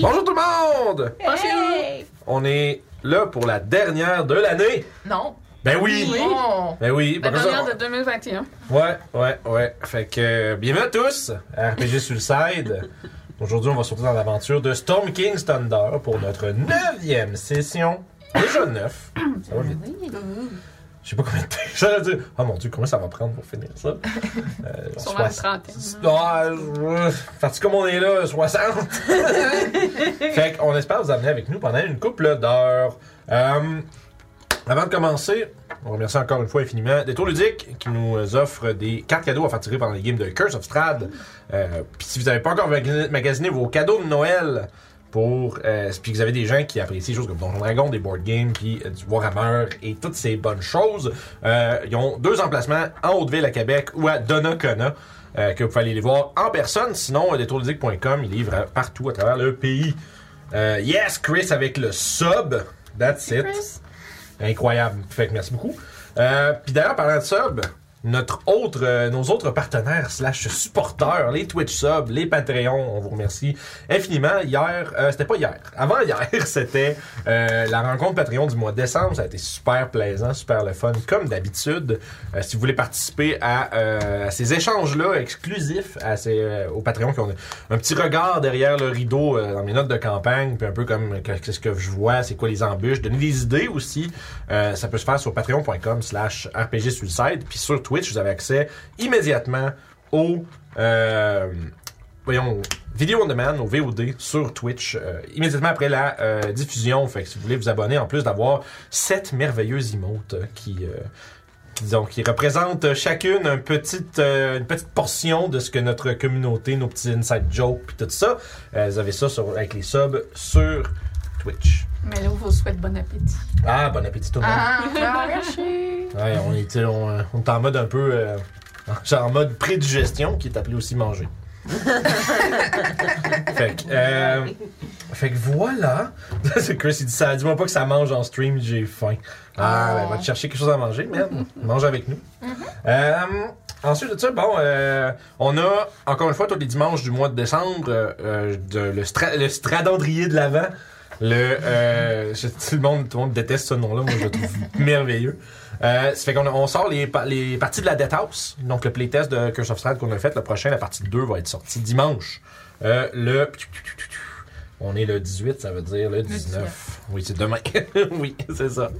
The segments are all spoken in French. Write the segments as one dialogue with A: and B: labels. A: Bonjour tout le monde!
B: Hey!
A: On est là pour la dernière de l'année!
B: Non.
A: Ben oui!
B: Oui.
A: Ben oui!
B: La
A: ben ça-
B: dernière de 2021.
A: Ouais, ouais, ouais. Fait que euh, bienvenue à tous à RPG Suicide. Aujourd'hui, on va surtout dans l'aventure de Storm King's Thunder pour notre neuvième session. Déjà neuf. Ça va vite.
B: Ben
A: Je sais pas combien de temps. J'allais dire, oh mon dieu, combien ça va prendre pour finir ça? Euh,
B: Sûrement une
A: soix-
B: trentaine.
A: Ah, euh, Parce que comme on est là, 60. fait qu'on espère vous amener avec nous pendant une couple d'heures. Euh, avant de commencer, on remercie encore une fois infiniment Détour Ludique qui nous euh, offre des cartes cadeaux à faire tirer pendant les games de Curse of Strad. Euh, Puis si vous n'avez pas encore maga- magasiné vos cadeaux de Noël, pour euh, puis que vous avez des gens qui apprécient des choses comme Donjon Dragon, des board games, puis euh, du Warhammer et toutes ces bonnes choses. Euh, ils ont deux emplacements en Haute-Ville à Québec ou à Donnacona euh, que vous pouvez aller les voir en personne. Sinon, euh, détourludique.com, ils livrent euh, partout à travers le pays. Euh, yes, Chris avec le sub. That's it. Incroyable. Fait que merci beaucoup. Euh, Puis d'ailleurs, parlant de sub, notre autre, euh, nos autres partenaires slash supporters, les Twitch subs, les Patreons, on vous remercie infiniment. Hier, euh, c'était pas hier, avant hier, c'était euh, la rencontre Patreon du mois de décembre. Ça a été super plaisant, super le fun, comme d'habitude. Euh, si vous voulez participer à, euh, à ces échanges-là exclusifs à ces, euh, aux Patreons qui ont un petit regard derrière le rideau euh, dans mes notes de campagne, puis un peu comme euh, qu'est-ce que je vois, c'est quoi les embûches, donner des idées aussi. Euh, ça peut se faire sur patreon.com slash RPG Suicide. Puis sur Twitch, vous avez accès immédiatement au euh, voyons, vidéo on demand, au VOD sur Twitch, euh, immédiatement après la euh, diffusion. Fait que si vous voulez vous abonner, en plus d'avoir sept merveilleuses emotes euh, qui. euh, qui, disons, qui représentent chacune un petit, euh, une petite portion de ce que notre communauté, nos petits inside jokes, puis tout ça. Euh, vous avez ça sur- avec les subs sur Twitch.
B: Mais là, on vous souhaite bon appétit.
A: Ah, bon appétit tout le monde.
B: Ah, merci.
A: Ouais, on est, on, euh, on est en mode un peu. euh, genre en mode prédigestion, qui est appelé aussi manger. fait, que, euh, fait que voilà. C'est Chris, il dit ça. Dis-moi pas que ça mange en stream, j'ai faim. Ah, Mm-hmm. ben, va te chercher quelque chose à manger, merde. Mange avec nous. Euh, ensuite de ça, bon, euh, on a encore une fois tous les dimanches du mois de décembre euh, euh, de- le, stra- le stradendrier de l'Avent. Le, euh, je- tout, le monde, tout le monde déteste ce nom-là, moi je le trouve merveilleux. Euh, ça fait qu'on a- on sort les, pa- les parties de la Death House, donc le playtest de Curse of Strahd qu'on a fait. Le prochain, la partie 2, va être sortie dimanche. Euh, le. On est le 18, ça veut dire le 19. Oui, c'est demain. oui, c'est ça.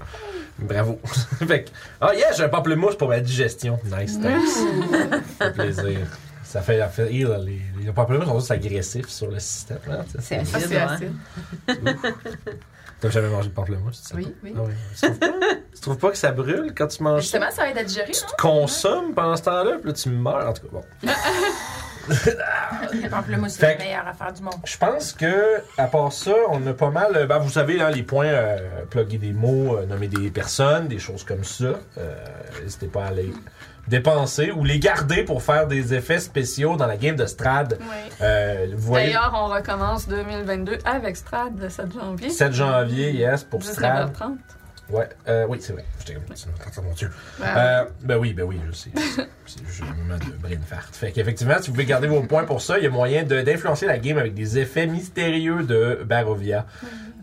A: Bravo. fait que, ah yeah, j'ai un pamplemousse pour ma digestion. Nice, thanks. ça fait plaisir. Ça fait, ça fait rire, là, les, les pamplemousses sont tous agressifs sur le système. hein, tu sais.
C: C'est
B: Ah,
C: acide,
B: c'est
C: ouais.
B: acide.
A: T'as jamais mangé de pamplemousse, tu sais
B: Oui, oui.
A: pas? Ah ouais. Tu trouves pas- tu trouves pas que ça brûle quand tu manges ça?
B: Justement, ça va être à digérer, non?
A: consommes pendant ce temps-là, puis là, tu meurs. En tout cas, bon.
B: Le pamplemousse,
A: Fait
B: c'est
A: que-
B: la meilleure affaire du monde.
A: Je pense que, à part ça, on a pas mal. euh, Ben, vous savez, là, les points, euh, plugger des mots, euh, nommer des personnes, des choses comme ça. Euh, N'hésitez pas à les dépenser ou les garder pour faire des effets spéciaux dans la game de Strad.
B: Oui.
A: Euh, vous voyez,
B: D'ailleurs, on recommence 2022 avec Strad le 7 janvier.
A: 7 janvier, yes, pour Strad.
B: 19h30.
A: Ouais, euh, oui, c'est vrai. J'étais comme, tu m'entends, mon Dieu.
B: Ben,
A: Euh, ben oui, ben oui, je sais. C'est juste un moment de brain fart. Fait qu'effectivement, si vous pouvez garder vos points pour ça, il y a moyen de- d'influencer la game avec des effets mystérieux de Barovia.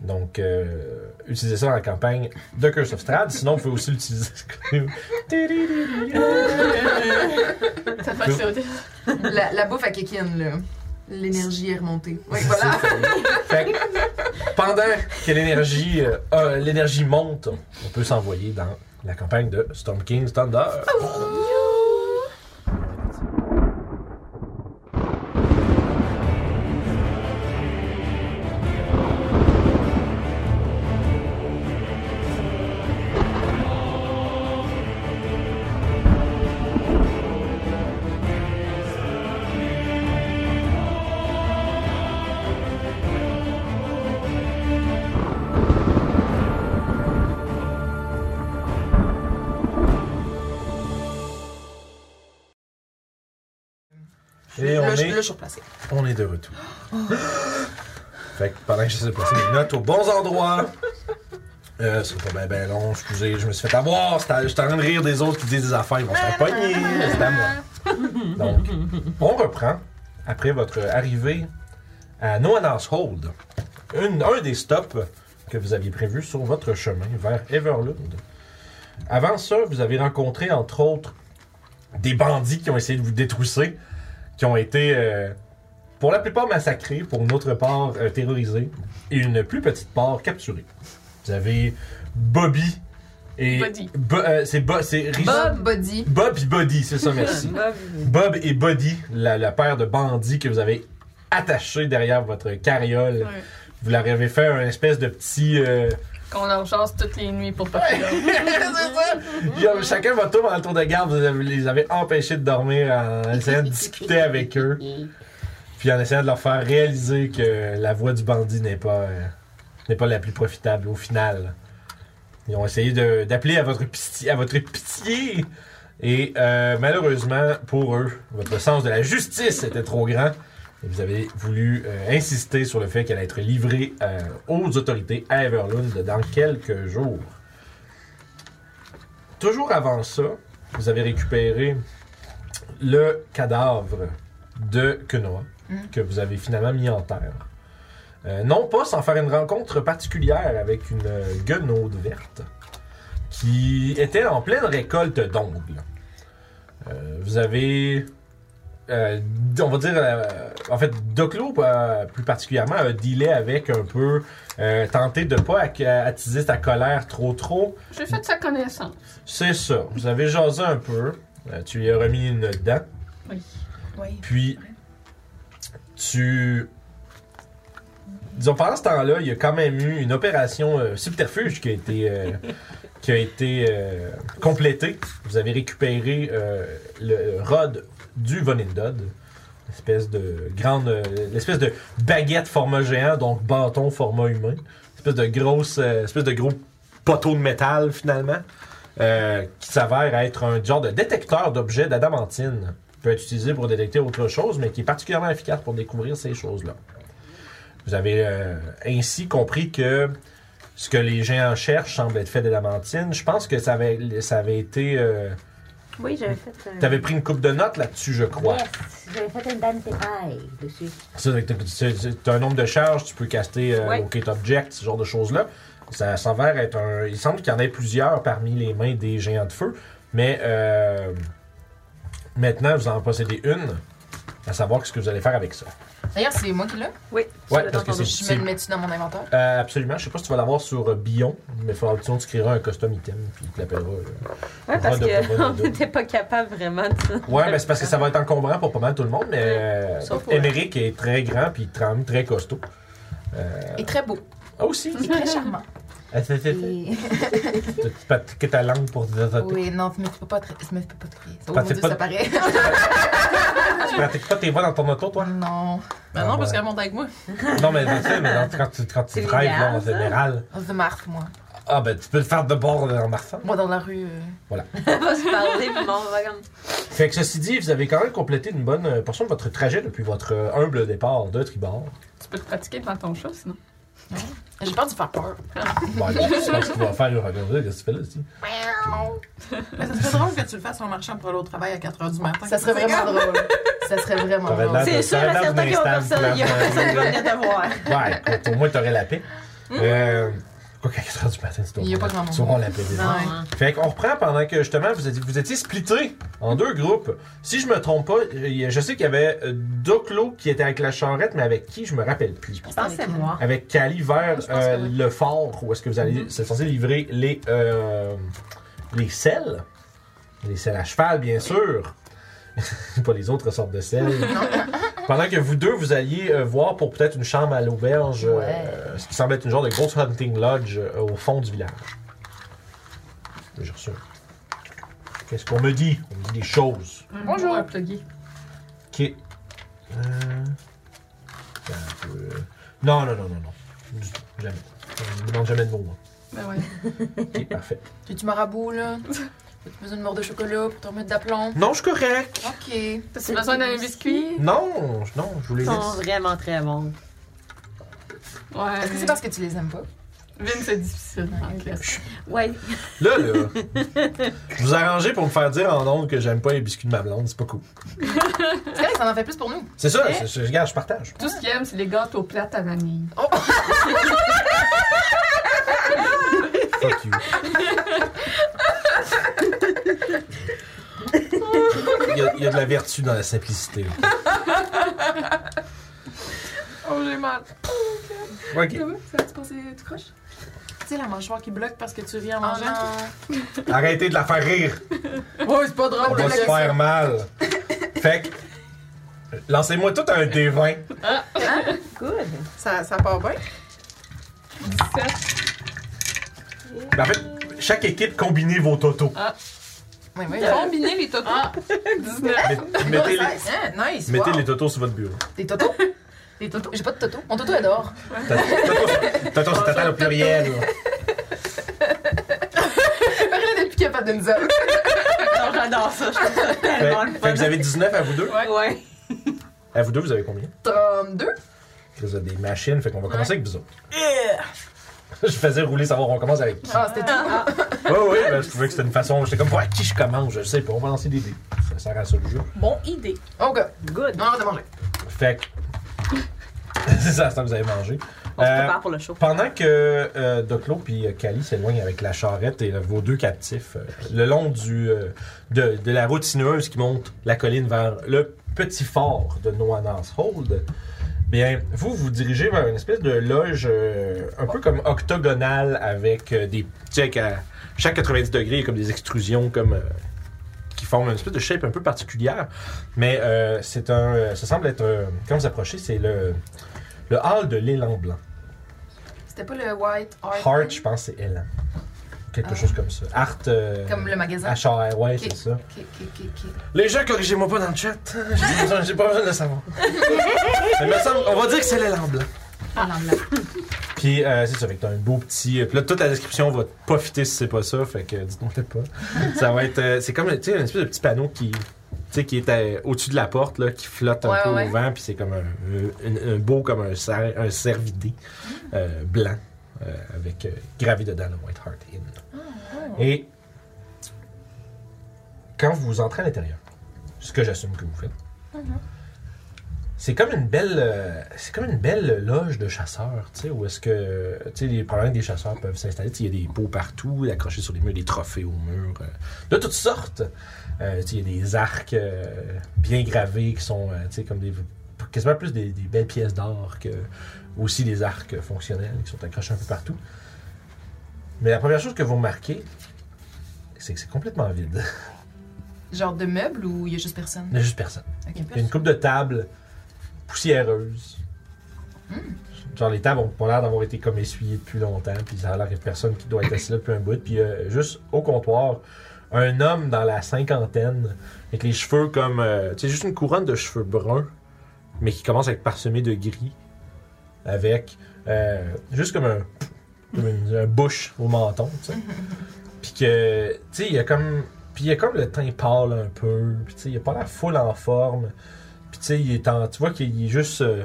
A: Donc, euh, utilisez ça dans la campagne de Curse of Strahd. Sinon, vous pouvez aussi l'utiliser.
B: Ça fait sauter.
D: La, la bouffe à kick in, là. L'énergie est remontée. Oui, voilà.
A: Fait que, pendant que l'énergie euh, euh, l'énergie monte, on peut s'envoyer dans la campagne de Storm King's Thunder. Et on
D: là, je,
A: est...
D: là, je suis replacée.
A: On est de retour. fait que pendant que j'essaie de placer mes notes aux bons endroits. Euh, c'est pas bien ben long, excusez, je me suis fait avoir. c'était- J'étais en train de rire des autres qui disent des affaires, ils vont se faire pogner. C'est à moi. Donc, on reprend après votre arrivée à Noanas Hold. une- un des stops que vous aviez prévu sur votre chemin vers Everland. Avant ça, vous avez rencontré, entre autres, des bandits qui ont essayé de vous détrousser, qui ont été, euh, pour la plupart, massacrés, pour une autre part, euh, terrorisés, et une plus petite part, capturée. Vous avez Bobby et...
B: Buddy.
A: Bo- euh, c'est Bo- c'est Rich-
D: Bob Body.
A: Bob et Buddy, c'est ça, merci. Bob et Buddy, la, la paire de bandits que vous avez attachés derrière votre carriole.
B: Ouais.
A: Vous leur avez fait un espèce de petit. euh,
B: Qu'on leur chasse toutes les nuits pour pas qu'ils dorment.
A: c'est ça! Ils ont- chacun votre tour dans le tour de garde, vous avez- les avez empêchés de dormir en essayant de discuter avec eux. Puis en essayant de leur faire réaliser que la voix du bandit n'est pas, euh, n'est pas la plus profitable au final. Ils ont essayé de- d'appeler à votre pitié. À votre pitié. Et euh, malheureusement, pour eux, votre sens de la justice était trop grand. Et vous avez voulu euh, insister sur le fait qu'elle allait être livrée euh, aux autorités à Everlund dans quelques jours. Toujours avant ça, vous avez récupéré le cadavre de Kenoa
D: Mm.
A: que vous avez finalement mis en terre. Euh, non pas sans faire une rencontre particulière avec une euh, guenaude verte qui était en pleine récolte d'ongles. Euh, vous avez, euh, on va dire, euh, en fait, Doclo euh, plus particulièrement a dealé avec un peu, euh, tenté de pas ac- attiser sa colère trop trop,
B: J'ai fait sa connaissance.
A: c'est ça. Vous avez jasé un peu. Euh, tu lui as remis une dent.
B: Oui.
D: Oui.
A: Puis, tu. Disons, pendant ce temps-là, il y a quand même eu une opération euh, subterfuge qui a été, euh, qui a été euh, complétée. Vous avez récupéré euh, le rod du Vonindod. Espèce de grande. euh, L'espèce de baguette format géant, donc bâton format humain. Espèce de grosse. euh, espèce de gros poteau de métal, finalement. euh, qui s'avère être un genre de détecteur d'objets d'adamantine peut être utilisé pour détecter autre chose, mais qui est particulièrement efficace pour découvrir ces choses-là. Vous avez euh, ainsi compris que ce que les géants cherchent semble être fait d'adamantine. Je pense que ça avait, ça avait été... euh,
C: Oui, j'avais fait. un-
A: tu avais pris une coupe de notes là-dessus, je crois.
C: Yes, j'avais fait une dame paille dessus.
A: Ça, Tu as un nombre de charges, tu peux caster euh,
C: Ouais.
A: Locate Object, ce genre de choses-là. Ça s'avère être un. Il semble qu'il y en ait plusieurs parmi les mains des géants de feu, mais euh, maintenant vous en possédez une, à savoir ce que vous allez faire avec ça.
D: D'ailleurs, c'est moi qui l'ai.
C: Oui.
A: Ouais, parce que
D: Je
A: c'est.
D: me
A: c'est-
D: le mets-tu dans mon inventaire?
A: euh, absolument, je sais pas si tu vas l'avoir sur euh, Billon, mais faudra sinon tu créeras un custom item, puis tu l'appelleras. euh.
C: Ouais, parce
A: Rod of
C: qu'on
A: Rod.
C: n'était pas capable vraiment de.
A: Ouais, mais c'est parce que ça va être encombrant pour pas mal tout le monde, mais euh,
C: Sauf pour-
A: Émeric est très grand, puis tremble, très costaud. Euh,
D: Et très beau.
A: ah, aussi!
D: Et très charmant.
A: Ah, c'est- c'est-
D: Et-
A: Tu pratiques ta langue pour dire ça.
D: Oui, non, mais tu peux pas te mais tu peux pas te crier. Oh mon
A: Pratique
D: dieu,
A: pas
D: ça
A: de-
D: paraît.
A: Tu pratiques pas tes voix dans ton auto, toi?
D: non.
E: Ben
A: Ah,
E: non, parce
A: ouais.
E: qu'elle monte avec moi.
A: Non, mais tu sais, mais dans- quand tu, quand tu
C: C'est
A: drives,
C: légal,
A: là, en
C: ça.
A: général,
D: On se marque, moi.
A: ah ben tu peux le faire de bord euh, en marchant.
D: Moi, dans la rue. euh,
C: On va se parler, puis bon, on va comme.
A: Fait que ceci dit, vous avez quand même complété une bonne euh, portion de votre trajet depuis votre euh, humble départ de Tribord.
B: Tu peux te pratiquer devant ton chat, sinon.
D: J'ai peur de faire peur.
A: Bon, là, c'est parce qu'il va faire une regarder, qu'est-ce que tu fais là, aussi?
E: Mais ça serait drôle que tu le fasses en marchant pour aller au travail à 4 h du matin.
D: Ça serait vraiment drôle. Ça serait vraiment
A: T'aurais de
D: drôle.
A: l'air
C: C'est
A: de
C: sûr, à
A: ça,
C: certains qui ont
A: d'instable,
C: personne. Il y a personne qui va
A: finalement.
C: venir te voir.
A: Ouais, écoute, au moins t'aurais la paix. Euh, quoi qu'à 4 h du matin, c'est au
D: Mm. Il y a pas grand monde.
A: Tu auras la paix, déjà.
D: Non.
A: Fait qu'on reprend pendant que justement vous étiez, vous étiez splittés en deux groupes. Si je me trompe pas, il y a- je sais qu'il y avait euh, Doclo qui était avec la charrette, mais avec qui je me rappelle plus.
C: Je pense que c'est moi.
A: Avec Cali vers
D: Ah, Je pense que
A: euh,
D: oui. Mm-hmm.
A: le fort où est-ce que vous allez, c'est censé livrer les euh, les selles, les selles à cheval bien sûr, pas les autres sortes de selles. pendant que vous deux vous alliez euh, voir pour peut-être une chambre à l'auberge, euh,
C: Ouais.
A: ce qui semble être une genre de grosse hunting lodge euh, au fond du village. J'ai reçu. Qu'est-ce qu'on me dit On me dit des choses.
B: Mm.
D: Bonjour.
B: Un pluggy.
A: Ok. Euh, un peu- Non, non, non, non, non. Du tout. Jamais. On ne demande jamais de mots, moi.
B: Ben ouais.
A: Ok, parfait.
D: T'es-tu marabout, là? T'as-tu besoin de mort de chocolat pour te remettre d'aplomb?
A: Non, je suis correct.
D: Ok.
B: T'as besoin d'un biscuit?
A: Non, je- non, je voulais
C: Ils sont
A: dire.
C: vraiment très bons.
B: Ouais.
D: Est-ce que c'est parce que tu les aimes pas?
E: Vin, c'est difficile.
C: Ouais, Ouais.
A: Là, là, je vous arrangez pour me faire dire en ondes que j'aime pas les biscuits de ma blonde, c'est pas cool.
D: C'est vrai, ça en fait plus pour nous.
A: C'est ça, c'est- je, regarde, je partage.
B: Tout ce qu'il aime, c'est les gâteaux plates à vanille.
A: Fuck you. Il y, a, il y a de la vertu dans la simplicité. là.
E: Oh, j'ai mal.
A: Ok.
E: Ça va? Ça va-tu passer tout croche? Tu sais, la mâchoire qui bloque parce que tu ris en
B: Ah,
E: mangeant.
D: Ah,
A: Arrêtez de la faire rire.
D: Ouais, c'est pas
A: On
D: drôle.
A: va
D: la
A: se faire
D: question.
A: mal. Fait que, lancez-moi tout un D20.
C: Good.
E: Ça, ça part bien?
B: 17.
A: Ben, en fait, chaque équipe, combinez vos totos.
D: Ah. Ouais, ouais, ouais.
B: Combiner les totos. 19.
A: Met-
D: Bon,
A: mettez les,
D: nice, hein, nice,
A: mettez
D: wow.
A: les totos sur votre bureau.
D: Des totos. Des totos. J'ai pas de toto. Mon toto est dehors.
A: Toto, toto, c'est tata au pluriel.
D: Marie-Hélène n'est plus capable de nous aider.
C: Non, j'adore ça. Je trouve ça
A: Fait,
C: tellement le
A: fait
C: fun.
A: que vous avez 19 à vous deux.
C: Ouais.
A: À vous deux, vous avez combien?
D: 32.
A: Vous avez des machines, fait qu'on va commencer avec vous autres. Je faisais rouler, savoir on commence avec qui.
D: Ah, c'était tout.
A: Oui, oui, ben, je trouvais que c'était une façon. J'étais comme, pour à qui je commence, je sais pas, on va lancer des dés. Ça sert à ça le jeu.
C: Bon idée.
D: Ok.
C: Good.
D: Oh, Non, on va manger.
A: Fait que. c'est ça, ça que vous avez mangé.
C: On se
A: Euh,
C: prépare pour le show.
A: Pendant que euh, Doclo puis euh, Cali s'éloignent avec la charrette et euh, vos deux captifs, euh, le long du, euh, de, de la route sinueuse qui monte la colline vers le petit fort de Noanas Hold, bien, vous vous dirigez vers une espèce de loge euh, un peu comme octogonale avec euh, des. Tu sais, avec, à chaque 90 degrés, il y a comme des extrusions comme. euh, qui forment une espèce de shape un peu particulière. Mais euh, c'est un. euh, ça semble être. euh, quand vous approchez, c'est le. Le hall de l'élan blanc.
D: C'était pas le White Art.
A: Heart, je pense, c'est Elan. Quelque
D: Ah.
A: chose comme ça. Art. euh,
D: Comme le magasin.
A: HR, ouais,
D: Ok.
A: c'est ça.
D: Ok, ok, ok, ok.
A: Les gens, corrigez-moi pas dans le chat. J'ai besoin- J'ai pas besoin de le savoir. Mais me semble, on va dire que c'est l'élan blanc.
D: Ah, l'anglais.
A: Puis, euh, c'est ça, fait que t'as un beau petit. euh, Puis là, toute la description va pas fitter si c'est pas ça, fait que euh, dites-moi peut-être pas. ça va être. euh, c'est comme, tu sais, une espèce de petit panneau qui. Tu sais, qui est euh, au-dessus de la porte, là, qui flotte un
D: Ouais,
A: peu
D: ouais.
A: au vent, puis c'est comme un, euh, un- un beau, comme un, cer- un cervidé
D: Mm.
A: euh, blanc, euh, avec euh, gravé dedans le White Hart Inn.
D: Ah, oh.
A: Et quand vous entrez à l'intérieur, ce que j'assume que vous faites, c'est comme une belle, euh, c'est comme une belle loge de chasseurs, tu sais, où est-ce que, euh, tu sais, les problèmes des chasseurs peuvent s'installer. Tu sais, Il y a des pots partout, accrochés sur les murs, des trophées aux murs, euh, de toutes sortes. Euh, tu sais, il y a des arcs euh, bien gravés qui sont, euh, tu sais, comme des, quasiment plus des, des belles pièces d'or que aussi des arcs fonctionnels qui sont accrochés un peu partout. Mais la première chose que vous remarquez, c'est que c'est complètement vide.
D: Genre de meubles ou il y a juste personne?
A: Il n'y a juste personne.
D: Ok.
A: Il y a une coupe de tables poussiéreuses. Hmm. Genre, les tables ont pas l'air d'avoir été comme essuyées depuis longtemps, puis ça a l'air qu'il y a personne qui doit être assis là depuis un bout. Puis euh, juste au comptoir, un homme dans la cinquantaine, avec les cheveux comme. euh, tu sais, juste une couronne de cheveux bruns, mais qui commence à être parsemée de gris, avec euh, juste comme un. comme une, un bouche au menton, tu sais. Puis que. Tu sais, il y a comme. Puis il a comme le teint pâle un peu, puis tu sais, il a pas l'air full en forme. Puis tu sais, il est en. Tu vois qu'il est juste euh,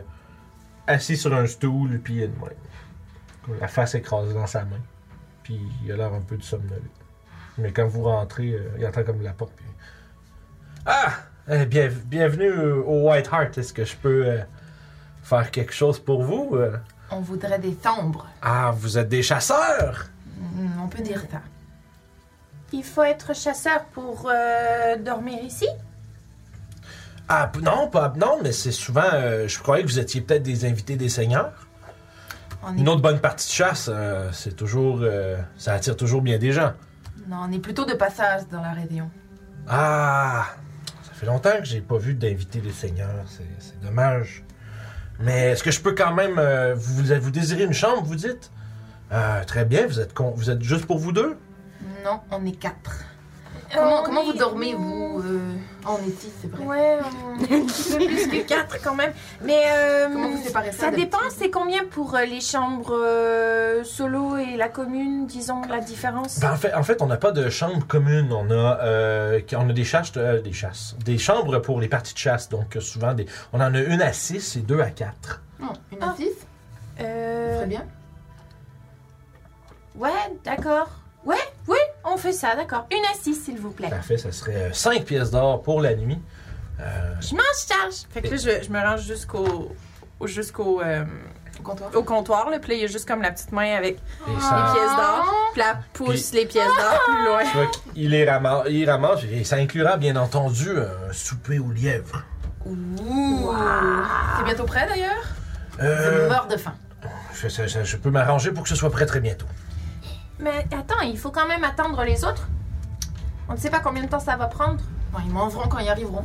A: assis sur un stool, puis il a de même. Comme La face écrasée dans sa main. Puis il a l'air un peu de somnolé. Mais quand vous rentrez, euh, il entend comme la porte, puis. Ah! Euh, bien- bienvenue euh, au White Heart. Est-ce que je peux euh, faire quelque chose pour vous? euh?
D: On voudrait des timbres.
A: Ah, vous êtes des chasseurs!
D: Hmm, On peut dire ça.
F: Il faut être chasseur pour euh, dormir ici
A: Ah, p- non, pas, non, mais c'est souvent. euh, je croyais que vous étiez peut-être des invités des seigneurs.
D: On est...
A: Une autre bonne partie de chasse, euh, c'est toujours. euh, ça attire toujours bien des gens.
D: Non, on est plutôt de passage dans la région.
A: Ah! Ça fait longtemps que j'ai pas vu d'invité des seigneurs. C'est, c'est dommage. Mais est-ce que je peux quand même. euh, vous, vous désirez une chambre, vous dites? Euh, très bien, vous êtes, con- vous êtes juste pour vous deux?
D: Non, on est quatre.
F: Euh,
D: Comment,
F: on
D: comment
F: est-
D: vous dormez, vous euh, On est six, c'est vrai.
F: Ouais, on... c'est plus que quatre quand même. Mais euh,
D: Comment vous séparez ça
F: ça
D: d'habitude?
F: dépend, c'est combien pour euh, les chambres euh, solo et la commune, disons, la différence
D: Bah.
A: Ben, en, fait, en fait, on n'a pas de chambre commune. On a, euh, on a des, chasses, euh, des chasses. Des chambres pour les parties de chasse. Donc, euh, souvent, des, on en a une à 6 et deux à 4.
D: Non, une à six,
F: Euh,
D: très bien.
F: Ouais, d'accord. Ouais, oui, on fait ça, d'accord. Une assise, s'il vous
D: Bah.
F: plaît.
A: Parfait, ça serait 5 pièces d'or pour la nuit. Euh,
F: Je m'en charge.
E: Fait que là, je, je me range jusqu'au. au- jusqu'au. euh,
D: Au comptoir.
E: au comptoir, là. Puis là, il y a juste comme la petite main avec
A: et
E: les
D: Ah.
F: Ah.
A: ça,
E: pièces d'or. Puis là, elle pousse les pièces d'or plus loin.
A: tu vois qu'il les ramasse, il les ramasse et ça inclura bien entendu un souper au lièvre.
D: Ouh. T'es bientôt prêt d'ailleurs?
A: Euh,
D: mort de faim.
A: je, ça- ça- je peux m'arranger pour que ce soit prêt très bientôt.
F: Mais attends, il faut quand même attendre les autres. On ne sait pas combien de temps ça va prendre.
D: Bon, ils m'en feront quand ils arriveront.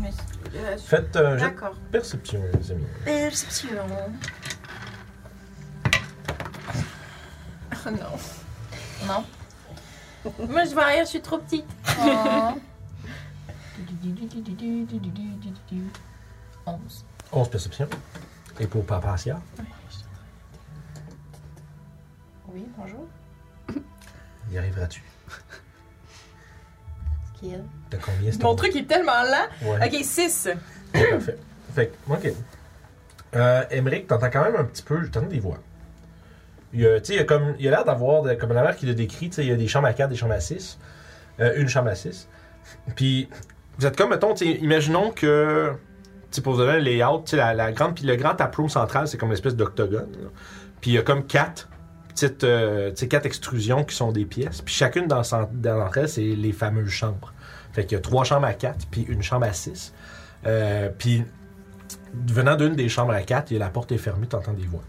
E: Mais, euh, je-
A: Faites un jet de
E: D'accord.
A: perception, les amis.
D: Perception.
E: Oh non.
F: Moi, je vois rien, je suis trop petite.
D: Oh.
E: 11.
A: 11 perceptions. Et pour Papacia,
E: Oui, bonjour.
A: y arriveras-tu?
E: Skill.
A: T'as combien c'est
E: Mon
A: ton-
E: truc est tellement lent.
A: Ouais.
E: Ok, 6.
A: Ouais, Parfait. Fait que, ok. Euh, Emmerich, t'entends quand même un petit peu, t'entends des voix. Il y a, tu sais, il y a comme, il y a l'air d'avoir, de- comme la mère qui le décrit, tu sais, il y a des chambres à 4, des chambres à 6. une chambre à 6. Puis, vous êtes comme, mettons, tu sais, imaginons que, tu sais, pour vous donner un layout, tu sais, la, la grande, puis le grand taproom central, c'est comme une espèce d'octogone. là. Puis il y a comme quatre petites, euh, tu sais, quatre extrusions qui sont des pièces. Puis chacune dans, cent- dans l'entrée, c'est les fameuses chambres. Fait qu'il y a trois chambres à 4, puis une chambre à 6. Euh, puis, venant d'une des chambres à quatre, et la porte est fermée, t'entends des voix.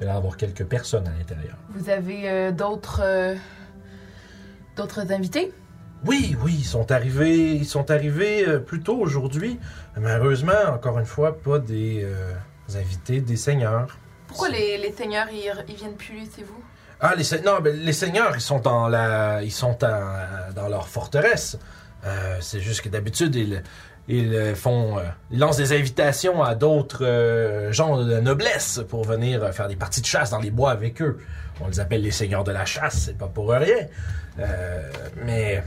A: Il va y avoir quelques personnes à l'intérieur.
D: Vous avez euh, d'autres. euh, d'autres invités?
A: Oui, oui, ils sont arrivés, ils sont arrivés euh, plus tôt aujourd'hui. Malheureusement, encore une fois, pas des euh, invités, des seigneurs.
D: Pourquoi les, les seigneurs ils, ils viennent plus, c'est vous?
A: Ah, les, se- non, ben, les seigneurs, ils sont dans la, ils sont en- dans leur forteresse. Euh, c'est juste que d'habitude, ils, ils font, euh, ils lancent des invitations à d'autres euh, gens de la noblesse pour venir euh, faire des parties de chasse dans les bois avec eux. On les appelle les seigneurs de la chasse, c'est pas pour rien. Euh, mais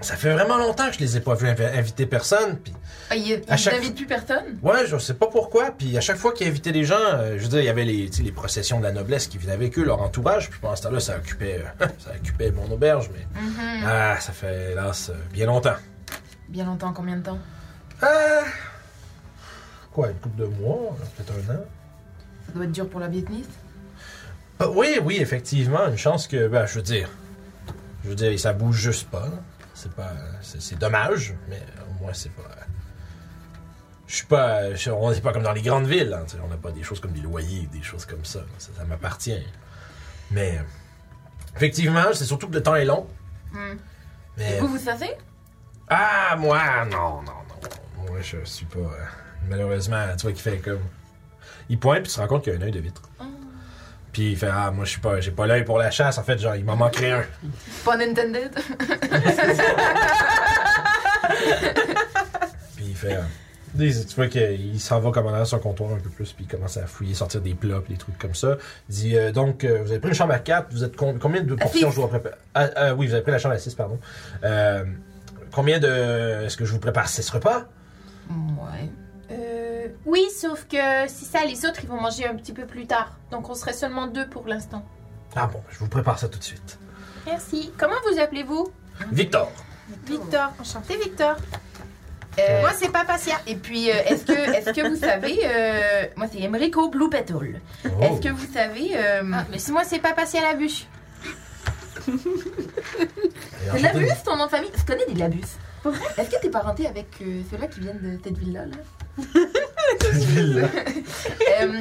A: ça fait vraiment longtemps que je les ai pas vus inv- inviter personne. Puis
D: Ah, ils
A: À
D: ils
A: chaque-
D: n'invitent plus personne?
A: Ouais, je sais pas pourquoi. Puis à chaque fois qu'ils invitaient des gens, euh, je veux dire, il y avait les, tu sais, les processions de la noblesse qui venaient avec eux, leur entourage. Puis pendant ce temps-là, ça occupait, euh, ça occupait mon auberge. Mais
D: Mhm.
A: ah, ça fait hélas euh, bien longtemps.
D: Bien longtemps, combien de temps?
A: Ah, quoi, une couple de mois, euh, peut-être un an.
D: Ça doit être dur pour la vietnamite.
A: Ah, oui, oui, effectivement, une chance que, ben, je veux dire, je veux dire, ça bouge juste pas. là. C'est pas, c'est, c'est dommage, mais au moins c'est pas. Je suis pas, je- on n'est pas comme dans les grandes villes. hein, tu sais, on n'a pas des choses comme des loyers, des choses comme ça. Ça, ça m'appartient. Mais effectivement, c'est surtout que le temps est long.
D: Hmm.
A: Mais
D: Vous, vous savez?
A: ah, moi, non, non, non. Moi, je suis pas. euh, Malheureusement, tu vois qu'il fait comme. Il pointe, puis tu te rends compte qu'il y a un œil de vitre.
D: Ah.
A: Puis il fait Ah, moi, je suis pas. J'ai pas l'œil pour la chasse, en fait, genre, il m'en manquerait un.
D: Pun intended.
A: Puis il fait. euh, dis- Tu vois qu'il s'en va comme en arrière de son comptoir un peu plus, puis il commence à fouiller, sortir des plats, puis des trucs comme ça. Il dit euh, Donc, euh, vous avez pris une chambre à 4, vous êtes con- combien de portions
D: six.
A: je dois préparer Ah, ah, Oui, vous avez pris la chambre à 6, pardon. Euh, combien de. Est-ce que je vous prépare 6 repas
D: ouais.
F: Euh, oui, sauf que si ça, les autres, ils vont manger un petit peu plus tard. Donc, on serait seulement deux pour l'instant.
A: Ah bon, je vous prépare ça tout de suite.
F: Merci. Comment vous appelez-vous
D: Ah.
A: Victor
F: Victor. Enchanté, Victor.
D: Euh,
F: Moi, c'est Papacia.
D: et puis, euh, est-ce que, est que vous savez. euh, moi, c'est Emerico Blue Petal.
A: Oh.
D: Est-ce que vous savez. euh,
F: Ah, mais c'est- moi, c'est Papacia la bûche.
A: Et
D: C'est
A: enchanté de-
D: Labus, ton nom de famille Je connais des Labus. Est-ce que t'es parenté avec euh, ceux-là qui viennent de cette ville-là là? Euh,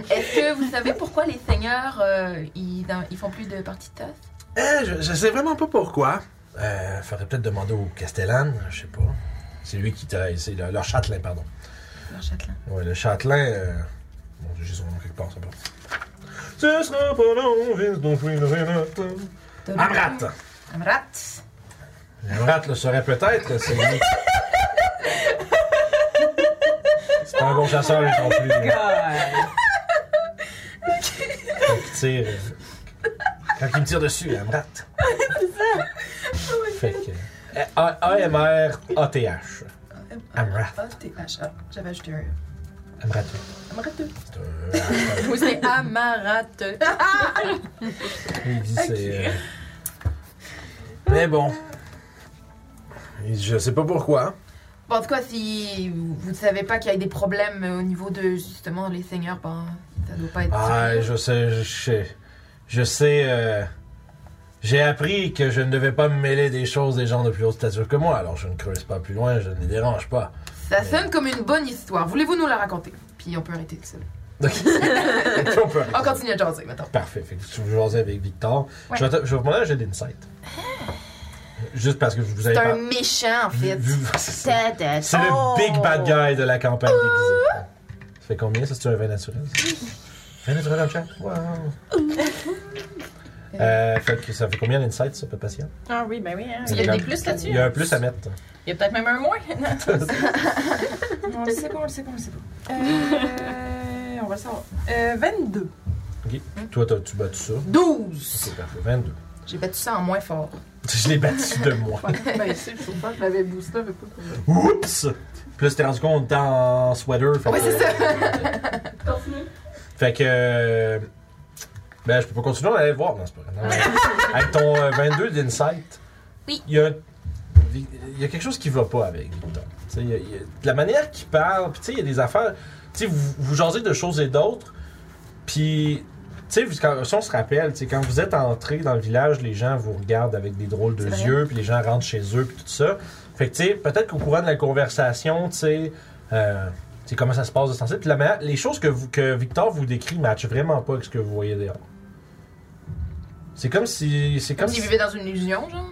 D: Est-ce que vous savez pourquoi les seigneurs, euh, ils, ils font plus de parties de tasse
A: Eh, je, je sais vraiment pas pourquoi. Euh, faudrait peut-être demander au Castellan, je sais pas. C'est lui qui t'a. C'est le- leur châtelain, pardon.
D: Leur châtelain.
A: Ouais, le châtelain. Euh... Bon, j'ai son nom quelque part, ça va. Ce sera pas long, vis donc je vais Amrat
D: Amrat.
A: Amrat le serait peut-être, c'est lui. C'est pas un bon chasseur, lui non plus. là. Quand il tire. euh, Quand il me tire dessus, Amrat. C'est ça. Fait que. euh, A- A-M-R-A-T-H. Amrat.
D: Oh, t'es H. Ah, J'avais ajouté un.
A: Amrat.
D: Amarateux.
A: C'est un-
D: Oui, c'est amarateux.
A: Il dit c'est. euh, Mais bon. Il dit, Je sais pas pourquoi.
D: Bon, en tout cas, si vous ne savez pas qu'il y a des problèmes euh, au niveau de justement les seigneurs, ben, ça doit pas être.
A: Ah, je sais, je sais. Je sais. euh, J'ai appris que je ne devais pas me mêler des choses des gens de plus haute stature que moi, alors je ne creuse pas plus loin, je ne les dérange pas.
D: Ça sonne comme une bonne histoire. Voulez-vous nous la raconter Puis on peut arrêter tout ça.
A: Donc, on peut.
D: On continue à jaser maintenant.
A: Parfait. Fait que si vous jasez avec Victor,
D: Ouais. Ah.
A: je, vais te- je vais vous demander un jet d'insight. Juste parce que je vous avais
D: C'est un
A: pas.
D: méchant, en fait.
A: vu- vu- c'est
D: Ta, ta, ta.
A: c'est le big bad guy de la campagne
D: Oh.
A: déguisée. Ça fait combien ça? C'est un vin naturel? ça? Vin naturel en chat? Wow! Euh, fait que ça fait combien d'insight ça, peut patient?
C: Ah oui, ben oui. Hein.
A: Il
C: Il y
A: y a
C: a
A: Regarde.
C: des plus là-dessus.
A: Il y
D: hein.
A: a un plus à mettre.
C: Il y a peut-être même un moins.
F: On le sait pas, on le sait pas, on le sait pas. Euh, on va le savoir. Euh, 22.
D: Hein?
A: Toi, t'as- tu battu ça?
D: 12
A: C'est parfait. 22.
D: J'ai battu ça en moins fort.
A: Je l'ai battu de moi.
B: Ben, c'est le chauffeur qui l'avait boosté, mais pas pour le
A: Oups! Puis là, tu t'es rendu compte, t'es en sweater. Fait
D: Ouais,
A: que- euh,
D: c'est ça.
A: Fait que. euh, Ben, je peux pas continuer à aller voir. Non, c'est pas grave. Non. Avec ton euh, 22 d'insight,
D: Oui.
A: il y, a, il y a quelque chose qui va pas avec Victor. Tu sais, il y a- il y a- de la manière qu'il parle, puis tu sais, il y a des affaires. Tu sais, vous, vous jasez de choses et d'autres, puis. Tu sais, vous- quand- si on se rappelle, tu sais, quand vous êtes entré dans le village, les gens vous regardent avec des drôles de
D: C'est vrai.
A: yeux, puis les gens rentrent chez eux, puis tout ça. Fait que, tu sais, peut-être qu'au courant de la conversation, tu sais, euh, tu sais, comment ça se passe de ce temps-ci. Puis la manière- les choses que, vous, que Victor vous décrit matchent vraiment pas avec ce que vous voyez dehors. C'est comme si. C'est
D: Comme
A: comme
D: s'il
A: si.
D: vivait dans une illusion, genre.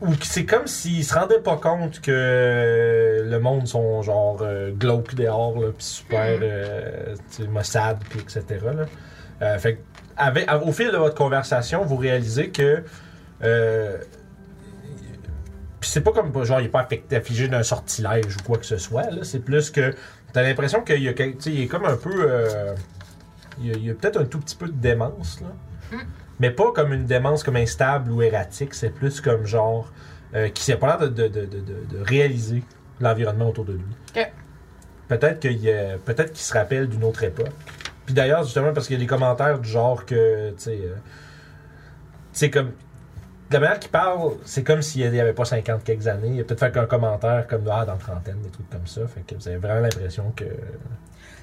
A: Ou que c'est comme s'il se rendait pas compte que le monde sont genre euh, glauques dehors, là, pis super euh, tu sais, maussade, pis etc. Là. Euh, fait que, avec- au fil de votre conversation, vous réalisez que. Euh, pis c'est pas comme genre il est pas affecté, affligé d'un sortilège ou quoi que ce soit, là. C'est plus que. T'as l'impression qu'il y a quel- tu sais, il est comme un peu. euh, il y a, il y a peut-être un tout petit peu de démence, là.
D: Mm.
A: Mais pas comme une démence comme instable ou erratique, c'est plus comme genre euh, qui s'est pas l'air de, de- de- de- de- de réaliser l'environnement autour de lui.
D: Ok.
A: Peut-être qu'il y a- peut-être qu'il se rappelle d'une autre époque. Puis d'ailleurs, justement, parce qu'il y a des commentaires du genre que, tu sais, euh, c'est comme. De la manière qu'il parle, c'est comme s'il n'y avait pas 50 quelques années. Il a peut-être fait un commentaire comme ah, dans trentaine, des trucs comme ça. Fait que vous avez vraiment l'impression que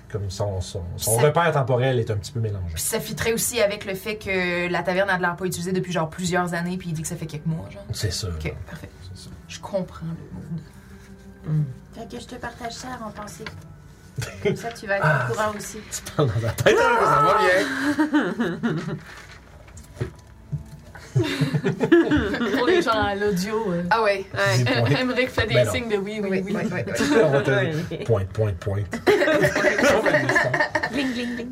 A: comme son, son, son
D: Ça-
A: repère temporel est un petit peu mélangé.
D: Puis ça fitterait aussi avec le fait que la taverne a de l'air pas utilisée depuis genre plusieurs années, puis il dit que ça fait quelques mois, genre.
A: C'est ça.
D: Ok, parfait.
A: C'est ça.
D: Je comprends le mood.
F: Fait que je te partage ça en pensée. Comme ça, tu vas être au courant aussi.
A: dans la tête, hein, ça va bien.
B: Pour les gens à l'audio, euh,
D: Ah ouais.
A: Dis
B: Em-
A: point.
B: Emmerich fait des
A: Ben non.
B: signes de oui, oui,
D: Oui,
B: oui.
D: oui, oui. oui.
A: On va te- Pointe, pointe, pointe. On va te dire ça.
F: Bling, bling, bling.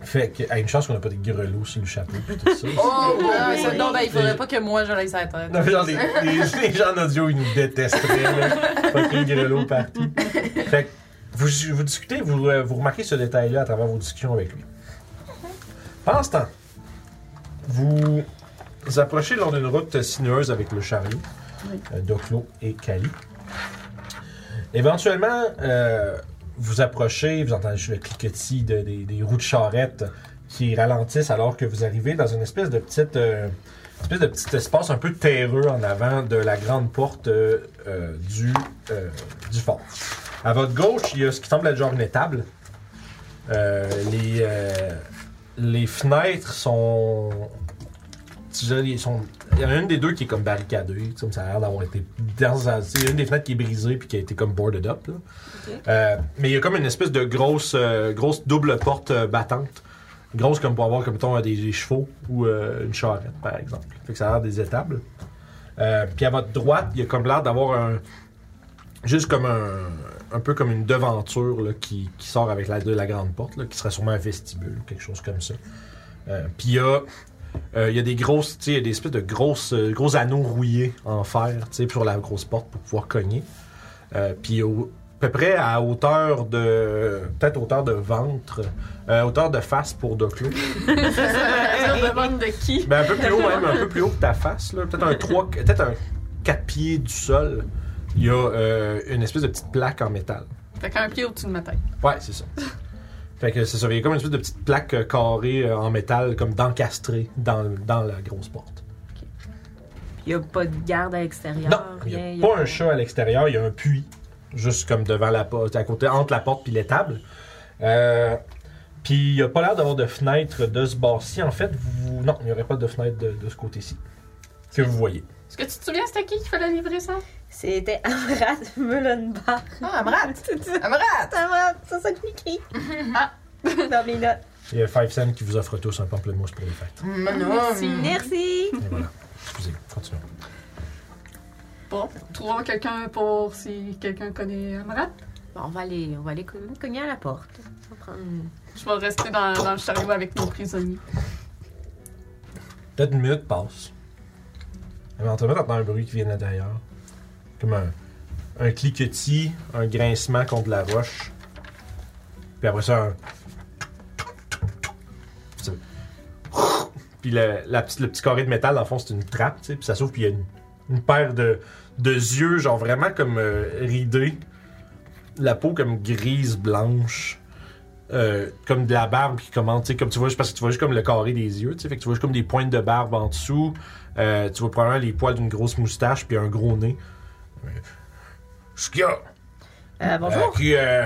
A: fait que, à une chance qu'on n'a pas de grelots sur le chapeau pis tout ça.
D: Oh,
C: Ah,
D: ouais,
C: ça,
D: ça
C: non, ben, il
A: Et-
C: faudrait pas que moi je l'aille sur la
D: Euh,
C: tête.
A: Non, mais genre, les, les- les gens d'audio, ils nous détesteraient, là. Fucking grelots partout. Fait que, vous, vous discutez, vous, euh, vous remarquez ce détail-là à travers vos discussions avec lui. Pendant ce temps, vous vous approchez lors d'une route sinueuse avec le chariot, euh, Doclo et Cali. Éventuellement, euh, vous approchez, vous entendez le cliquetis de- des, des roues de charrette qui ralentissent alors que vous arrivez dans une espèce de petite... euh, espèce de petit espace un peu terreux en avant de la grande porte euh, euh, du, euh, du fort. À votre gauche, il y a ce qui semble être genre une étable. Euh, les, euh, les fenêtres sont. tu sais, ils sont- Il y en a une des deux qui est comme barricadée. tu sais, comme Ça a l'air d'avoir été. Dans, il y a une des fenêtres qui est brisée puis qui a été comme boarded up. là. Euh, mais il y a comme une espèce de grosse, euh, grosse double porte euh, battante. Grosse comme pour avoir comme mettons, des, des chevaux ou euh, une charrette, par exemple. Fait que ça a l'air des étables. Euh, puis à votre droite, il y a comme l'air d'avoir un. Juste comme un. Un peu comme une devanture là, qui, qui sort avec la, de la grande porte, là, qui serait sûrement un vestibule ou quelque chose comme ça. Euh, puis il y a. euh, il y a des grosses, tu sais, il y a des espèces de grosses, euh, gros anneaux rouillés en fer, tu sais, sur la grosse porte pour pouvoir cogner. Euh, puis au- à peu près à hauteur de, peut-être hauteur de ventre, euh, hauteur de face pour Doclo.
B: On demande de qui.
A: Ben, un peu plus haut, même, un peu plus haut que ta face, là. Peut-être un 3, peut-être un 4 pieds du sol. Il y a euh, une espèce de petite plaque en métal.
B: Fait qu'un pied au-dessus de ma tête.
A: Ouais, c'est ça. Fait que c'est ça, il y a comme une espèce de petite plaque euh, carrée euh, en métal, comme d'encastré dans, dans la grosse porte.
G: Il n'y a pas de garde à l'extérieur.
A: Non, il
G: rien,
A: n'y
G: y
A: a pas un chat à l'extérieur, il y a un puits, juste comme devant la porte, à côté, entre la porte puis l'étable. Euh, puis il n'y a pas l'air d'avoir de fenêtre de ce bord-ci. En fait, vous, non, il n'y aurait pas de fenêtre de, de ce côté-ci que vous voyez.
C: Est-ce que tu te souviens, c'était qui qui fallait livrer ça?
G: C'était Amrat Mullenbar.
C: Ah, Amrat!
G: Amrat! Amrat, c'est ça que j'ai écrit. Dans mes notes.
A: Il y a Five Cent qui vous offre tous un pamplemousse pour les fêtes.
G: Merci. Merci.
A: Et voilà. Excusez, continuons.
B: Bon, trouvons quelqu'un pour si quelqu'un connaît Amrat.
G: Bon, on va aller, on va aller cogner cogner à la porte. On va prendre une-
B: Je vais rester dans, dans le chariot avec nos prisonniers.
A: Peut-être une minute passe. Éventuellement, t'entends un bruit qui vient de l'intérieur. Comme un, un cliquetis, un grincement contre la roche. Puis après ça, un... Puis le, la petite- le petit carré de métal, dans le fond, c'est une trappe, tu sais. Puis ça s'ouvre, puis il y a une, une paire de, de yeux, genre vraiment comme euh, ridés. La peau comme grise, blanche. Euh, comme de la barbe qui commence, tu sais, comme tu vois, juste parce que tu vois juste comme le carré des yeux, tu sais, fait que tu vois juste comme des pointes de barbe en dessous, Euh, tu vois probablement les poils d'une grosse moustache puis un gros nez. Euh, Ce qu'il y a?
G: Euh,
A: Euh,
G: bonjour.
A: qui, euh,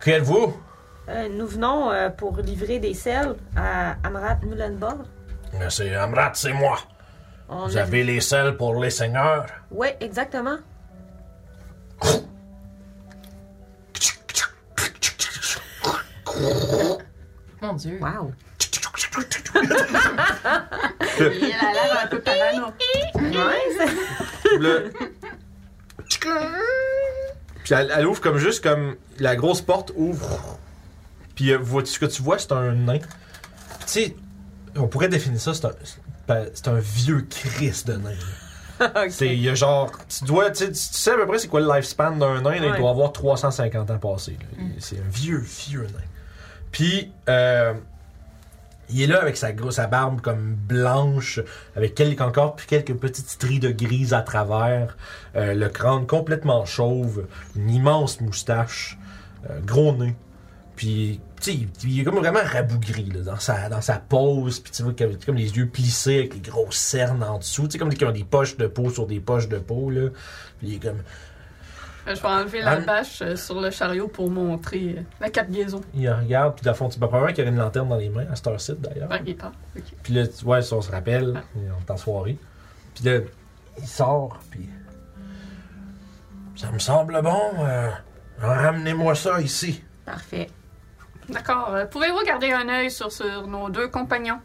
A: qui êtes-vous?
G: Euh, nous venons euh, pour livrer des selles à Amrat Mullenbar.
A: Euh, C'est Amrat, c'est moi.
G: On
A: Vous
G: a-
A: avez les selles pour les seigneurs?
G: Ouais, exactement.
C: Mon Dieu.
G: Wow.
B: Il a l'air un peu parano.
A: Le- Puis elle, elle ouvre comme juste comme la grosse porte ouvre. Puis euh, vois- ce que tu vois, c'est un nain. Tu sais, on pourrait définir ça, c'est un, ben, c'est un vieux Chris de nain.
G: Ok.
A: C'est il y a genre tu dois tu, sais- tu sais à peu près c'est quoi le lifespan d'un nain, là, il
G: Ouais. Mm.
A: doit avoir 350 ans passés. là. Il- C'est un vieux vieux nain. Puis euh, il est là avec sa grosse sa barbe comme blanche, avec quelques, encore puis quelques petites stries de grise à travers, euh, le crâne complètement chauve, une immense moustache, euh, gros nez. Puis, tu sais, il- il est comme vraiment rabougri là, dans, sa, dans sa pose. Puis, tu vois, comme, comme les yeux plissés avec les grosses cernes en dessous. Tu sais, comme des qui ont des poches de peau sur des poches de peau. Là. Puis, il est comme.
B: Euh, Je vais enlever la
A: Am-
B: bâche euh, sur le chariot pour montrer euh, la cap liaison.
A: Il regarde, puis, dans le fond, tu peux probablement qu'il y a une lanterne dans les mains, à Star City d'ailleurs.
B: Ah, il est pas. Ok.
A: Puis là, tu vois, ça, on se rappelle, on est en soirée. Puis là, il sort, puis. Ça me semble bon. euh, Ramenez-moi ça ici.
G: Parfait.
B: D'accord. Euh, Pouvez-vous garder un œil sur, sur nos deux compagnons?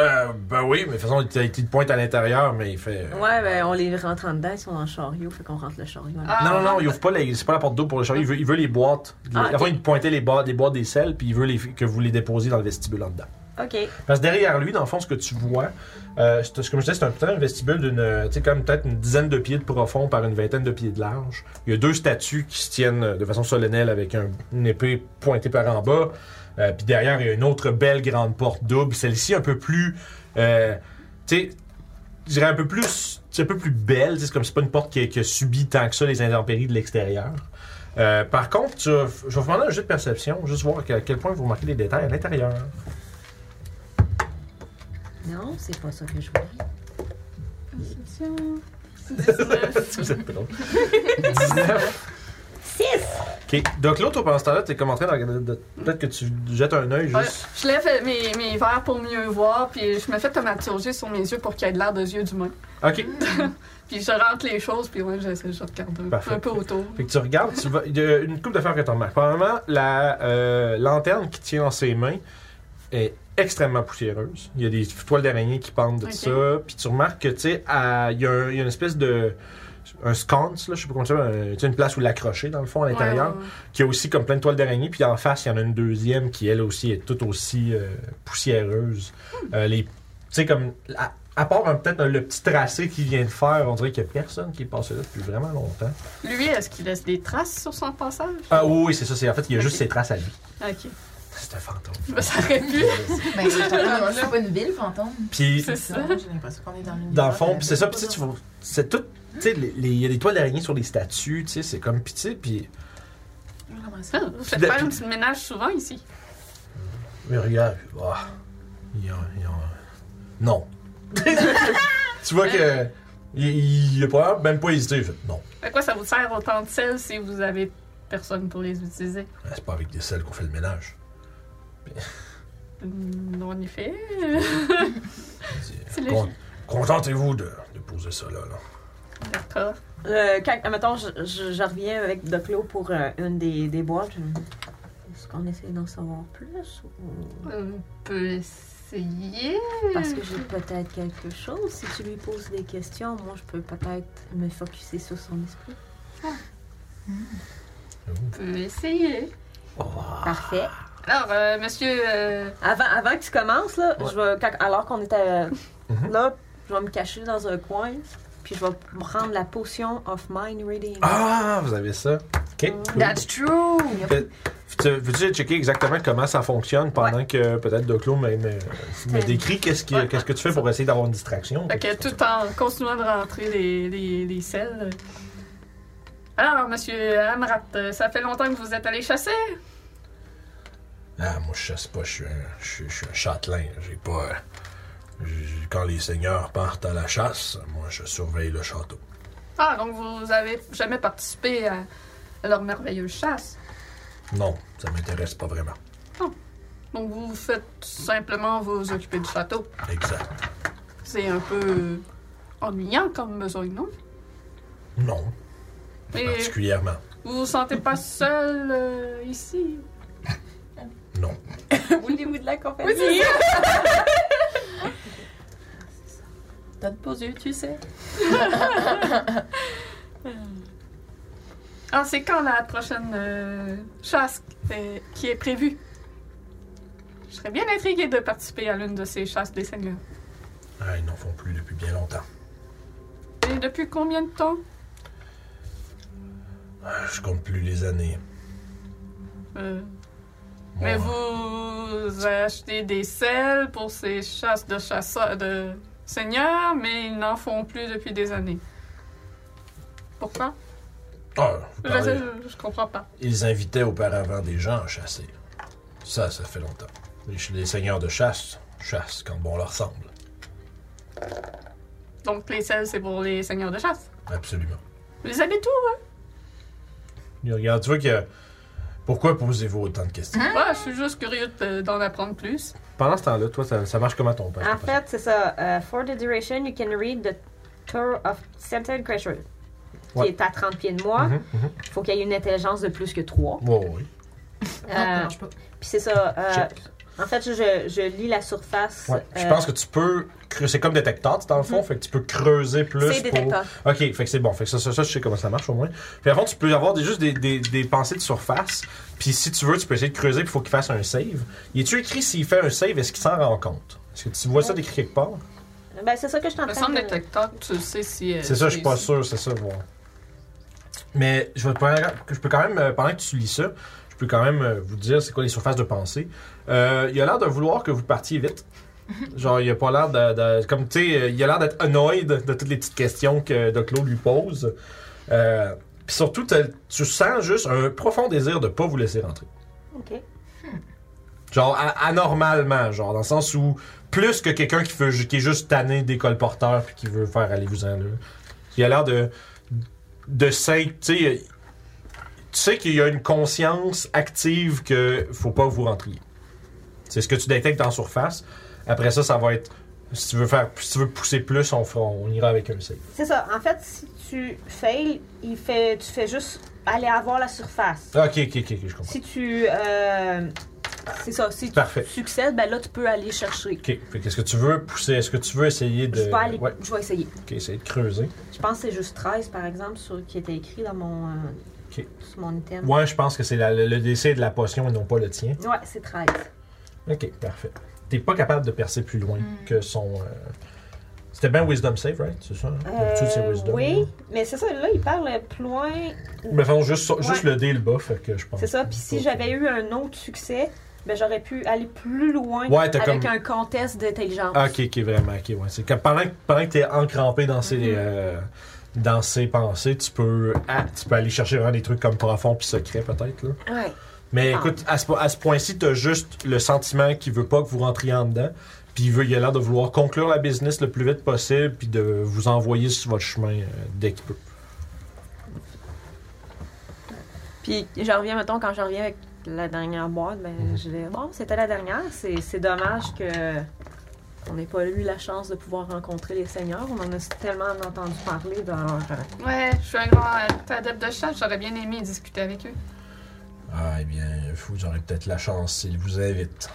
A: Euh, ben oui, mais de toute façon, il il te pointe à l'intérieur, mais il fait. euh,
G: Ouais, ben on les rentre en dedans, ils sont en chariot, fait qu'on rentre le chariot.
B: Ah,
A: Non, non, non, il ouvre pas, les- c'est pas la porte d'eau pour le chariot. Il veut, il veut les boîtes. Les,
G: Ah, ok.
A: Avant, il pointait les boîtes, les boîtes des selles, puis il veut les, que vous les déposiez dans le vestibule en dedans.
G: Ok.
A: Parce que derrière lui, dans le fond, ce que tu vois, euh, c'est- comme je disais, c'est un putain de vestibule d'une, euh, tu sais, comme peut-être une dizaine de pieds de profond par une vingtaine de pieds de large. Il y a deux statues qui se tiennent euh, de façon solennelle avec un- une épée pointée par en bas. Euh, puis derrière, il y a une autre belle grande porte double. Celle-ci, un peu plus, euh, tu sais, je dirais un peu plus, c'est un peu plus belle. tu sais, C'est comme c'est pas une porte qui, a- qui a subi tant que ça les intempéries de l'extérieur. Euh, par contre, tu vas- je vais vous demander un jeu de perception, juste voir à quel point vous remarquez les détails à l'intérieur.
G: Non, c'est pas ça que je voulais.
B: 19.
A: Vous êtes drôle. 19.
G: 6!
A: OK. Donc l'autre, pendant ce temps-là, t'es comme en train de regarder- de- Peut-être que tu jettes un œil
B: Ouais,
A: juste.
B: Euh, Je lève mes, mes verres pour mieux voir, puis je me fais tomaturger sur mes yeux pour qu'il y ait de l'air de yeux d'humain.
A: OK.
B: Puis je rentre les choses, puis ouais, j'essaie, je regarde un,
A: Parfait.
B: un peu autour.
A: Fait que tu regardes, tu vas- il y a une coupe d'affaires que tu remarques. Premièrement, la euh, lanterne qui tient dans ses mains est extrêmement poussiéreuse. Il y a des toiles d'araignée qui pendent de
B: Ok.
A: ça. Puis tu remarques que, tu sais, à- il y, a un- il y a une espèce de. Un sconce, là, je sais pas comment ça s'appelle, un- tu sais, une place où l'accrocher, dans le fond, à l'intérieur.
B: Ouais, ouais, ouais.
A: qui a aussi comme plein de toiles d'araignée. Puis en face, il y en a une deuxième qui, elle aussi, est tout aussi euh, poussiéreuse.
B: Hmm.
A: Euh, les, tu sais, comme, à, à part un- peut-être le petit tracé qu'il vient de faire, on dirait qu'il n'y a personne qui est passé là depuis vraiment longtemps.
B: Lui, est-ce qu'il laisse des traces sur son passage?
A: Ah oui, oui, c'est ça. c'est- En fait, il y a juste
B: Ok.
A: ses traces à lui.
B: Ok.
A: C'est un fantôme.
B: Je s'arrête plus.
D: Ben, je t'en- c'est pas une ville, fantôme.
A: Puis,
B: C'est
E: C'est
B: ça.
E: bon, J'ai l'impression qu'on est dans l'univers.
A: dans le fond,
E: de-
A: puis c'est ça. Puis tu sais, tu vois, c'est tout. Tu sais, les- les- il y a des toiles d'araignée sur les statues, tu sais, c'est comme pitié. Puis
E: Vraiment, ça.
B: Ah, Vous faites faire un petit ménage souvent ici.
A: Mais regarde, ah, il y a- il y a- Non. tu vois que. Il, il a probablement même pas hésité. Il fait, non,
B: À quoi ça vous sert autant de sel si vous avez personne pour les utiliser?
A: c'est pas avec des selles qu'on fait le ménage.
B: Hmm, En effet.
A: Il dit,
B: C'est
A: Con-
B: logique.
A: Contentez-vous de, de poser ça là. là.
B: D'accord.
G: Euh, quand, mettons, je, je- je reviens avec de l'eau pour euh, une des, des boîtes. je- Est-ce qu'on essaie d'en savoir plus? ou-
B: On peut essayer.
A: Hmm.
G: Parce que j'ai peut-être quelque chose. Si tu lui poses des questions, moi, je peux peut-être me focuser sur son esprit.
B: On peut essayer.
A: Ah.
G: Parfait.
B: Alors, euh, monsieur. euh,
G: Avant, avant que tu commences, là, je vais- quand- alors qu'on était euh,
A: Mhm.
G: là, je vais me cacher dans un coin, puis je vais prendre la potion of mind reading.
A: Ah, vous avez ça. Ok. cool.
D: That's true!
A: Tu- Veux-tu checker exactement comment ça fonctionne pendant que peut-être Doclo me, me, me décrit qu'est-ce qui-
B: Ouais.
A: qu'est-ce que tu fais pour essayer d'avoir une distraction?
B: Fait que tout en continuant de rentrer les, les, les selles. Alors, monsieur Amrat, euh, ça fait longtemps que vous êtes allé chasser?
A: Ah, moi, je chasse pas, je suis un, je suis- je suis un châtelain. J'ai pas. euh, j'ai- Quand les seigneurs partent à la chasse, moi, je surveille le château.
B: Ah, donc vous avez jamais participé à, à leur merveilleuse chasse.
A: Non, ça m'intéresse pas vraiment.
B: Donc vous faites simplement vous occuper du château.
A: Exact.
B: C'est un peu ennuyant comme besoin, non?
A: Non,
B: Mais
A: particulièrement.
B: vous vous sentez pas seul euh, ici?
A: Non.
G: Voulez-vous de la compagnie?
C: T'as de beaux yeux, tu sais.
B: Alors, Ah, c'est quand la prochaine euh, chasse euh, qui est prévue? Je serais bien intriguée de participer à l'une de ces chasses des seigneurs.
A: Ah, ils n'en font plus depuis bien longtemps.
B: Et depuis combien de temps?
A: Ah, Je compte plus les années.
B: Euh,
A: Moi,
B: Mais vous achetez des selles pour ces chasses de chasseurs de seigneurs, mais ils n'en font plus depuis des années. Pourquoi?
A: Ah, vous
B: Je,
A: parlez-
B: je- je comprends pas.
A: Ils invitaient auparavant des gens à chasser. Ça, ça fait longtemps. Les, ch- les seigneurs de chasse chassent quand bon leur semble.
B: Donc les selles, c'est pour les seigneurs de chasse.
A: Absolument.
B: Vous les hein? habitez où?
A: Il regarde, tu vois que. Pourquoi posez-vous autant de questions?
G: Hein?
B: Ouais, je suis juste curieux de- d'en apprendre plus.
A: Pendant ce temps-là, toi, ça, ça marche comment ton père?
G: En fait, c'est ça. euh, for the duration, you can read the Tour of Certain Creature, qui
A: Ouais.
G: est à 30 pieds de moi.
A: Mhm, mhm.
G: faut qu'il y ait une intelligence de plus que 3.
A: Ouais, ouais, ouais.
D: Euh,
G: Ah,
E: ça marche pas.
G: Puis c'est euh, ça. euh,
A: Ah. Check.
G: en fait, je, je lis la surface.
A: Ouais. Je pense que tu peux. creu- C'est comme détecteur, dans le fond, fait que tu peux creuser plus.
G: Mm-hmm. euh, C'est
A: pour...
G: détecteur.
A: Ok, fait que c'est bon. Fait que ça, ça, ça, je sais comment ça marche au moins. Puis avant, tu peux avoir des, juste des, des, des pensées de surface. Puis si tu veux, tu peux essayer de creuser. Puis il faut qu'il fasse un save. Il est-tu écrit s'il fait un save, est-ce qu'il s'en rend compte? Est-ce que tu vois
G: Euh,
A: ça décrit quelque part?
G: Ben, c'est ça que je
B: Me
G: t'entends.
B: semble détecteur, tu sais si. euh,
A: C'est ça, je suis pas
B: si-
A: sûr, c'est ça, voir. Mais je, vais, je peux quand même, euh, pendant que tu lis ça, je peux quand même euh, vous dire c'est quoi les surfaces de pensée. Euh, il a l'air de vouloir que vous partiez vite. Genre, il a pas l'air de, de- Comme tu sais, euh, il a l'air d'être annoyed de toutes les petites questions que Doclo lui pose. Euh, Puis surtout, t'as- tu sens juste un profond désir de pas vous laisser rentrer.
G: Ok.
A: Genre, a- anormalement, genre, dans le sens où plus que quelqu'un qui, veut, qui est juste tanné des colporteurs puis qui veut faire aller-vous-en là. Il a l'air de. de sain. Tu sais, euh, tu sais qu'il y a une conscience active que faut pas que vous rentriez. C'est ce que tu détectes en surface. Après ça, ça va être. Si tu veux faire, si tu veux pousser plus, on, fera- on ira avec un save.
G: C'est ça. En fait, si tu fails, il fait, tu fais juste aller avoir la surface.
A: Ah, Ok, ok, ok, ok, je comprends.
G: Si tu. euh, c'est ça. Si tu
A: Parfait.
G: succèdes, ben là, tu peux aller chercher.
A: Ok, fait qu'est-ce que tu veux pousser Est-ce que tu veux essayer de.
G: Je vais, aller,
A: Ouais,
G: je vais essayer.
A: ok, essayer de creuser.
G: Je pense que c'est juste 13, par exemple, sur, qui était écrit dans mon, euh,
A: Ok.
G: sur mon item.
A: Ouais, je pense que c'est la- le, le décès de la potion et non pas le tien.
G: Ouais, c'est 13.
A: Ok, parfait. T'es pas capable de percer plus loin
G: Hmm.
A: que son. euh, C'était bien Wisdom Save, right? C'est ça? hein? D'habitude, c'est
G: Euh,
A: Wisdom. hein.
G: oui, mais c'est ça, là, il parle plus loin.
A: Mais faisons juste, juste le dé et le bas, fait que je pense.
G: C'est ça, puis si j'avais eu un autre succès, ben j'aurais pu aller plus loin
A: Ouais, t'as
G: avec
A: comme-
G: un contest d'intelligence. Mhm.
A: Ah, ok, ok, vraiment, ok, ouais. C'est que pendant, que- pendant que t'es encrampé dans ces. euh, dans ses pensées, tu peux, ah, tu peux aller chercher vraiment des trucs comme profond puis secret, peut-être. là.
H: Ouais.
A: Mais
H: Ah.
A: écoute, à ce, po- à ce point-ci, t'as juste le sentiment qu'il veut pas que vous rentriez en dedans. Puis il, veut, il a l'air de vouloir conclure la business le plus vite possible, puis de vous envoyer sur votre chemin euh, dès qu'il peut.
H: Puis je reviens, mettons, quand je reviens avec la dernière boîte, ben
A: Mhm.
H: je dis bon, c'était la dernière. C'est c'est dommage que on n'ait pas eu la chance de pouvoir rencontrer les seigneurs. On en a tellement entendu parler dans leur, euh,
B: Ouais, je suis un grand euh, adepte de chasse, j'aurais bien aimé discuter avec eux.
A: Ah, eh bien, vous aurez peut-être la chance s'il vous invite.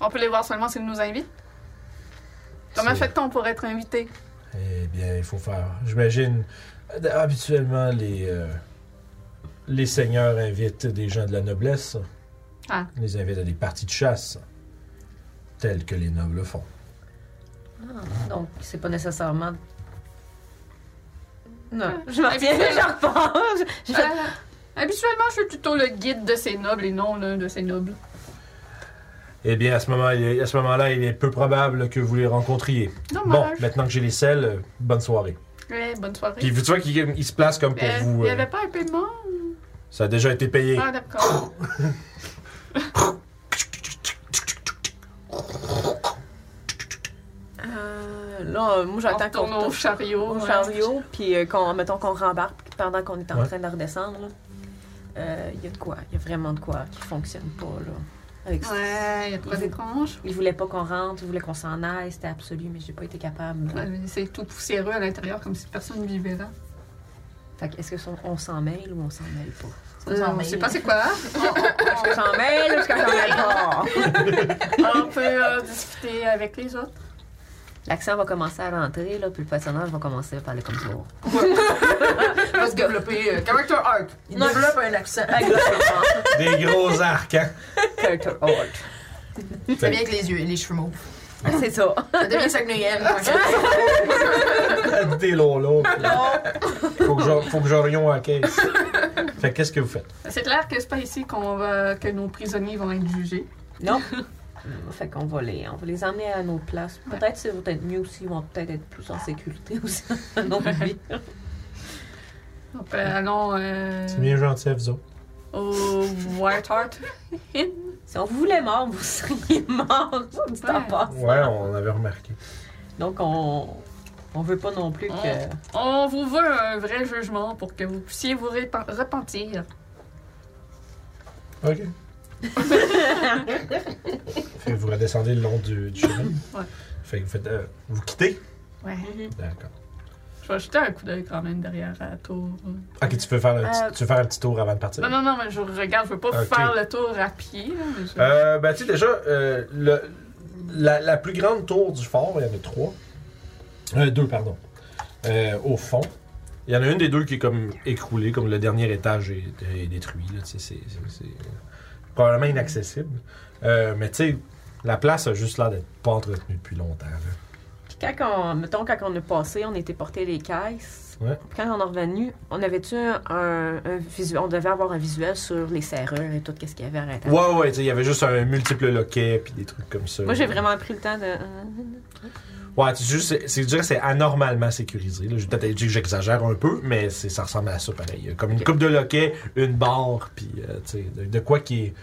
B: On peut les voir seulement s'ils nous invitent. Comment
A: C'est-
B: fait-on pour être invité?
A: Eh bien, il faut faire. J'imagine, euh, habituellement, les, euh, les seigneurs invitent des gens de la noblesse.
B: Ah.
A: Ils les invitent à des parties de chasse, telles que les nobles font.
H: Ah, donc, c'est pas nécessairement. Non,
B: Ah,
H: je m'en retiens,
B: habituellement.
H: je repars. Je- je-
B: Euh, habituellement, je suis plutôt le guide de ces nobles et non l'un de ces nobles.
A: Eh bien, à ce moment- à ce moment-là, il est peu probable que vous les rencontriez. Bon,
B: Dommage.
A: maintenant que j'ai les selles, euh, bonne soirée.
B: Ouais, bonne soirée.
A: Puis tu vois qu'il il se place comme pour
B: Euh,
A: vous.
B: il n'y
A: euh,
B: avait pas un paiement?
A: ça a déjà été payé.
B: Ah, d'accord.
H: Euh, là, euh, moi,
B: On
H: j'attends qu'on
B: retourne au chariot.
H: au
B: ouais.
H: chariot, puis euh, qu'on, mettons qu'on rembarque pendant qu'on est en
A: Ouais.
H: train de redescendre. là. Euh, Il y a de quoi, il y a vraiment de quoi qui fonctionne pas, là. Avec ça.
B: Ouais, il y a de quoi d'étrange.
H: Ils voulaient pas qu'on rentre, ils voulaient qu'on s'en aille, c'était absolu, mais j'ai pas été capable.
B: Ouais, C'est tout poussiéreux à l'intérieur, comme si personne ne vivait là.
H: Fait que est-ce qu'on s'en mêle ou on s'en mêle pas?
B: Euh,
I: s'en
B: on sait
I: mêle.
B: pas c'est quoi.
H: Est-ce qu'on s'en mêle ou est-ce qu'on s'en mêle pas?
B: on peut euh, discuter avec les autres.
H: L'accent va commencer à rentrer, là, puis le personnage va commencer à parler comme ça.
D: Il va se développer. euh, character arc. Il
H: Non.
D: développe un accent.
A: Des gros arcs, hein?
H: Character art.
D: C'est bien avec les yeux et les cheveux mauves.
H: C'est ça.
D: Ça devient Sagnuriel.
A: Des lolos. faut que j'en- faut que j'orion à la caisse. Fait que qu'est-ce que vous faites?
B: C'est clair que c'est pas ici qu'on va, que nos prisonniers vont être jugés.
H: Non. fait qu'on va les, on va les emmener à nos places.
B: Ouais.
H: Peut-être c'est peut-être mieux aussi, ils vont peut-être être plus en sécurité aussi dans notre vie.
B: Donc, euh, allons euh,
A: C'est bien gentil à vous autres.
B: au Whitehart.
H: Si on voulait mort, vous seriez mort. Ça me dit en
B: Ouais.
H: passe.
A: Ouais, on avait remarqué.
H: Donc on, on veut pas non plus que.
B: On vous veut un vrai jugement pour que vous puissiez vous répen- repentir.
A: OK. fait que vous redescendez le long du, du chemin.
B: Ouais.
A: Fait que vous faites. euh, vous quittez?
B: Ouais.
A: D'accord.
B: Je vais jeter un coup d'œil quand même derrière à la tour.
A: Ok, tu peux faire, un petit-
H: Euh,
A: tu veux faire un petit tour avant de partir?
B: Non, non, non, mais je regarde, je veux pas
A: Ok.
B: faire le tour à pied. là, mais je-
A: Euh, ben, tu sais, déjà, euh, le- la, la plus grande tour du fort, il y en a trois. Euh, deux, pardon. Euh, au fond. Il y en a une des deux qui est comme écroulée, comme le dernier étage est, est détruit. là, tu sais, c'est- c'est- c'est probablement inaccessible. Euh, mais tu sais, la place a juste l'air d'être pas entretenue depuis longtemps.
H: Ah.
A: là.
H: Puis quand on, mettons quand on est passé, on était porté les caisses.
A: Ouais.
H: Puis quand on est revenu, on avait-tu un, un, visuel, on devait avoir un visuel sur les serrures et tout qu'est-ce qu'il y avait à l'intérieur.
A: Ouais, ouais, tu sais, il y avait juste un multiple loquet puis des trucs comme ça.
H: Moi j'ai vraiment pris le temps de.
A: Ouais, c'est juste, c'est- c'est, je dirais que c'est anormalement sécurisé. Là. Je vais peut-être dire que j'exagère un peu, mais c'est, ça ressemble à ça pareil. Il y a Comme une coupe de loquet, une barre, puis euh, tu sais, de, de quoi qui est. tu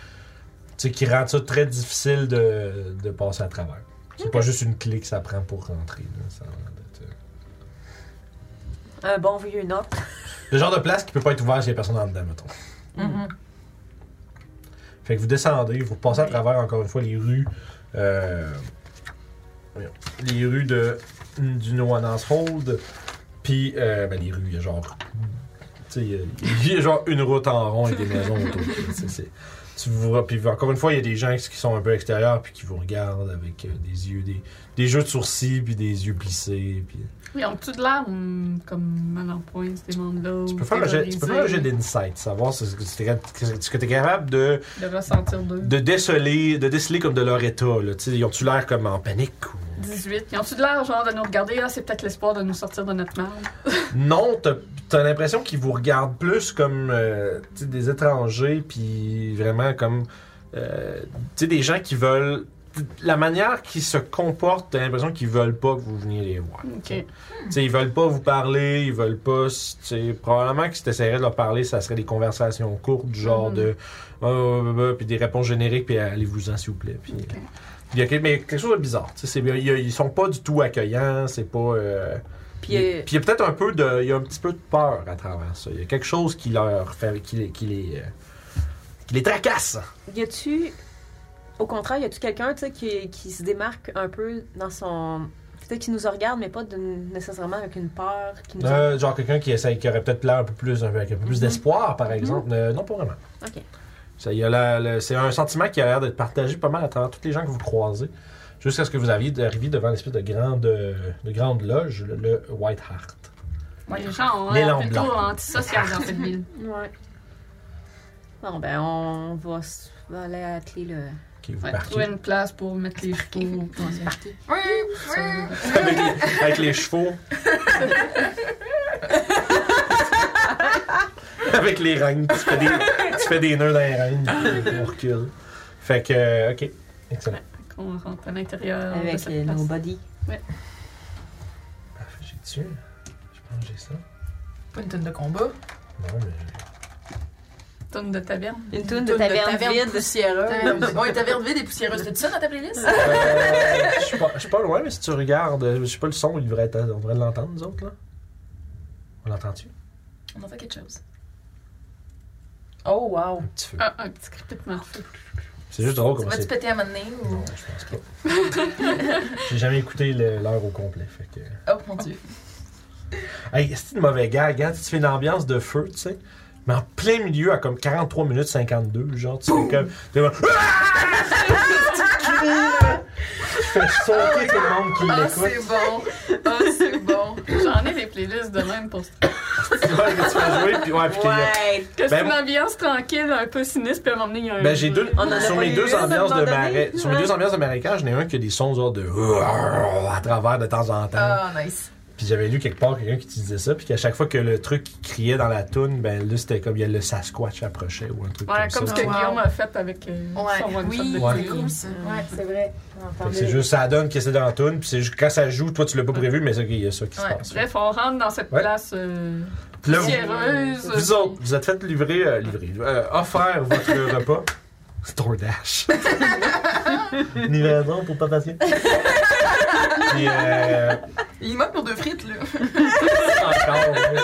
A: sais, qui rend ça très difficile de, de passer à travers. C'est pas juste une clé que ça prend pour rentrer. là. Ça a l'air d'être, euh,
H: Un bon vieux note.
A: Le genre de place qui peut pas être ouverte s'il y a personne en dedans, mettons. Fait que vous descendez, vous passez à travers encore une fois les rues. euh, voyons, les rues de, du Noanans Hold. Puis, euh, ben, les rues, il y a genre. tu sais, Il y, a- il y a genre une route en rond et des maisons autour. tu sais, c'est- tu vous- puis encore une fois, il y a des gens qui sont un peu extérieurs puis qui vous regardent avec euh, des yeux, des, des jeux de sourcils puis des yeux plissés. Puis...
B: Ils ont-tu de l'air hum, comme mal en point, ces membres-là?
A: Tu
B: ou
A: peux faire un jet- tu peux faire un jet
B: terrorisés,
A: d'insight, savoir ce que tu es- ce que tu es capable de
B: De ressentir d'eux.
A: de déceler, de déceler comme de leur état. Là. Tu sais, Ils ont-tu l'air comme en panique ou...
B: 18. Ils ont-tu de l'air, genre, de nous regarder? Ah, c'est peut-être l'espoir de nous sortir de notre merde.
A: Non, t'as t'as l'impression qu'ils vous regardent plus comme euh, tu sais, des étrangers, puis vraiment comme euh, tu sais, des gens qui veulent la manière qu'ils se comportent, t'as l'impression qu'ils veulent pas que vous veniez les voir.
B: Ok.
A: Tu sais, ils veulent pas vous parler, ils veulent pas. s- tu sais, Probablement que si t'essaierais de leur parler, ça serait des conversations courtes, du genre
B: Mm.
A: de. Ah, ah, ah, ah, puis des réponses génériques, puis allez-vous-en, s'il vous plaît. Puis,
B: Ok.
A: il y a quelque- mais quelque chose de bizarre. tu sais, c'est- il y a- ils sont pas du tout accueillants, c'est pas. euh,
G: Puis,
A: il
G: euh,
A: y a- Puis il y a peut-être un peu de. Il y a un petit peu de peur à travers ça. Il y a quelque chose qui leur fait. qui les. qui les, euh, qui les tracasse.
G: Y a-tu, au contraire, y a-tu quelqu'un tu sais, qui, qui se démarque un peu dans son. Peut-être qui nous regarde, mais pas d'une- nécessairement avec une peur. Qui
H: Mm-hmm.
G: nous
A: Euh, genre quelqu'un qui essaye, qui aurait peut-être l'air un peu plus, avec un peu plus d'espoir, par exemple. Euh, non, pas vraiment.
G: Ok.
A: Ça, il y a la- le- c'est un sentiment qui a l'air d'être partagé pas mal à travers tous les gens que vous croisez, jusqu'à ce que vous arriviez d'arriver devant l'espèce de grande, euh, de grande loge, le, le White Hart.
B: Les gens ont
A: Les
B: l'air
A: lampes
B: plutôt
A: blanches.
B: antisocial dans cette ville.
G: Ouais. Bon, ben, on va s- va aller atteler le.
A: qui vous
B: Ouais,
A: partez.
B: trouver une place pour mettre les chevaux. puis-
A: avec, les, avec les chevaux. avec les règnes. Tu fais des, tu fais des nœuds dans les règnes. On recule. Fait que, euh, ok. Excellent.
B: On rentre à l'intérieur de
G: Avec
B: cette
G: euh,
B: place.
G: nos bodies.
A: Parfait, j'ai dessus. Je pense que j'ai ça.
F: Pas une tonne de combat.
A: Non, mais.
B: Tonne de taverne.
G: Une toune de taverne, vide.
F: poussiéreuse.
D: Ouais, taverne vide et poussiéreuse. T'as-tu ça dans ta playlist?
A: Euh, je suis pas- je suis pas loin, mais si tu regardes, euh, je sais pas le son, il devrait être- on devrait l'entendre, nous autres, là. On l'entend-tu?
D: On en fait quelque chose.
F: Oh, wow.
A: Un petit feu.
B: Ah, un petit crépitement de feu.
A: C'est juste drôle
D: Ça
A: Oh, comment
D: va-tu
A: c'est.
D: péter à un moment donné?
A: Non,
D: Ou...
A: je pense pas. J'ai jamais écouté le- l'heure au complet, fait que.
D: Oh mon dieu.
A: Hey, c'est une mauvaise gars, gars. Tu te fais une ambiance de feu, tu sais. Mais en plein milieu, à comme 43 minutes 52, genre, tu fais comme. T'es comme. Ah! Tu fais sauter tout le monde qui
D: Ah,
A: l'écoute.
D: c'est bon. Ah, c'est bon.
B: J'en ai des playlists de même pour que
A: Ouais, que tu fais jouer, puis ouais, puis qu'il y a-
G: Ouais!
B: c'est une
A: moi-
B: ambiance tranquille, un peu sinistre, puis à un moment donné, il y a un.
A: Ben, j'ai deux.
G: On en a
A: Sur
G: pas
A: mes
G: eu
A: deux
G: une, à un
A: ambiances
G: moment
A: de
G: donné.
A: marais. Sur mes
G: Ouais.
A: deux ambiances de marécage, j'en ai un qui a des sons, genre, de. À travers de temps en temps.
D: Ah, nice.
A: Puis j'avais lu quelque part quelqu'un qui disait ça, puis qu'à chaque fois que le truc criait dans la toune, ben là, c'était comme il y a le Sasquatch approchait ou un truc
B: Ouais,
A: comme
B: comme ce
A: ça.
B: que
F: Wow.
B: Guillaume a fait avec euh, son one-shot
F: Oui,
B: de
A: Ouais.
F: c'est cool, ça.
D: Ouais, c'est vrai.
A: Fait que c'est juste ça donne que c'est dans la toune, puis c'est juste quand ça joue, toi tu l'as pas prévu, mais c'est ok, il y a ça qui
D: Ouais,
A: se passe.
B: Bref, on rentre dans cette
A: Ouais.
B: place euh,
A: Puis là,
B: poussiéreuse.
A: vous, vous autres, vous êtes fait livrer, euh, livrer, euh, offert votre repas. Stordash. Livraison pour pas patient. puis euh,
F: Il manque pour deux frites, là.
A: encore, ouais.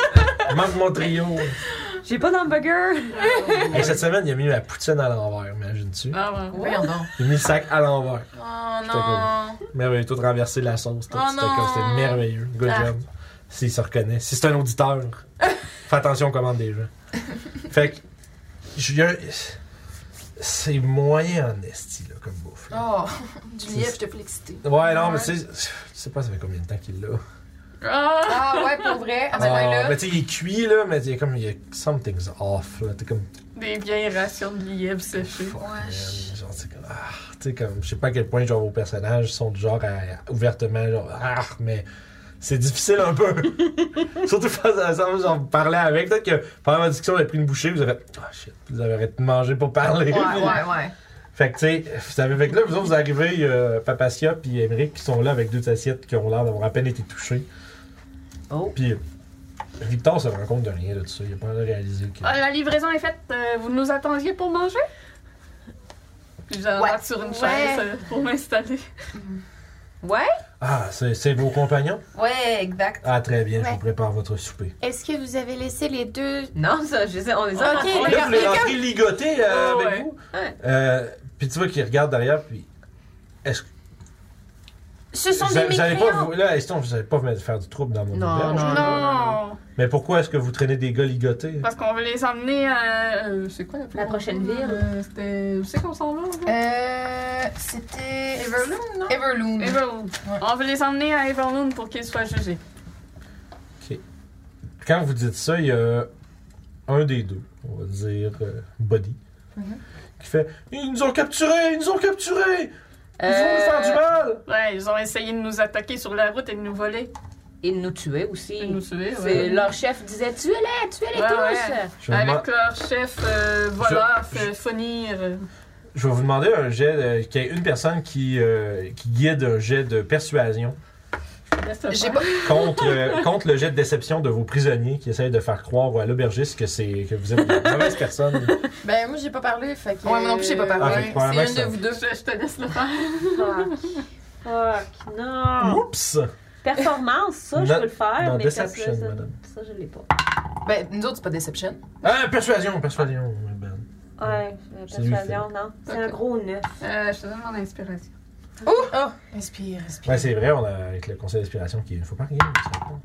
A: Il manque mon trio.
G: J'ai pas d'hamburger!
A: Hey, cette semaine, il a mis la poutine à l'envers, imagine-tu.
B: Ah, ouais.
F: Voyons donc.
A: Il a mis le sac à l'envers.
D: Oh
A: J'étais
D: non.
A: Merveilleux, tout renversé la sauce. tout.
D: Oh
A: C'était comme-
D: non!
A: c'était merveilleux. Good
D: Ah.
A: job. S'il se reconnaît. Si c'est un auditeur, fais attention aux commandes des gens. fait que, je- il y a un- c'est moyen en esti, là, comme bouffe. là.
D: Oh, du lièvre, je te fais l'exciter.
A: Ouais, non, mais tu sais, je sais pas ça fait combien de temps qu'il l'a.
B: Ah!
F: Ah, ouais, pour vrai. Ah, ben,
A: Ah,
F: là.
A: mais tu sais, il est cuit, là, mais il y a comme, il y a something's off, là. T'es comme,
B: Des vieilles rations de lièvre séchées.
A: fuck, man. Genre, c'est comme, ah, tu sais, comme, je sais pas à quel point, genre, vos personnages sont du genre à- à- ouvertement, genre, ah, mais c'est difficile un peu. Surtout face à ça, genre, vous parlez avec. Peut-être que pendant ma discussion, vous avez pris une bouchée, vous avez fait, ah, shit, vous avez arrêté de manger pour parler.
D: Ouais, ouais, ouais.
A: Fait que, tu sais, vous savez, fait que là, vous autres, vous arrivez, il y a Papacia puis Emmerich qui sont là avec deux assiettes qui ont l'air d'avoir à peine été touchées.
G: Oh.
A: Puis, euh, Victor se rend compte de rien de tout ça. Il a pas l'air de réaliser que.
B: Ah, la livraison est faite, euh, vous nous attendiez pour manger? Puis j'embarque sur une chaise euh, pour m'installer.
G: Ouais?
A: Ah, c'est c'est vos compagnons?
D: Ouais, exact.
A: Ah, très bien, je
J: Ouais.
A: vous prépare votre souper.
J: Est-ce que vous avez laissé les deux
G: Non, ça, je sais, on
B: Ah,
G: les a
J: Ok,
A: Là,
G: rencontrés.
J: d'accord.
A: vous l'avez rentré ligoté euh,
B: Ouais,
A: avec
B: ouais.
A: vous.
G: Ouais.
A: Euh, puis tu vois qu'il regarde derrière, puis. Est-ce que.
J: Ce sont
A: vous
J: des
A: vous allez pas.
J: mécréants.
A: Vous, là, Eston, vous allez pas me faire du trouble dans mon
G: Non,
A: auberge.
G: non.
B: Non!
A: Mais pourquoi est-ce que vous traînez des gars ligotés?
B: Parce qu'on veut les emmener à. euh, c'est quoi
G: La prochaine ville.
B: Euh, C'était. Où c'est qu'on s'en va? là?
D: Euh, c'était.
F: Everloom, non?
D: Everloom.
B: Everloon.
D: Ouais.
B: ben, On veut les emmener à Everloon pour qu'ils soient jugés.
A: Quand vous dites ça, il y a un des deux, on va dire euh, Buddy,
D: Mhm.
A: qui fait Ils nous ont capturés, ils nous ont capturés,
H: Ah,
A: ils vont nous faire du
G: Euh,
A: mal.
B: Ouais, ils ont essayé de nous attaquer sur la route et de nous voler.
G: Et de nous tuer
B: Et
G: aussi.
B: de nous tuer.
G: C'est-
B: ouais.
G: Leur chef disait tuez-les, tuez-les
B: Ouais,
G: tous!
B: ouais.
A: Je me demande-
B: Avec leur chef euh, voleur, euh, Fonir.
A: je vais vous demander un jet, euh, qu'il y ait une personne qui, euh, qui guide un jet de persuasion
B: J'ai
D: pas.
A: contre, euh, contre le jet de déception de vos prisonniers qui essayent de faire croire à l'aubergiste que, c'est, que vous êtes une mauvaise personne.
D: Ben, moi, j'ai pas parlé, fait que.
G: Ouais, moi non plus, j'ai pas parlé.
A: Ah, fait que probablement que
D: c'est
A: ça-
D: une de vous deux.
B: Je, je te laisse le faire.
G: Ah.
H: Fuck. Fuck, non.
A: Oups!
H: Performance, ça, je
A: Non,
H: peux le faire,
A: non,
H: mais
A: Deception,
H: persuasion,
A: madame.
H: ça, je l'ai pas.
D: Ben, nous autres, c'est pas Deception.
A: Ah, persuasion, persuasion. Ben.
H: Ouais, euh,
A: C'est lui qui
H: persuasion, non. C'est un
B: Ok.
H: gros neuf.
B: Euh, je te donne mon inspiration.
G: Oh!
D: Ah,
G: Inspire, inspire.
A: Ouais, c'est vrai, on a, avec le conseil d'inspiration qui. Faut pas rien. ça compte.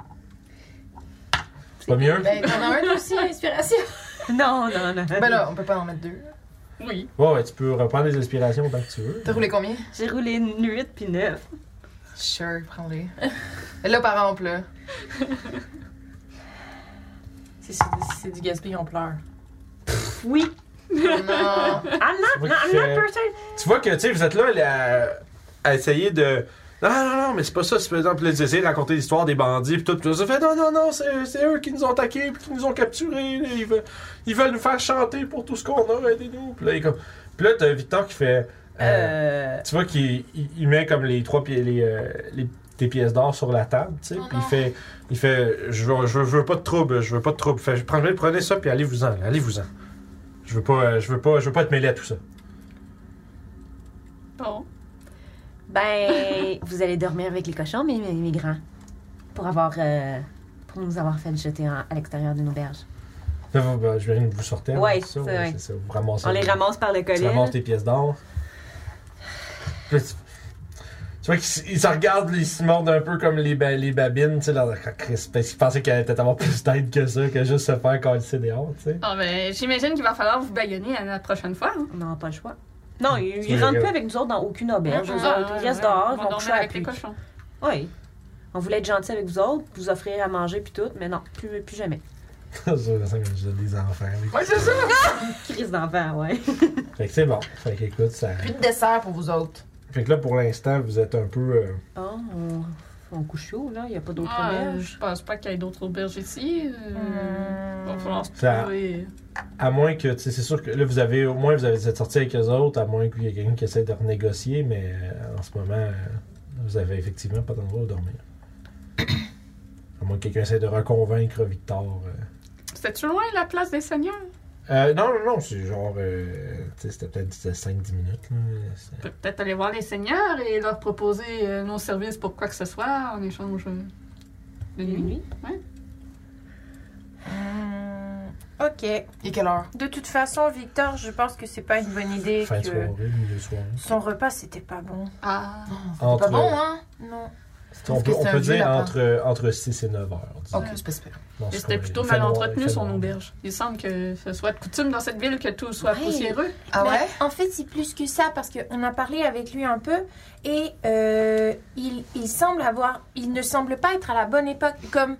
A: C'est pas mieux?
D: Ben, t'en as un aussi, Inspiration.
H: Non, non, non.
G: Ben là, on peut pas en mettre deux.
B: Oui.
A: Ouais, ouais, tu peux reprendre les inspirations autant que tu veux.
G: T'as roulé combien?
H: J'ai roulé une 8 puis 9.
G: Sure, prends-les. là, par exemple, là.
K: Si c'est si c'est du gaspillage, on pleure.
H: Oui.
G: Non.
H: I'm not,
A: Oui,
H: no, I'm
A: euh,
H: not persuaded.
A: Tu vois que, tu sais, vous êtes là, là, à essayer de. Non, non, non, mais c'est pas ça. C'est par exemple, là, ils essayent de raconter l'histoire des bandits, pis tout, pis tout ça. Fait, non, non, non, c'est c'est eux qui nous ont attaqués, pis qui nous ont capturés. là, ils, veulent, ils veulent nous faire chanter pour tout ce qu'on a, aidez-nous. Pis là, il est comme. Pis là, t'as Victor qui fait. euh,
H: Euh...
A: Tu vois qu'il il- il met comme les trois pieds, les, euh, les- tes pièces d'or sur la table, tu sais, puis il fait, il fait, je veux, je veux, je veux pas de trouble, je veux pas de trouble. Fait, prenez, prenez ça puis allez-vous-en, là, allez-vous-en. Je veux pas, euh, je veux pas, je veux pas être mêlé à tout ça.
B: Bon.
H: Ben, vous allez dormir avec les cochons, mais les migrants. Pour avoir. euh, pour nous avoir fait jeter en- à l'extérieur d'une auberge.
A: Là, vous, ben, je viens de vous sortir. hein,
H: Ouais,
A: c'est ça,
H: c'est
A: ouais,
H: vrai.
A: c'est ça, vous ramassez.
H: On les ramasse par le
A: Tu
H: collier.
A: ramasses tes pièces d'or. Puis là, tu, tu vois qu'ils s- ils se regardent, ils se mordent un peu comme les, ba- les babines, tu sais, leur Christ, parce qu'ils pensaient qu'ils allaient peut-être avoir plus d'aide que ça, que juste se faire coller dehors, tu sais.
B: Ah, ben, j'imagine qu'il va falloir vous baïonner à la prochaine fois. hein.
H: On n'aura pas le choix. Non, ils,
A: Tu les
H: ils rentrent plus
A: regardes.
H: avec nous autres dans aucune auberge.
B: Ah,
H: Eux autres, ils restent
B: ouais.
H: dehors,
B: On
H: ils
B: va
H: vont
B: dormir
H: coucher à
B: avec les
H: pluie.
B: cochons.
H: Oui. On voulait être gentil avec vous autres, vous offrir à manger puis tout, mais non, plus, plus jamais.
A: Ça, ça, j'ai des enfants. oui.
G: Ouais, c'est ça.
H: Crise d'enfant, ouais.
A: Fait que c'est bon. Fait que écoute, ça.
D: Plus de dessert pour vous autres.
A: Fait que là, pour l'instant, vous êtes un peu. euh,
H: Oh, on, on couche chaud, là, il n'y a pas d'autre
B: Ah, euh,
H: auberge.
B: je pense pas qu'il y ait d'autres auberges ici. Euh, va falloir se
A: Ça-
B: trouver.
A: à moins que. tu sais, C'est sûr que là, vous avez. Au moins, vous avez vous êtes sorti avec eux autres, à moins qu'il y ait quelqu'un qui essaie de renégocier, mais euh, en ce moment, euh, vous avez effectivement pas d'endroit où dormir. à moins que quelqu'un essaie de reconvaincre Victor. euh.
B: C'est-tu loin la place des seigneurs?
A: Euh, non, non, non, c'est genre. euh, tu sais, c'était peut-être 5-10 minutes, là.
B: On
A: C'est-
B: peut peut-être aller voir les seigneurs et leur proposer euh, nos services pour quoi que ce soit en échange euh, de nuit.
F: Ok.
G: Et quelle heure?
F: De toute façon, Victor, je pense que c'est pas une bonne idée
A: Fin de
F: que
A: soirée, milieu de soirée.
F: son repas c'était pas bon.
B: Ah,
A: Entre,
G: Pas bon, hein?
F: Non.
A: on
G: Parce que
A: peut, on
G: c'est un
A: peut
G: vieux
A: dire
G: lapin.
A: entre, entre 6 et 9 heures. disons.
G: Ok, c'est pas super.
A: Non,
B: mais
A: c'est
B: c'était
A: correct.
B: plutôt
A: Il fait
B: mal
A: noir, il
B: entretenu
A: fait
B: son
A: noir.
B: auberge. Il semble que ce soit de coutume dans cette ville que tout soit
F: Ouais.
B: poussiéreux.
G: Ah
F: Mais
G: ouais?
F: Bah, En fait, c'est plus que ça parce qu'on a parlé avec lui un peu et euh, il, il semble avoir, il ne semble pas être à la bonne époque. Comme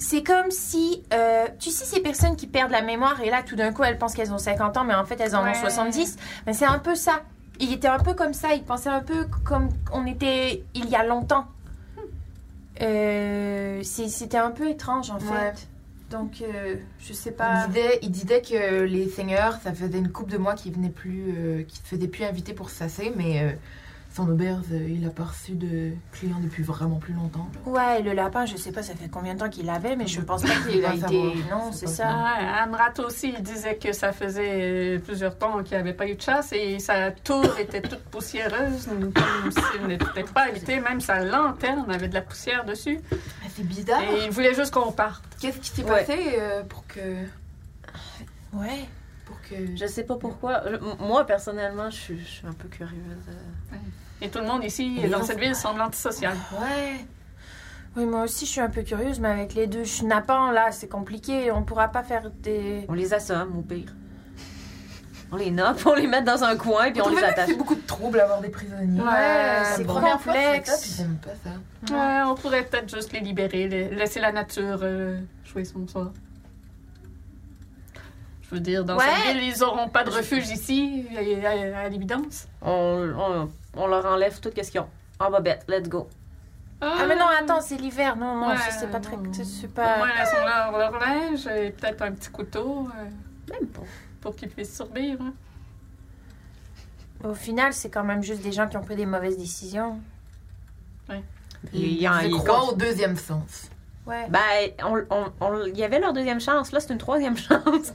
F: c'est comme si, euh, tu sais, ces personnes qui perdent la mémoire et là, tout d'un coup, elles pensent qu'elles ont 50 ans, mais en fait, elles en
B: Ouais.
F: ont 70. Mais c'est un peu ça. Il était un peu comme ça. Il pensait un peu comme on était il y a longtemps. Euh, c'est- C'était un peu étrange en fait.
D: Ouais.
F: Donc, euh, je sais
D: Il
G: Ah.
F: pas.
D: disait, il disait que les seigneurs, ça faisait une coupe de mois qui venait plus, euh, qui se faisait plus inviter pour sasser, mais euh, son auberge, euh, il a pas reçu de clients depuis vraiment plus longtemps. là.
F: Ouais, le lapin, je sais pas, ça fait combien de temps qu'il l'avait, mais je pense pas
D: Il
F: qu'il
D: va
F: a été.
D: savoir.
F: Non,
D: C'est
F: c'est
D: pas
F: ça.
B: Ah, ouais, Amrat aussi, il disait que ça faisait euh, plusieurs temps qu'il n'y avait pas eu de chasse et sa tour était toute poussiéreuse, comme s'il n'était peut-être pas habité, même sa lanterne avait de la poussière dessus.
F: Ah,
D: Mais c'est bizarre.
B: Et il voulait juste qu'on parte.
D: Qu'est-ce qui s'est
H: Ouais.
D: passé euh, pour que,
F: Ouais.
D: pour que.
H: Je sais pas pourquoi. Je- m- moi, personnellement, je suis, je suis un peu curieuse. euh.
B: Et tout le monde ici,
F: Les
B: dans
F: gens-
B: cette ville, semble antisocial.
F: Ouais. Oui, moi aussi, je suis un peu curieuse, mais avec les deux schnappants, là, c'est compliqué. On pourra pas faire des...
H: On les assomme, au pire. On les nope, on les met dans un coin puis on les attache.
G: C'est beaucoup de troubles à avoir des prisonniers.
F: Ouais,
D: Ah,
F: c'est
D: bon. Première
F: complexe.
D: fois que je fais ça, puis j'aime pas ça.
B: Ouais, on pourrait peut-être juste les libérer, la- laisser la nature euh, jouer son sort. Je veux dire, dans
F: Ouais.
B: cette ville, ils n'auront pas de refuge ici, à, à- à l'évidence.
H: On, on- on leur enlève tout ce qu'ils ont. En bobette, let's go.
F: Ah, mais non, attends, c'est l'hiver. Non, non,
B: Ouais,
F: ça, c'est pas très...
B: non.
F: c'est- C'est
B: Au
F: pas...
B: moins, elles ont leur, leur linge et peut-être un petit couteau euh,
H: Même pas.
B: pour qu'ils puissent survivre. hein.
F: Au final, c'est quand même juste des gens qui ont pris des mauvaises décisions.
H: Il y a-
D: Je
H: il
D: crois
H: compte-
D: au deuxième sens.
F: Ouais.
H: Ben, on- on- on- il y avait leur deuxième chance. Là, c'est une troisième chance.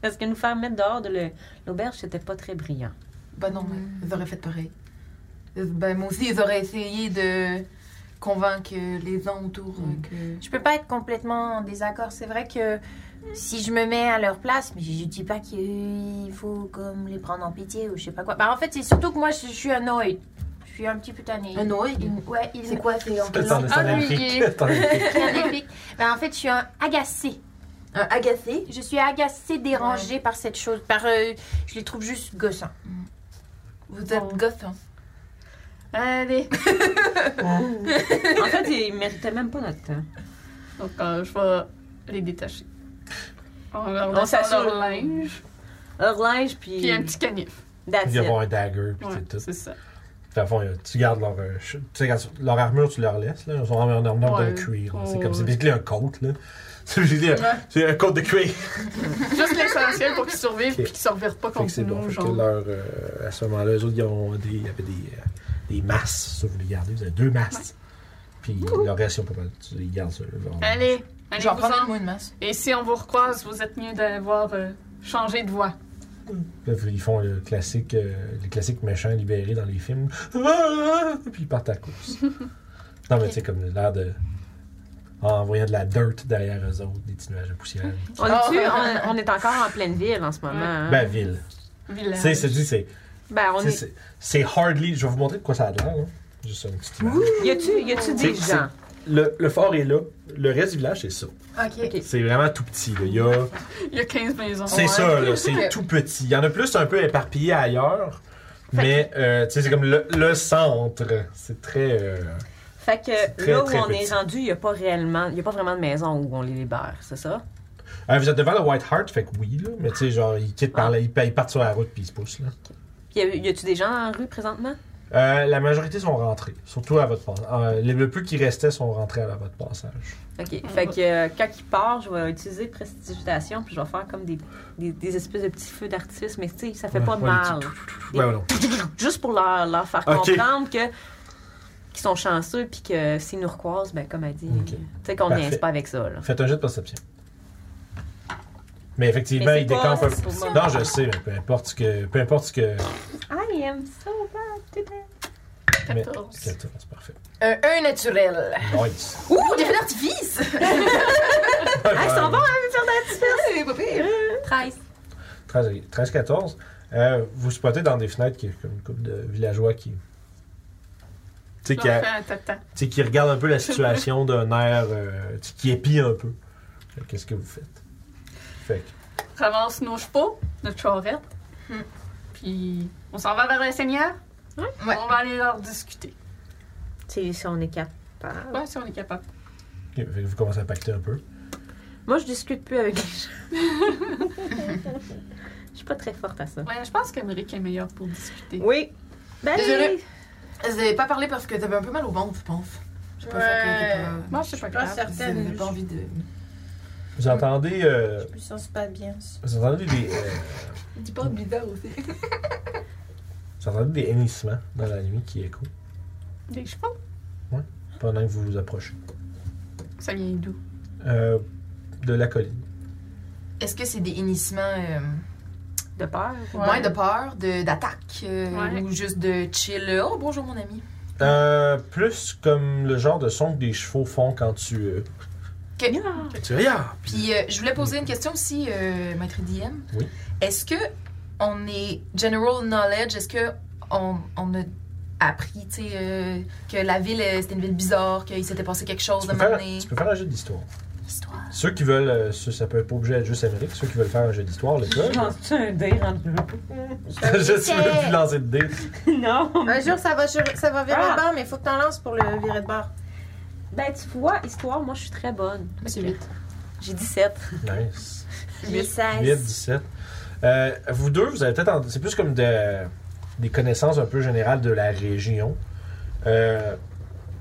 H: Parce que nous faire mettre dehors de le- l'auberge, c'était pas très brillant.
D: Bah non,
F: Mm.
D: mais ils auraient fait pareil. Euh, Ben moi aussi, ils auraient essayé de convaincre euh, les gens autour
H: Mm.
D: euh, que.
F: Je peux pas être complètement en désaccord. C'est vrai que si je me mets à leur place, mais je dis pas qu'il faut comme les prendre en pitié ou je sais pas quoi. Bah en fait, c'est surtout que moi, je, je suis annoyed. Je suis un petit peu tannée.
D: oeil
F: Il- Ouais, il
D: C'est quoi C'est
A: T'en
B: Ah
A: es- t'en es
B: Ennuyé.
A: pique. T'en es pique.
F: Rien d'épique. Ben, en fait, je suis un agacée.
D: un agacé
F: Je suis agacée, dérangée par cette chose. Par, euh, je les trouve juste gossants.
D: Vous êtes
F: Oh.
B: Bon.
D: gosse, hein
B: Allez.
H: En fait, ils méritaient même pas notre temps.
B: Donc, euh, je vais les détacher. On leur
H: On
B: donne
H: s'assure.
B: leur linge.
H: Leur linge, puis...
B: Puis un petit canif.
H: That's
A: Il y a
H: it.
A: avoir un dagger, puis
B: Ouais,
A: c'est tout.
B: c'est ça.
A: Puis, à fond, euh, tu gardes leur, euh, ch- tu sais, quand tu- leur armure, tu leur laisses. Là. Ils sont en en armure
B: Ouais.
A: de
B: Oh.
A: cuir. là. C'est
B: Ouais,
A: comme c'est
B: ouais.
A: basically un coat. là. C'est basically un- c'est un coat de cuir.
B: Juste l'essentiel pour qu'ils survivent
A: Ok.
B: puis qu'ils se revirent pas
A: Fait que
B: contre
A: c'est
B: nous,
A: bon. Fait que
B: genre.
A: leur, euh, à ce moment-là, eux autres, ils ont des, il y avait des, euh, des masses. Ça, vous les gardez. Vous avez deux masses. Puis le reste, ils ont pas mal. tu- Ils gardent ça. là, genre.
B: Allez, allez
D: J'en
B: vous
D: prends moi une masse.
B: Et si on vous recroise, vous êtes mieux d'avoir euh, changé de voix.
A: Là, ils font le classique, euh, les classiques méchants libérés dans les films. Ah! Puis ils partent à la course. non, mais tu sais, comme l'air de. En envoyant de la dirt derrière eux autres, des petits nuages de poussière.
H: On, est on, on est encore en pleine ville en ce moment. hein?
A: Ben, ville. Tu sais,
B: Village.
A: c'est dit, c'est.
H: Ben, on
A: c'est-
H: est...
A: c'est- C'est hardly. Je vais vous montrer de quoi ça a l'air, là. Juste une petite image.
H: Y a-tu y a-tu
A: C'est-
H: des
A: c'est-
H: gens?
A: Le, le fort est là. Le reste du village, c'est ça.
D: Ok.
A: C'est vraiment tout petit. Là. Il y a...
B: Il y a 15 maisons.
A: C'est ça, là, c'est tout petit. Il y en a plus un peu éparpillé ailleurs, mais euh, tu sais, c'est comme le, le centre. C'est très. euh,
H: Fait que
A: très,
H: là où
A: très
H: on
A: petit.
H: est rendu, y a pas réellement... Y a pas vraiment de maison où on les libère, c'est ça?
A: euh, vous êtes devant le White Hart, fait que oui, là, mais tu sais, genre, ils quittent par là, ils, pa- ils partent sur la route puis ils se poussent, là.
H: Y a- y a-tu des gens en rue présentement?
A: Euh, la majorité sont rentrés, surtout à votre passage. Euh, le peu qui restait sont rentrés à votre passage.
H: OK. Fait que euh, quand il part, je vais utiliser prestidigitation, puis je vais faire comme des, des, des espèces de petits feux d'artifice, mais tu sais, ça fait
A: Ouais,
H: pas
A: ouais,
H: mal.
A: les Ouais, ouais, non.
H: Juste pour leur, leur faire
A: OK.
H: comprendre que qu'ils sont chanceux, puis que s'ils nous recroisent, ben comme elle dit,
A: OK.
H: tu sais qu'on
A: Parfait.
H: niaise pas avec ça, là.
A: Faites un jet de perception. Mais effectivement,
H: Mais c'est
A: ils
H: pas-
A: décampent un
H: c'est
A: peu.
H: pour moi.
A: Non, je sais, mais peu importe ce que. Peu importe ce que.
H: I am so bad today.
A: mais-
B: 14.
A: 14, parfait.
D: Un, un naturel.
A: Nice.
D: Ouh, des feux d'artifice
H: Ah, ils sont bons, hein,
F: 13.
A: 13-14. Euh, vous spottez dans des fenêtres qui comme une couple de villageois qui. Tu sais, qui, a- tu
B: Parfait, tata.
A: sais, qui regardent un peu la situation d'un air. euh, tu sais, qui épie un peu. Fait que Qu'est-ce que vous faites? Fait que,
B: Ramasse nos chevaux, notre charrette. Puis on s'en va vers les seigneurs.
D: Hmm. Ouais.
B: On va aller leur discuter.
H: Tu sais, si on est capable.
B: Ouais, si on est capable.
A: ok, fait que vous commencez à pacter un peu.
H: Moi, je discute plus avec les gens. Je suis pas très forte à ça.
B: Ouais, je pense qu'Amérique est meilleure pour discuter.
H: Oui. Ben,
D: Désolée. Vous n'avez pas parlé parce que t'avais un peu mal au ventre, je pense. Je pense que
G: Ouais.
D: t'es
B: Moi, je sais pas
G: Pas
B: grave.
D: pas... Vous
G: certaine.
D: n'avez pas envie de...
A: Vous entendez. euh,
G: Je me sens pas bien.
A: vous entendez des. euh,
D: Dis pas bizarre aussi.
A: vous entendez des hennissements dans la nuit qui écho
B: Des chevaux?
A: pendant que vous vous approchez.
B: Ça vient d'où?
A: Euh, de la colline.
D: Est-ce que c'est des hennissements euh,
H: de peur.
D: moins de peur, de- d'attaque euh,
B: Ouais.
D: ou juste de chill Oh, bonjour mon ami.
A: Euh, plus comme le genre de son que des chevaux font quand tu. euh,
D: Ok.
A: Tu regardes.
D: Puis euh, je voulais poser une question aussi, euh, maître DM.
A: Oui.
D: Est-ce que on est general knowledge Est-ce que on, on a appris, tu sais, euh, que la ville euh, c'était une ville bizarre, qu'il s'était passé quelque chose
A: Tu
D: de
A: peux,
D: moment
A: faire,
D: donné?
A: tu peux faire un jeu d'histoire.
D: Histoire.
A: Ceux qui veulent, euh, ceux- ça peut pas obligé d'être juste Amérique, ceux qui veulent faire un jeu d'histoire, le peuvent.
H: Lance-tu un dé en
A: je suis le plus lancé de dés.
H: Non.
G: Un jour, ça va, sur- ça va virer
H: Ah.
G: de bord, mais faut que t'en lances pour le virer de bord.
H: Ben, tu vois, histoire, moi, je suis très bonne.
D: Moi, c'est vite.
H: J'ai 17.
A: Nice.
H: J'ai
A: 8,
H: 16.
A: 17. Euh, vous deux, vous avez peut-être. en- C'est plus comme de- des connaissances un peu générales de la région. Euh,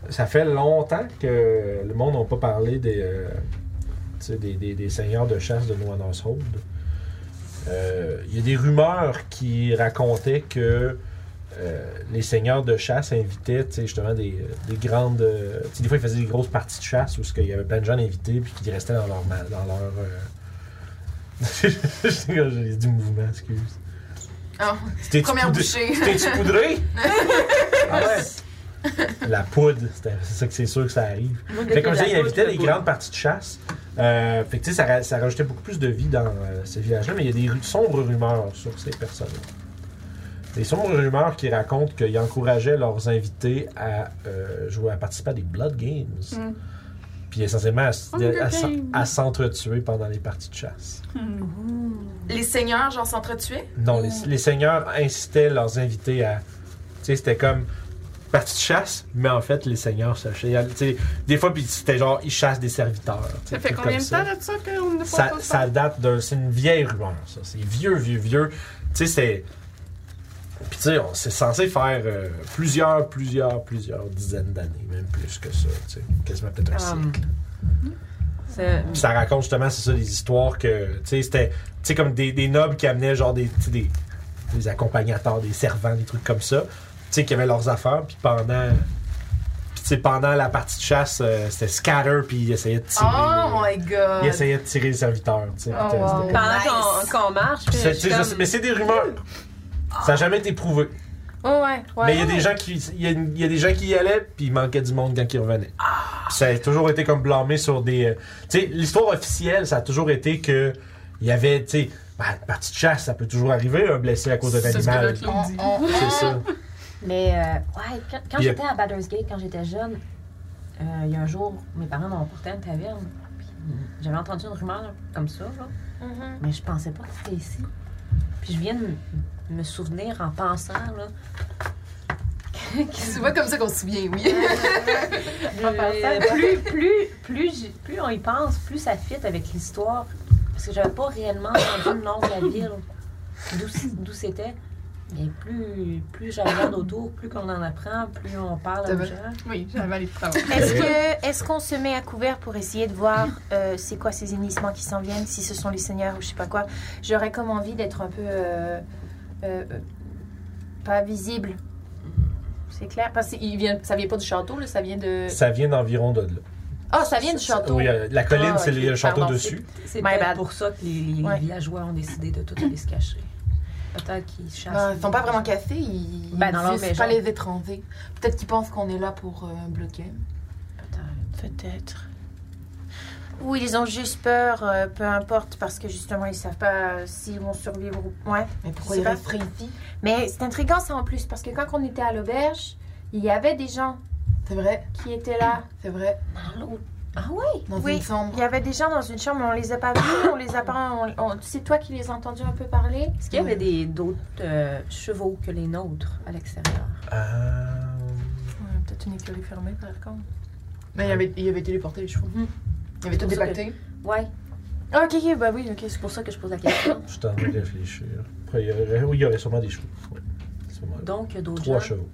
A: ça fait longtemps que le monde n'a pas parlé des, euh, tu sais, des, des- des seigneurs de chasse de Noirnos Hold. Euh, Il y a des rumeurs qui racontaient que euh, les seigneurs de chasse invitaient tu sais, justement des, des grandes. euh, tu sais, des fois, ils faisaient des grosses parties de chasse où ce qu'il y avait plein de gens invités puis qui restaient dans leur. ma- Dans leur euh, J'ai dit mouvement, excuse.
D: Ah,
A: C'était
D: Première bouchée.
A: T'es-tu poudré? ah ouais. La poudre, c'était- c'est ça que c'est sûr que ça arrive. Fait que comme je disais, il invitait les grandes parties de chasse. Euh, fait que tu sais, ça, ra- ça rajoutait beaucoup plus de vie dans euh, ce village-là, mais il y a des ru- sombres rumeurs sur ces personnes-là. Des sombres rumeurs qui racontent qu'ils encourageaient leurs invités à euh, jouer, à participer à des Blood Games.
B: Mm.
A: Puis essentiellement à, s-
B: Hunger
A: à s-
B: Games.
A: à s'entretuer pendant les parties de chasse.
B: Hmm.
D: Les seigneurs, genre, s'entretuaient.
A: Non, les, les seigneurs incitaient leurs invités à. Tu sais, c'était comme partie de chasse, mais en fait, les seigneurs se tu sais, Des fois, puis c'était genre, ils chassent des serviteurs. tu sais,
B: Ça fait
A: trucs
B: combien
A: comme
B: de temps de ça qu'on n'a pas
A: ça,
B: entendu
A: ça date d'un. C'est une vieille rumeur, ça. C'est vieux, vieux, vieux. Tu sais, c'est. Puis, tu sais, on- c'est censé faire euh, plusieurs, plusieurs, plusieurs dizaines d'années, même plus que ça. Tu sais, quasiment peut-être un siècle. Puis ça raconte justement, c'est ça, des histoires que, tu sais, c'était, tu sais, comme des, des nobles qui amenaient genre des, tu sais, des, des accompagnateurs, des servants, des trucs comme ça, tu sais, qui avaient leurs affaires, puis pendant, puis tu sais, pendant la partie de chasse, euh, c'était scatter, puis ils essayaient de tirer,
D: Oh
A: les-
D: my god.
A: ils essayaient de tirer les serviteurs, tu sais.
D: Oh,
A: C'était-
D: wow.
A: c'était-
H: Pendant qu'on- qu'on marche,
A: Puis c'est- tu
H: je
A: sais,
H: suis
A: je
H: Euh, comme-
A: sais- mais c'est des rumeurs. Ça n'a jamais été prouvé.
L: Oh, ouais, ouais.
A: Mais il y a des gens qui il y a, il y a des gens qui y allaient puis il manquait du monde quand ils revenaient. Puis ça a toujours été comme blâmé sur des euh, tu sais l'histoire officielle ça a toujours été que il y avait tu sais bah, partie de chasse ça peut toujours arriver un blessé à cause d'un
B: C'est ce que le
A: animal.
B: clown dit.
A: C'est ça.
H: Mais euh, ouais, quand, quand
A: Il y a-
H: j'étais à Baldur's Gate, quand j'étais jeune, euh, il y a un jour, mes parents m'ont porté à une taverne. puis J'avais entendu une rumeur comme ça, là,
J: Mhm.
H: mais je pensais pas que c'était ici. Puis je viens de m- me souvenir en pensant, là.
D: C'est pas comme ça qu'on se souvient, oui.
H: Euh, plus, plus, plus, j'y- plus on y pense, plus ça fit avec l'histoire. Parce que j'avais pas réellement entendu le nom de la ville, d'où c- d'où c'était. Mais plus, plus je regarde autour, plus qu'on en apprend, plus on parle
D: C'est
H: aux
D: vrai.
H: gens.
B: Oui, j'avais les travaux.
J: Est-ce que est-ce qu'on se met à couvert pour essayer de voir euh, c'est quoi ces enlissements qui s'en viennent, si ce sont les seigneurs ou je sais pas quoi J'aurais comme envie d'être un peu euh, euh, euh, pas visible. C'est clair parce que il vient, ça vient pas du château, là, ça vient de.
A: Ça vient d'environ de là.
J: Oh, ça vient du château.
A: Oui, euh, la colline
J: Ah,
A: c'est
J: ok,
A: le château
J: pardon.
A: dessus.
H: C'est
J: My
H: peut-être
J: bad.
H: pour ça que les, les
J: Ouais.
H: villageois ont décidé de tout aller se cacher. Peut-être qu'ils chassent.
D: Ben, ils sont pas vraiment cassés, ils
H: Ben, dans leur
D: ils visent
H: maison.
D: pas les étrangers. Peut-être qu'ils pensent qu'on est là pour euh, bloquer.
J: Peut-être. Ou ils ont juste peur, euh, peu importe, parce que justement ils savent pas euh, s'ils vont survivre ou. Ouais.
D: Mais pourquoi
J: C'est
D: ils
J: pas-
D: resteraient ici
J: Mais c'est intriguant ça en plus, parce que quand on était à l'auberge, il y avait des gens
D: C'est vrai,
J: qui étaient là.
D: c'est vrai.
H: Dans l'eau. Ah ouais?
D: Dans
J: Oui.
D: une chambre.
J: Il y avait des gens dans une chambre, mais on les a pas vus, on les a pas. on- on- c'est toi qui les as entendus un peu parler.
H: Est-ce qu'il y avait des d'autres euh, chevaux que les nôtres à l'extérieur?
A: Ah.
J: Peut-être une écurie fermée par contre.
D: Mais il y avait, il y avait téléporté les chevaux.
H: Mhm.
D: Il y avait tout
H: Pour ça que-
D: dépacté.
H: Ouais,
J: ok, ok, bah oui, ok.
H: c'est pour ça que je pose la question.
A: Je suis en train de réfléchir. Après, il y aurait, oui, il y aurait sûrement des chevaux. Ouais. C'est pas mal.
H: Donc, il y a d'autres gens.
A: Trois chevaux.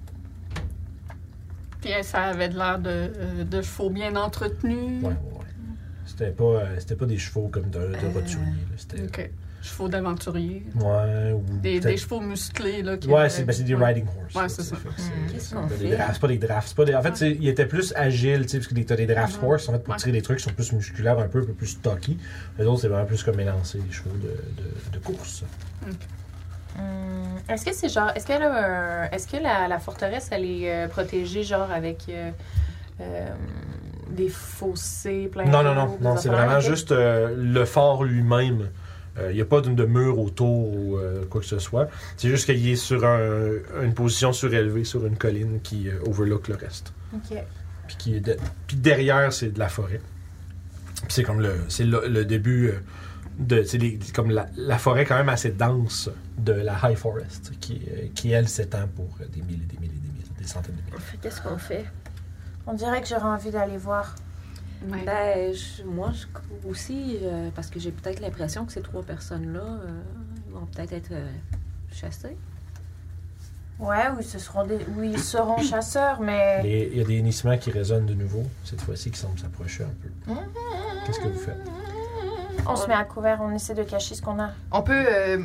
B: Puis euh, ça avait de l'air de, euh, de chevaux bien entretenus.
A: Ouais, ouais, ouais. C'était pas euh, c'était pas des chevaux comme de, de
H: Euh,
A: roturier, là. C'était
B: OK. euh, Chevaux d'aventurier.
A: ouais ou
B: Des,
A: peut-être-
B: des chevaux musclés, là. qui
A: Ouais,
B: avaient-
A: c'est ben, c'est des
B: Ouais.
A: riding horse.
B: Ouais,
A: là,
B: c'est
A: tu sais,
B: ça.
A: fait que c'est-
H: Qu'est-ce
A: c'est
H: qu'on
A: pas des
H: fait?
A: drafts, c'est pas des drafts. c'est Pas des... En fait, c'est- il était plus agile, tu sais, parce que t'as des draft
B: Mhm.
A: horse, en fait, pour
B: Ouais.
A: tirer des trucs qui sont plus musculaires, un peu, un peu plus stocky. Les autres, c'est vraiment plus comme élancé, les chevaux de, de, de course.
J: Hum, est-ce que c'est genre, est-ce qu'elle a un- est-ce que la, la forteresse elle est euh, protégée genre avec euh, euh, des fossés plein
A: Non, non,
J: d'eau,
A: non,
J: des
A: non, c'est
J: affaires,
A: vraiment
J: ok.
A: juste euh, le fort lui-même. Il n'y a pas de, de mur autour ou euh, quoi que ce soit. C'est juste qu'il est sur un- une position surélevée, sur une colline qui euh, overlook le reste.
J: Ok.
A: puis qui est de- puis derrière c'est de la forêt. Puis c'est comme le c'est le, le début euh, de c'est les- c'est comme la, la forêt quand même assez dense de la high forest qui euh, qui elle s'étend pour euh, des mille et des mille et des mille des centaines de mille.
H: Qu'est-ce qu'on fait?
J: On dirait que j'aurais envie d'aller voir.
B: Ouais.
H: Ben, je- moi je, cou- aussi, euh, parce que j'ai peut-être l'impression que ces trois personnes-là euh, vont peut-être être euh, chassées.
J: Ouais, ou ce seront des, ou ils seront chasseurs, mais
A: Les- Il y a des hennissements qui résonnent de nouveau cette fois-ci qui semblent s'approcher un peu. Qu'est-ce que vous faites
J: on se met à couvert, on essaie de cacher ce qu'on a.
D: On peut. euh,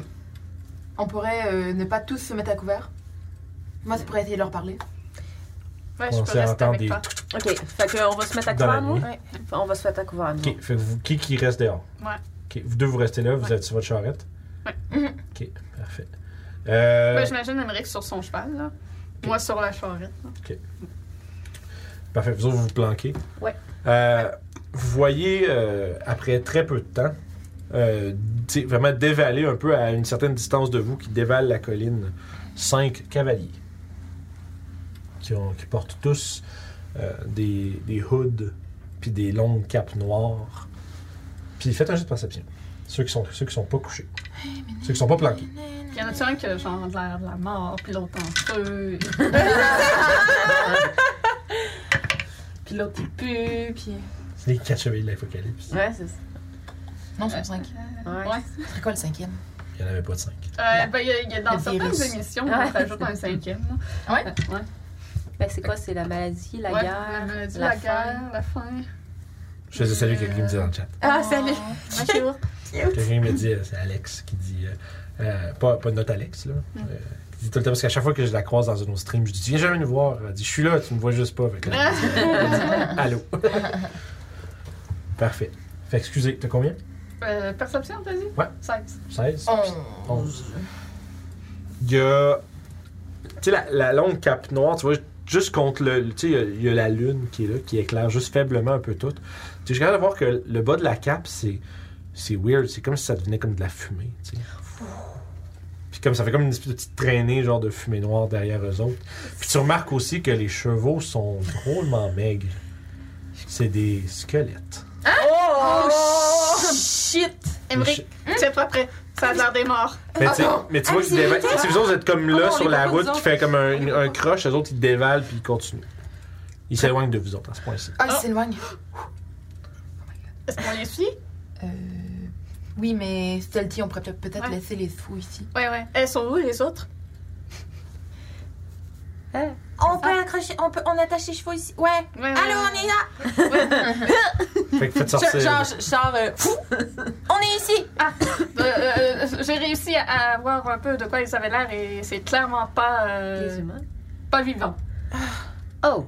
D: on pourrait euh, ne pas tous se mettre à couvert. Moi, c'est pour essayer de leur parler.
B: Ouais, je
A: On
B: peux
A: s'est
B: rester
A: entendu
B: avec
A: des
B: toi.
A: tout
G: Ok, fait que, euh, on va se mettre à
A: dans la
G: couvert, nous?
A: nuit.
G: Fait, On va se mettre à couvert, nous.
A: Ok, fait que vous, qui qui reste dehors?
B: Ouais.
A: Ok, vous deux, vous restez là, vous
B: Ouais.
A: êtes sur votre charrette?
B: Ouais. Ben,
A: Ok, parfait. Euh,
B: Ouais, J'imagine Amérique sur son cheval, là. Moi sur la charrette.
A: Parfait, vous autres, vous vous planquez.
G: Ouais.
A: Euh, vous voyez, euh, après très peu de temps, euh, tu sais, vraiment dévaler un peu à une certaine distance de vous, qui dévale la colline, cinq cavaliers qui, ont- qui portent tous euh, des, des hoods puis des longues capes noires. Puis faites un jeu de perception. Ceux qui sont, ceux qui sont pas couchés. Ceux qui sont pas planqués.
B: Il y en a-tu un qui a genre de l'air de la mort, puis l'autre en feu, puis l'autre il pue, puis.
A: C'est les quatre chevaliers de l'apocalypse.
G: Ouais, c'est ça.
D: Non, c'est le 5.
G: Ouais.
B: Ouais.
D: C'est quoi le cinquième
A: Il n'y en avait pas de cinq.
B: Euh, ben, il y a- il y a dans
D: Le
B: certaines
D: virus.
B: émissions, on
G: Ouais.
B: rajoute un cinquième. là.
D: Ouais.
B: Ouais.
G: Fait que Ben, c'est quoi? C'est la maladie, la
B: Ouais,
G: guerre,
B: la maladie,
G: la
B: la,
G: faim.
B: guerre, la faim.
A: Je faisais salut quelqu'un qui me dit dans le chat.
J: Ah, salut.
B: Bonjour.
A: Quelqu'un me dit, euh, c'est Alex qui dit, euh, euh, pas, pas notre Alex, là.
B: Mm.
A: euh, qui dit tout le temps, parce qu'à chaque fois que je la croise dans un autre stream, je dis, tu viens jamais nous voir. Elle dit, je suis là, tu me vois juste pas. Fait que là, Allô. Parfait. Fait que, excusez, t'as combien
B: Euh, perception, t'as dit?
A: Ouais.
B: 16.
A: 16
D: 11.
A: Il y a. Tu sais, la, la longue cape noire, tu vois, juste contre le. Tu sais, il y a- il y, a la lune qui est là, qui éclaire juste faiblement un peu toute. Tu sais, je suis capable de voir que le bas de la cape, c'est. C'est weird. C'est comme si ça devenait comme de la fumée, tu sais. Puis comme ça fait comme une espèce de petite traînée, genre de fumée noire derrière eux autres. Puis tu remarques aussi que les chevaux sont drôlement maigres. C'est des squelettes.
D: Oh.
B: Émeric, tiens toi prêt. Ça a l'air des morts.
A: Mais tu sais- mais tu vois
B: Ah,
A: qu'ils dévalent. Tu sais, vous autres, vous êtes comme là sur la route qui fait comme un, une- un crush, les autres ils dévalent puis ils continuent. Ils s'éloignent de vous autres à ce point-ci.
D: Ah, il s'éloigne.
B: Est-ce qu'on les suit?
D: Euh, Oui, mais Stelty, on pourrait peut- peut-être
B: Ouais.
D: laisser les fous ici.
B: Ouais, ouais. Elles sont où, les autres?
J: On peut accrocher, on peut, on attache les chevaux ici. Ouais.
B: Ouais, ouais,
J: Allô,
B: ouais.
J: on est là.
A: Fait que faites sortir.
J: je sors. on est ici.
B: Euh, euh, euh, J'ai réussi à à voir un peu de quoi ils avaient l'air et c'est clairement pas, euh,
G: Les humains.
B: pas vivant.
G: Oh!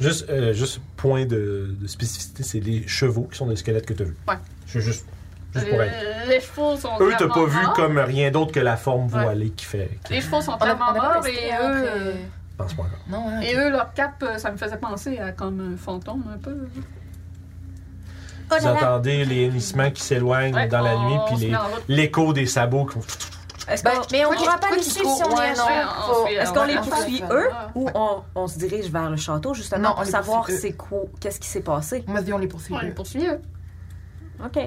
A: Juste, euh, juste point de, de spécificité, c'est les chevaux qui sont des squelettes que t'as vus.
B: Ouais. Euh,
A: Je juste, juste pour être.
B: Les, les chevaux sont.
A: Eux, t'as
B: clairement
A: pas vu
B: morts.
A: comme rien d'autre que la forme
B: Ouais.
A: voilée qui fait.
B: Les chevaux sont
D: On a-
B: clairement
D: on a pas
B: morts
D: resté
B: et eux,
D: après-
B: euh,
A: Je pense pas encore.
D: Non, hein,
B: et eux, leur cape, euh, ça me faisait penser à comme un fantôme un peu.
J: Oh
A: Vous
J: là là.
A: entendez les hennissements qui s'éloignent
B: Ouais,
A: dans la
B: on-
A: nuit,
B: on se
A: puis
B: met
A: les-
B: en route.
A: l'écho des sabots qui font.
G: Est-ce
J: Ben,
G: qu'on
J: mais on
D: Toi qui-
J: pourra pas
D: toi
J: les
D: qui
J: suivre
D: cours,
J: si on
D: ouais,
J: est
D: non.
J: à
B: Ouais,
J: cheval.
B: on suit,
G: est-ce
B: euh,
G: qu'on
B: ouais,
G: les
B: on fait
G: poursuit
B: ça.
G: eux
B: Ah.
G: ou on, on se dirige vers le château justement
D: Non, on
G: pour
D: les
G: savoir
D: poursuit, eux.
G: c'est quoi, qu'est-ce qui s'est passé?
D: On va se dire, on les poursuit.
B: On les
D: eux.
B: poursuit, eux.
G: Ok.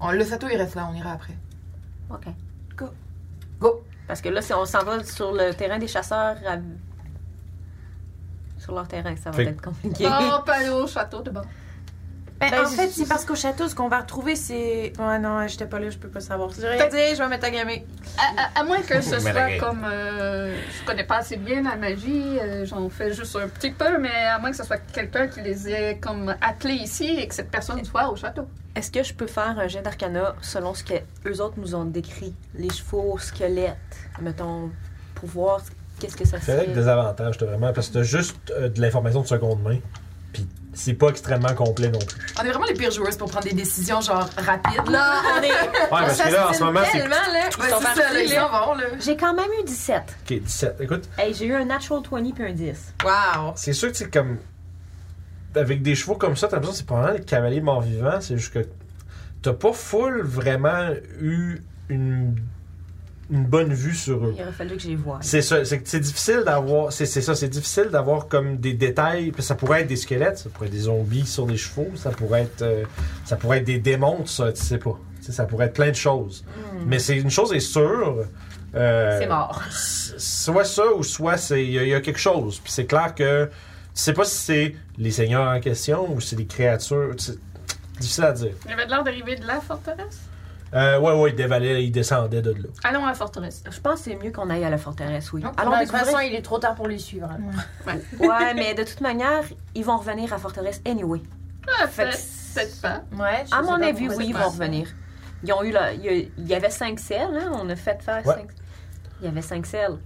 D: On- Le sato, il reste là, on ira après.
G: Ok.
D: Go. Go.
G: Parce que là, si on s'en va sur le terrain des chasseurs, à- sur leur terrain, ça va
A: Fait-
G: être compliqué.
B: Oh, pas aller au château de bord.
J: Ben,
G: Ben,
J: en
G: je-
J: fait, c'est parce qu'au château, ce qu'on va retrouver, c'est. Ouais, non, j'étais pas là, je peux pas savoir. Je vais dire, je vais mettre à gamer.
B: À, à- à moins que ce
A: Mais la
B: soit
A: guerre.
B: comme. euh, je connais pas assez bien la magie, euh, j'en fais juste un petit peu, mais à moins que ce soit quelqu'un qui les ait comme appelés ici et que cette personne soit au château.
G: Est-ce que je peux faire un jet d'arcana selon ce que eux autres nous ont décrit? Les chevaux, squelettes, mettons, pour voir qu'est-ce que ça
A: C'est
G: serait.
A: avec des avantages, t'as vraiment, parce que t'as juste euh, de l'information de seconde main, puis c'est pas extrêmement complet non plus.
E: On est vraiment les pires joueuses pour prendre des décisions, genre, rapides.
G: Là, on est.
A: Ouais, parce que là, en ce moment, c'est.
J: Tellement, là.
E: Ouais, c'est ça, là, ils s'en vont, là.
G: J'ai quand même eu 17.
A: Ok, 17. Écoute,
G: Hey, j'ai eu un natural 20 puis un 10.
E: Wow!
A: c'est sûr que c'est comme. Avec des chevaux comme ça, t'as l'impression que c'est probablement les cavaliers morts-vivants. C'est juste que t'as pas full vraiment eu une, une bonne vue sur eux.
G: Il aurait fallu que je les voie.
A: C'est ça, c'est que c'est difficile d'avoir. C'est c'est ça, c'est difficile d'avoir comme des détails. Puis ça pourrait être des squelettes, ça pourrait être des zombies sur des chevaux, ça pourrait être. euh, ça pourrait être des démons, ça, tu sais pas. Tu sais, ça pourrait être plein de choses. Mais c'est une chose est sûre. euh,
G: Hmm. C'est mort.
A: s- soit ça ou soit c'est il y, a- il y a quelque chose. Puis c'est clair que tu sais pas si c'est les seigneurs en question ou c'est des créatures. C'est difficile à dire.
B: Il avait de l'air d'arriver de la forteresse.
A: Euh, ouais, ouais, il dévalait, il descendait de là.
B: Allons à la forteresse.
G: Je pense que c'est mieux qu'on aille à la forteresse, oui.
H: Ah
D: Non, bah,
G: Allons
C: Ben, de toute
G: découvrir.
C: façon, il est trop tard pour les suivre. alors.
G: Ouais, mais de toute manière, ils vont revenir à forteresse anyway.
B: Ah,
G: Fait que-
B: peut-être pas.
C: Ouais, je
G: À
C: sais
G: mon
C: pas
G: avis,
C: pourquoi
G: oui,
C: c'est
G: ils
C: pas
G: vont
C: ça.
G: revenir. Ils ont eu la- il y a- il y avait cinq selles, hein? on a fait faire
A: Ouais.
G: cinq. Il y avait cinq selles.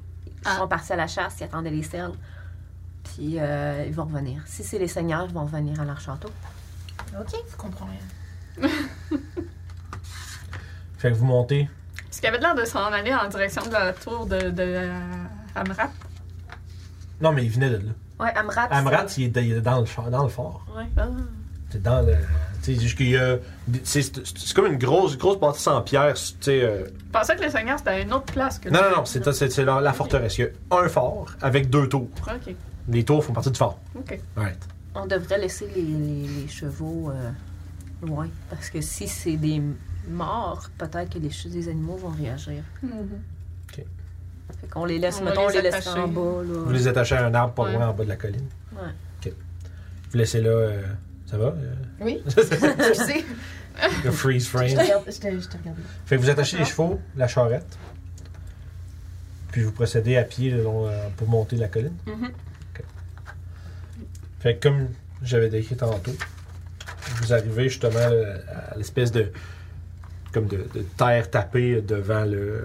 B: Ah.
G: Ils sont partis à la chasse, ils attendaient les selles. Puis euh, ils vont revenir. Si c'est les seigneurs, ils vont revenir à leur château.
D: Je comprends rien.
A: Fait que vous montez.
B: Parce qu'il avait l'air de s'en aller en direction de la tour de, de la- Amrap.
A: Non, mais il venait de là.
G: Ouais, Amrat.
A: Amrat, il est, il est dans, le, char- dans le fort.
G: Ouais.
A: C'est dans le. Tu sais, jusqu'il y a- C'est c'est- c'est comme une grosse, grosse bâtisse en pierre. Tu sais. euh,
B: Je pensais que les seigneurs, c'était à une autre place que
A: Non, non, non, c'est c'est- c'est la, la forteresse. Il y a un fort avec deux tours.
B: Ok,
A: Les tours font partie du fort.
B: ok.
A: Right.
G: On devrait laisser les, les- les chevaux euh, loin. Parce que si c'est des morts, peut-être que les chutes des animaux vont réagir.
B: Mhm.
G: Fait qu'on les laisse,
B: On va
G: mettons, on
B: les
G: les laisse
B: attacher.
G: en bas. Là.
A: Vous les attachez à un arbre pas
B: Ouais.
A: loin en bas de la colline.
G: Ouais.
A: OK. Vous laissez là. euh, ça va? euh,
D: tu sais,
A: le freeze frame.
F: Je te regarde- je te- je te regarde.
A: Fait que vous attachez les chevaux, la charrette, puis vous procédez à pied le long, euh, pour monter la colline.
B: Mhm.
A: Ok. Fait que comme j'avais décrit tantôt, vous arrivez justement euh, à l'espèce de comme de, de terre tapée devant le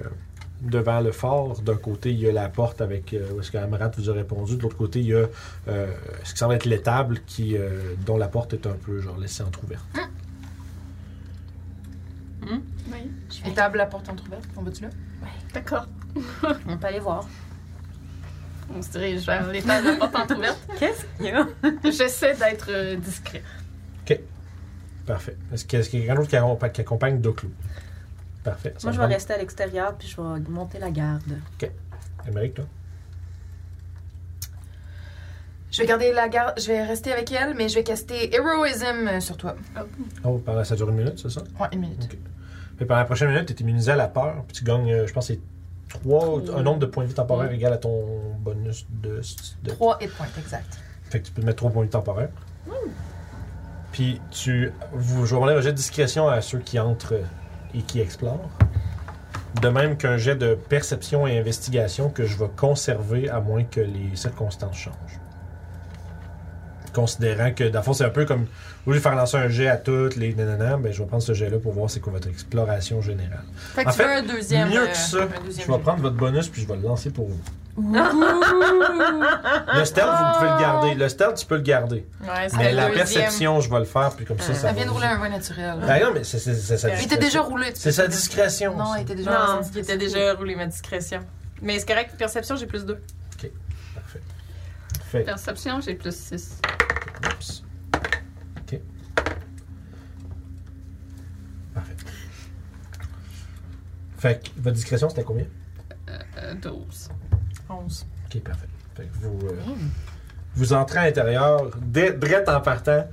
A: devant le fort. D'un côté, il y a la porte avec euh, où est-ce qu'Amarat vous a répondu. De l'autre côté, il y a euh, ce qui semble être l'étable qui euh, dont la porte est un peu genre laissée entrouverte.
B: Oui,
D: une table à porte entrouverte, on va-tu là?
B: d'accord.
G: On peut aller voir.
B: On se dirige vers l'étage de la porte entrouverte.
G: Qu'est-ce qu'il y a?
B: J'essaie d'être euh, discret.
A: Parfait. Est-ce qu'il y a est-ce qu'il y a quelqu'un d'autre qui accompagne, qui accompagne Doclou? Parfait. Ça
G: Moi, je
A: va.
G: vais rester à l'extérieur, puis je vais monter la garde.
A: Émeric, toi?
D: Je vais garder la garde, je vais rester avec elle, mais je vais caster Heroism euh, sur toi.
A: Oh, pendant- ça dure une minute, c'est ça?
D: Ouais, une minute.
A: Ok. Puis pendant la prochaine minute, tu es immunisé à la peur, puis tu gagnes, euh, je pense, que c'est trois, un nombre de points de vie temporaire
G: Mm.
A: égal à ton bonus de, de-
D: 3 et point, exact.
A: Fait que tu peux te mettre trois points de vie temporaire. Puis tu. Vous, je vais demander un jet de discrétion à ceux qui entrent et qui explorent. De même qu'un jet de perception et investigation que je vais conserver à moins que les circonstances changent. Considérant que, dans le fond, c'est un peu comme. Au lieu de faire lancer un jet à toutes les nanana, ben, je vais prendre ce jet-là pour voir c'est quoi votre exploration générale.
D: Fait que
A: En
D: tu
A: fait,
D: veux un deuxième.
A: Mieux
D: euh,
A: que ça,
D: un
A: je
D: deuxième
A: vais
D: jeu.
A: prendre votre bonus puis je vais le lancer pour vous. le stealth, vous pouvez le garder. Le stealth, tu peux le garder.
D: Ouais, Ah! c'est
A: Mais
D: le
A: la
D: deuxième.
A: perception, je vais le faire, puis comme ça, ça
D: Elle vient de
A: va-
D: rouler un voie naturel.
A: Ben non, mais c'est c'est- c'est sa
D: il était
A: discrétion.
D: déjà roulé. tu
A: C'est sa
D: peux-
A: discrétion.
D: Non,
A: ça.
D: il était déjà
F: Non,
D: roulé.
F: il était déjà roulé ma discrétion. Mais c'est correct, perception, j'ai plus 2.
A: Parfait. Fait.
B: Perception, j'ai plus 6.
A: Oups. OK. Parfait. Fait que votre discrétion, c'était combien?
B: euh, 12.
F: 11.
A: Ok, parfait. Fait que vous, euh, vous entrez à l'intérieur, dès- drette en partant.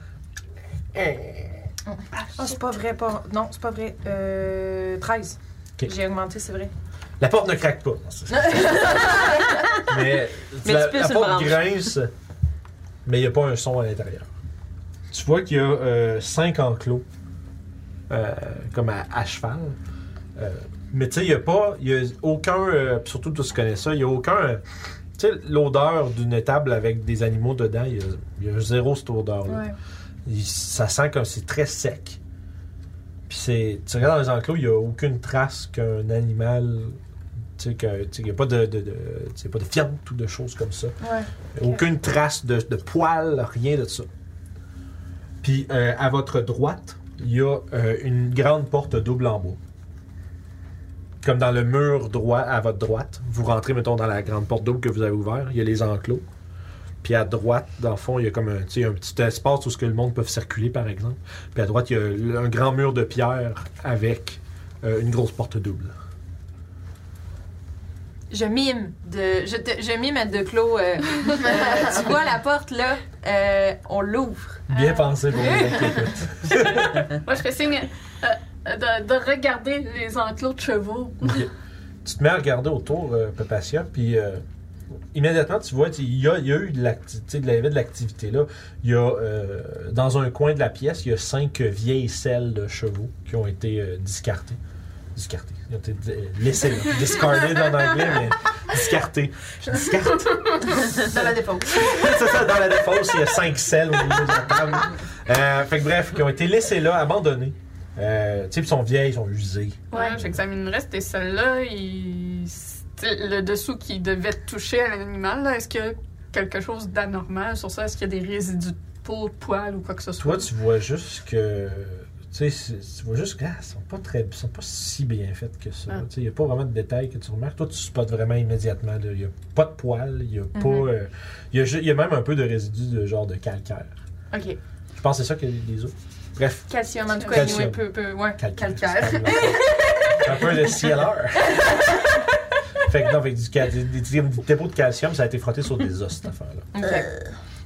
A: Eh,
J: Oh, c'est pas vrai, pas. Non, c'est pas vrai. Euh, 13.
A: Ok.
J: J'ai augmenté, c'est vrai.
A: La porte ne craque pas. mais
G: Mais
A: la,
G: tu peux
A: la
G: sur le
A: porte
G: branche.
A: grince, mais il n'y a pas un son à l'intérieur. Tu vois qu'il y a euh, cinq enclos, euh, comme à, à cheval. Euh, mais tu sais, il n'y a pas, il y a aucun, euh, surtout tous connais ça, il n'y a aucun. euh, tu sais, l'odeur d'une étable avec des animaux dedans, il y a- il y, a zéro cette odeur-là.
D: Ouais.
A: Il- ça sent comme c'est très sec. Puis c'est, tu regardes dans les enclos, il n'y a aucune trace qu'un animal, tu sais, que- tu sais, il n'y a pas de, de, de- tu sais, pas de fiente ou de choses comme ça.
D: Ouais.
A: Aucune trace de, de poils, rien de ça. Puis euh, à votre droite, il y a euh, une grande porte double en bois. Comme dans le mur droit à votre droite, vous rentrez, mettons, dans la grande porte double que vous avez ouverte, il y a les enclos. Puis à droite, dans le fond, il y a comme un, tu sais, un petit espace où ce que le monde peut circuler, par exemple. Puis à droite, il y a l- un grand mur de pierre avec euh, une grosse porte double.
C: Je mime de. Je, te- je mime à deux clos. euh, euh, tu vois la porte là, euh, on l'ouvre.
A: Bien pensé pour vous autres qui écoutent.
B: Moi, je fais signe euh, de, de regarder les enclos de chevaux.
A: Ok. tu te mets à regarder autour, euh, Papacia, puis euh, immédiatement, tu vois, tu- il y a, il y a eu de l'activité, de la- il y avait de l'activité là. Il y a, euh, dans un coin de la pièce, il y a cinq euh, vieilles selles de chevaux qui ont été euh, discartées. Discartées. Ils ont été euh, laissées là. Discarded en anglais, mais discartées. Je discarte.
D: Dans la défausse.
A: C'est ça, dans la défausse, il y a cinq selles au niveau de la table. Euh, fait que bref, qui ont été laissées là, abandonnées.
B: Hein,
A: Euh, tu sais, puis ils sont vieilles, ils sont usées.
B: Ouais, j'examinerais ces selles-là. Ils le dessous qui devait toucher à l'animal, là, est-ce qu'il y a quelque chose d'anormal sur ça? Est-ce qu'il y a des résidus de peau, de poils ou quoi que ce soit?
A: Toi, tu vois juste que. Tu sais, c'est- tu vois juste que ah, ils sont pas très, ils sont pas si bien faites que ça.
B: Ah.
A: Tu sais, il n'y a pas vraiment de détails que tu remarques. Toi, tu spots vraiment immédiatement. là. Il n'y a pas de poils, il n'y a pas. euh, Il y a ju- il y, a même un peu de résidus de genre de calcaire.
J: Ok.
A: Je pense que c'est ça que les autres. Bref,
J: Calcium, en tout cas,
A: Calcium.
J: anyway, peu, peu, ouais,
A: calcaire.
J: calcaire.
A: c'est pas mal. un peu de cieleur. fait que non, avec du, cal- des, des- des dépôts de calcium, ça a été frotté sur des os, cette affaire-là.
J: Ok.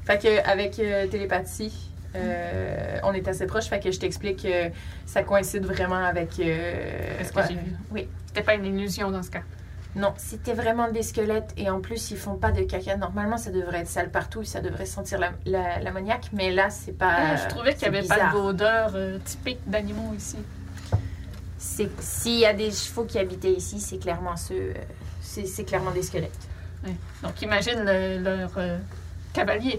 J: Fait que avec euh, télépathie, euh, on est assez proche. Fait que je t'explique, euh, ça coïncide vraiment avec. euh,
B: Est-ce que
J: ouais.
B: j'ai vu?
J: Oui.
B: C'était pas une illusion dans ce cas.
J: Non, c'était vraiment des squelettes et en plus ils font pas de caca. Normalement, ça devrait être sale partout, ça devrait sentir la- la- l'ammoniaque, mais là c'est pas.
B: Ah, je trouvais qu'il n'y
J: c'est
B: avait pas
J: bizarre.
B: d'odeur euh, typique d'animaux ici.
J: C'est s'il y a des chevaux qui habitaient ici, c'est clairement ceux, euh, c'est c'est clairement des squelettes.
B: Donc imagine le- leur euh, cavalier.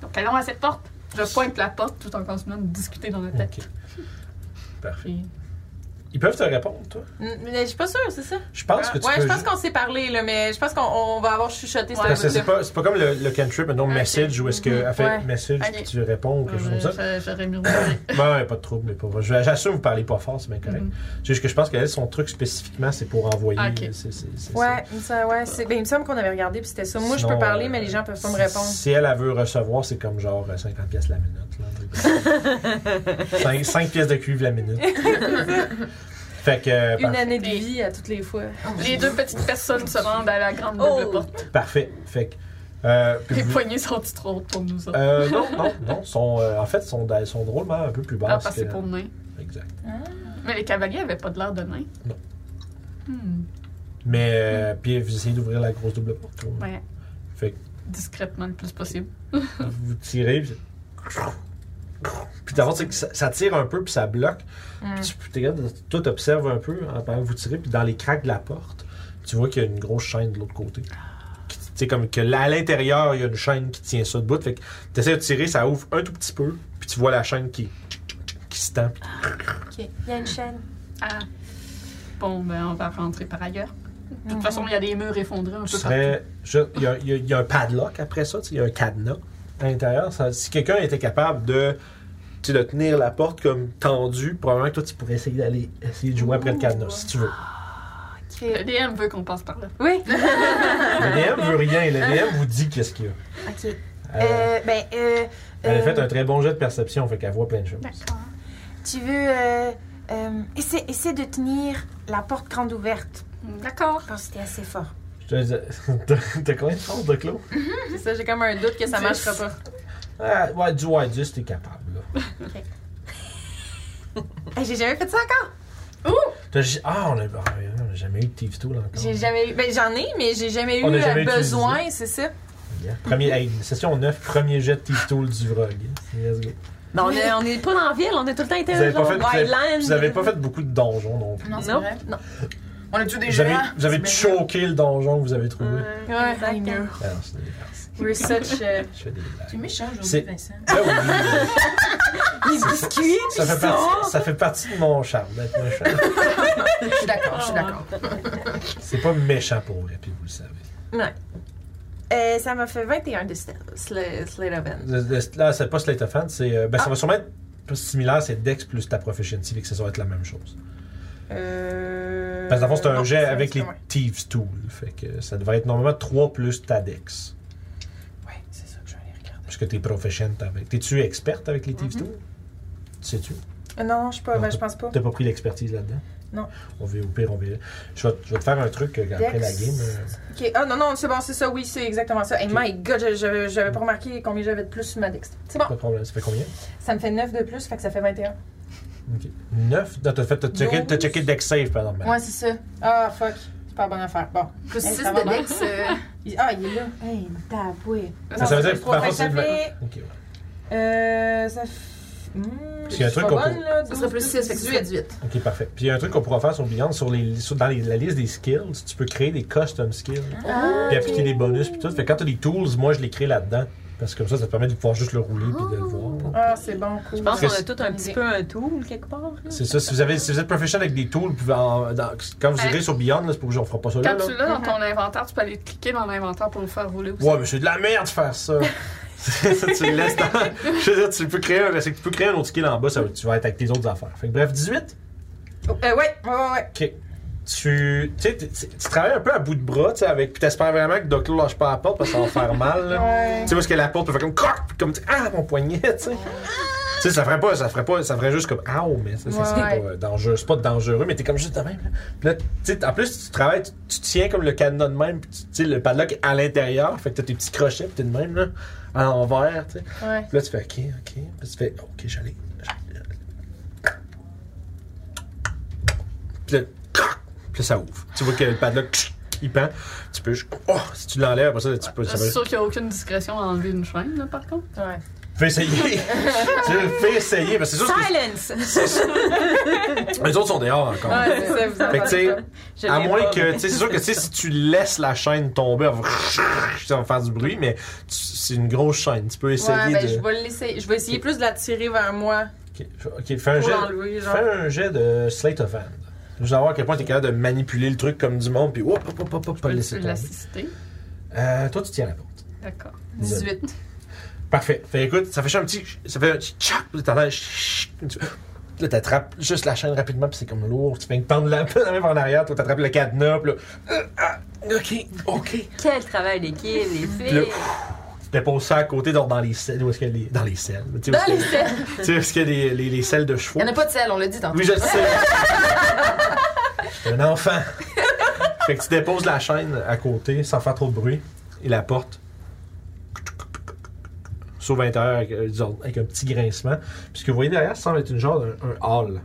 B: Donc allons à cette porte. Je pointe la porte tout en continuant de discuter dans la tête.
A: Ok. Parfait.
B: Puis,
A: Ils peuvent te répondre, toi.
F: Mais je suis pas sûre, c'est ça?
A: Je pense que tu
F: ouais,
A: peux.
F: je pense
A: ju-
F: qu'on s'est parlé, là, mais je pense qu'on on va avoir chuchoté
B: Ouais,
A: Parce que
F: ce
A: c'est
F: truc
A: pas, c'est pas comme le, le cantrip, un
B: Ok.
A: message où est-ce que elle fait
J: Ouais.
A: message
B: Allez.
A: puis tu réponds ou quelque chose comme ça.
B: euh, j'aurais murmuré.
A: Ben ouais, pas de trouble, mais pas vrai. Je- J'assume, vous parlez pas fort, c'est bien correct.
J: Mm-hmm.
A: C'est juste que je pense qu'elle, son truc spécifiquement, c'est pour envoyer.
B: Ah, ok.
A: euh, c'est- c'est- c'est-
J: Ouais, ça, ouais, c'est- ben, il me semble qu'on avait regardé puis c'était ça.
A: c'est-
J: Moi, je
A: sinon,
J: peux parler,
A: euh,
J: mais les gens peuvent pas me
A: si-
J: répondre.
A: Si elle, elle veut recevoir, c'est comme genre euh, 50 pièces la minute. Là, 5, pièces de cuivre la minute. fait que, euh,
J: Une
A: parfait.
J: année de vie à toutes les fois.
B: Les deux petites personnes se rendent à la grande double
F: Oh!
B: porte.
A: parfait. Fait que, euh, puis
B: Les
A: vous-
B: poignées sont trop hautes pour nous autres.
A: euh, non, non, non. Sont, euh, en fait, sont, sont drôlement un peu plus
B: Ah,
A: basses.
B: parce que
A: que-
B: c'est pour nains.
A: Exact.
B: Mais les cavaliers n'avaient pas de l'air de nains.
A: Non.
B: Hmm,
A: Mais euh, puis vous essayez d'ouvrir la grosse double porte. quoi.
B: ouais.
A: Fait que-
B: ben, Discrètement le plus possible.
A: Vous tirez, puis... Puis d'abord, c'est que ça, ça tire un peu, puis ça bloque. Puis tu- puis t'es capable de- toi, t'observes un peu en pendant que vous tirez, puis dans les craques de la porte, tu vois qu'il y a une grosse chaîne de l'autre côté. Qui- Tu sais, comme que là, à l'intérieur, il y a une chaîne qui tient ça debout. Fait que t'essaies de tirer, ça ouvre un tout petit peu, puis tu vois la chaîne qui, qui se tend. puis-
J: Ok. Il y a une chaîne.
B: Ah. Bon, ben, on va rentrer par ailleurs. De
F: Mhm.
B: toute façon, il y a des murs effondrés un peu
A: Tu
B: partout.
A: serais- je- il, y a, il y a- il y a un padlock après ça, tu sais, il y a un cadenas à l'intérieur. Ça- Si quelqu'un était capable de, tu sais, de tenir la porte comme tendue, probablement que toi, tu pourrais essayer d'aller essayer de jouer après le cadenas, si tu veux.
B: Le DM veut qu'on passe par là.
J: Oui.
A: Le DM veut rien, le DM vous dit qu'est-ce qu'il y a.
J: Ok.
A: Elle,
J: Euh, ben, euh,
A: elle a
J: euh,
A: fait un très bon jet de perception, fait qu'elle voit plein de choses.
J: Tu veux. Euh, euh, essaie, essaie de tenir la porte grande ouverte.
B: D'accord.
J: Je pense que c'était assez fort.
A: Je te dis- T'as t'as combien de force de Claude?
F: C'est ça, j'ai comme un doute que ça marchera pas.
A: Ah, ouais, du ouais, 10, t'es capable. Là.
J: Eh, J'ai jamais fait ça encore.
A: T'as ju- Ah, on a, ah, on a jamais eu de Thieves Tool encore.
F: J'ai jamais eu. Ben, j'en ai, mais j'ai jamais eu
A: On a
F: euh,
A: jamais utilisé.
F: besoin, c'est ça.
J: Mm,
A: Yeah. Premier, hey, session 9, premier jet de Thieves Tool du Vrog. Let's go.
G: Mais Ben, on est, on est pas dans la ville, on a tout le temps été
A: Vous avez, pas
G: genre
A: fait, vous avez-
G: Wildland.
A: vous avez pas fait beaucoup de donjons non plus.
D: Non, c'est
G: Non.
D: vrai.
G: Non.
D: On a tué des
A: Vous avez,
D: gens.
A: vous avez
D: C'est
A: choqué le donjon que vous avez trouvé.
F: Ouais,
G: Exactement.
A: Ah non, c'est des blagues.
J: We're such. euh,
A: Je fais des
D: Tu es
A: blagues.
D: méchant
A: C'est-
D: aujourd'hui, Vincent.
A: Ah oui,
G: Les biscuits,
A: ça, fait partie, ça fait partie de mon charme d'être méchant.
D: Je suis d'accord, je suis
J: Ah,
D: d'accord.
A: C'est pas méchant pour vrai, puis vous le savez.
J: euh, ça m'a fait 21 de stealth, sl- Slate of Hand.
A: Le- le- Là, c'est pas Slate of Hand, c'est. euh, ben, ça va sûrement être plus similaire, c'est Dex plus ta proficiency, fait que ça va être la même chose.
J: Euh,
A: Parce que dans le fond, c'est un
J: non,
A: jet
J: un
A: avec
J: petit
A: les
J: peu moins.
A: Thieves Tool. Fait que ça devrait être normalement 3 plus ta Dex.
D: Ouais, c'est ça que je vais aller regarder.
A: Parce que t'es proficient avec. T'es-tu experte avec les Thieves
J: Mhm.
A: Tool? Tu sais-tu?
J: Euh, Non, je, sais pas,
A: Non,
J: ben, je pense pas.
A: T'as pas pris l'expertise là-dedans?
J: Non.
A: On va, au pire, on va. Je vais, je vais te faire un truc euh, après
J: Dex.
A: la game. euh,
J: Ok. Ah non, non, c'est bon, c'est ça, oui, c'est exactement ça. Et
A: Ok.
J: my god, je- je- j'avais pas remarqué combien j'avais de plus sur ma dex. C'est bon,
A: Pas de problème. Ça fait combien?
J: ça me fait 9 de plus, fait que ça fait 21.
A: Ok. 9? Non, t'as fait. T'as checké, t'as checké Dex Save, par exemple.
J: Ouais, c'est ça. Ah, fuck. C'est pas la bonne affaire. Bon.
F: Plus
J: Hey,
F: 6
J: ça va
F: de
J: bien.
F: Dex. euh,
J: Il- Ah, il est là. Hey, taboué.
A: Ça, ça veut dire que
J: trois,
A: par
J: fait que ça
A: contre, c'est-
J: fait-
A: Ok, ouais.
J: Euh, ça fait.
A: Parce qu'il y a un truc qu'on peut-
F: Ça serait plus 6, fait que 18.
A: Ok, parfait. Puis il y a un truc qu'on pourra faire sur Beyond, sur les, sur- dans les- la liste des skills,
J: Ah,
A: tu peux créer des custom skills, puis appliquer des bonus, puis tout. Fait que quand t'as des tools, moi je les crée là-dedans. Parce que comme ça, ça te permet de pouvoir juste le rouler puis de le voir.
J: Ah, c'est bon, cool.
G: Je pense
A: que
G: qu'on a
A: c'est-
G: tout un petit peu un tool quelque part. là.
A: C'est ça, si vous, avez, si vous êtes professionnel avec des tools, vous pouvez en- dans- quand vous
B: Ouais.
A: irez sur Beyond, là, c'est pas obligé, on fera pas ça là.
B: Quand
A: là.
B: tu l'as dans
F: Mhm.
B: ton inventaire, tu peux aller cliquer dans l'inventaire pour le faire rouler aussi.
A: Ouais, mais c'est de la merde faire ça. ça tu le laisses dans... Je veux dire, tu peux créer un, c'est que tu peux créer un autre skill en bas, ça, va- tu vas être avec tes autres affaires. Fait que bref, 18,
F: Oh, euh, ouais, ouais, ouais, ouais.
A: tu, tu, sais, tu, tu- tu travailles un peu à bout de bras, tu sais, avec, puis t'espères vraiment que Doclo lâche pas la porte parce que ça va faire mal. là.
F: Ouais.
A: Tu sais, parce que la porte peut faire comme croc, puis comme tu- ah, mon poignet, tu sais. Tu sais, ça ferait pas, ça ferait pas, ça ferait juste comme ah, mais ça, ça, c'est
J: Ouais.
A: pas euh, dangereux, c'est pas dangereux, mais t'es comme juste de même. là. Puis là, tu sais, en plus, tu travailles, tu, tu tiens comme le cadenas de même, puis tu tu sais, le padlock est à l'intérieur, fait que t'as tes petits crochets, puis t'es de même, là, à l'envers, tu sais.
J: Ouais.
A: Puis là, tu fais ok, ok, puis tu fais ok, j'allais. j'allais. Puis là, croc, puis là, ça ouvre. Tu vois que le padlock, il pend. Tu peux, juste- oh, si tu l'enlèves, après ça, tu peux. ça
J: Ah,
B: C'est
A: va-
B: sûr qu'il n'y a aucune discrétion à enlever une chaîne, là, par contre.
A: Fais essayer. tu le fais essayer. Parce que c'est sûr que
G: Silence!
A: les autres sont dehors encore.
F: Ouais, c'est ça,
A: Fait
F: vous
A: que, tu
F: entendez
A: sais,
F: pas.
G: Je
A: à
G: l'ai
A: moins
G: pas,
A: que, tu sais, c'est sûr que, tu sais, si tu laisses la chaîne tomber, elle va- ça va faire du bruit, mais tu- c'est une grosse chaîne. Tu peux essayer
F: Ouais, ben,
A: de.
F: je vais l'essayer. Je vais essayer plus de la tirer vers moi
A: Ok, f- ok, fais un
F: pour
A: jet.
F: l'enlever, genre.
A: Fais un jet de slate of hand. Je veux savoir à quel point t'es capable de manipuler le truc comme du monde, puis hop, hop, hop, hop, hop, pas le laisser
B: Peux-tu
A: tomber.
B: l'assister?
A: Euh, toi, tu tiens la porte.
B: D'accord.
F: 18.
A: Parfait. Fait écoute, ça fait juste un petit. Ça fait un petit tchac, puis t'entends. chut, tu- Là, t'attrapes juste la chaîne rapidement, puis c'est comme lourd. Tu fais une pendre la la main en arrière, toi, t'attrapes le cadenas, puis là. euh, ah, ok, ok.
G: Quel travail d'équipe, les
A: Le-
G: filles!
A: Tu déposes ça à côté, donc dans les selles. Où est-ce qu'il y a les. Dans les selles. Tu sais, où est-ce
F: Dans
A: qu'il
F: les
A: y a-
F: selles.
A: tu sais, où est-ce qu'il y a les, les, les selles de chevaux.
F: Il n'y en a pas de sel, on l'a dit tantôt.
A: Oui, je le sais. J'étais un enfant. fait que tu déposes la chaîne à côté sans faire trop de bruit et la porte s'ouvre à l'intérieur avec, euh, disons, avec un petit grincement. Puis ce que vous voyez derrière, ça semble être une genre d'un un hall.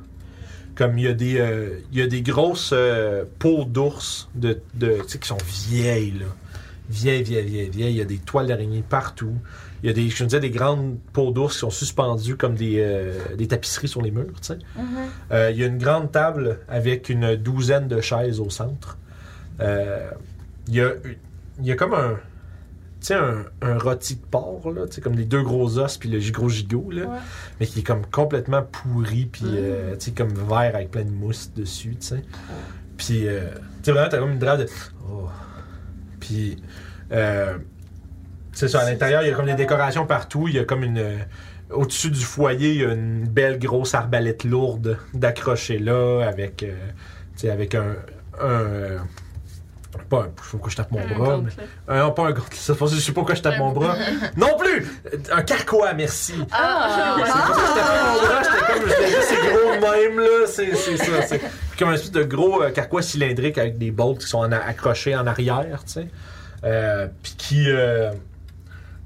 A: Comme il y a des, euh, il y a des grosses euh, peaux d'ours de, de, tu sais, qui sont vieilles. Là. Vieilles, vieilles, vieilles, vieilles. Il y a des toiles d'araignée partout. Il y a des, je me disais, des grandes peaux d'ours qui sont suspendues comme des, euh, des tapisseries sur les murs. tu sais. Euh, Il y a une grande table avec une douzaine de chaises au centre. Euh, Il y, a, il y a comme un, tu sais, un, un rôti de porc, là, tu sais, comme les deux gros os puis le gi- gros gigot, là, mais qui est comme complètement pourri, puis euh, tu sais, comme vert avec plein de mousse dessus. tu sais. Puis, euh, tu sais, vraiment, t'as comme une drape de. Oh. Puis, euh, c'est ça, à l'intérieur, il y a comme des décorations partout. Il y a comme une. euh, Au-dessus du foyer, il y a une belle grosse arbalète lourde d'accrocher là, avec. euh, tu sais, avec un. un euh, pas un. Faut que je tape mon
B: Un
A: bras.
B: compte,
A: mais-
B: là.
A: euh, non, pas un gauntlet. Ça, Je sais pas pourquoi je tape mon bras. Non plus! Un carquois, merci.
B: Ah!
A: C'est pour ça que je tapais mon bras, j'étais comme, j'étais juste, c'est gros de même, là. C'est, c'est ça. C'est comme un espèce de gros euh, carquois cylindrique avec des bolts qui sont en- accrochés en arrière, tu sais. Euh, puis qui. euh,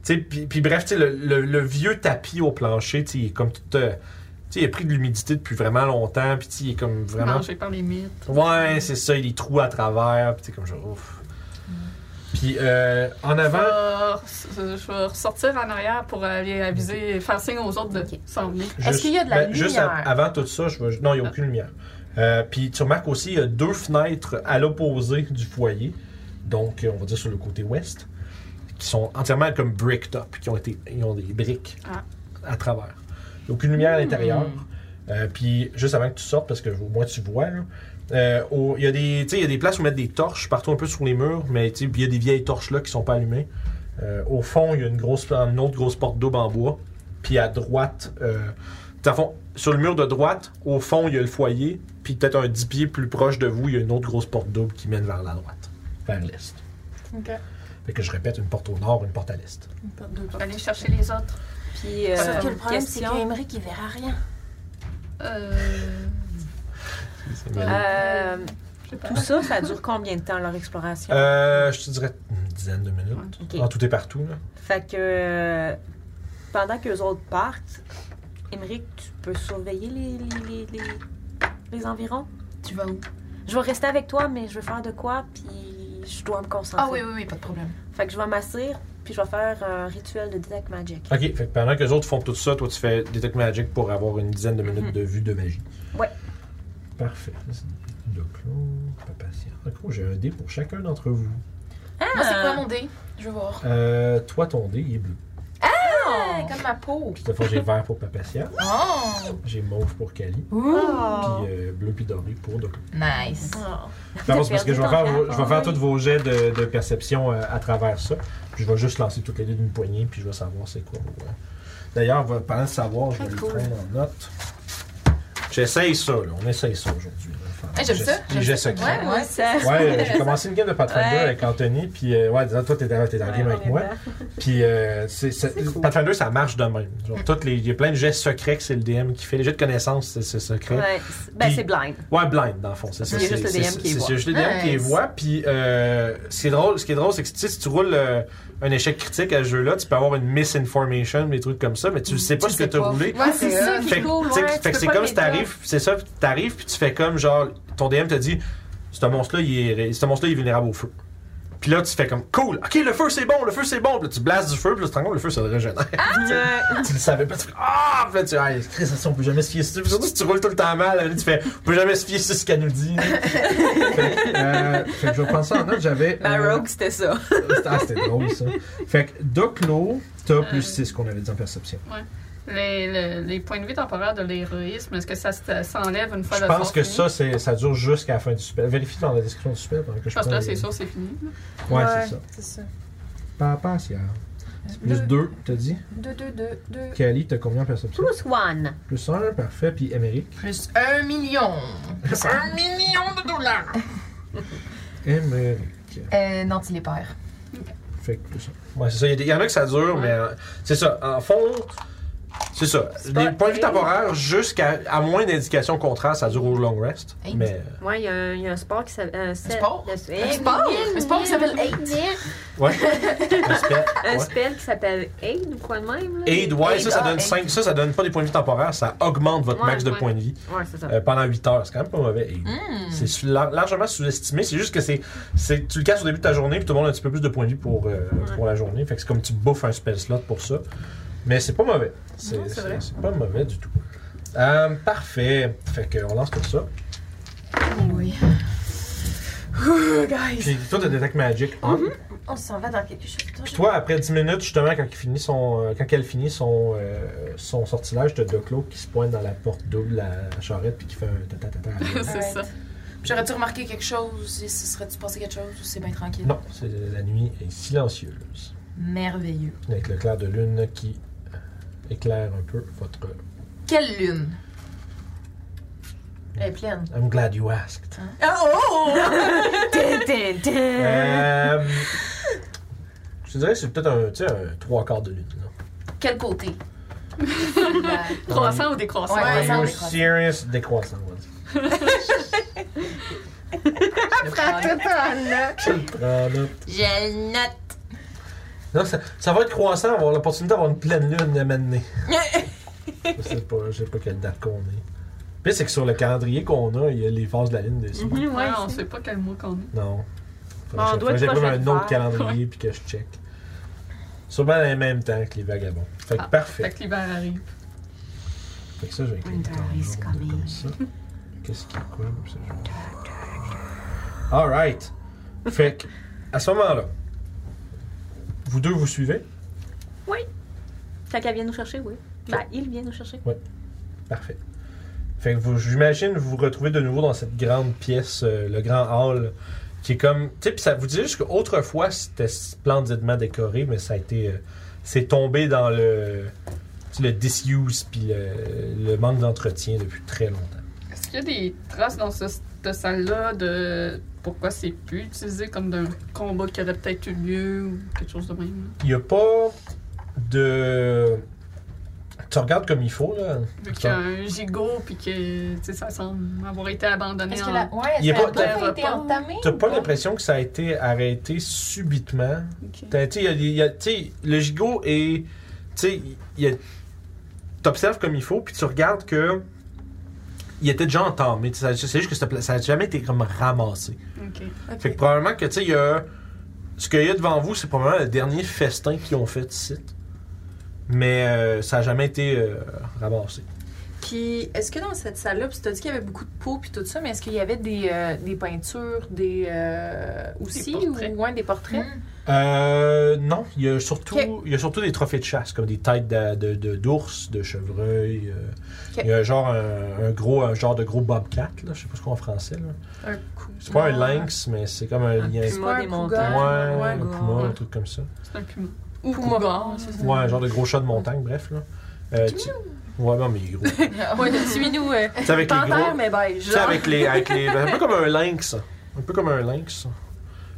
A: tu sais, puis, puis bref, tu sais, le, le- le vieux tapis au plancher, tu sais, il est comme tout. euh, tu sais, il a pris de l'humidité depuis vraiment longtemps, puis tu sais, il est comme vraiment
B: Mangé par les mythes.
A: Ouais, c'est ça, il y a des trous à travers, puis t'es comme genre ouf. Puis euh, en avant,
B: Je vais re- je vais ressortir en arrière pour aller aviser, faire signe aux autres de s'en venir.
A: juste-
J: qu'il y a de la
A: ben, Juste a-
J: lumière?
A: avant tout ça, je vais- non, il n'y a aucune lumière. Euh, puis tu remarques aussi, il y a deux fenêtres à l'opposé du foyer, donc euh, on va dire sur le côté ouest, qui sont entièrement comme brick top, qui ont été, ils ont des briques
B: Ah.
A: à travers. Il n'y a aucune lumière à l'intérieur.
J: Hmm.
A: Euh, puis juste avant que tu sortes, parce que au moins tu vois, là, euh, au- il y, a des- tu sais, il y a des places où mettre des torches partout un peu sur les murs, mais tu sais, il y a des vieilles torches là qui sont pas allumées. Euh, au fond, il y a une, grosse, une autre grosse porte d'aube en bois. Puis à droite, euh, dans le fond, sur le mur de droite, au fond, il y a le foyer. Puis peut-être un 10 pieds plus proche de vous, il y a une autre grosse porte double qui mène vers la droite, vers l'est.
F: Ok.
A: Fait que je répète, une porte au nord, une porte à l'est.
B: Aller chercher les autres.
G: Puis, euh,
B: Sauf
J: Sauf que le problème, c'est
G: question.
J: qu'Emeric, il verra rien.
B: Euh.
G: Euh,
B: Je sais pas.
G: tout ça, ça dure combien de temps leur exploration?
A: Euh, je te dirais une dizaine de minutes.
G: Ok.
A: En tout et partout. Là.
G: Fait que euh, pendant que les autres partent, Émeric, tu peux surveiller les, les, les, les, les environs?
D: Tu vas où
G: Je vais rester avec toi, mais je vais faire de quoi, puis je dois me concentrer.
D: Ah oui, oui, oui, pas de problème.
G: Fait que je vais m'asseoir, puis je vais faire un rituel de Detect Magic.
A: Ok, fait que pendant que les autres font tout ça, toi tu fais Detect Magic pour avoir une dizaine de minutes de vue de magie.
G: Ouais.
A: Parfait. De clos, pas patient. D'accord, j'ai un dé pour chacun d'entre vous.
D: Ah,
J: Moi, c'est quoi mon dé? Je vais voir.
A: Euh, toi, ton dé, il est bleu.
D: de ma peau.
A: Cette fois, j'ai vert pour Papatia,
D: Oh!
A: j'ai mauve pour Cali,
C: Oh.
A: puis euh, bleu puis doré pour Doku.
D: Nice.
G: Oh.
A: Non, c'est parce que je vais faire, vos-
C: ton
A: je vais faire tous vos jets de, de perception euh, à travers ça. Puis je vais juste lancer toutes les deux d'une poignée, puis je vais savoir c'est quoi. ouais. D'ailleurs, va- pendant de savoir, je vais le prendre en note. J'essaye ça, là. On essaye ça aujourd'hui. là.
D: Eh, j'aime
A: J'ai-
D: ça,
A: Les
D: j'aime
A: jets secrets.
D: Ouais, ouais.
F: ça.
A: Ouais, euh, j'ai commencé une game de Pathfinder
F: Ouais.
A: avec Anthony, puis euh, ouais, disant, toi, t'es dans, t'es dans le game avec moi. Puis euh, c'est- c'est- Pathfinder, ça marche de même. Genre, toutes les- il y a plein de gestes secrets que c'est le DM qui fait. Les jets de connaissances, c'est c'est secret.
F: Ouais, c'est- ben
A: Puis-
F: c'est blind.
A: Ouais, blind, dans le fond. C'est ça.
F: Il y a juste le
A: c'est-
F: DM qui les
A: c'est-
F: voit.
A: C'est juste le DM qui les
D: Nice.
A: voit. Puis, euh, ce qui est drôle, ce qui est drôle, c'est que tu sais, si tu roules euh, un échec critique à ce jeu-là, tu peux avoir une misinformation, des trucs comme ça, mais
F: Mm.
A: tu ne sais pas ce que tu as roulé.
J: Ouais, c'est ça qui
A: Fait
J: est
A: que
J: cool.
A: t'sais,
J: ouais,
A: fait
J: tu
A: que
J: peux
A: c'est
J: pas
A: comme
J: le
A: si t'arrives, c'est ça, puis t'arrives, puis tu fais comme genre, ton DM te dit, ce monstre-là, il est, ce monstre-là, il est vulnérable au feu. Puis là, tu fais comme cool, ok, le feu c'est bon, le feu c'est bon, puis là, tu blastes du feu, puis là, tu te rends compte, le feu ça le régénère.
J: Ah!
A: tu le savais pas, tu fais ah, puis là, tu ah, Chris, ça, on peut jamais se fier sur Puis surtout si tu roules tout le temps mal, là, tu fais, on peut jamais se fier sur ce qu'elle nous dit. fait, que, euh, fait que je vais prendre ça en note, j'avais.
F: Ma
A: euh,
F: rogue, c'était ça.
A: ah, c'était drôle ça. Fait que Doclo, t'as
J: Euh.
A: plus 6 qu'on avait dit en perception.
B: Les, le- les points de vie temporaires de l'héroïsme, est-ce que ça se- s'enlève une fois
A: Je
B: le
A: pense
B: sort
A: que
B: fini?
A: ça, c'est- ça dure jusqu'à la fin du spell. Vérifie dans la description du spell pendant que je
B: Parce que
A: prends
B: là,
A: les-
B: c'est sûr, c'est fini.
A: Ouais,
J: Ouais.
A: hein, c'est ça.
J: C'est ça.
A: Papa, c'est un. C'est plus 2, t'as dit.
J: 2, 2, 2, 2.
A: Kali, t'as combien en perception?
G: Plus one.
A: Plus 1, parfait. Puis Émeric.
D: Plus un million.
E: Un million de dollars!
A: Émeric.
D: Euh, non, tu les perds.
A: Fait que plus 1. Ouais, c'est ça. Il y a des- il y, en a que ça dure, mais euh, c'est ça. En fond, c'est ça. Les points de vue temporaires, jusqu'à à moins d'indications contraires, ça dure au long rest.
D: Hey.
A: Mais. euh,
G: Moi, il y, a un- il y a un sport qui s'appelle. Un, set-
D: sport?
G: Un,
D: Un
G: un
D: sport? Un sport qui s'appelle Eight.
A: Ouais. Un spell,
G: Un
A: ouais.
G: spell qui s'appelle Aid ou quoi de même. là.
A: Aid, ouais,
D: Aid,
A: ça, ça
D: ah,
A: donne
D: aid.
A: 5. Ça, ça donne pas des points de vue temporaires, ça augmente votre
G: Ouais,
A: max de
G: ouais.
A: points de vie.
G: Ouais, c'est ça.
A: Euh, pendant 8 heures. C'est quand même pas mauvais. Et
B: Hmm.
A: C'est su- lar- largement sous-estimé. C'est juste que c'est, c'est- tu le casses au début de ta journée, puis tout le monde a un petit peu plus de points de vie pour, euh, pour la journée. Fait que c'est comme tu bouffes un spell slot pour ça. Mais c'est pas mauvais. C'est,
B: Non, c'est
A: c'est-
B: vrai.
A: c'est pas mauvais du tout. Euh, parfait. Fait qu'on lance pour ça.
B: Oh
D: Oui.
A: Puis toi, t'as Detect Magic on.
B: Mm-hmm.
C: On s'en va dans quelque chose. Attends,
A: Puis
C: je-
A: toi, après 10 minutes, justement, quand, il finit son, euh, quand elle finit son, euh, son sortilège, t'as Doclo qui se pointe dans la porte double à la charrette, puis qui fait un ta-ta-ta-ta.
B: c'est ça.
D: J'aurais-tu remarqué quelque chose? Et ce serait-tu passé quelque chose ou c'est bien tranquille?
A: non, c'est, la nuit est silencieuse.
D: Merveilleux.
A: avec le clair de lune qui euh, éclaire un peu votre.
D: Quelle lune? Elle est pleine.
A: I'm glad you asked.
D: Oh!
A: Euh, je te dirais que c'est peut-être un, tu sais, un trois quarts de lune. Là.
D: Quel côté?
B: Croissant ou décroissant?
D: Ouais,
A: Are
D: ouais,
A: you
D: décroissant.
A: serious décroissant, on va dire. Je le prends, là.
D: Je note.
A: Non, ça, ça va être croissant, on va avoir l'opportunité d'avoir une pleine lune à mener. je sais pas, je sais pas quelle date qu'on est. Puis c'est que sur le calendrier qu'on a, il y a les phases de la lune dessus.
G: Mhm, ouais,
B: Ouais, on
G: c'est-
B: sait pas quel mot qu'on est.
A: Non. Faudrait que je-
G: Bon, on doit être
A: faudrait que j'aille
G: proche
A: prendre
G: de
A: un autre
G: faire.
A: calendrier puis que je check. Sûrement dans les mêmes temps que les vagabonds. Fait que
B: Ah,
A: parfait.
B: Fait que l'hiver arrive.
A: Fait que ça, je vais écrire
G: Winter
A: dans le
G: is
A: journal
G: coming.
A: comme ça. Qu'est-ce qu'il y a quoi comme ça? Alright. Fait que, à ce moment-là, vous deux vous suivez.
G: Quand elle vient nous chercher, oui. Ben, il vient nous chercher.
A: Parfait. Fait que vous, j'imagine, vous vous retrouvez de nouveau dans cette grande pièce, euh, le grand hall, qui est comme. Tu sais, puis ça vous dit juste qu'autrefois, c'était splendidement décoré, mais ça a été. euh, c'est tombé dans le. tu sais, le disuse, puis le, le manque d'entretien depuis très longtemps.
B: Est-ce qu'il y a des traces dans ce- cette salle-là de pourquoi c'est plus utilisé comme d'un combat qui aurait peut-être eu lieu ou quelque chose de même?
A: Il n'y a pas de. Tu regardes comme il faut, là.
B: Vu qu'il y a un gigot puis que tu sais, ça semble avoir été abandonné
D: Est-ce
B: en...
D: que la. Ouais,
A: Il est
D: est-ce que
A: pas-
D: la bouffe a été
B: t'as-
D: entamée?
A: T'as
D: ou
A: pas l'impression que ça a été arrêté subitement.
B: Ok.
A: T'as- t'sais, y a- y a- t'sais, le gigot est. t'sais, y a- T'observes comme il faut, puis tu regardes que. Il était déjà entamé. t'sais, ça- C'est juste que ça pla- ça n'a jamais été comme ramassé.
B: Ok.
A: Fait que probablement que, tu sais, il y a. Ce qu'il y a devant vous, c'est probablement le dernier festin qu'ils ont fait ici. Mais euh, ça n'a jamais été euh, ramassé.
D: Qui
F: Puis, est-ce que dans cette salle-là, puis tu t'as dit qu'il y avait beaucoup de peau puis tout ça, mais est-ce qu'il y avait des, euh, des peintures, des euh, aussi, ou
B: portraits.
F: ouais, des portraits?
D: Mmh.
A: Euh, non, il y, a surtout, il y a surtout des trophées de chasse, comme des têtes de- de- de- d'ours, de, chevreuils. euh.
F: Ok.
A: Il y a genre un, un gros, un genre de gros bobcat, là, je sais pas ce qu'on en français. là.
F: Un coup.
A: C'est pas un lynx, mais c'est comme un lien.
G: C'est pas
F: un
G: des
F: cougar.
G: montagnes.
A: ouais, un
G: cougar.
A: puma, un truc comme ça.
B: C'est un puma. Ou
F: Puma.
B: Cougar, c'est ça.
A: Ouais, un genre de gros chat de montagne, bref. Là. Euh, tu- Ouais, non, mais il est gros. Tu
F: Ouais, le petit minou, euh,
A: sais, avec les gros.
F: panthère, mais beige.
A: Tu sais,
F: genre.
A: avec les, avec les. Un peu comme un lynx. Un peu comme un lynx.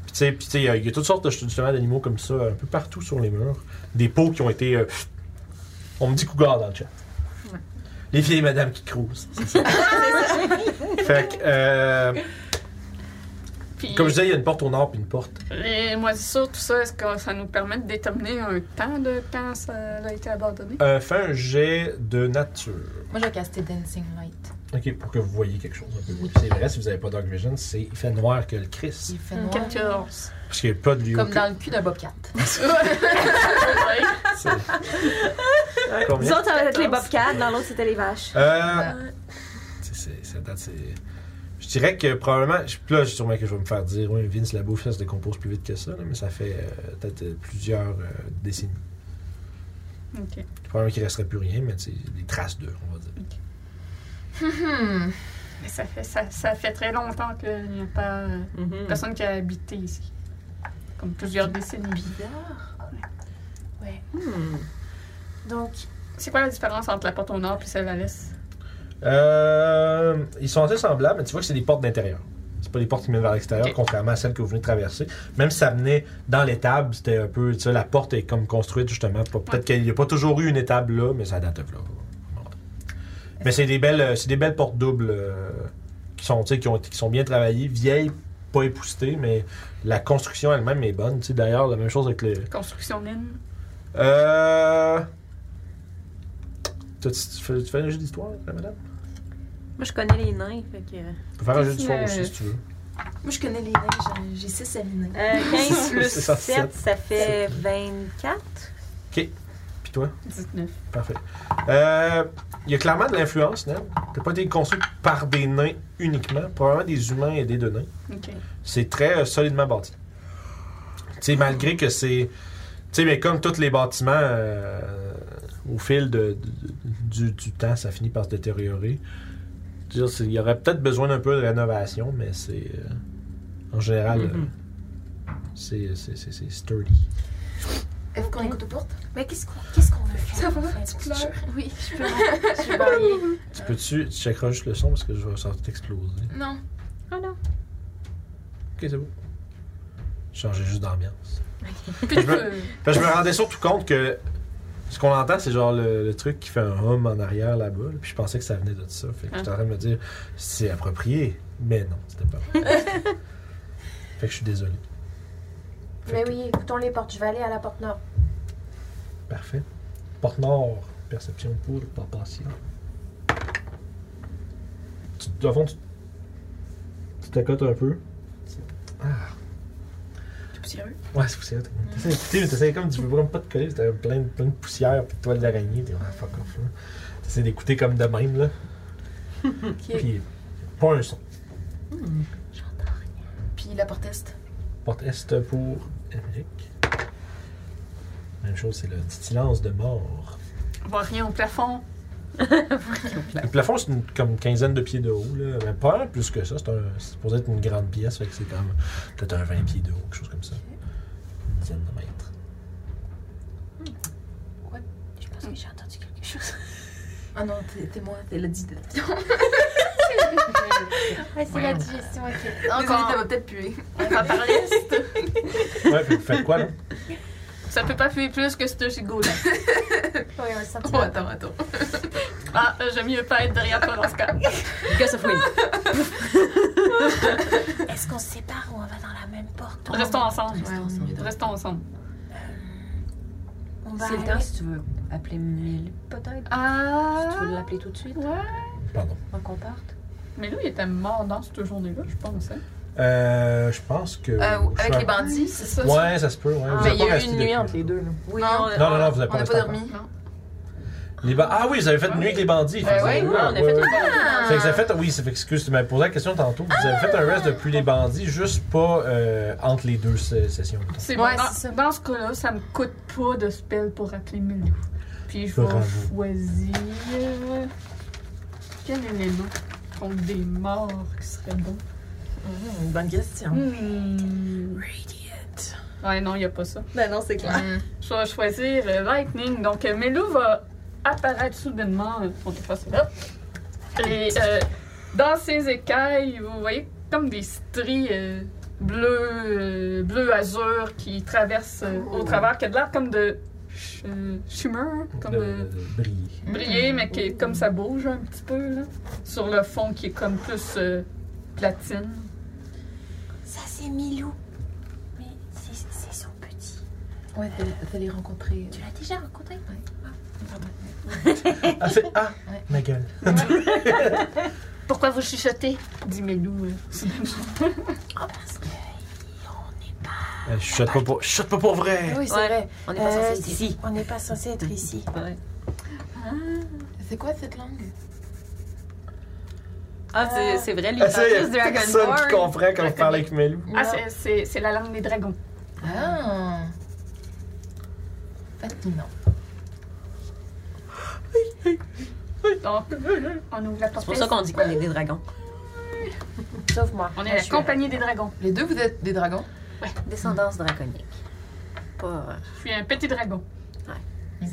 A: Puis tu sais, puis tu sais, il y a- il y a toutes sortes de, justement d'animaux comme ça, un peu partout sur les murs. Des peaux qui ont été. euh, on me dit cougar dans le chat. Les vieilles madames qui crousent. c'est ça. fait que, euh,
B: Puis,
A: comme je disais, il y a une porte au nord puis une porte.
B: les moisissures, tout ça, est-ce que ça nous permet de déterminer un temps de quand ça a été abandonné?
A: Euh, fais un jet de nature.
D: Moi, j'ai casté Dancing Light.
A: Ok, pour que vous voyez quelque chose un peu. Puis C'est vrai, si vous n'avez pas Dark Vision, c'est il fait noir que le Christ.
D: Il fait
B: Une
D: noir.
B: 14.
A: Parce qu'il n'y a pas de lieu.
D: Comme dans le cul d'un bobcat.
G: Nous autres, ça va être les bobcats, dans l'autre, c'était les vaches.
A: Euh, c'est- c'est- ça date, c'est- Je dirais que probablement. je- Là, sûrement que je vais me faire dire, oui, Vince, la bouffe, ça se décompose plus vite que ça, là, mais ça fait euh, peut-être euh, plusieurs euh, décennies.
B: Ok.
A: Probablement qu'il ne resterait plus rien, mais c'est des traces d'eux, on va dire.
B: Mais ça fait, ça, ça fait très longtemps qu'il n'y a pas euh,
G: Mhm.
B: personne qui a habité ici. Comme plusieurs décennies.
G: Hmm.
J: Donc,
B: C'est quoi la différence entre la porte au nord et celle à l'est?
A: Euh, ils sont assez semblables, mais tu vois que c'est des portes d'intérieur. C'est pas des portes qui mènent vers l'extérieur,
B: Ok.
A: contrairement à celles que vous venez de traverser. Même si ça venait dans l'étable, c'était un peu. Tu sais, la porte est comme construite justement. pour- Peut-être qu'il n'y a pas toujours eu une étable là, mais ça date de là. Mais c'est des belles, euh, c'est des belles portes doubles euh, qui sont, tu sais, qui ont, été- qui sont bien travaillées, vieilles, pas époustées, mais la construction elle-même est bonne. Tu sais, d'ailleurs, la même chose avec le,
B: Construction mine.
A: euh... toi, Tu, tu fais, tu fais un jeu d'histoire, la madame?
G: Moi, je connais les nains, fait que... Euh,
A: Tu peux faire un jeu d'histoire
B: Euh,
A: aussi, si tu veux.
F: Moi, je connais les nains, j'ai- j'ai 6 à nains.
G: 15 Euh, plus
A: C'est ça,
G: 7, ça fait 24.
A: Puis toi?
B: 19.
A: Parfait. Euh, Il y a clairement de l'influence, Neb. T'as pas été construit par des nains uniquement, probablement des humains et des de nains.
B: Ok.
A: C'est très euh, solidement bâti. Tu sais, malgré que c'est. Tu sais, mais comme tous les bâtiments, euh, au fil de, de- du, du temps, ça finit par se détériorer. Je veux dire, c'est- Il y aurait peut-être besoin d'un peu de rénovation, mais c'est. euh, en général, euh,
G: Mhm.
A: c'est- c'est- c'est c'est sturdy.
D: Est-ce
F: Hein?
D: qu'on écoute aux portes?
J: mais qu'est-ce qu'on qu'est-ce qu'on veut faire? en fait?
D: Oui, je peux. Je suis baillée.
A: Tu peux-tu. Tu checkeras juste le son parce que je vais ça va t'exploser.
D: Non.
G: Ah non.
A: Ok, c'est bon. Changer juste d'ambiance.
B: Puis
A: Je me-
B: euh,
A: Parce que je me rendais surtout compte que ce qu'on entend, c'est genre le, le truc qui fait un hum en arrière là-bas. là, Puis je pensais que ça venait de ça. Fait
G: Ah.
A: que j'étais en train de me dire, c'est approprié. Mais non, c'était pas. vrai. fait que je suis désolé. Fait
J: Mais
A: que-
J: oui, écoutons les portes. Je vais aller à la porte nord.
A: Parfait. Porte Nord, perception pour pas passer. Tu, au fond, tu, tu t'accotes un peu. Ah. T'es poussiéreux? Ouais, c'est poussiéreux.
D: Mm.
A: t'es- T'essayes, t'essayes- t'essayes comme tu veux vraiment pas te coller, t'as plein, de- plein de poussière puis de toile d'araignée, t'es vraiment fuck off là. T'essayes d'écouter comme de même là. Puis, pas un son.
D: Hmm, Puis la porte est.
A: Porte Est pour Emmerich. Même chose, c'est le petit silence de mort.
B: on voit rien au plafond.
A: Le plafond, c'est une- comme une quinzaine de pieds de haut, là. Mais pas un plus que ça. C'est un- c'est supposé être une grande pièce, fait que c'est comme peut-être un 20 pieds de haut, quelque chose comme ça. Une dizaine de mètres.
J: Je pense que j'ai entendu quelque chose.
D: Ah non, t'es t'es moi, t'es la dite.
J: Ouais, c'est la digestion, ok.
D: Désolée,
B: Encore.
D: ça va peut-être puer.
B: On va par l'est.
A: Ouais, fait que vous faites quoi, là?
B: Ça peut pas fuir plus que ce gigot-là.
J: Oui, on le sentit.
D: Oh, attends, attends.
B: Ah, euh, j'aime mieux pas être derrière toi dans ce cas.
G: Que ça fouille.
J: Est-ce qu'on se sépare ou on va dans la même porte On-
B: Restons ensemble.
D: Ouais, on est mieux dans-
B: Restons ensemble.
J: On va
G: C'est le temps
J: aller-
G: si tu veux appeler Mille, peut-être. Si tu veux
B: Ah.
G: l'appeler tout de suite,
B: Ouais.
A: Pardon.
G: avant qu'on parte.
B: Mais lui, il était mort dans cette journée-là, je pense. hein.
A: Euh, je pense que.
D: Euh,
A: je
D: avec
A: fais-
D: les bandits, c'est ça? Ah,
A: Ouais, ça se peut, ouais. Vous
D: Mais
A: êtes
D: il
A: pas
D: y a eu
A: restés
D: une
A: depuis,
D: nuit
A: là.
D: entre les deux.
G: Oui,
D: Non.
G: on-
A: Non, non, non, vous avez
D: On
A: pas
D: n'a
A: resté
D: pas
A: encore.
D: dormi.
A: Les ba- Ah oui, vous avez fait nuit avec les bandits.
D: Ben
F: Euh,
A: effectivement.
F: ouais, ouais, on a
A: Ouais,
F: fait
A: ouais.
F: une
A: Fait que vous avez fait, oui, c'est fait, excuse, tu m'avais posé la question tantôt. Vous avez fait un reste depuis les bandits, juste pas euh, entre les deux se- sessions.
B: C'est
J: Ouais,
B: bon. Dans,
J: c'est ça.
B: dans ce cas-là, ça me coûte pas de spell pour appeler mes loups. Puis je vais
A: Bravo.
B: choisir. Quel est les loups contre des morts qui serait bon?
E: Une bonne question.
B: Hmm. Ouais, non, il n'y a pas ça.
H: Ben non, c'est clair.
D: Mm.
B: Je vais choisir euh, Lightning. Donc, euh, Melou va apparaître soudainement. euh, pour des fois, c'est là. Et euh, dans ses écailles, vous voyez comme des stries euh, bleu, euh, bleu azur qui traversent euh, au travers, qui a de l'air comme de ch- euh, shimmer, comme
A: De-
B: euh,
A: de briller.
B: briller, mais qui est- comme ça bouge un petit peu, là, sur le fond qui est comme plus euh, platine.
C: Ça, c'est Milou. Mais c'est c'est son petit.
D: Ouais, vous allez- vous allez rencontrer.
C: Tu l'as déjà rencontré
A: Ah, c'est. Ah,
D: Ouais.
A: ma gueule.
C: Pourquoi vous chuchotez
B: Dit Melou. euh,
A: Euh, Je chute pas pour, je chute pas pour vrai.
J: Oui, c'est
G: Ouais.
J: vrai.
G: On est pas
J: Euh,
G: censé être ici.
J: On n'est pas censé être ici.
D: C'est quoi cette langue
H: Ah, c'est-
G: Euh,
H: c'est vrai,
A: Ah, ça, y a
H: l'hydratrice
A: personne qui
H: Dragonborn.
A: comprend quand on parle avec Melou.
B: Ah, c'est- c'est c'est la langue des dragons.
D: Ah Fascinant.
B: Donc, on ouvre la porte.
G: C'est pour ça qu'on dit qu'on est des dragons.
C: Sauf moi.
B: On
C: Moi,
B: est la
C: je suis
B: compagnie des dragons.
D: Les deux, vous êtes des dragons
G: Descendance draconique. Pas.
B: Je suis un petit dragon.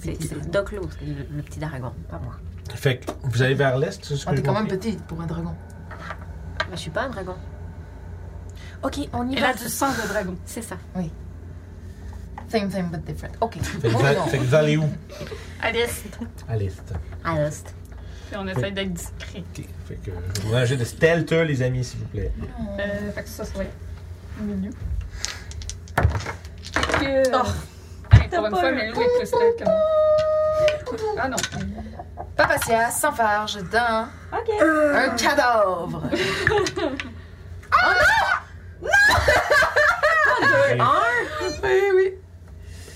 G: C'est c'est Doc Lo, le, le petit dragon, pas moi.
A: Fait que vous allez vers l'est, c'est ce que
D: Ah,
A: j'ai
D: t'es quand même
A: compris.
D: petite pour un dragon.
G: Mais je suis pas un dragon.
J: Ok, on y
B: Il
J: va.
B: a du sang de dragon.
G: C'est ça.
D: Same, same, but different. Ok.
A: Fait que vous allez- fait que vous allez où
B: À l'est.
A: À l'est.
G: À Ah, l'ost.
B: Puis on essaie d'être discret.
A: Ok. Fait que je vous jeu de stealth, les amis, s'il vous plaît.
B: Euh, fait que ça, ça va être Melou. Fait que. Ah!
H: Oh.
B: Hey,
H: T'as
B: pour une
H: pas
B: fois,
H: eu.
B: Melou est plus stable que moi. Ah non.
D: Papacia s'enfarge d'un
H: Ok.
D: un cadavre.
A: Ok.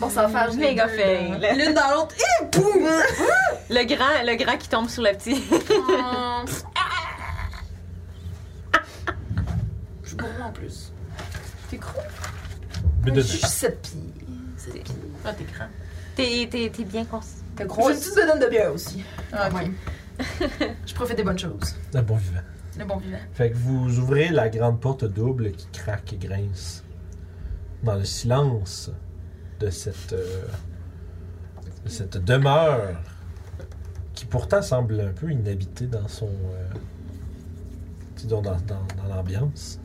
D: Bon, s'enfarge les
H: Méga
D: deux,
H: fail.
D: là.
H: L'une dans l'autre. Et boum! le grand, le grand qui tombe sur le petit.
E: Je suis gourmand en plus.
A: Mais de-
D: Je suis sept pieds.
E: Ah, t'es grand.
G: T'es t'es- t'es bien conscient.
D: T'es gros. Je suis donne de bien aussi.
E: Ah, ok.
D: Ouais. Je profite des bonnes choses.
A: Ah, bon vivant.
D: Le bon vivant.
A: Fait que vous ouvrez la grande porte double qui craque et grince dans le silence de cette, euh, de cette demeure qui pourtant semble un peu inhabitée dans son euh, dis donc, dans, dans- dans l'ambiance.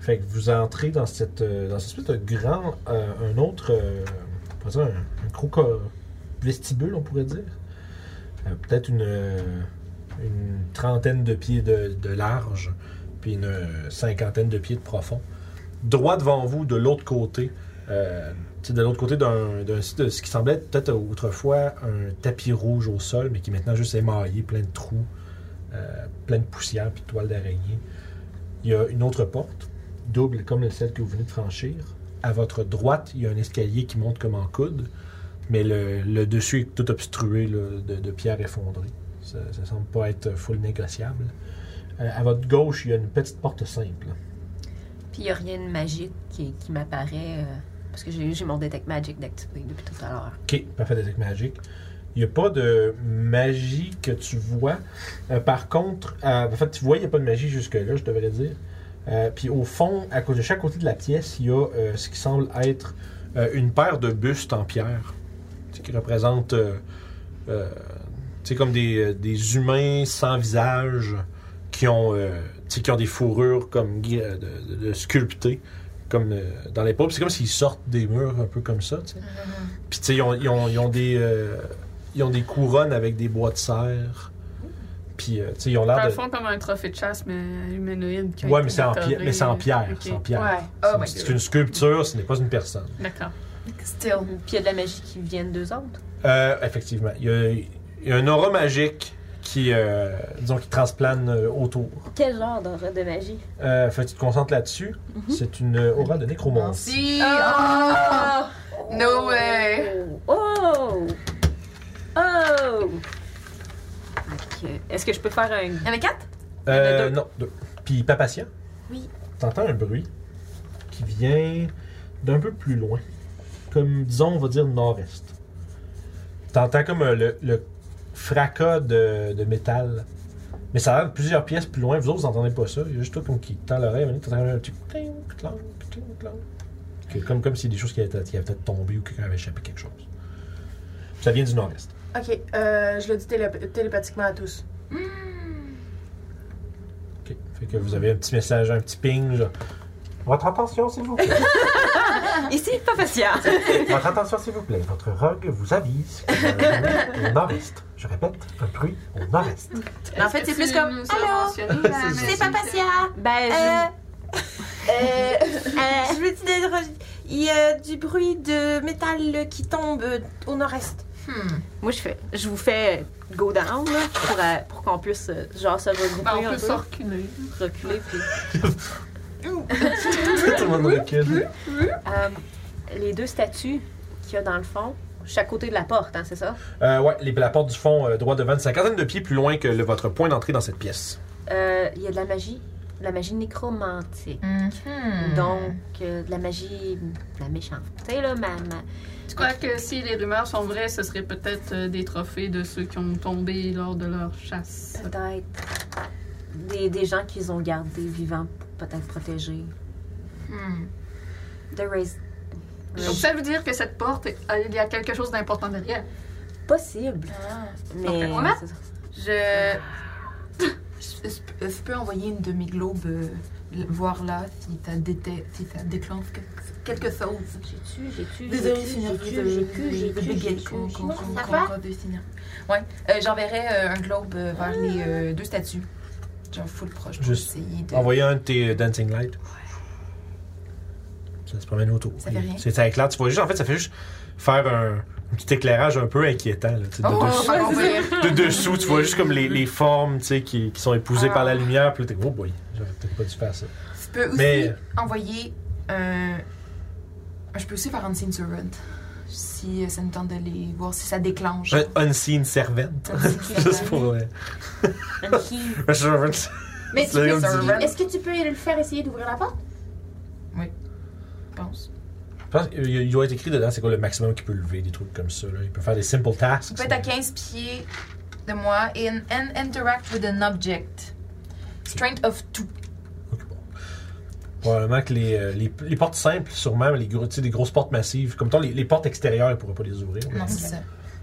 A: Fait que vous entrez dans cette euh, dans cette espèce de grand euh, un autre euh, on pourrait dire un, un gros co- vestibule on pourrait dire Euh, peut-être une euh, une trentaine de pieds de, de large, puis une euh, cinquantaine de pieds de profond. Droit devant vous, de l'autre côté, euh, tu sais, de l'autre côté d'un, d'un- de ce qui semblait être peut-être autrefois un tapis rouge au sol, mais qui est maintenant juste émaillé, plein de trous, euh, plein de poussière, puis de toiles d'araignée. Il y a une autre porte, double comme celle que vous venez de franchir. À votre droite, il y a un escalier qui monte comme en coude, mais le, le dessus est tout obstrué là, de, de pierres effondrées. Ça, ça semble pas être full négociable. Euh, à votre gauche, il y a une petite porte simple.
G: Puis il n'y a rien de magique qui, qui m'apparaît. euh, parce que j'ai j'ai mon Detect Magic d'activé depuis tout à l'heure.
A: Ok, parfait, Detect Magic. Il n'y a pas de magie que tu vois. Euh, par contre, euh, en fait, tu vois, il n'y a pas de magie jusque-là, je devrais dire. Euh, puis au fond, à côté de chaque côté de la pièce, il y a euh, ce qui semble être euh, une paire de bustes en pierre. tu sais, Qui représentent, euh, euh, tu sais, comme des, euh, des humains sans visage qui ont, euh, tu sais, qui ont des fourrures comme gui- euh, de, de- de sculptées comme euh, dans les pauvres. C'est comme s'ils sortent des murs un peu comme ça. tu sais.
B: Mm-hmm.
A: Puis tu sais, ils ont, ils ont- ils ont des, euh, ils ont des couronnes avec des bois de serre. Puis euh, tu sais, ils ont
B: Dans
A: l'air
B: le
A: de...
B: fond, comme un trophée de chasse, mais humanoïde. qui a
A: Ouais,
B: été
A: mais c'est en,
B: décoré.
A: pierre, mais c'est en pierre.
B: Ok. Ah,
A: C'est en pierre.
D: Ouais.
A: C'est-
D: Oh my
A: c'est
D: god.
A: une sculpture, ce n'est pas une personne.
B: D'accord.
D: Still.
G: Puis il y a de la magie qui vient de deux autres.
A: Euh, effectivement. Il y, a, il y a un aura magique qui, euh, disons, qui transplane euh, autour.
G: Quel genre d'aura de magie?
A: Euh, fait que tu te concentres là-dessus.
B: Mm-hmm.
A: C'est une euh, aura de nécromancie.
D: Si.
G: Ah!
H: Euh.
D: No way.
G: Oh! Ah, Oh!
H: que- euh, Est-ce que je peux faire un.
D: Il y en a quatre
A: Euh,
H: deux.
A: non, deux. Puis Papatia?
C: Oui.
A: T'entends un bruit qui vient d'un peu plus loin. Comme, disons, on va dire nord-est. T'entends comme euh, le, le fracas de, de métal. Mais ça a l'air de plusieurs pièces plus loin. Vous autres, vous entendez pas ça. Il y a juste toi comme qui tend l'oreille. mais T'entends un petit cling, clang, cling, clang. Que- Comme, comme si des choses qui étaient, qui avaient peut-être tombé ou quelqu'un avait échappé quelque chose. Ça vient du nord-est.
J: Ok, euh, je le dis télé- télépathiquement à tous.
A: OK. Fait que vous avez un petit message, un petit ping. genre, Votre attention, s'il vous plaît.
H: Ici, pas patient.
A: Votre attention, s'il vous plaît. Votre rogue vous avise qu'il y a un bruit au nord-est. Je répète, un bruit au nord-est.
J: Mais en fait, c'est plus comme. Allô? C'est
B: C'est
J: Papacia!
H: Ben,
J: Euh.
H: je.
J: euh, je veux dire, il y a du bruit de métal qui tombe au nord-est.
D: Hmm.
H: Moi, je fais. Je vous fais go down, là, pour, euh, pour qu'on puisse, euh, genre, se regrouper.
B: Ben, on
H: un
B: peut
H: peu,
B: se reculer.
H: reculer, puis.
A: Tout le monde recule.
H: Euh, les deux statues qu'il y a dans le fond, chaque côté de la porte, hein, c'est ça?
A: Euh, ouais, les- la porte du fond, euh, droit devant, une cinquantaine de pieds plus loin que le- votre point d'entrée dans cette pièce.
H: Euh, Il y a de la magie, de la magie nécromantique.
B: Hmm.
D: Hmm.
H: Donc, euh, de la magie, de la méchanteté, là, ma, ma-
B: Je crois que si les rumeurs sont vraies, ce serait peut-être euh, des trophées de ceux qui ont tombé lors de leur chasse.
H: peut-être des, des gens qu'ils ont gardés vivants, pour peut-être protégés. The raise.
B: Hmm. Donc ça veut dire que cette porte, euh, il y a quelque chose d'important derrière. Ah.
H: Possible, mais...
B: Ok, ouais.
H: c'est ça.
D: Je. Je, je- je peux envoyer une de mes globes euh, voir là si ça, déte- si ça déclenche quelque- quelque chose.
H: J'ai-tu, j'ai-tu,
D: Désolée,
H: j'ai-tu,
D: Seigneur,
H: j'ai-tu,
D: je-
H: j'ai-tu,
D: je-
H: j'ai-tu,
D: je bégaye
H: j'ai-tu,
D: quand- quand-
H: j'ai-tu.
D: quand-
J: Ça
D: quand
J: va?
D: on croise le Seigneur. Ouais, Euh, j'enverrai euh, un globe euh, vers les euh, deux statues. Genre full proche pour
A: Juste
D: essayer de.
A: Envoyez un de tes euh, dancing lights. Ça se promène autour.
D: Ça fait rien.
A: C'est ça éclate. Tu vois juste, en fait, ça fait juste faire un, un petit éclairage un peu inquiétant. Là, tu sais, de,
D: Oh,
A: dessous.
D: ouais, c'est ça.
A: de dessous, tu vois juste comme les, les formes tu sais, qui, qui sont épousées
D: Ah.
A: par la lumière. Puis là, t'es oh boy, j'aurais peut-être pas dû faire ça.
D: Je peux aussi
A: Mais-
D: envoyer un. Je peux aussi faire un scene servant. Si euh, ça me tente de les voir, si ça déclenche.
A: Un unseen servant.
D: Un scene
A: juste
D: servant.
A: pour. euh,
H: Un key.
A: un servant.
J: Mais tu
A: C'est
J: peux-
A: comme du-
J: est-ce que tu peux le faire essayer d'ouvrir la porte?
D: Je pense.
A: Je pense qu'il il doit être écrit dedans c'est quoi le maximum qu'il peut lever, des trucs comme ça. Là. Il peut faire des simple tasks.
D: Il peut être à 15 pieds de moi et and, interact with an object. Strength of 2.
A: Ok, bon. Probablement que les, euh, les, les portes simples, sûrement, mais les, gros- tu sais, des grosses portes massives, comme toi, les, les portes extérieures, il ne pourrait pas les ouvrir.
D: Non, c'est ça.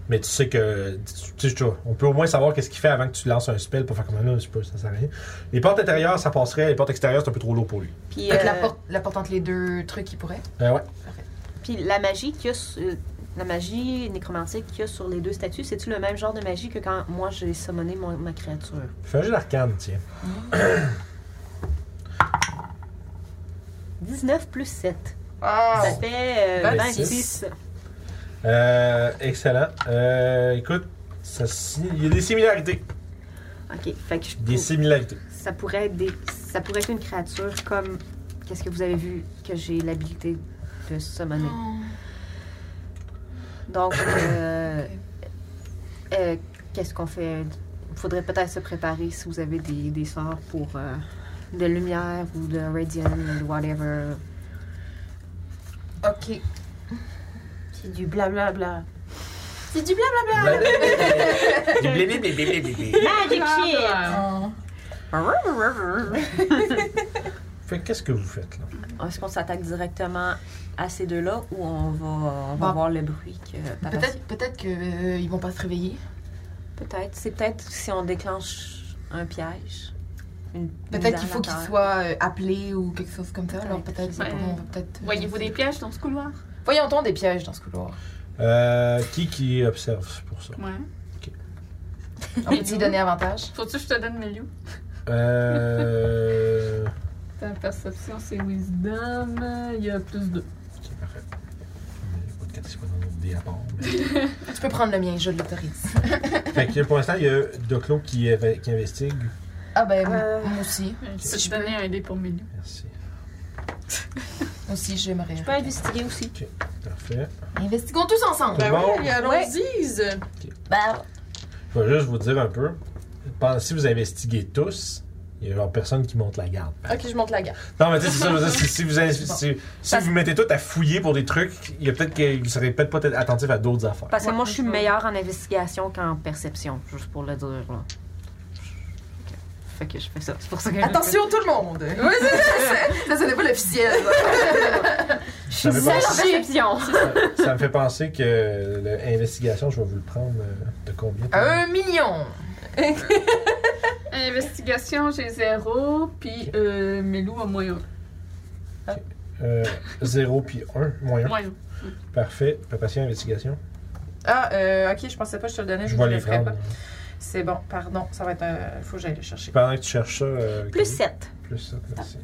A: Mais tu sais que. Tu sais, tu vois, on peut au moins savoir qu'est-ce qu'il fait avant que tu lances un spell pour faire comme là, je sais pas, ça sert à rien. Les portes intérieures, ça passerait. Les portes extérieures, c'est un peu trop lourd pour lui.
H: Puis,
D: Fait que
H: euh,
D: la, porte, la porte entre les deux trucs, il pourrait.
A: Euh, ouais.
H: Puis la magie qu'il y a sur- la magie nécromantique qu'il y a sur les deux statues, c'est-tu le même genre de magie que quand moi j'ai summoné mon- ma créature?
A: Fais un jeu d'arcane, tiens.
H: 19 plus 7.
D: Ah!
H: Ça fait euh,
A: 26.
H: 26.
A: Euh, excellent. Euh, écoute, ça si- il y a des similarités.
H: OK. Fait que je
A: Des
H: pour-
A: similarités.
H: ça pourrait être des- ça pourrait être une créature comme qu'est-ce que vous avez vu que j'ai l'habilité de summoner. Donc euh, euh, qu'est-ce qu'on fait Faudrait peut-être se préparer si vous avez des, des sorts pour euh, de lumière ou de radiant ou whatever.
D: Ok.
C: C'est du blablabla.
J: C'est du blabla. Ah,
H: Magic
B: Ah,
H: shit.
D: Ah.
A: Fait que qu'est-ce que vous faites là?
H: Est-ce qu'on s'attaque directement à ces deux-là ou on va, on va
D: Bon.
H: voir le bruit que Papa-
D: Peut-être peut-être qu'ils vont pas se réveiller.
H: Peut-être. C'est peut-être si on déclenche un piège. une- une
D: Peut-être qu'il
H: dalle
D: faut
H: à
D: qu'ils
H: terre.
D: soient euh, appelés ou quelque chose comme ça. Alors peut-être
B: Ouais.
D: on va peut-être.
B: Voyez-vous des pièges dans ce couloir?
D: Voyons-t-on des pièges dans ce couloir?
A: Euh, qui qui observe pour ça?
B: Ouais.
D: On peut-y donner avantage?
B: Faut-tu que je te donne mes loups?
A: Euh.
B: Ta perception, c'est wisdom. Il y a plus de...
A: Ok, parfait. J'ai pas de carte, c'est pas dans notre dé à part, mais-
D: Tu peux prendre le mien, je l'autorise.
A: Fait que pour l'instant, il y a Doclo qui, éve- qui investigue.
D: Ah ben, moi-
H: Euh.
D: moi aussi.
B: Je peux
D: Si je
B: te
D: peux.
B: donner un dé pour mes loups.
A: Merci.
D: Moi aussi, j'aimerais.
H: Je peux investiguer aussi.
A: Parfait.
D: Investigons tous ensemble!
A: Tout le monde,
F: allons-y!
A: je vais juste vous dire un peu. pendant- si vous investiguez tous, il y a genre personne qui monte la garde.
F: Ok, je monte la gare.
A: Non, mais tu sais, c'est ça. je veux dire, si- si vous, inv- si, si vous mettez tout à fouiller pour des trucs, il y a peut-être qu'ils seraient peut-être pas attentifs à d'autres affaires.
H: Parce que moi, je suis meilleure en investigation qu'en perception, juste pour le dire. Là. Ok. Fait que je fais ça. C'est pour ça que je-
D: Attention tout le monde! Oui, c'est ça, ça, n'est pas l'officiel.
A: Ça me, fait
H: C'est
A: penser,
H: en perception.
A: ça, ça me fait penser que l'investigation, je vais vous le prendre euh, de combien
D: Un million!
B: Investigation, j'ai zéro, puis euh, Melou a moins un.
A: euh, 0 puis 1, moyen.
B: Moins un.
A: Parfait. Préparation, investigation.
F: Ah, euh, ok, je pensais pas que je te le donnais.
A: Je
F: vu
A: vais
F: que
A: les
F: le ferais
A: prendre.
F: pas. C'est bon, pardon, ça va être un. Faut que j'aille le chercher.
A: Pendant que tu cherches ça. euh,
H: Plus
A: Camille.
H: 7.
A: Plus 7, merci.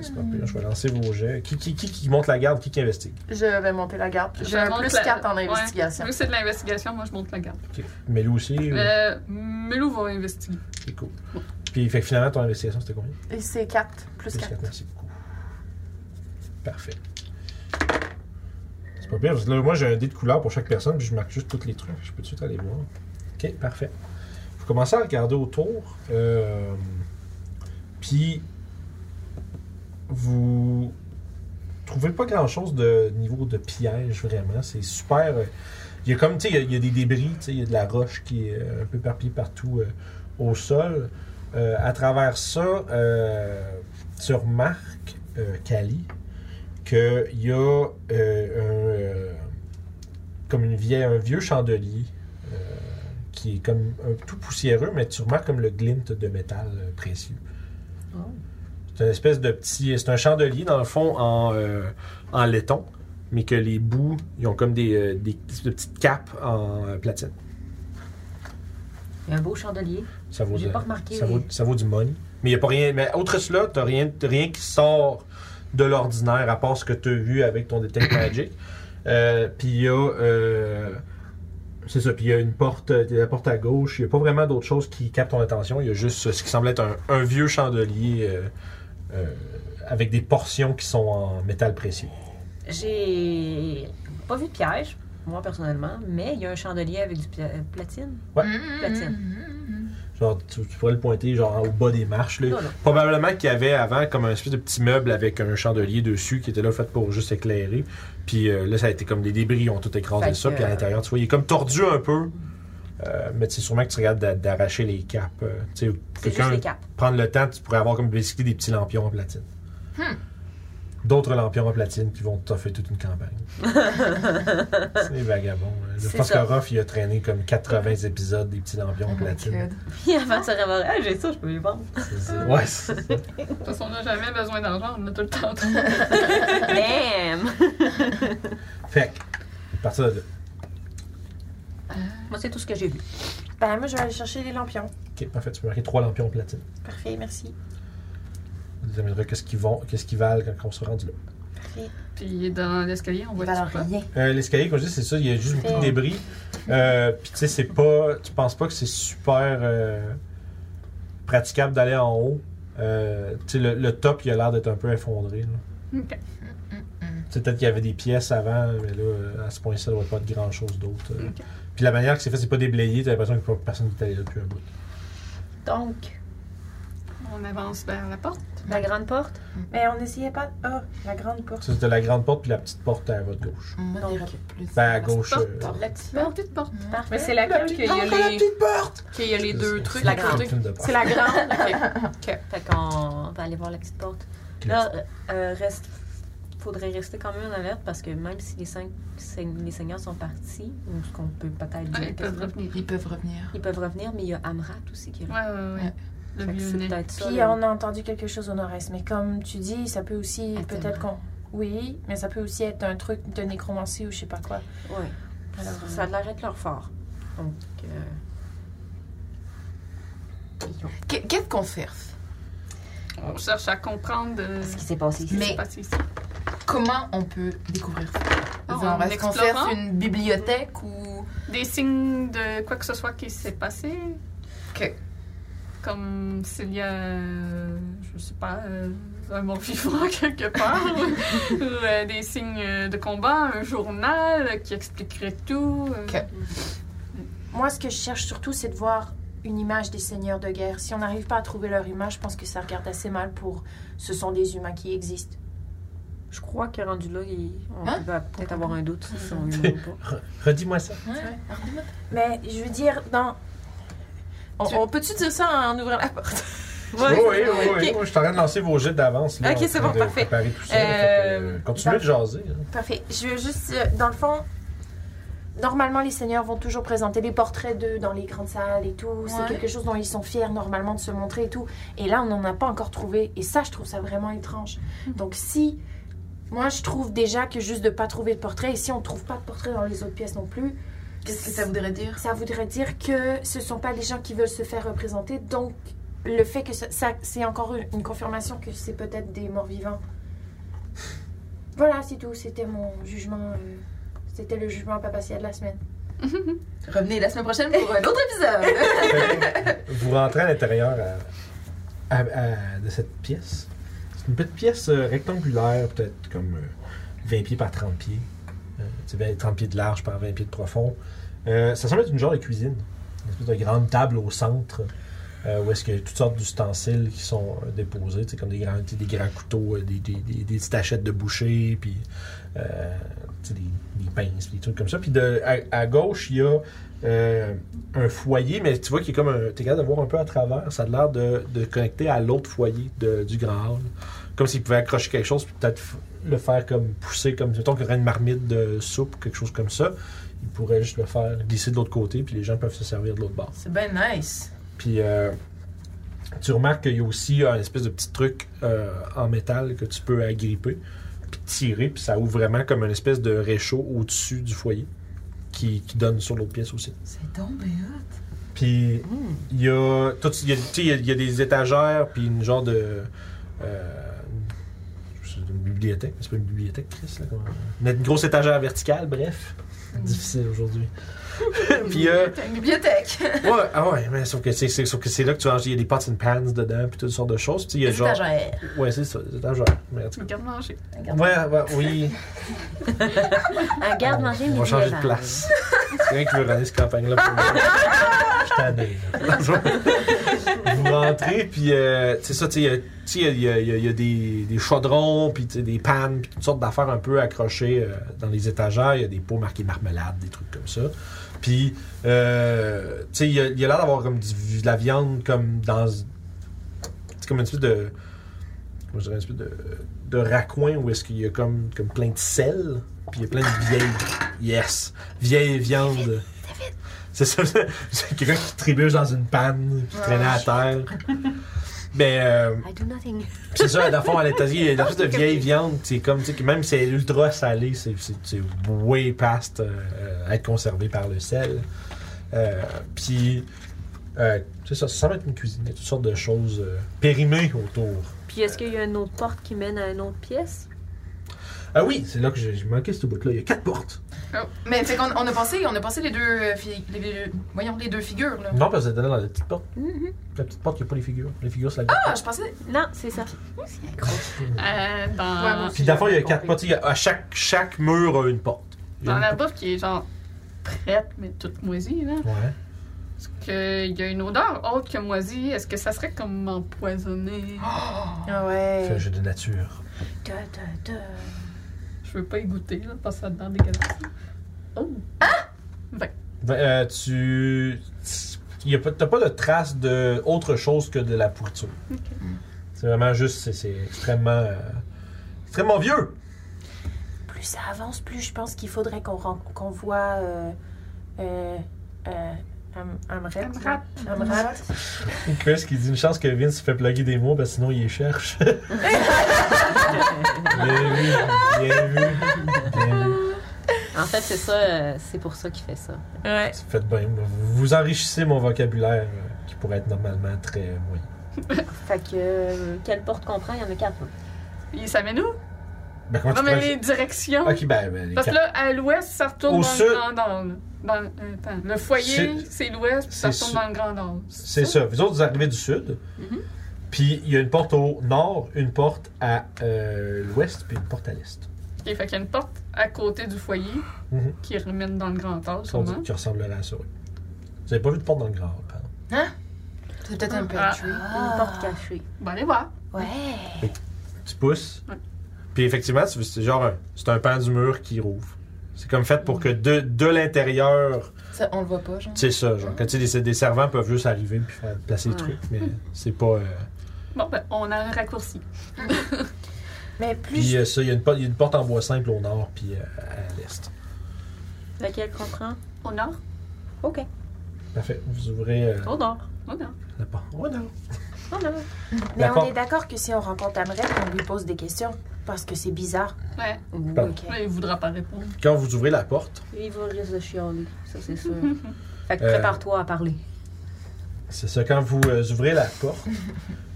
A: C'est pas pire. Je vais lancer vos jets. Qui, qui, qui, qui monte la garde, qui, qui investigue
D: Je vais monter la garde.
B: Je
D: J'ai un
B: monte
D: plus
B: la-
D: 4 en
B: ouais.
D: investigation.
B: Vu que c'est de l'investigation, moi je monte la garde.
A: Ok. Mais lui aussi. ou-
B: Euh, Melou va investiguer.
A: C'est cool. Puis fait que finalement, ton investigation, c'était combien
D: Et c'est 4, plus
A: Plus
D: 4.
A: quatre, merci beaucoup. Parfait. C'est pas pire, parce que là, moi j'ai un dé de couleur pour chaque personne, puis je marque juste tous les trucs. Je peux tout de suite aller voir. Ok, parfait. Vous commencez à regarder autour, euh, puis vous trouvez pas grand chose de niveau de piège vraiment. C'est super. euh, Il y a comme, tu sais, il y a- il y, a des débris, tu sais, il y a de la roche qui est euh, un peu parpillée partout euh, au sol. Euh, à travers ça, euh, tu remarques, euh, Cali, qu'il y a euh, un, euh, comme une vieille, un vieux chandelier euh, qui est comme un, tout poussiéreux, mais tu remarques comme le glint de métal euh, précieux. C'est une espèce de petit. C'est un chandelier, dans le fond, en, euh, en laiton, mais que les bouts, ils ont comme des, euh, des, des petites capes en euh, platine.
G: Il y a un beau chandelier.
A: Ça vaut,
G: J'ai
A: de-
G: pas remarqué,
A: ça,
G: oui.
A: vaut, ça vaut du money. Mais il a pas rien. Mais autre que cela, t'as rien, t'as rien qui sort de l'ordinaire à part ce que tu as vu avec ton Detect Magic. Euh, puis il y a. euh, c'est ça, puis il y a une porte, euh, la porte à gauche. Il n'y a pas vraiment d'autre chose qui capte ton attention. Il y a juste ce qui semble être un, un vieux chandelier euh, euh, avec des portions qui sont en métal précieux.
G: J'ai pas vu de piège, moi personnellement, mais il y a un chandelier avec du pla- euh, platine.
A: Ouais.
D: Mmh,
G: Platine.
A: Genre, tu, tu pourrais le pointer genre au bas des marches. Là.
G: Non, non.
A: Probablement qu'il y avait avant comme un espèce de petit meuble avec un chandelier dessus qui était là fait pour juste éclairer. Puis euh, là, ça a été comme les débris ont tout écrasé
G: Fait
A: ça.
G: que- euh,
A: Puis à l'intérieur, tu vois, il est comme tordu un peu. Euh, mais c'est sûrement que tu regardes d'a- d'arracher les capes. euh, tu sais,
G: C'est juste
A: quelqu'un
G: les capes.
A: prendre le temps, tu pourrais avoir comme basically des petits lampions en platine.
G: Hmm.
A: D'autres lampions en platine qui vont t'offrir toute une campagne. c'est des vagabonds. hein. Je
G: C'est
A: pense que
G: ça. Oh
A: Ruff, il a traîné comme 80 épisodes des petits lampions en
D: mmh.
A: platine.
G: Puis avant de se réveiller, ah, j'ai ça, je peux les vendre.
A: C'est ça. Ouais, c'est ça.
B: Parce qu'on n'a jamais besoin d'argent, on en a tout le temps. trop.
H: Damn!
A: Fait que, à partir de là.
G: Moi, c'est tout ce que j'ai vu.
J: Bah,
C: Ben, moi, je vais aller chercher des lampions.
A: Ok, parfait, tu peux marquer trois lampions en platine.
C: Parfait, merci.
A: On déterminera qu'est-ce qu'ils vont, qu'est-ce qu'ils valent quand on se rendu là.
B: Puis dans l'escalier, on voit tout pas.
A: Euh, L'escalier, comme je dis, c'est ça, il y a juste beaucoup de débris. Euh, Puis tu sais, c'est pas. Tu penses pas que c'est super euh, praticable d'aller en haut. Euh, tu sais, le, le top, il a l'air d'être un peu effondré. là.
B: Ok.
A: Tu sais, Peut-être qu'il y avait des pièces avant, mais là, euh, à ce point-ci, ça doit pas être grand-chose d'autre. euh.
B: Ok.
A: Puis la manière que c'est fait, c'est pas déblayé, t'as l'impression que personne n'est allé là depuis un bout.
C: Donc,
B: On avance vers la porte.
H: La grande porte?
C: mais on n'essayait pas. Ah, la grande porte.
A: Ça, C'était la grande porte, puis la petite porte à votre gauche.
D: Moi,
C: Donc,
D: dirais plus.
A: Ben, à gauche.
B: porte.
A: euh,
C: La petite
B: La petite porte.
C: Parfait.
F: Mais c'est laquelle qu'il y a les,
A: porte!
F: qu'il y a les deux trucs
A: la
F: à côté?
A: C'est
F: la grande. ok.
G: Fait qu'on va aller voir la petite porte. Là, euh, reste, faudrait rester quand même en alerte parce que même si les, cinq, se- les seigneurs sont partis, ou ce qu'on peut peut-être
B: Ah,
G: dire,
B: ils peuvent revenir.
D: Ils peuvent revenir.
G: ils peuvent revenir, mais il y a Amrat aussi qui est
B: Ouais,
G: là.
B: ouais, ouais.
D: Ouais.
B: Le
G: Fait que
B: vieux
G: c'est
B: nez.
G: peut-être ça.
C: Puis
G: là.
C: on a entendu quelque chose au nord-est, mais comme tu dis, ça peut aussi,
D: Attends.
C: peut-être qu'on... Oui, mais ça peut aussi être un truc de nécromancie ou je sais pas quoi.
G: Ouais.
C: Alors, euh,
G: Ça a l'air d'être leur fort. Donc, euh, ils ont-
D: Qu'est- Qu'est-ce qu'on cherche?
B: On cherche à comprendre euh,
G: ce qui s'est passé ici.
B: ce qui
D: Mais-
B: s'est passé ici.
D: Comment on peut découvrir ça?
B: Ah,
D: Genre,
B: en
D: Est-ce qu'on
B: explorant?
D: cherche une bibliothèque ou.
B: Des signes de quoi que ce soit qui s'est passé.
D: Ok.
B: Comme s'il y a, euh, je sais pas, euh, un mort vivant quelque part. ou ou, euh, des signes euh, de combat, un journal qui expliquerait tout. euh.
D: Ok.
C: Moi, ce que je cherche surtout, c'est de voir
J: une image des seigneurs de guerre. Si on n'arrive pas à trouver leur image, je pense que ça regarde assez mal pour ce sont des humains qui existent.
H: Je crois que rendu là, il... on
D: Hein?
H: va peut-être avoir un doute si on
G: Mm-hmm.
H: lui ou pas.
A: Redis-moi ça.
J: Mais je veux dire, dans. On,
D: Tu-
J: on peut-tu dire ça en ouvrant la porte?
A: Oui, oui, oui.
J: Ok.
A: Moi, je suis en train de lancer vos jets d'avance. là,
J: Ok,
A: en
J: c'est
A: train
J: bon,
A: de
J: parfait.
A: préparer tout ça,
J: Euh,
A: fait que, euh, continuez
J: par-
A: de jaser. hein.
J: Parfait. Je veux juste, euh, dans le fond, normalement, les seigneurs vont toujours présenter les portraits d'eux dans les grandes salles et tout. C'est
D: Ouais.
J: quelque chose dont ils sont fiers normalement de se montrer et tout. Et là, on n'en a pas encore trouvé. Et ça, je trouve ça vraiment étrange.
D: Hmm.
J: Donc, si. Moi, je trouve déjà que juste de pas trouver de portrait, et si on trouve pas de portrait dans les autres pièces non plus,
D: Qu'est-ce que ça voudrait dire
J: ça voudrait dire que ce sont pas des gens qui veulent se faire représenter. Donc, le fait que ça, ça- c'est encore une, une confirmation que c'est peut-être des morts vivants. Voilà, c'est tout. C'était mon jugement. euh, c'était le jugement papatial de la semaine.
D: Revenez la semaine prochaine pour un autre épisode.
A: Fait que vous rentrez à l'intérieur euh, à- à- à- de cette pièce. C'est une petite pièce euh, rectangulaire, peut-être comme euh, 20 pieds par 30 pieds. Euh, c'est 20 30 pieds de large par 20 pieds de profond. Euh, ça semble être une genre de cuisine. Une espèce de grande table au centre euh, où est-ce qu'il y a toutes sortes d'ustensiles qui sont euh, déposés. C'est comme des grands, tu sais, des grands couteaux, euh, des, des, des, des petites hachettes de boucher, puis euh, tu sais, des, des pinces, puis des trucs comme ça. Puis de, à, à gauche, il y a... euh, un foyer, mais tu vois qu'il est comme un. T'es capable de voir un peu à travers. Ça a l'air de, de connecter à l'autre foyer de- du grand hall. Comme s'il pouvait accrocher quelque chose, puis peut-être f- le faire comme pousser, comme mettons qu'il y aurait une marmite de soupe ou quelque chose comme ça. Il pourrait juste le faire glisser de l'autre côté, puis les gens peuvent se servir de l'autre bord.
D: C'est bien nice.
A: Puis euh, tu remarques qu'il y a aussi un espèce de petit truc euh, en métal que tu peux agripper, puis tirer, puis ça ouvre vraiment comme une espèce de réchaud au-dessus du foyer qui, qui donne sur l'autre pièce aussi.
D: C'est tombé hot.
A: Puis il y a tout- il y a- tu sais, il y a- il y a des étagères, puis une genre de. euh, c'est une bibliothèque, mais c'est pas une bibliothèque, Chris. Là, comment- une, une grosse étagère verticale, bref. Difficile aujourd'hui. puis euh,
D: Mm. Une bibliothèque.
A: ouais, ah ouais, mais sauf que c'est c'est- sauf que c'est là que tu ranges, il y a des pots and pans dedans, puis toutes sortes de choses. Puis tu sais, il y a genre.
D: Étagère.
A: Ouais, c'est ça, des étagères. Mais en tout
B: Tu me gardes manger.
A: cas- Ouais, ouais, oui.
G: Un garde-manger
A: On va changer de
H: hein.
G: médiéval.
A: place. C'est rien qui veut runner cette campagne-là pour moi. Je suis tanné, là. Vous rentrez, puis euh, tu sais ça, tu sais, il y a- tu sais, il y a, il y a- il y a des, des chaudrons, puis tu sais, des pannes, puis toutes sortes d'affaires un peu accrochées euh, dans les étagères. Il y a des pots marqués marmelade, des trucs comme ça. Puis, euh, tu sais, il y a, il y a l'air d'avoir comme du- de la viande comme dans... C'est comme une espèce de... Comment je dirais, une espèce de, de raccoin où est-ce qu'il y a comme, comme plein de sel, puis il y a plein de vieilles... Yes! Vieille viande. C'est ça, c'est quelqu'un qui trébuche dans une panne, qui traînait à terre. Mais... euh,
H: I do nothing.
A: c'est ça, dans le fond, à l'intérieur, il y a une espèce de vieille viande, c'est comme, tu sais, que même si c'est ultra salé, c'est c'est- c'est way past euh, euh, être conservé par le sel. Euh, Puis, euh, c'est ça, ça semble être une cuisine, il y a toutes sortes de choses euh, périmées autour.
H: Puis est-ce qu'il y a une autre porte qui mène à une autre pièce?
A: Ah oui, c'est là que j'ai j'ai manqué ce bout-là, il y a quatre portes.
D: Mais fait qu'on on a passé, on a passé les deux, euh, fi- les, les- voyons les deux figures là.
A: Non, parce que c'est dans la petite porte.
B: Mm-hmm.
A: La petite porte, il n'y a pas les figures. Les figures, c'est la grande
D: Ah,
A: porte.
D: je pensais.
H: Non, c'est ça.
B: Euh,
D: Ouais, moi
B: dans,
D: aussi,
A: Puis, dans le fond, il y a
D: j'avais
A: quatre
D: compris.
A: portes, il y a- à chaque, chaque mur a une porte. Il y a
B: dans
A: une-
B: la bouffe qui est genre prête, mais toute moisie, là.
A: Ouais.
B: Est-ce qu'il y a une odeur autre que moisie? Est-ce que ça serait comme empoisonné?
J: Ah
A: Fais un
J: ouais.
A: jeu de nature.
J: Da, da, da.
B: Je veux pas y goûter, là, parce que ça dedans dégueulasse. Oh!
A: Ben, euh, tu. y a pas- T'as pas de trace de autre chose que de la pourriture. C'est vraiment juste. c'est- C'est extrêmement. euh, extrêmement vieux!
J: Plus ça avance, plus je pense qu'il faudrait qu'on ren- qu'on voit. Euh, euh, euh, Am- Amrette,
B: Amrette.
J: là. Amrette.
A: Chris qui dit une chance que Vince se fait plugger des mots, parce que sinon il les cherche. bien vu, bien vu, bien vu.
G: En fait, c'est ça, euh, c'est pour ça qu'il fait ça.
A: Faites bien, vous vous enrichissez mon vocabulaire euh, qui pourrait être normalement très euh, moyen.
G: Fait que, euh, quelle porte qu'on prend, il y en a quatre.
B: Et ça mène où?
A: Ben,
D: Ah,
A: comment
B: Non, mais les
A: tu
B: directions.
A: peux. Ok, ben, ben, les
B: Parce que
A: quatre-
B: là, à l'ouest, ça retourne
A: Au
B: dans
A: sud.
B: le grand hall. Dans, le- attends, le foyer,
A: C'est-
B: c'est l'ouest, puis ça
A: c'est
B: retourne
A: su-
B: dans le grand hall.
A: C'est ça. Vous autres, vous arrivez du sud.
B: Mhm.
A: Puis il y a une porte au nord, une porte à euh, l'ouest, puis une porte à l'est.
B: Ok, fait qu'il y a une porte à côté du foyer
A: Mhm.
B: qui remène dans le grand
A: Sans
B: hall, sûrement.
A: doute Qui ressemblerait à ça, oui. Vous n'avez pas vu de porte dans le grand hall, pardon.
D: C'est peut-être un peu
B: Ah.
H: Une porte cachée.
B: Bon, Ben, allez voir.
C: Ouais.
A: Tu pousses.
B: Ouais.
A: Puis effectivement, c'est c'est genre un, c'est un pan du mur qui rouvre. C'est comme fait pour que de, de l'intérieur,
D: Ça, on le voit pas, genre.
A: tu sais ça, genre que tu sais, des, des servants peuvent juste arriver puis faire placer les
H: Ouais.
A: trucs, mais c'est pas. euh,
B: Bon, ben, on a un raccourci.
C: Mais plus
A: Puis euh, ça, il y, a une porte- il y a une porte en bois simple au nord puis euh, à l'est.
G: Laquelle comprend?
B: Au nord?
G: OK.
A: Parfait. Vous ouvrez euh,
G: Au nord.
B: Au nord.
A: la porte. Oh non.
G: Au nord.
C: Mais
A: La
C: on
A: porte-
C: est d'accord que si on rencontre Amrette, on lui pose des questions parce que c'est bizarre.
B: Ouais.
A: Bon.
C: Ok.
B: Mais il voudra pas répondre.
A: Quand vous ouvrez la porte,
G: Il va risque de chialer, ça c'est sûr. fait que
A: Euh.
G: prépare-toi à parler.
A: C'est ça, quand vous euh, ouvrez la porte,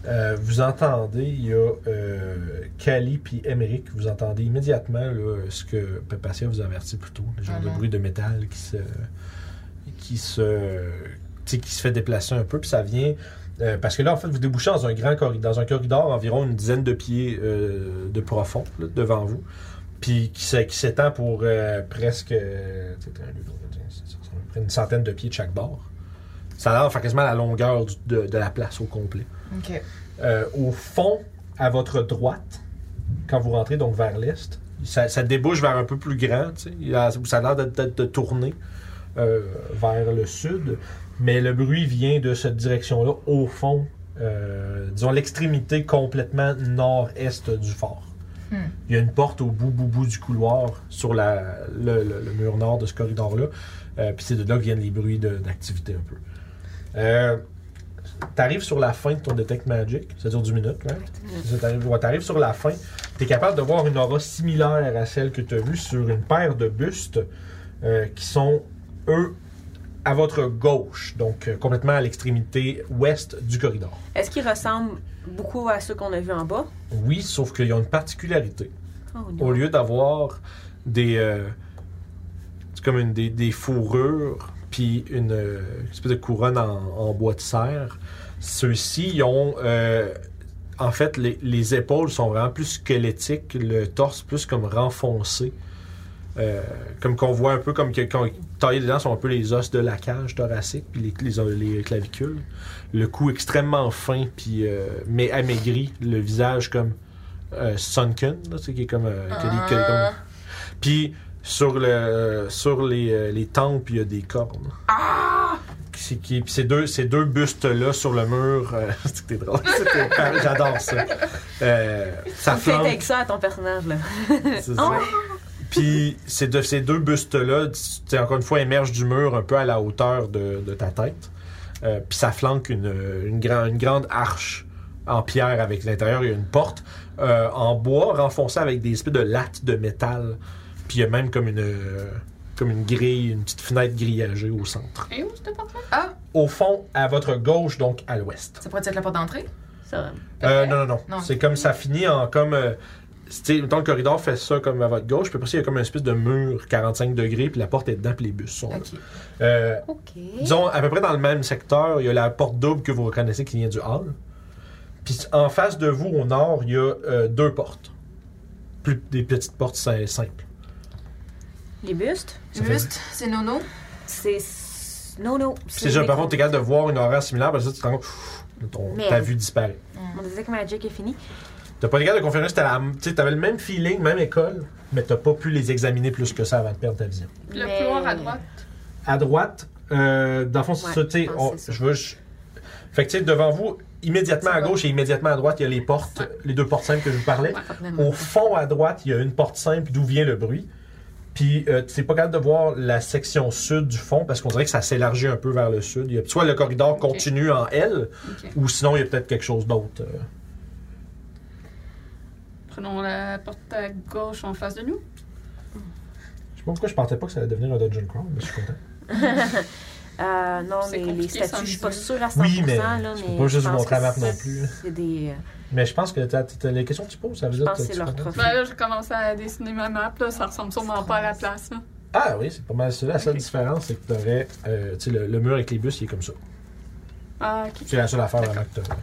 A: euh, vous entendez, il y a euh, Kali puis Emmerich, vous entendez immédiatement là, ce que Papacia vous avertit plus tôt, le genre de
D: Mhm.
A: bruit de métal qui se. qui se. tu sais, qui se fait déplacer un peu, puis ça vient. euh, parce que là, en fait, vous débouchez dans un grand corridor, dans un corridor environ une dizaine de pieds euh, de profond là, devant vous, puis qui, s'é- qui s'étend pour euh, presque euh, tu sais, un, deux, trois, quatre, cinq, six, sept, huit, neuf, dix, une centaine de pieds de chaque bord. Ça a l'air de faire quasiment la longueur du- de, de la place au complet.
D: Ok.
A: Euh, au fond, à votre droite, quand vous rentrez donc vers l'est, ça, ça débouche vers un peu plus grand. tu sais. Il y a- Ça a l'air de, de- de tourner euh, vers le sud, mais le bruit vient de cette direction-là, au fond, euh, disons l'extrémité complètement nord-est du fort.
D: Hmm.
A: Il y a une porte au bout, bout, bout du couloir sur la- le, le- le mur nord de ce corridor-là. Euh, Puis c'est de là que viennent les bruits de- d'activité un peu. Euh, t'arrives sur la fin de ton Detect Magic, ça dure 10 minutes, right? Ça, T'arrives ouais, t'arrives sur la fin, t'es capable de voir une aura similaire à celle que t'as vue sur une paire de bustes euh, qui sont, eux, à votre gauche, donc euh, complètement à l'extrémité ouest du corridor.
H: Est-ce qu'il ressemble beaucoup à ceux qu'on a vus en bas?
A: Oui, sauf qu'ils ont une particularité.
H: Oh,
A: Au
H: non.
A: lieu d'avoir des. euh, c'est comme une, des, des fourrures, puis une euh, espèce de couronne en, en bois de serre. Ceux-ci, ils ont. euh, en fait, les, les épaules sont vraiment plus squelettiques, le torse plus comme renfoncé. Euh, comme qu'on voit un peu comme que quand taillés dedans sont un peu les os de la cage thoracique puis les, les- les clavicules le cou extrêmement fin puis euh, mais amaigri le visage comme euh, sunken là, tu sais, qui est comme, euh, qui a des- qui a des- comme- puis sur le sur les, euh, les tempes il y a des cornes Qui- c'est qui- puis ces deux ces deux bustes là sur le mur euh, c'est que t'es drôle c'était- j'adore ça Euh, ça
H: Fais
A: flambe
H: avec ça à ton personnage, là.
A: c'est ça. Puis ces deux, ces deux bustes-là, tu sais, encore une fois, émergent du mur un peu à la hauteur de, de ta tête. Euh, puis ça flanque une, une, grand- une grande arche en pierre avec l'intérieur. Il y a une porte euh, en bois renfoncée avec des espèces de lattes de métal. Puis il y a même comme une, euh, comme une grille, une petite fenêtre grillagée au centre.
B: Et où c'était porte-là?
A: Au fond, à votre gauche, donc à l'ouest.
D: Ça pourrait être la porte d'entrée?
H: Ça,
A: Euh, non, non, non.
D: Non.
A: C'est comme ça finit en comme. Euh, tu sais, mettons, le corridor fait ça comme à votre gauche, puis après ça, il y a comme une espèce de mur 45 degrés, puis la porte est dedans, puis les bus sont là.
D: Ok.
A: Euh,
H: OK.
A: disons, à peu près dans le même secteur, il y a la porte double que vous reconnaissez qui vient du hall. Puis en face de vous, au nord, il y a euh, deux portes. Plus des petites portes sim- simples.
H: Les bustes?
A: Ça fait-
D: Juste, c'est Nono.
H: C'est... Non, non.
A: Puis c'est ça, par contre, t'es capable de voir une horaire similaire, parce que tu te rends compte, pff, ton-
H: Merde.
A: ta vue disparaît.
H: On disait que Magic est fini.
A: T'as pas les gars de confirmer si t'as la- tu sais, t'avais le même feeling, même école, mais t'as pas pu les examiner plus que ça avant de perdre ta vision.
B: Le
H: Mais-
B: couloir à droite.
A: À droite, euh, dans le fond, c'est
H: Ouais,
A: ça, tu sais,
H: je pense
A: on-
H: que c'est ça.
A: je veux. je- Fait que tu sais, devant vous, immédiatement à gauche et immédiatement à droite, il y a les portes, les deux portes simples que je vous parlais. Au fond à droite, il y a une porte simple d'où vient le bruit. Puis euh, tu n'es pas capable de voir la section sud du fond parce qu'on dirait que ça s'élargit un peu vers le sud. Il y a soit le corridor continue en L,
B: Ok.
A: ou sinon il y a peut-être quelque chose d'autre. euh.
B: Prenons la porte à gauche en face de nous.
A: Je sais pas pourquoi je pensais pas que ça allait devenir un dungeon crawl, mais je suis content.
H: Euh, non,
B: C'est
H: mais les
B: compliqué sans
H: statues, je suis pas
B: visuel.
H: sûre à 100%.
A: Oui, mais
H: là,
A: tu
H: mais
A: peux pas
H: je
A: juste
H: pense
A: montrer à
H: que
A: Marc non
H: ça,
A: plus, là.
H: C'est des...
A: Mais je pense que t'as- t'as- les questions que tu poses, ça veut
H: Je
A: dire
H: pense
A: que
H: que
A: tu
H: c'est leur
A: comprends.
H: trophée.
B: Ben là, je commence à dessiner ma map, là. Ça ressemble sûrement pas à la place, là.
A: Ah oui, c'est pas mal ça. La seule différence, c'est que t'aurais. euh, tu sais, le, le mur avec les bus, il est comme ça.
B: Ah, ok.
A: C'est la seule affaire vraiment que t'aurais.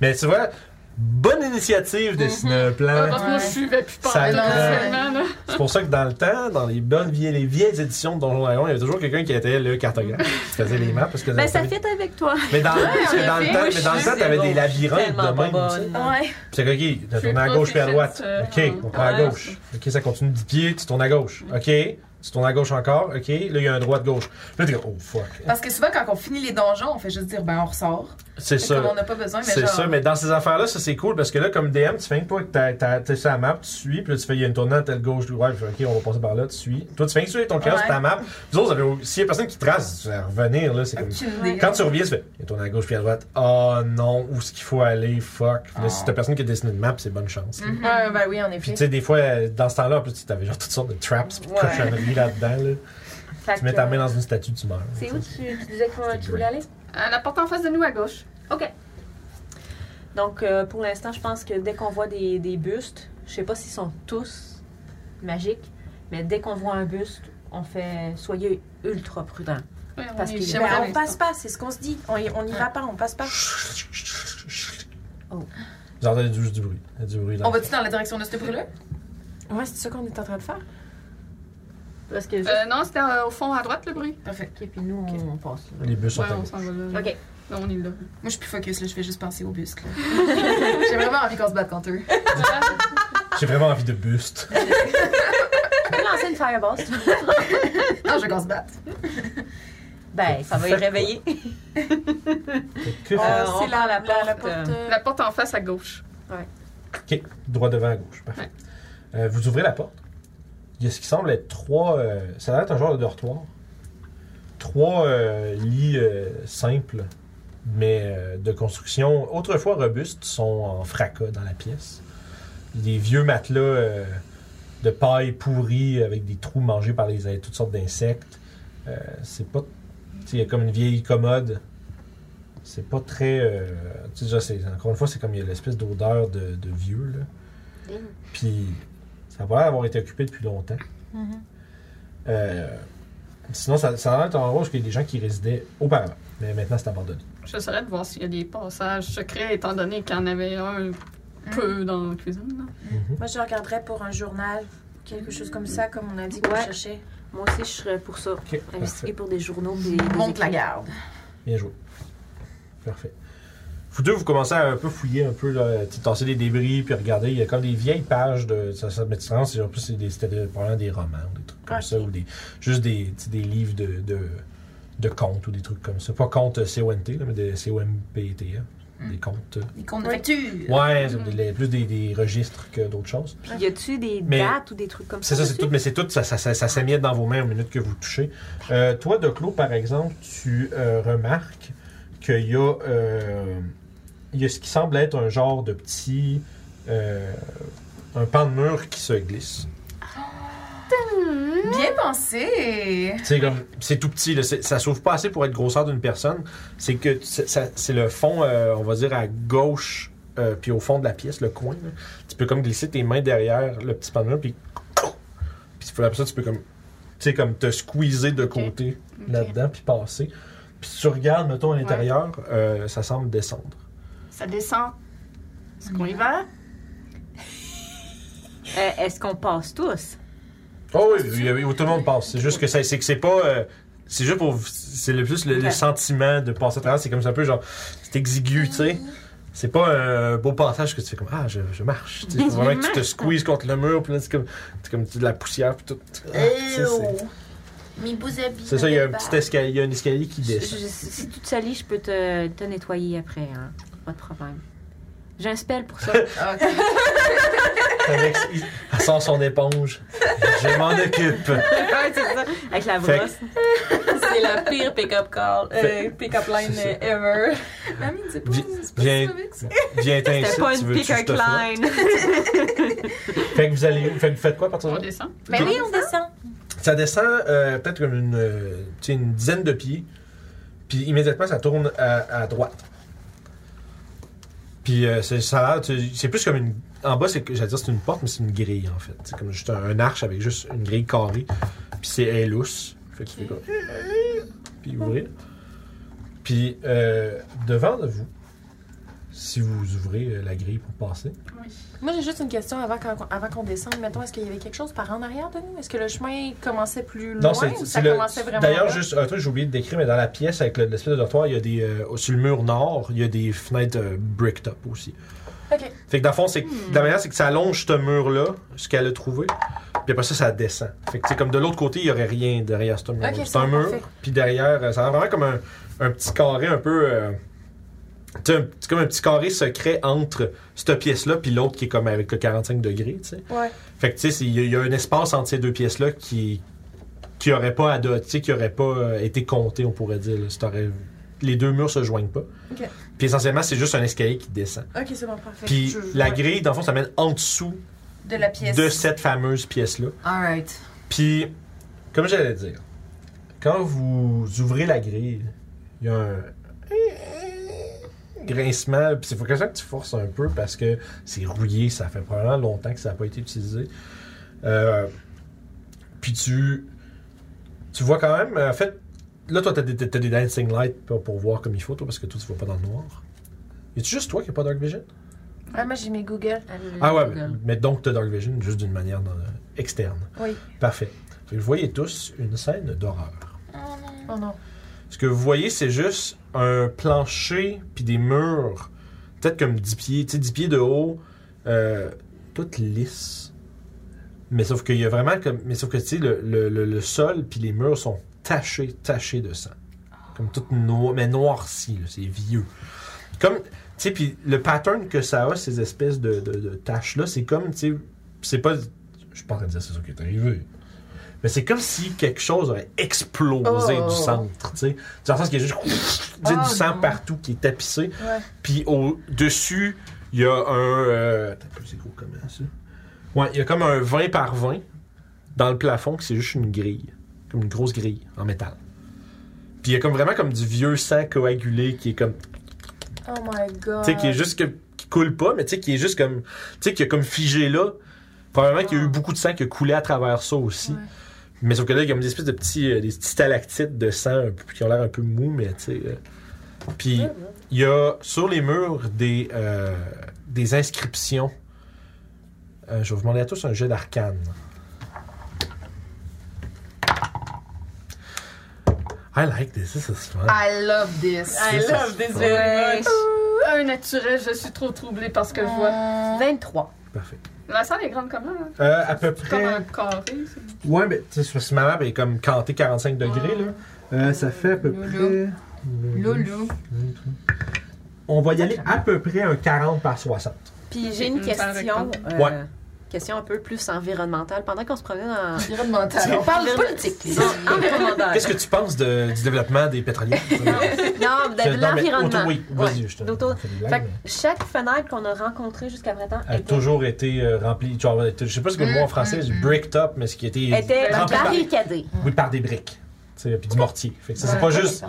A: Mais tu vois, bonne initiative, dessiner un
B: Ah,
A: plan.
B: parce que moi, je suivais plus
A: Ça
B: pendant
A: prend-
B: seulement, là.
A: C'est pour ça que dans le temps, dans les bonnes vieilles, les vieilles éditions de Donjon Dragon, il y avait toujours quelqu'un qui était le cartographe, qui faisait les maps. Parce que
F: Ben, ça fit avec toi.
A: Ah, mais dans, parce que
D: on
A: dans
D: l'a
A: le temps, mais
D: fait. Moi,
A: dans le
D: je
A: temps,
D: suis
A: t'avais des
H: zéro.
A: labyrinthes de
H: Tellement
A: même.
H: pas
A: tu sais.
H: bonne.
J: Ouais.
A: C'est que, ok,
B: Je
A: tu
B: suis
A: tournes à gauche puis à droite.
B: proficient,
A: Ok,
B: euh,
A: on prend à
B: ouais.
A: gauche. Ok, ça continue de 10 pieds, tu tournes à gauche. Ok, tu tournes à gauche encore. Ok, là, il y a un droite-gauche. Là, t'es comme, oh fuck.
D: Parce que souvent, quand on finit les donjons, on fait juste dire, ben, on ressort.
A: C'est
D: Fait
A: ça.
D: qu'on n'a pas besoin, mais
A: C'est
D: genre...
A: ça, mais dans ces affaires-là, ça c'est cool parce que là, comme DM, tu fais que toi, t'as- t'as- t'es sur la map, tu suis, puis là, tu fais, il y a une tournante, telle gauche, droite, puis ok, on va passer par là, tu suis. Toi, tu fais que tu es ton chaos
D: Ouais.
A: sur ta map. Vous autres, vous avez- s'il y a personne qui trace, tu vas revenir, là, c'est comme.
D: Aucune idée.
A: Quand tu reviens, tu fais, il y a tourné à gauche puis à droite. Oh non, où est-ce qu'il faut aller, fuck. Là,
D: Ah.
A: si t'as personne qui a dessiné une map, c'est bonne chance.
D: Mhm.
J: Ouais, ben oui, en
A: Puis
J: effet.
A: tu sais, des fois, euh, dans ce temps-là, en plus, tu avais genre toutes sortes de traps pis de
H: Ouais.
A: cochonneries là-dedans. Là.
H: Fait
A: Tu mets
H: que,
A: ta main dans une statue, tu meurs.
H: C'est où tu, tu disais que tu voulais aller?
B: À Euh, la porte en face de nous à gauche.
H: Donc, euh, pour l'instant, je pense que dès qu'on voit des, des bustes, je sais pas s'ils sont tous magiques, mais dès qu'on voit un buste, on fait soyez ultra prudent.
B: Ouais, on
H: Parce
B: est
H: qu'il-
B: chez
J: Ben,
B: moi.
J: on passe pas, c'est Ah. ce qu'on se dit. On y, on y va pas, on passe pas.
H: Oh.
A: Vous entendez juste du bruit. Il y a Du bruit là.
D: On va-tu dans la direction de ce bruit-là?
J: Ouais, c'est ça qu'on est en train de faire.
H: Parce que.
B: Euh, non, c'était euh, au fond à droite le bruit.
D: Parfait.
H: Ok, puis nous, on, passe. là.
A: Les bus sont
B: Ouais,
A: à
B: on
A: gauche.
B: s'en va là.
H: Ok.
B: Là, on est là.
D: Moi, je suis plus focus, là. Je fais juste penser aux bustes, là. J'ai vraiment envie qu'on se batte contre eux.
A: J'ai vraiment envie de buste.
H: Tu peux lancer une fireball si tu veux.
D: Non, je veux qu'on se batte.
H: Ben, ça va les
A: Faites quoi?
H: réveiller.
A: Que
H: Euh,
A: faire?
H: on
J: c'est
H: prend la, porte. euh,
B: La porte en face à gauche.
A: Ok, droit devant à gauche. Parfait. Euh, vous ouvrez la porte. Il y a ce qui semble être trois. euh, ça a l'air d'être un genre de dortoir. Trois euh, lits euh, simples, mais euh, de construction autrefois robuste, sont en fracas dans la pièce. Des vieux matelas euh, de paille pourrie avec des trous mangés par les toutes sortes d'insectes. Euh, c'est pas. tu sais, Il y a comme une vieille commode. C'est pas très. euh, tu sais, déjà, c'est- encore une fois, c'est comme il y a l'espèce d'odeur de, de vieux, là. Puis, ça a pas l'air d'avoir été occupé depuis longtemps. Euh, sinon, ça, ça a l'air d'être en rose qu'il y a des gens qui résidaient auparavant. Mais maintenant, c'est abandonné.
B: J'essaierai de voir s'il y a des passages secrets, étant donné qu'il y en avait un peu dans la cuisine. là.
J: Moi, je regarderais pour un journal, quelque chose comme ça, comme on a dit qu'on
H: Ouais.
J: cherchait.
H: Moi aussi, je serais pour ça.
A: Ok,
H: Investiguer pour des journaux. Des, des
M: Monte la
H: écrits.
M: garde.
A: Bien joué. Parfait. Vous deux, vous commencez à un peu fouiller, un peu, là, tu sais, tasser des débris, puis regarder. Il y a comme des vieilles pages de. Ça, ça mais tu te rends, c'est en plus, c'est des- c'était de- probablement des romans, ou des trucs comme ça, ou des, juste des, tu sais, des livres de, de, de contes, ou des trucs comme ça. Pas contes euh, CONT, là, mais des COMPTA. hein. Des contes.
D: Des conjectures.
A: Ouais, c'est des- plus des, des registres que d'autres choses.
H: Puis, y a-tu des
A: Mais-
H: dates ou des trucs comme ça?
A: C'est ça, c'est
H: dessus?
A: tout, mais c'est tout, ça, ça, ça, ça s'émiette dans vos mains aux minutes que vous touchez. Euh, toi, de Clos, par exemple, tu euh, remarques qu'il y, a, euh, il y a ce qui semble être un genre de petit. euh, un pan de mur qui se glisse.
D: Bien pensé.
A: C'est comme, c'est tout petit, là, c'est- ça s'ouvre pas assez pour être grosseur d'une personne. C'est que tu- c'est ça- c'est le fond, euh, on va dire, à gauche, euh, puis au fond de la pièce, le coin. là. Tu peux comme glisser tes mains derrière le petit pan de mur, puis. Puis après ça, tu peux comme, tu sais, comme te squeezer de côté là-dedans, puis passer. Puis si tu regardes, mettons, à l'intérieur, euh, ça semble descendre.
B: Ça descend. Est-ce qu'on y va?
H: Euh, Est-ce qu'on passe tous?
A: Oh oui, oui, oui, oui, tout le monde passe. C'est juste que ça- c'est que c'est pas. euh, c'est juste pour. C'est le plus le, le
H: Ouais.
A: sentiment de passer à travers. C'est comme ça un peu genre. C'est exigu, tu sais. C'est pas un beau passage que tu fais comme Ah, je, je marche. Tu sais, faut vraiment que tu te squeezes contre le mur, puis là, c'est comme, c'est comme de la poussière, puis tout. Ah, tu sais, c'est-
J: Mes beaux habits.
A: c'est ça, il y a un
J: me
A: petit escalier, il y a un escalier qui
H: Je-
A: descend.
H: je- si tu te salis, je peux te, te nettoyer après. hein. Pas de problème. J'ai un spell pour ça.
A: Avec, il- elle sort son éponge. Je m'en occupe.
H: Ouais, c'est ça. Avec la
A: Fait que-
H: brosse. C'est la pire pick-up call,
A: Fait-
H: pick-up line
A: C'est ça.
H: ever.
D: Mamie, dis pas,
A: Vi-
D: c'est pas
A: Viens,
D: ça, mec.
A: viens t'inciter.
H: C'était pas
A: tu
H: une
A: veux que je
H: pick-up
A: te fasse.
H: line.
A: Fait que vous allez. Fait que vous faites quoi à partir de
B: On
A: là?
B: descend.
J: Mais oui, on descend.
A: Ça descend euh, peut-être comme une, euh, tu sais, une dizaine de pieds, puis immédiatement ça tourne à, à droite. Puis euh, c'est- ça a l'air, tu- c'est plus comme une. En bas, c'est que- j'allais dire c'est une porte, mais c'est une grille en fait. C'est comme juste un, un arche avec juste une grille carrée, puis c'est elle est lousse. Fait que tu fais comme. Puis ouvrir. Puis euh, devant de vous si vous ouvrez euh, la grille pour passer.
J: Moi, j'ai juste une question avant qu'on, avant qu'on descende. Mettons, est-ce qu'il y avait quelque chose par en arrière de nous? Est-ce que le chemin commençait plus loin
A: Non, c'est
J: ou
A: c'est
J: ça
A: le-
J: commençait vraiment
A: D'ailleurs,
J: là?
A: juste un truc, j'ai oublié de décrire, mais dans la pièce avec le- l'espèce de dortoir, il y a des. euh, sur le mur nord, il y a des fenêtres euh, brick top aussi.
J: Ok. Hmm.
A: Fait que dans le fond, c'est que- la manière, c'est que ça allonge ce mur-là, ce qu'elle a trouvé, puis après ça, ça descend. Fait que, tu sais, comme de l'autre côté, il n'y aurait rien derrière ce mur.
J: Ok,
A: c'est un
J: c'est
A: mur,
J: parfait.
A: puis derrière, euh, ça a vraiment comme un, un petit carré un peu. euh, tu sais, un- c'est comme un petit carré secret entre cette pièce-là puis l'autre qui est comme avec le 45 degrés, tu sais.
J: Ouais.
A: Fait que, tu sais, c'est- il y, a- il y a un espace entre ces deux pièces-là qui qui aurait pas ado- tu sais, qui aurait pas euh, été compté, on pourrait dire. là, si t'aurais- les deux murs se joignent pas.
J: Ok.
A: Puis essentiellement, c'est juste un escalier qui descend.
J: Ok, c'est bon, parfait.
A: Puis
J: Je-
A: la
J: ouais.
A: grille, dans le fond, ça mène en dessous
F: De la pièce.
A: de cette fameuse pièce-là.
D: Alright.
A: Puis, comme j'allais dire, quand vous ouvrez la grille, il y a un grincement. Puis c'est pour ça que tu forces un peu parce que c'est rouillé, ça fait probablement longtemps que ça n'a pas été utilisé. Euh, puis tu, tu vois quand même, en fait, là, toi, t'as des, t'as des dancing lights pour, pour voir comme il faut, toi, parce que toi, tu vois pas dans le noir. Y a-tu juste toi qui a pas Dark Vision?
J: Ah, moi, j'ai mis Google.
H: Mm.
A: Ah ouais,
H: euh,
A: mais, mais donc t'as Dark Vision juste d'une manière dans- externe.
J: Oui.
A: Parfait. Fait que Vous voyez tous une scène d'horreur.
J: Oh non.
A: Ce que vous voyez, c'est juste un plancher puis des murs, peut-être comme 10 pieds, tu sais, 10 pieds de haut, euh, toutes lisses. Mais sauf qu'il y a vraiment comme. Mais sauf que, tu sais, le, le- le- le sol puis les murs sont tachés, tachés de sang. Comme tout noir, mais noirci, là, c'est vieux. Comme. Tu sais, puis le pattern que ça a, ces espèces de, de- de taches-là, c'est comme, tu sais, c'est pas. Je suis pas en train de dire c'est ça qui est arrivé. Mais c'est comme si quelque chose aurait explosé
J: Oh.
A: du centre, tu sais. Dans le sens qu'il y a juste tu sais,
D: Oh,
A: du sang
D: non.
A: partout qui est tapissé.
J: Ouais.
A: Puis au-dessus, il y a un. euh, attends un peu, c'est gros comment ça? Ouais, il y a comme un 20 par 20 dans le plafond, que c'est juste une grille. Comme une grosse grille en métal. Puis il y a comme vraiment comme du vieux sang coagulé qui est comme.
J: Oh my god.
A: Tu sais, qui est juste que- qui coule pas, mais tu sais, qui est juste comme. Tu sais, qui est comme figé là. Probablement qu'il y a eu beaucoup de sang qui a coulé à travers ça aussi.
J: Ouais.
A: Mais sauf que là, il y a comme des espèces de petits, euh, des petits stalactites de sang un peu- qui ont l'air un peu mous, mais tu sais. euh. Puis il y a sur les murs des, euh, des inscriptions. Euh, je vais vous demander à tous un jet d'arcane. I like this, this is fun.
D: I love this.
A: I love this
F: very much.
B: Un naturel, je suis trop troublée par ce que je vois.
H: 23.
A: Parfait.
B: Euh, La salle est grande comment? hein?
A: Euh, à peu
B: Comme
A: près.
B: un carré. c'est-
A: Ouais, mais tu sais, c'est parce que ma map est comme cantée 45 degrés, là.
H: Oh.
A: Euh, ça fait à peu
D: Loulou.
A: près.
D: Loulou.
A: On va y aller à peu près un 40 par 60.
H: Puis j'ai une
B: Mm, ça
H: question. euh,
A: Ouais.
H: Question un peu plus environnementale. Pendant qu'on se promenait dans.
D: Environnemental.
H: On parle politique. Non, environnementale.
A: Qu'est-ce que tu penses de- du développement des pétroliers?
H: Non, de, de
A: Non, mais
H: l'environnement.
A: auto- oui, vas-y, je te.
H: Ouais, d'auto-
A: fais des blagues,
H: Fait que
A: mais
H: chaque fenêtre qu'on a rencontrée jusqu'à présent
A: Elle a
H: était, Mm,
A: toujours été euh, remplie. tu vois, Je sais pas ce que le mot en français, c'est brick top, mais ce qui était,
H: était
A: remplie par,
H: barricadée.
A: oui, par des briques. tu sais, Puis du mortier. Fait que ça, c'est pas juste.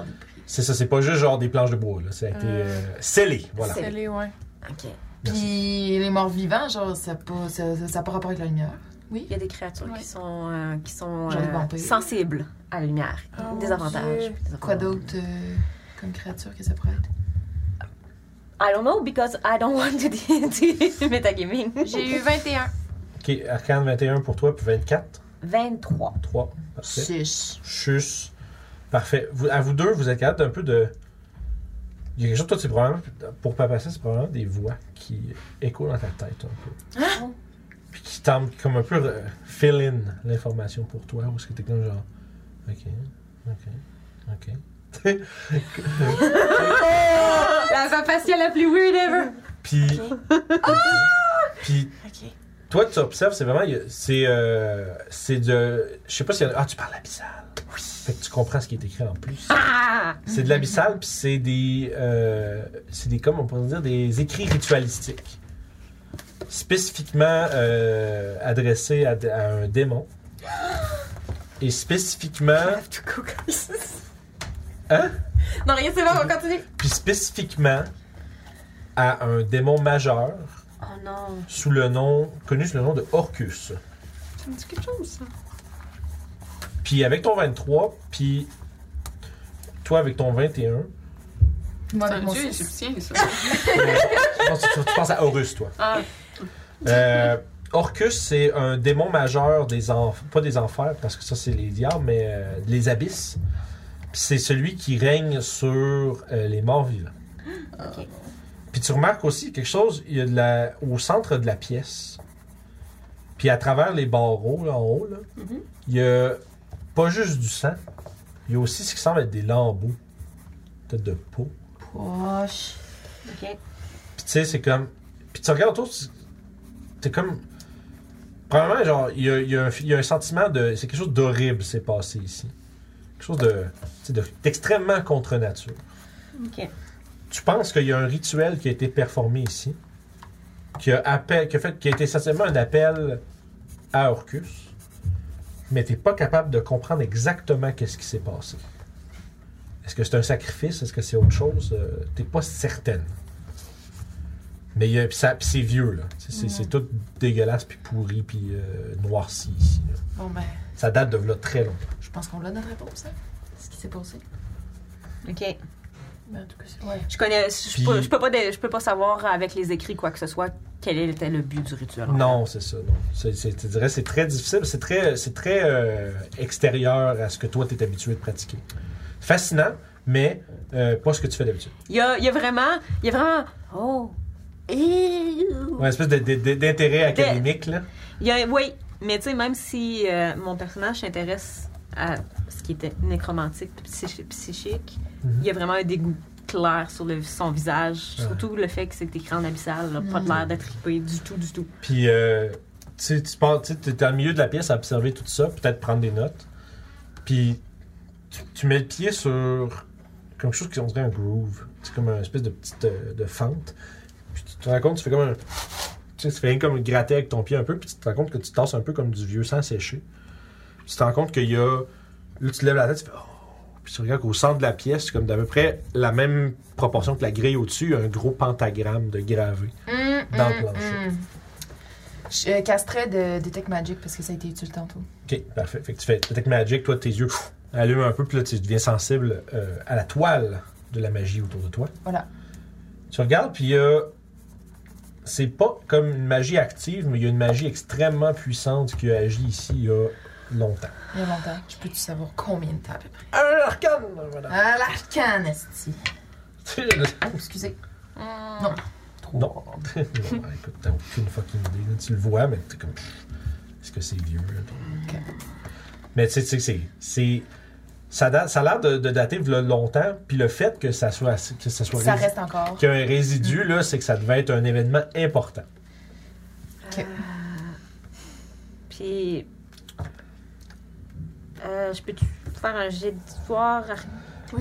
A: C'est ça, c'est pas juste genre des planches de bois. Là. Ça a été euh, scellé. Voilà.
H: C'est-
J: Scellé, ouais.
H: OK.
D: Puis les morts vivants, genre, ça n'a pas, ça, ça, ça a pas rapport avec la lumière.
H: Il y a des créatures
B: Ouais.
H: qui sont, euh, qui sont
D: Genre des
H: euh,
D: vampires.
H: sensibles à la lumière.
J: Oh
H: des
J: mon
H: avantages.
J: Dieu.
H: des
D: Quoi
H: avantages.
D: d'autre euh, comme créature que ça pourrait être?
H: I don't know because I don't want to do, do metagaming.
J: J'ai eu 21.
A: Ok, Arcane 21 pour toi, puis 24.
H: 23.
A: 3. Parfait.
D: Chiche.
A: Chus. Parfait. Vous- à vous deux, vous êtes capable d'un peu de. Il y a quelque chose, toi, c'est probablement. Pour Papa ça, c'est probablement des voix qui échoent dans ta tête un peu. Puis qui tentent comme un peu euh, fill in l'information pour toi, ou est-ce que t'es comme genre. Ok, ok, ok.
H: La voix faciale la plus weird ever.
A: Puis. Ah! Puis. Toi, tu observes, c'est vraiment. il y a- C'est. euh, c'est de. Je sais pas s'il y en a. Ah, tu parles abyssal. Oui. Fait que tu comprends ce qui est écrit en plus.
H: Ah!
A: C'est de l'abyssal, puis c'est des. euh, c'est des, comme on pourrait dire, des écrits ritualistiques. Spécifiquement euh, adressés à, d- à un démon. Et spécifiquement. Hein?
H: Non, rien, c'est bon, on continue.
A: Puis spécifiquement à un démon majeur
H: Oh non.
A: sous le nom. connu sous le nom de Orcus.
B: Ça me dit quelque chose, ça.
A: Puis avec ton 23, puis toi avec ton 21,
B: C'est
D: Moi,
B: un
D: avec mon
B: dieu
D: six.
B: égyptien, ça.
A: Je pense que tu, tu penses à Horus, toi.
B: Ah,
A: Euh, Orcus, c'est un démon majeur des enfers, pas des enfers, parce que ça c'est les diables, mais euh, les abysses. Puis c'est celui qui règne sur euh, les morts vivants. Puis tu remarques aussi quelque chose, il y a de la, au centre de la pièce, puis à travers les barreaux là, en haut, là, il y a pas juste du sang, il y a aussi ce qui semble être des lambeaux, peut-être de peau.
D: Oh, Proche.
A: Puis tu sais, c'est comme. Puis tu regardes autour, tu- t'es comme. Premièrement, genre, il y a, il y a un- il y a un sentiment de. C'est quelque chose d'horrible s'est passé ici. Quelque chose de. tu sais, de- d'extrêmement contre nature.
G: Ok.
A: Tu penses qu'il y a un rituel qui a été performé ici, qui a, appel, qui a, fait, qui a été essentiellement un appel à Orcus, mais t'es pas capable de comprendre exactement qu'est-ce qui s'est passé. Est-ce que c'est un sacrifice? Est-ce que c'est autre chose? Euh, T'es pas certaine. Mais il y a- pis ça- pis c'est vieux, là. C'est- C'est c'est tout dégueulasse, puis pourri, puis euh, noirci ici. là.
D: Bon, ben,
A: Ça date de là très longtemps.
D: je pense qu'on a notre réponse, hein. Ce qui s'est passé.
H: OK.
D: Ben, en tout cas, c'est. Ouais.
H: Je connais. Je,
A: Puis-
H: peux, je peux pas dé- je peux pas savoir avec les écrits quoi que ce soit quel était le but du rituel.
A: Non, c'est ça, non. C'est- c'est- Tu dirais c'est très difficile, c'est très, c'est très euh, extérieur à ce que toi, t'es habitué de pratiquer. Fascinant, mais euh, pas ce que tu fais d'habitude.
H: Il y a, il y a vraiment. Il y a vraiment. Oh! Ew.
A: Ouais, une espèce de- de- de- d'intérêt académique, là.
H: Il y a- oui, mais tu sais, même si euh, mon personnage s'intéresse à ce qui était nécromantique puis psychi- psychique,
A: Mhm.
H: il y a vraiment un dégoût clair sur le- son visage. Surtout le fait que c'est écrit en abyssal, là,
B: Mhm.
H: pas de l'air d'être trippé du tout, du tout.
A: Puis, euh, tu sais, tu pars- tu es dans le milieu de la pièce à observer tout ça, peut-être prendre des notes. Puis, tu, tu mets le pied sur quelque chose qui on dirait un groove. C'est comme une espèce de petite euh, de fente. Puis, tu te rends compte, tu fais comme un. Tu sais, tu fais rien comme gratter avec ton pied un peu, puis tu te rends compte que tu tasses un peu comme du vieux sang séché. Puis, tu te rends compte qu'il y a. Là, tu te lèves la tête, tu fais. Oh! Puis, tu regardes qu'au centre de la pièce, c'est comme d'à peu près la même proportion que la grille au-dessus, il y a un gros pentagramme de gravé dans le plancher.
D: Mm, Je euh, casterais de Detect Magic parce que ça a été utile tantôt.
A: Ok, parfait. Fait que tu fais Detect Magic, toi, tes yeux pff, allument un peu, puis là, tu deviens sensible euh, à la toile de la magie autour de toi.
D: Voilà.
A: Tu regardes, puis il y a- C'est pas comme une magie active, mais il y a une magie extrêmement puissante qui a agi ici il y a longtemps.
D: Il y a longtemps. Je peux-tu savoir combien de temps à peu près?
A: Un arcane, voilà.
D: À l'arcane, esti. Oh, excusez. Non.
A: Trop. Non, non, écoute, t'as aucune fucking idée. là. Tu le vois, mais t'es comme. pff, Est-ce que c'est vieux, là?
D: Ok.
A: Mais tu sais, tu sais, c'est- c'est. Ça, date- ça a l'air de, de dater v'là longtemps, puis le fait que ça soit. assez- Que ça soit
D: Ça
A: rési-
D: reste encore.
A: qu'il y a un résidu, là, c'est que ça devait être un événement important.
H: Puis. euh, je peux-tu faire un jet d'histoire?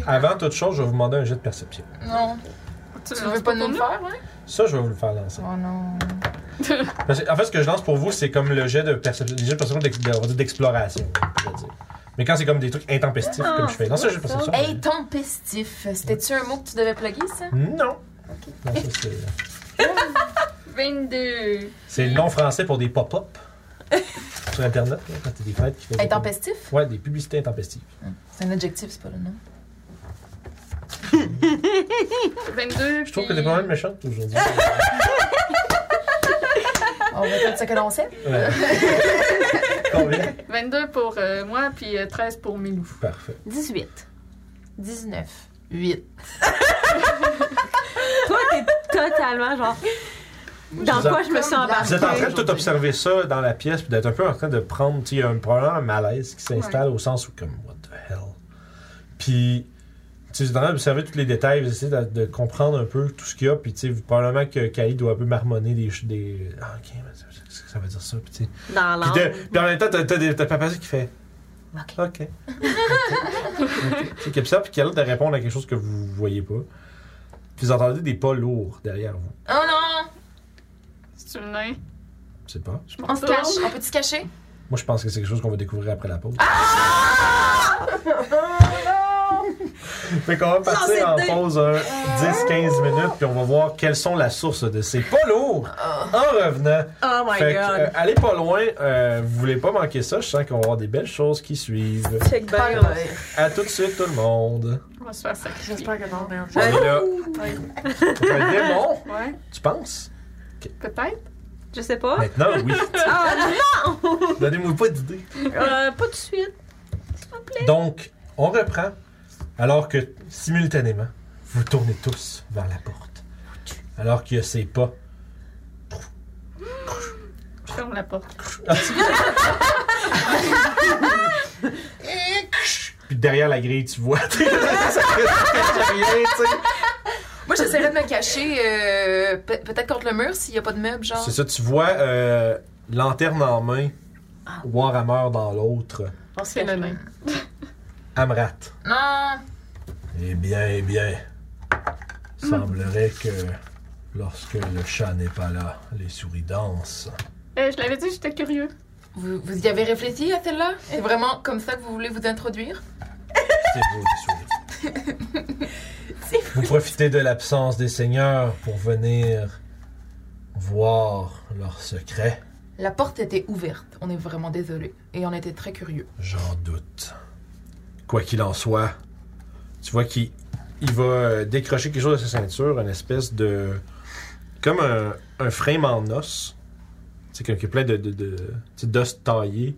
A: Avant toute chose, je vais vous demander un jet de perception.
D: Non.
B: tu
D: Tu
B: le
D: veux
B: veux
D: pas
B: pour
D: nous le
B: nous?
D: faire, ouais?
A: Ça, je vais vous le faire lancer.
D: Oh non.
A: Parce que, en fait, ce que je lance pour vous, c'est comme le jet de perception, les jets de perception d'ex- de- on va dire d'exploration, je pourrais dire. Mais quand c'est comme des trucs intempestifs,
H: Ah,
A: comme je fais.
H: c'est
A: Lance un
H: quoi
A: jet de perception.
D: Hey, tempestif. C'était-tu un mot que tu devais plugger, ça?
A: Non! Non, ça, c'est-
B: 22.
A: C'est le nom français pour des pop-up sur Internet, là, quand t'as des fêtes qui font. des-
D: Intempestif?
A: Ouais, des publicités intempestives.
D: C'est un adjectif, c'est pas le nom.
B: 22.
A: Je trouve que
B: puis-
A: t'es pas mal méchante aujourd'hui.
D: On répète ce que l'on sait.
A: Ouais. Combien?
B: 22 pour euh, moi, puis euh, 13 pour Milou.
A: Parfait.
H: 18.
D: 19. 8.
H: Toi, t'es totalement genre. Dans
A: vous en-
H: quoi je me sens
D: Vous
A: Vous
H: embarquée?
A: êtes en train de tout observer ça dans la pièce, puis d'être un peu en train de prendre, tu sais, il y a un, probablement un malaise qui s'installe au sens où, comme, what the hell? Puis, tu sais, vous êtes en train d'observer tous les détails, vous essayez de, de comprendre un peu tout ce qu'il y a, puis, tu sais, vous- probablement que Kali doit un peu marmonner des. ch- des ah, ok, mais ça- qu'est-ce que ça veut dire ça? Puis, tu sais.
H: Dans
A: Puis, de-
H: l'angle.
A: puis en même temps, t'as, t'as, des- t'as Papa Zou qui fait. Ok. Ok. Ok. C'est comme ça, puis qui a l'air de répondre à quelque chose que vous voyez pas. Puis vous entendez des pas lourds derrière vous.
D: Oh non!
B: C'est-tu le nain?
A: Je sais pas.
B: Je m'en
D: On se
B: retourne.
D: cache. On peut se cacher?
A: Moi, je pense que c'est quelque chose qu'on va découvrir après la pause.
H: Ah!
A: Fait qu'on va partir en pause un 10-15 minutes, puis on va voir quelles sont la source de ces pas lourds en revenant.
H: Ah. Oh my
A: fait que, euh,
H: god.
A: allez pas loin, euh, vous voulez pas manquer ça, je sens qu'on va avoir des belles choses qui suivent.
H: Check back.
A: À tout de suite, tout le monde.
B: va se faire sacrifier.
D: J'espère que non, mais un
A: On
D: jour.
A: est là.
B: Ouais.
A: Un démon,
B: Ouais,
A: tu penses?
B: peut-être.
G: Je sais pas.
A: Maintenant, oui.
G: Ah,
A: Donnez-moi pas d'idée.
G: euh, pas tout de suite.
A: Ah, Donc, on reprend, alors que simultanément, vous tournez tous vers la porte. Alors qu'il y a ses pas.
B: Je ferme la porte.
A: Puis derrière la grille, tu vois. ça cache rien, tu sais.
D: Moi, j'essaierais de me cacher, euh, pe- peut-être contre le mur s'il n'y a pas de meuble, genre.
A: C'est ça, tu vois euh, lanterne en main, Warhammer dans l'autre,
G: On
B: C'est le même.
A: Amrat.
D: Non!
A: Eh bien, eh bien, semblerait que lorsque le chat n'est pas là, les souris dansent.
B: Eh, je l'avais dit, j'étais curieux.
D: Vous, vous y avez réfléchi à celle-là? C'est vraiment comme ça que vous voulez vous introduire?
A: C'est beau, les souris. Vous profitez de l'absence des seigneurs pour venir voir leurs secrets.
D: La porte était ouverte. On est vraiment désolé. Et on était très curieux.
A: J'en doute. Quoi qu'il en soit, tu vois qu'il il va euh, décrocher quelque chose de sa ceinture, une espèce de. comme un, un frame en os. C'est comme qui est plein de, de, de- tu sais, d'os taillés.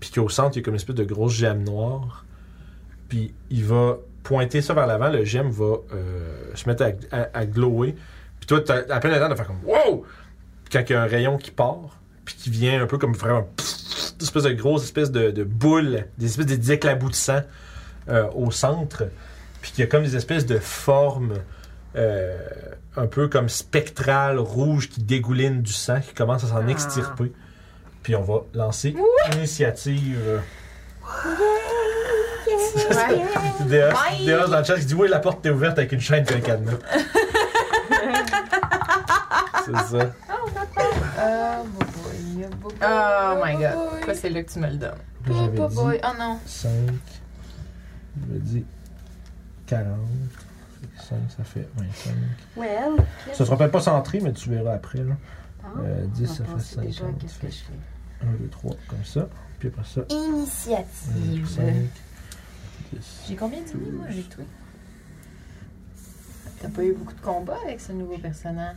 A: Puis qu'au centre, il y a comme une espèce de grosse gemme noire. Puis il va pointer ça vers l'avant, le gemme va euh, se mettre à, à, à glower. Puis toi, t'as à peine le temps de faire comme Wow! Quand il y a un rayon qui part, puis qui vient un peu comme vraiment une espèce de grosse espèce de, de boule, des espèces de- des éclabous de sang euh, au centre, puis qu'il y a comme des espèces de formes euh, un peu comme spectrales, rouges, qui dégoulinent du sang, qui commencent à s'en
H: Ah.
A: extirper. Puis on va lancer initiative. Déos, Déos dans le chat qui dit oui la porte est ouverte avec une chaîne et un cadenas. C'est ça.
D: Ah, Oh my god. Pourquoi c'est là que tu me le donnes?
A: J'avais dit
D: Oh non.
A: 5, je me dis 40, 5, ça fait 25.
G: Well.
A: Ça sera peut-être pas centré, mais tu verras après. Là.
G: Ah,
A: Euh, 10, ça
G: on
A: fait
G: pensait déjà
A: 50.
G: qu'est-ce que je fais.
A: 1, 2, 3, comme ça. Puis après ça,
D: Initiative.
A: 5, 10.
F: J'ai combien de minutes, moi, avec toi?
J: T'as pas eu beaucoup de combats avec ce nouveau personnage.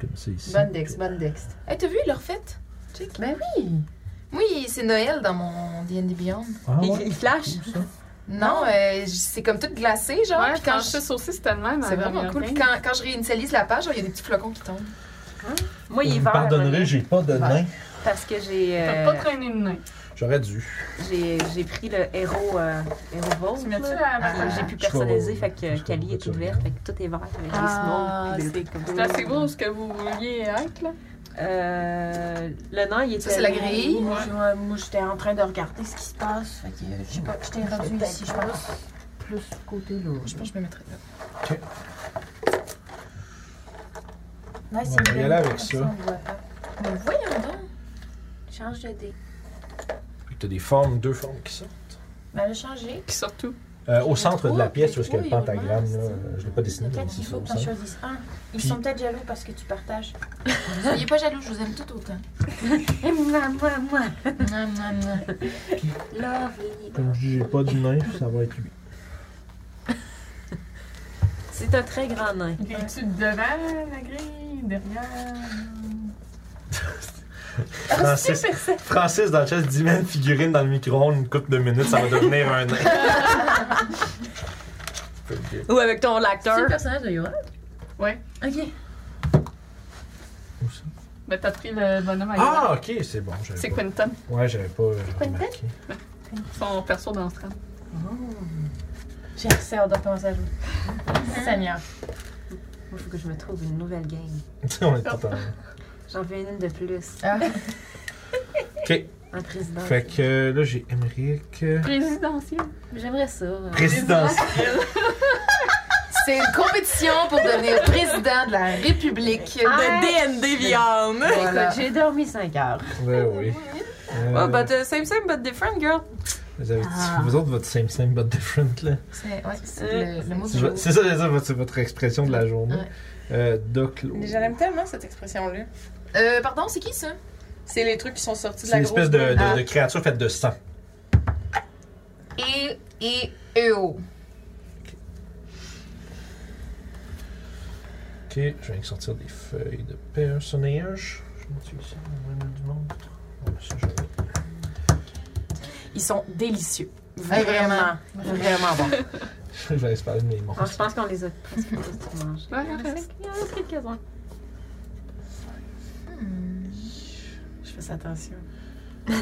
A: Comme ça ici.
J: Bonne Dex, bonne Dex.
D: Hey, t'as vu leur fête? Check.
J: Ben oui!
D: Oui, c'est Noël dans mon D&D Beyond.
A: Ah
G: Il,
A: ouais,
G: il flash.
A: comme ça.
D: Non, euh, j- c'est comme tout glacé, genre.
B: Ouais,
D: puis quand je-
B: Francis aussi, c'était le même.
D: C'est
B: à
D: vraiment
B: Burger
D: cool. Puis
B: King.
D: quand, quand je réinitialise la page, genre, il y a des petits flocons qui tombent.
G: Moi, il
A: Vous
G: est
A: me
G: vert.
A: pardonnerez,
G: mon
A: j'ai pas de nain.
G: ami, Parce que j'ai
B: T'as
G: euh,
B: pas traîné une main.
A: J'aurais dû.
G: j'ai j'ai pris le héros euh, héros
B: Tu
G: Vault,
B: mets-tu
G: là.
B: la
G: Ah, j'ai pu personnaliser, fait
A: Je
G: que
A: sais
G: Cali
A: pas,
G: est toute
A: tu
G: verte, fait que tout est vert avec des
D: Ah,
G: smokes, des
D: c'est
G: trucs comme
B: C'est
G: ça.
B: assez gros ce que vous vouliez être, là.
G: Euh, le nain, il est.
D: Ça, c'est la grille.
J: Ben, Moi, je- ouais, moi, j'étais en train de regarder ce qui se passe. Fait que, euh, je sais pas, j'étais rendue ici, je pense.
H: Plus côté là.
D: Je pense que je me mettrais là.
J: Ouais,
A: On va y aller avec ça.
D: Mais voyons donc.
G: Change de dé.
A: Puis T'as des formes, deux formes qui sortent.
J: Mais elle a changé.
B: Puis surtout,
A: Euh, au centre de la
D: trois,
A: pièce, où est-ce qu'il y a le
D: oui, vraiment,
A: pentagramme, là,
D: c'est
A: euh, je l'ai pas dessiné. mais
J: Peut-être
A: c'est
J: qu'il
A: ça,
J: faut
A: au
J: que t'en
A: centre.
J: choisisses un. Ils
A: Puis-
J: sont peut-être jaloux parce que tu partages.
D: Soyez pas jaloux, je vous aime tout autant.
G: Et moi, moi, moi.
D: Mouam, mouam, mouam.
G: Lovely.
A: Comme je dis, j'ai pas de nain, ça va être lui.
G: C'est un très grand nain.
B: il est-tu devant la grille, derrière?
D: Ah,
A: Francis, Francis dans le chat dit même figurine dans le micro-ondes une couple de minutes, ça va devenir un nain.
G: Ou avec ton lacteur.
J: personnage de Yora?
B: Ouais.
J: Ok.
B: Ben, t'as pris le bonhomme à
A: ah, ok, c'est bon. j'avais
B: C'est
A: pas-
B: Quentin,
A: Ouais, j'avais pas euh, remarqué.
B: son perso dans Strand.
J: J'ai assez hâte de penser à vous. Seigneur.
G: Il faut que je me trouve une nouvelle game.
A: On est tout en...
G: J'en veux une de plus.
A: Ok,
G: Un président.
A: fait que euh, là, j'ai Emmerich. euh,
B: Présidentiel.
G: J'aimerais ça. euh,
A: Présidence.
D: C'est une compétition pour devenir président de la République.
G: Ah,
E: DND
A: Euh.
E: Beyond.
D: Voilà.
G: Écoute, j'ai dormi 5 heures.
A: Ouais, oui. Euh,
E: Oh,
D: bah,
E: but uh, same, same, but different, girl.
A: vous, avez-
D: Ah.
A: vous autres, votre same same but different, là.
D: C'est ouais, c'est le, le mot
A: C'est
D: du
A: vo-
D: jour.
A: c'est ça, c'est ça, votre, c'est votre expression de la journée.
D: Ouais.
A: Euh, Doc Lo-
F: Mais J'aime tellement cette expression-là.
D: Euh, pardon, c'est qui ça?
F: C'est les trucs qui sont sortis de
A: C'est
F: la
A: une
F: grosse...
A: espèce de, de-
F: Ah.
D: E,
A: de créature faite de sang.
D: Et, et, et, oh.
A: Ok, je viens de sortir des feuilles de personnage. Je vais mettre ici, on va mettre du monde. Ah, ça, je vais-
J: Ils sont délicieux.
D: Ah,
J: Vraiment, vraiment bon.
A: Je vais laisser parler de mes
H: Ah, je
A: monstres.
H: pense qu'on les a presque tous mangés.
B: Ouais, ouais, ouais.
H: Il y en reste quelques-uns.
E: Je fais attention.
B: Ouais,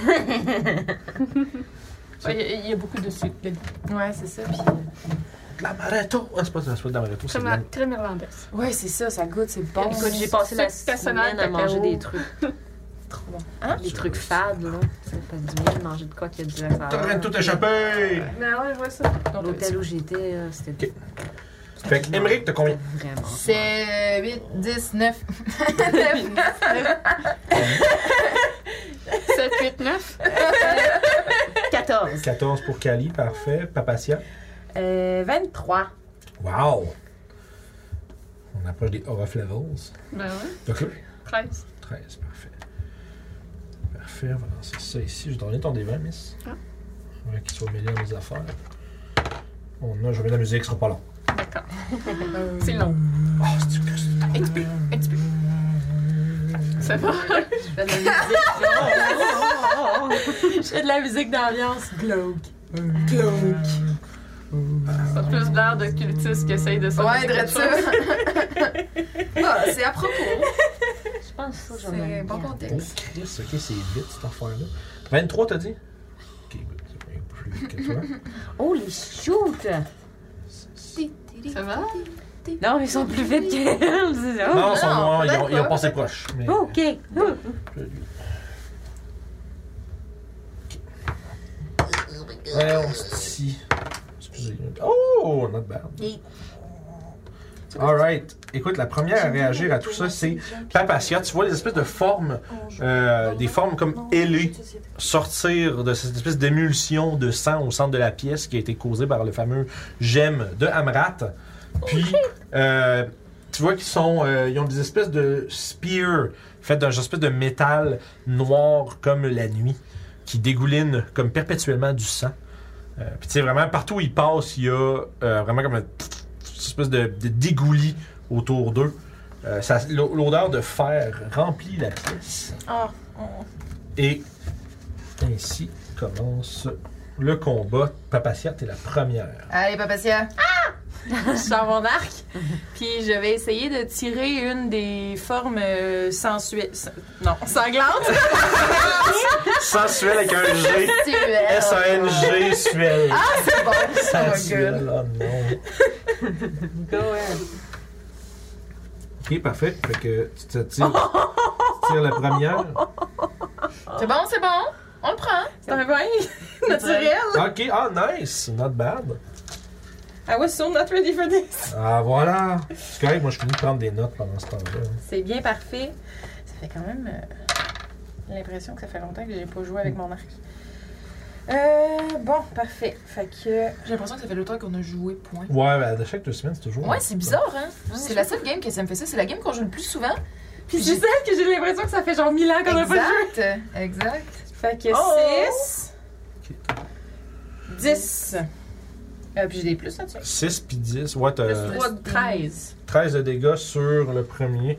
B: Il y a- il y, a beaucoup de sucre. dedans.
D: Ouais, c'est ça. Puis,
A: De l'amaretto! Ah, c'est pas de la soie d'amaretto, c'est
B: Très,
A: de
B: ma-
A: la...
B: très néerlandaise.
D: ouais, c'est ça, ça goûte, c'est bon.
H: Écoute, j'ai passé la
B: Sucre personnel,
H: semaine à manger
B: cacao.
H: des trucs,
D: trop bon.
G: Hein?
H: des trucs fades, là. Ça fait du bien de manger de quoi qu'il y a du
A: T'es en train de
H: saveur.
A: tout échapper!
B: Mais ouais, je vois ça.
H: L'hôtel où j'étais,
G: euh,
H: là, c'était
A: Ok. Fait que, Émeric, t'as combien?
H: vraiment.
D: C'est 8, 10, 9.
B: 7, 8, 9.
H: 14.
A: 14 pour Cali, parfait. Papatia?
G: Euh, 23.
A: Wow! On approche des Horror Levels.
B: Ben ouais,
A: Donc là,
B: 13.
A: 13, parfait. Parfait, on va lancer ça ici. Je vais donner ton dévin, miss.
B: Ah.
A: Ouais, qu'il soit mêlé à mes affaires. On a, je vais mettre la musique, ce sera pas long.
B: D'accord. C'est long.
A: Oh, c'est du custom.
B: Ça va.
D: J'ai de la musique d'ambiance glauque. Glauque.
B: Ça a plus l'air de cultiste qui essaye de sortir
D: Ouais, de
B: quelque
D: ça.
B: chose.
D: Ah, c'est à propos.
G: Je pense que ça, j'en ai
D: C'est bon
A: Oh,
D: contexte.
A: Chris, ok, c'est vite cette affaire-là. 23, t'as dit? Ok, good, c'est bien plus vite que toi.
G: Oh, les shoots!
B: Ça va?
H: Non, ils sont plus vite qu'elle, c'est ça. Oh,
A: non, ils sont moins- ils, ont,
D: peut-être
A: ils ont
D: pas,
A: passé proche. Mais
H: OK.
A: je lui- Ok. Ouais, on se dit. Excusez. Oh, not bad. Alright. Écoute, la première à réagir à tout ça, c'est Papatia. Tu vois les espèces de formes, euh, des formes comme ailées sortir de cette espèce d'émulsion de sang au centre de la pièce qui a été causée par le fameux gemme de Amrat. Puis, euh, tu vois qu'ils sont, euh, ils ont des espèces de spears faites d'un espèce de métal noir comme la nuit qui dégouline comme perpétuellement du sang. Euh, puis tu sais, vraiment, partout où ils passent, il y a euh, vraiment comme une espèce de, de dégoulis autour d'eux. Euh, ça- l'o- L'odeur de fer remplit la pièce. Et ainsi commence le combat. Papatia, t'es la première.
D: Allez, Papatia.
J: Je sors mon arc, puis je vais essayer de tirer une des formes euh, sensuelles. sen- Non, sanglantes.
A: Sensuel avec un G.
D: Tu
A: S-A-N-G, suel.
D: Ah, c'est bon.
A: Sensuel, oh non. oh
G: Go ahead.
A: Ok, parfait. Fait que tu te tires, tu tires la première.
D: C'est bon, c'est bon. On le prend.
J: C'est un vin naturel.
A: Ok, ah, nice. Not bad.
J: I was so not ready for this.
A: Ah, voilà. C'est correct, moi je finis de prendre des notes pendant ce temps-là.
F: C'est bien parfait. Ça fait quand même euh, l'impression que ça fait longtemps que j'ai pas joué avec mon arc. Euh, bon, parfait. Fait que.
D: J'ai l'impression que ça fait longtemps qu'on a joué point.
A: Ouais, ben, de chaque deux semaines, c'est toujours.
D: Ouais, c'est bizarre, hein? C'est la seule game que ça me fait ça. C'est la game qu'on joue le plus souvent.
J: Puis c'est celle que j'ai l'impression que ça fait genre mille ans qu'on n'a pas joué.
D: Exact. Exact. Oh!
F: Fait que 6. 10. Euh, puis j'ai des plus là-dessus.
A: 6 puis 10. Ouais,
D: Euh,
A: t'as
F: Plus
J: 13.
A: 13 de dégâts sur le premier.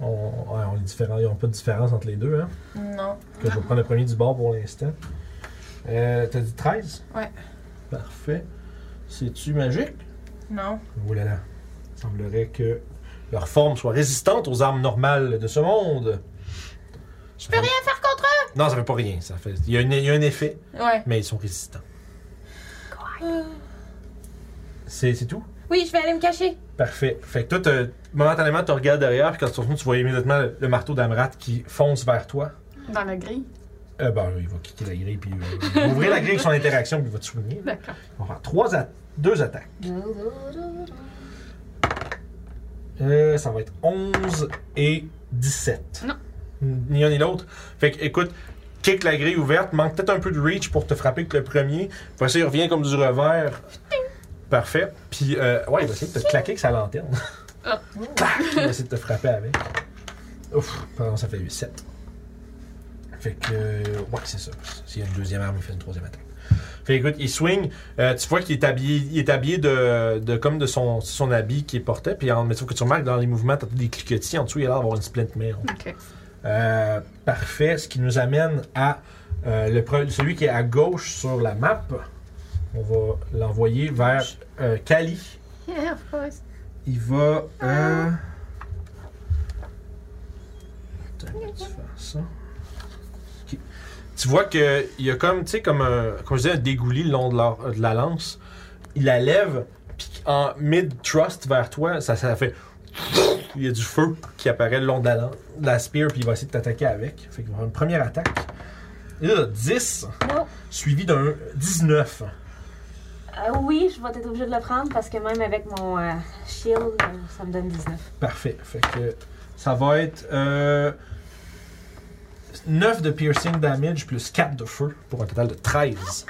A: On, ouais, on est différents. Ils n'ont pas de différence entre les deux, hein?
D: Non.
A: Que je vais prendre le premier du bord pour l'instant. Euh, T'as dit 13?
D: Ouais.
A: Parfait. C'est-tu magique?
D: Non.
A: Oh là là. Il semblerait que leur forme soit résistante aux armes normales de ce monde. Je peux rien faire contre eux! Non, ça fait pas rien. Ça fait... il, y a une- il y a un effet,
D: Ouais.
A: mais ils sont résistants. C'est c'est tout?
J: Oui, je vais aller me cacher.
A: Parfait. Fait que toi, t'as- momentanément, tu regardes derrière, puis quand tu te retournes, tu vois immédiatement le, le marteau d'Amrat qui fonce vers toi.
B: Dans la grille.
A: Euh, ben, il va kicker la grille, puis euh, il va ouvrir la grille avec son interaction, puis il va te souligner.
B: D'accord.
A: On va faire trois atta- deux attaques. Euh, ça va être 11 et 17.
B: Non.
A: Ni un ni l'autre. Fait que, écoute, kick la grille ouverte, manque peut-être un peu de reach pour te frapper que le premier. Puis ça, il revient comme du revers. Parfait. Puis, euh, ouais, il va essayer de te claquer avec sa lanterne.
B: Ah.
A: Clac! Il va essayer de te frapper avec. Ouf, pardon, ça fait 8, 7. Fait que, euh, ouais, c'est ça. S'il y a une deuxième arme, il fait une troisième attaque. Fait Fait écoute, il swing. Euh, tu vois qu'il est habillé, il est habillé de, de comme de son, son habit qu'il portait. Puis en, mais sauf que tu remarques dans les mouvements, t'as des cliquetis en dessous. Il a l'air d'avoir une splint mirror.
B: Ok.
A: Euh, parfait. Ce qui nous amène à euh, le pre- celui qui est à gauche sur la map. On va l'envoyer vers euh, Kali.
F: Yeah, of course.
A: Il va. Euh... Attends, tu fais ça. Ok. Tu vois que il y a comme, tu sais, comme un, comme je disais, un dégouli le long de la, de la lance. Il la lève, puis en mid-thrust vers toi, ça, ça fait. Il y a du feu qui apparaît le long de la, lan- de la spear, puis il va essayer de t'attaquer avec. Fait qu'il va avoir une première attaque. Là, 10,
H: Non.
A: suivi d'un 19.
H: Ah oui, je vais être obligée de le prendre parce que même avec mon euh, shield, euh, ça me donne 19.
A: Parfait. Fait que ça va être euh, 9 de piercing damage plus 4 de feu pour un total de 13.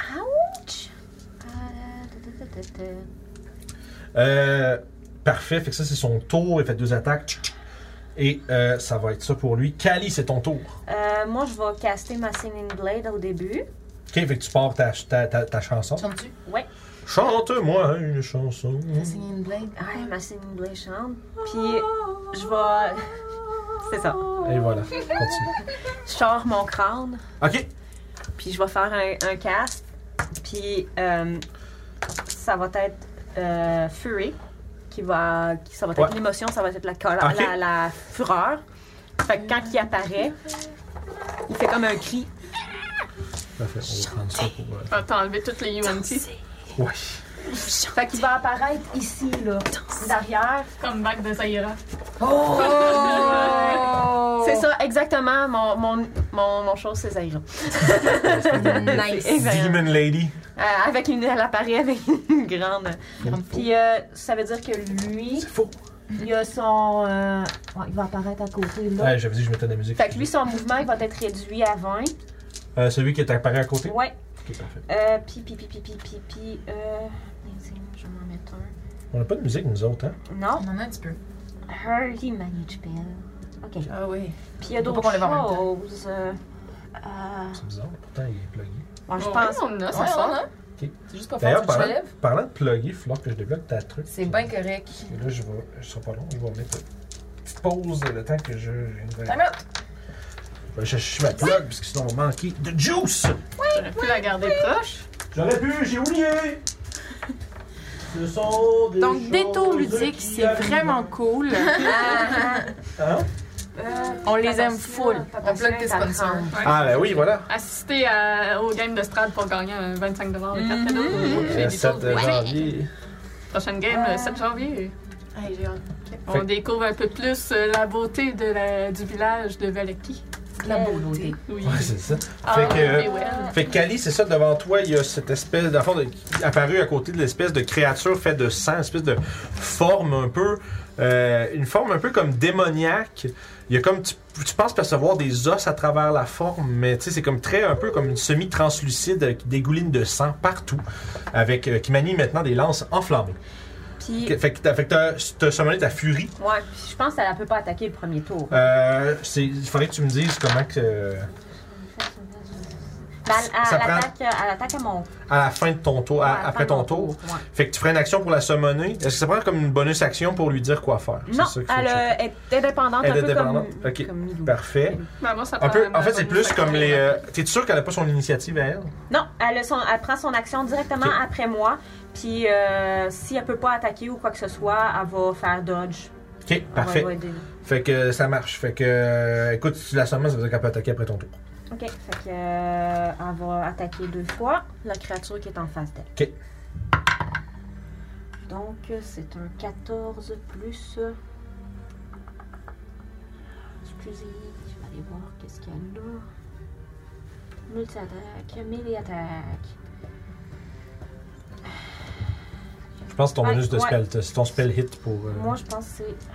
A: Euh, parfait. Fait que ça, c'est son tour. Il fait deux attaques. Et euh, ça va être ça pour lui. Kali, c'est ton tour.
H: Euh, moi, je vais caster ma Singing Blade au début.
A: Ok, fait que tu pars ta, ta, ta, ta chanson.
D: Chantes-tu
A: Chante-moi une chanson.
D: The Singing Blade
H: Ah, ma Singing Blade chante. Puis, je vais. C'est ça.
A: Et voilà. Continue.
H: Je sors mon crâne,
A: Ok.
H: puis je vais faire un, un cast. Puis, euh, ça va être euh, Fury. Qui va, qui- ça va être
A: Ouais.
H: l'émotion, ça va être la colère,
A: Ok.
H: la, la fureur. Fait que quand il apparaît, il fait comme un cri.
A: Parfait. On va prendre ça pour. euh,
B: Ah, T'as enlevé toutes les UNT.
A: Ouais.
H: Fait qu'il va apparaître ici, là, derrière.
B: Comme back de Zaira.
H: C'est ça, exactement. Mon, mon, mon, mon chose, c'est Zaira.
D: Ah,
A: Nice. Demon Lady.
H: Euh, avec une, elle apparaît avec une grande.
D: Grande fou.
H: Puis euh, ça veut dire que lui,
A: C'est faux.
H: il a son. euh, ouais, il va apparaître à côté là.
A: Ouais, j'avais dit que je mettais de la musique.
H: Fait que lui, son mouvement, il va être réduit à 20.
A: Euh, celui qui est apparu à côté.
H: Ouais.
A: Ok, parfait.
H: Euh, puis, puis, puis, puis, puis, puis, puis, euh. Je vais m'en mettre un.
A: On n'a pas de musique, nous autres, hein?
H: Non,
D: On en a un petit peu.
H: Hurley Manage Bell. OK. Puis
D: Ah oui.
H: il y
D: Faut pas
H: a d'autres
D: qu'on les voit en
H: choses. euh, euh,
A: C'est bizarre, pourtant il est plugué.
H: bon, je
B: Ouais,
H: pense.
B: Ah, on en a, ça
D: Ouais,
B: sort.
D: on a.
A: Ok.
D: Ah, C'est juste pas
A: D'ailleurs,
D: fort, tu
A: parlant,
D: te lèves.
A: parlant de plugger, il va falloir que je débloque ta truc.
D: C'est bien correct.
A: Parce que là, je vais. Je serai pas long, je vais mettre une petite pause le temps que je. Je
D: Time
A: vais
D: out!
A: aller chercher ma plug, parce que sinon on va manquer de juice!
B: J'aurais pu la garder proche.
A: J'aurais pu, j'ai oublié! Ce sont des.
J: Donc, détour
A: choses
J: ludique,
A: qui
J: c'est
A: arrivent.
J: vraiment cool.
A: Hein?
J: On les aime full.
D: On plug tes sponsors.
A: Ah, ben oui, voilà!
B: Assister à- au game de Strad pour gagner un 25 les cartes
D: Mm-hmm.
B: cadeaux.
J: Mmh.
B: J'ai
A: Euh,
B: des
A: 7
B: choses. Ouais.
A: janvier.
B: Prochaine game, le 7 janvier.
J: Allez, j'ai hâte.
B: On
A: Fait-
B: découvre un peu plus euh, la beauté de la- du village de Valaki.
D: La beauté.
B: Oui.
A: Ouais, c'est ça.
B: Ah,
A: Fait que. euh,
B: et ouais.
A: Fait que Cali, c'est ça, devant toi, il y a cette espèce, d'enfant apparue à côté de l'espèce de créature faite de sang, une espèce de forme un peu, euh, une forme un peu comme démoniaque. Il y a comme, tu, tu penses percevoir des os à travers la forme, mais tu sais, c'est comme très, un peu comme une semi-translucide euh, qui dégouline de sang partout, avec, euh, qui manie maintenant des lances enflammées.
H: Puis,
A: Que- Fait que t'as- fait que t'as t'as summoné ta furie.
H: ouais, puis je pense qu'elle peut pas attaquer le premier tour.
A: Euh, c'est- il faudrait que tu me dises comment que... euh,
H: Ben, elle,
A: ça
H: elle
A: prend-
H: attaque, elle attaque à mon.
A: à la fin de ton tour, à-
H: ouais,
A: après
H: à
A: ton
H: mon
A: tour.
H: ouais.
A: Fait que tu ferais une action pour la summoner. Est-ce que ça prend comme une bonus action pour lui dire quoi faire? C'est
H: Non,
A: ça qu'il faut
H: elle
A: checker.
H: euh, est indépendante,
A: Elle
H: un
A: est
H: peu
A: indépendante.
H: comme,
A: Ok.
H: comme Milou.
A: Parfait.
B: Ben, moi, ça
A: Un
B: prend
A: peu,
H: Euh,
B: vraiment
A: en fait, c'est
B: bonne
A: plus comme les.
B: action.
A: euh, T'es sûr qu'elle a pas son initiative à elle?
H: Non, elle, a son- elle prend son action directement
A: Ok.
H: après moi. Puis euh, si elle peut pas attaquer ou quoi que ce soit, elle va faire dodge.
A: Ok,
H: Elle
A: parfait.
H: va- va aider.
A: Fait que ça marche. Fait que. euh, écoute, si tu la summones, ça veut dire qu'elle peut attaquer après ton tour.
H: Ok, fait que, euh, elle va attaquer deux fois la créature qui est en face d'elle.
A: Ok.
H: Donc c'est un 14 plus. euh, Excusez, je vais aller voir qu'est-ce qu'elle a. Multi-attaque, melee-attaque.
A: Je pense que ton
H: Ouais,
A: bonus de
H: Ah, ouais.
A: spell, c'est ton spell hit pour. euh,
H: Moi, je pense que c'est. ah,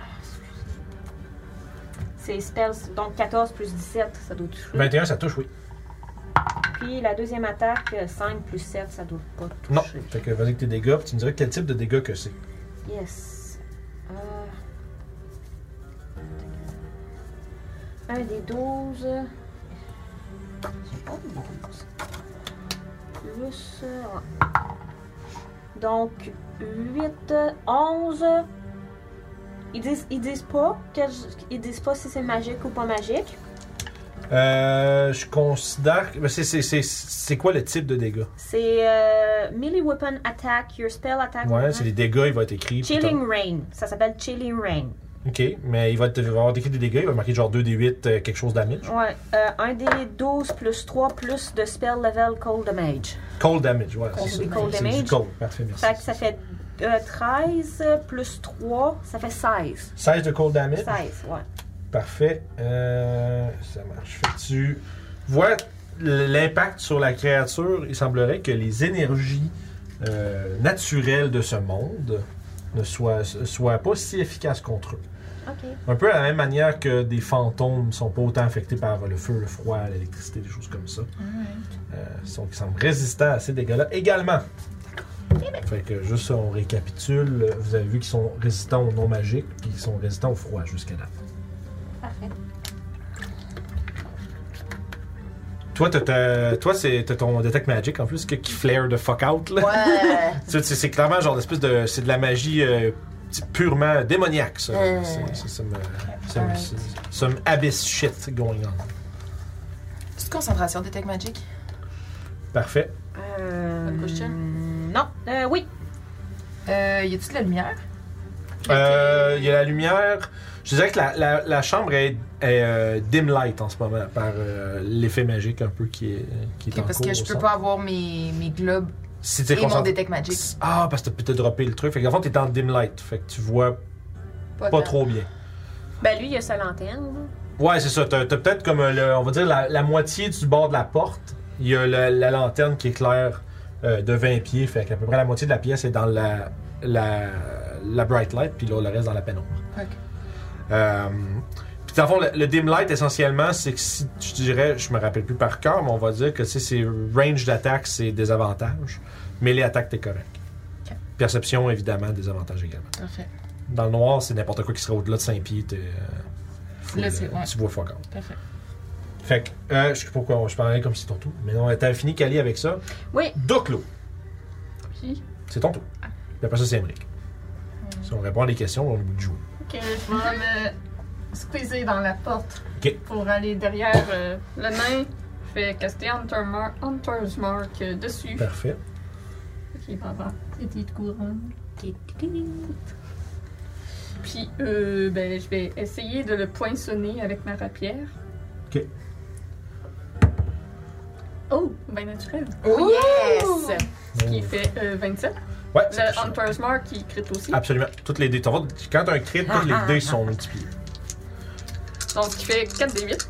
H: C'est spells. Donc 14 plus 17, ça doit toucher.
A: 21, ça touche, oui.
H: Puis la deuxième attaque, euh, 5 plus 7, ça doit pas toucher.
A: Non. Fait que vas-y que tes dégâts, puis tu me diras quel type de dégâts que c'est.
H: Yes. Euh, Un des 12. J'ai pas de 12.
G: plus. euh, ouais. Donc, 8, 11. Ils disent, ils disent pas que je- ils disent pas si c'est magique ou pas magique.
A: Euh, je considère. que- ben, c'est- c'est- C'est c'est quoi le type de dégâts?
G: C'est euh, melee weapon attack, your spell
H: Ah,
G: attack.
A: Ouais, c'est les dégâts, il va être écrit. puis
G: Chilling rain. Ça s'appelle chilling rain.
A: t'as- Ok, mais il va, être, il va avoir écrit des dégâts, il va marquer genre 2 des 8, euh, quelque chose damage.
G: Ouais, euh, un des 12 plus 3 plus de spell level cold damage.
A: Cold damage, ouais, c'est ça.
G: Cold damage.
A: C'est du cold, parfait,
G: Fait que
A: merci.
G: ça fait euh, 13 plus 3, ça fait 16.
A: 16 de cold damage.
G: 16, ouais.
A: Parfait. Euh, ça marche. Fait que tu vois l'impact sur la créature. Il semblerait que les énergies euh, naturelles de ce monde ne soient, soient pas si efficaces contre eux.
G: Ok.
A: Un peu à la même manière que des fantômes sont pas autant affectés par le feu, le froid, l'électricité, des choses comme ça. Euh, ils sont- ils semblent résistants à ces dégâts-là également. Fait que juste on récapitule, vous avez vu qu'ils sont résistants au non magique, puis ils sont résistants au froid jusqu'à là.
F: Parfait.
A: Toi, t'as ta- toi, c'est t'as ton Detect Magic en plus que- qui flare de fuck out là.
D: Ouais.
A: Tu sais, C'est, c'est clairement genre d'espèce de. C'est de la magie euh, petit- purement démoniaque, ça. C'est, c'est some, euh, some- some abyss shit going on.
D: Petite concentration des tech magic.
A: Parfait.
G: Euh,
E: Bonne question.
G: non, euh, oui.
D: Euh, y a-tu de la lumière?
A: Euh, Il y a la lumière. Je dirais que la, la- la chambre est, est, euh, dim light en ce moment par euh, l'effet magique un peu qui est, qui est
D: Ok,
A: en
D: parce
A: cours
D: que
A: au
D: je peux
A: centre.
D: pas avoir mes, mes globes
A: Si t'es
D: et mon
A: concentré.
D: detect magic.
A: Ah, parce que t'as, t'as droppé le truc. Fait qu'en fond, t'es en dim light. Fait que tu vois pas,
D: tant.
A: trop bien.
G: Ben lui, il a sa lanterne.
A: Ouais, c'est ça. T'as, t'as peut-être comme, euh, le, on va dire, la, la moitié du bord de la porte. Il y a la, la lanterne qui éclaire euh, de 20 pieds. Fait qu'à peu près la moitié de la pièce est dans la, la, la bright light, puis là, le reste dans la pénombre.
D: Ok.
A: Euh, puis dans le fond, le, le dim light, essentiellement, c'est que si, je dirais, je me rappelle plus par cœur, mais on va dire que si c'est range d'attaque, c'est des avantages. Mais les attaques, t'es correct. Perception, évidemment, des avantages également.
D: Parfait.
A: Dans le noir, c'est n'importe quoi qui serait au-delà de 5 pieds. t'es, euh, full,
D: Là, c'est-
A: euh,
D: ouais.
A: Tu vois fuck out.
D: Parfait.
A: Fait que, euh, je sais pas pourquoi je parlais comme si c'était ton tour. Mais non, t'avais fini calé avec ça.
G: Oui.
A: Doclo, euh,
B: Puis,
A: c'est ton tour.
B: Ah.
A: Puis après ça, c'est Emmerich. Si on répond à des questions, on a le bout de jouer.
B: que je vais me squeezer dans la porte
A: Ok.
B: pour aller derrière euh, le nain. Je vais caster Hunter Mar- Hunter's Mark euh, dessus.
A: Parfait.
B: Qui va avoir petite couronne. Puis, euh, ben, je vais essayer de le poinçonner avec ma rapière.
A: Ok.
B: Oh, ben naturel.
D: Oh yes!
B: Ce qui fait euh, 27.
A: Ouais, Oh. c'est
B: Le
A: touché.
B: Hunter's Mark qui crit aussi.
A: Absolument. Toutes les dés. T'en vas- Quand t'as un crit, toutes les dés sont multipliés.
B: Donc, ce qui fait 4 des 8.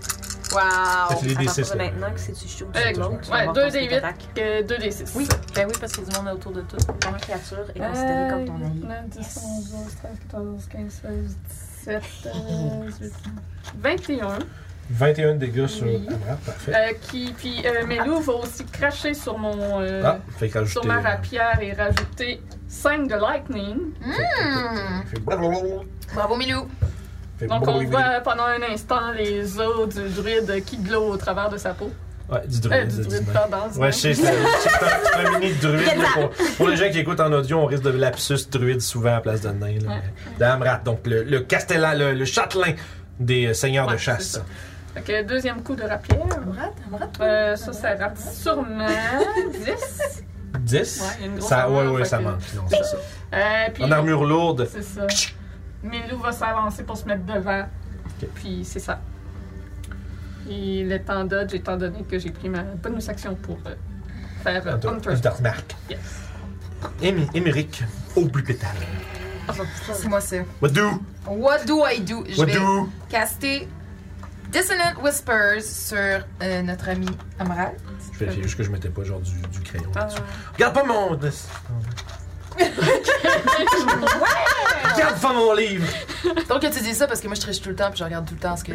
A: Ça fait les
G: À
A: dés
G: partir
A: 6.
G: de maintenant que c'est tu shoots
B: Euh,
G: sur l'autre, tu vas
B: ouais,
G: avoir
B: deux
G: ton
B: des
G: sneak
B: huit.
G: attack.
B: Euh, 2 des 6.
C: Oui, ben oui, parce qu'il y a du monde autour de tout.
G: Ton créature est considérée comme
B: Euh,
G: ton allié.
B: 10, 11, 12, 13, 14, 15, 16, 17, 18, 21.
A: 21 dégâts sur
B: Oui.
A: Amra, parfait.
B: Euh, qui, puis euh, Melou va aussi cracher sur mon. euh,
A: ah, fait que
B: sur
A: rajouter.
B: ma rapière et rajouter 5 de lightning.
A: Fait blablabla.
D: Bravo Milou!
A: Fait
B: Hmm. Donc on
A: blablabla.
B: voit pendant un instant les os du druide qui glowent au travers de sa peau.
A: Ouais, du
B: Euh,
A: druide.
B: du
A: du
B: druide,
A: nain.
B: pardon. du nain.
A: Ouais, je sais, c'est c'est un mini druide. là, pour, pour les gens qui écoutent en audio, on risque de lapsus druide souvent à la place de nain. là.
B: Ouais.
A: Dame Rat, donc le, le castellan, le, le châtelain des euh, seigneurs de
B: Ouais,
A: chasse.
B: c'est ça. Fait que deuxième coup de rapière. Euh, ça, ça rate sûrement 10.
A: 10
B: Ouais, il y a une grosse
A: ça, Ouais,
B: armure,
A: ouais,
B: fait
A: ça
B: que-
A: manque. Non, c'est ça.
B: Euh, puis,
A: En armure lourde,
B: C'est ça. Milou va s'avancer pour se mettre devant.
A: Ok.
B: Puis c'est ça. Et le temps dodge, étant donné que j'ai pris ma bonus action pour euh, faire euh, Hunter.
A: Hunter Mark.
B: Yes.
A: Émi- Émeric, au plus pétale.
D: C'est moi ça.
A: What do?
D: What do I do? Je
A: What
D: vais
A: do?
D: caster Dissonant Whispers sur euh, notre ami Amaral.
A: Je vérifiais juste que je mettais pas genre du, du crayon
B: Ah.
A: là-dessus. Regarde pas mon. Regarde pas mon livre!
D: Tant que tu dis ça parce que moi je triche tout le temps puis je regarde tout le temps ce, que,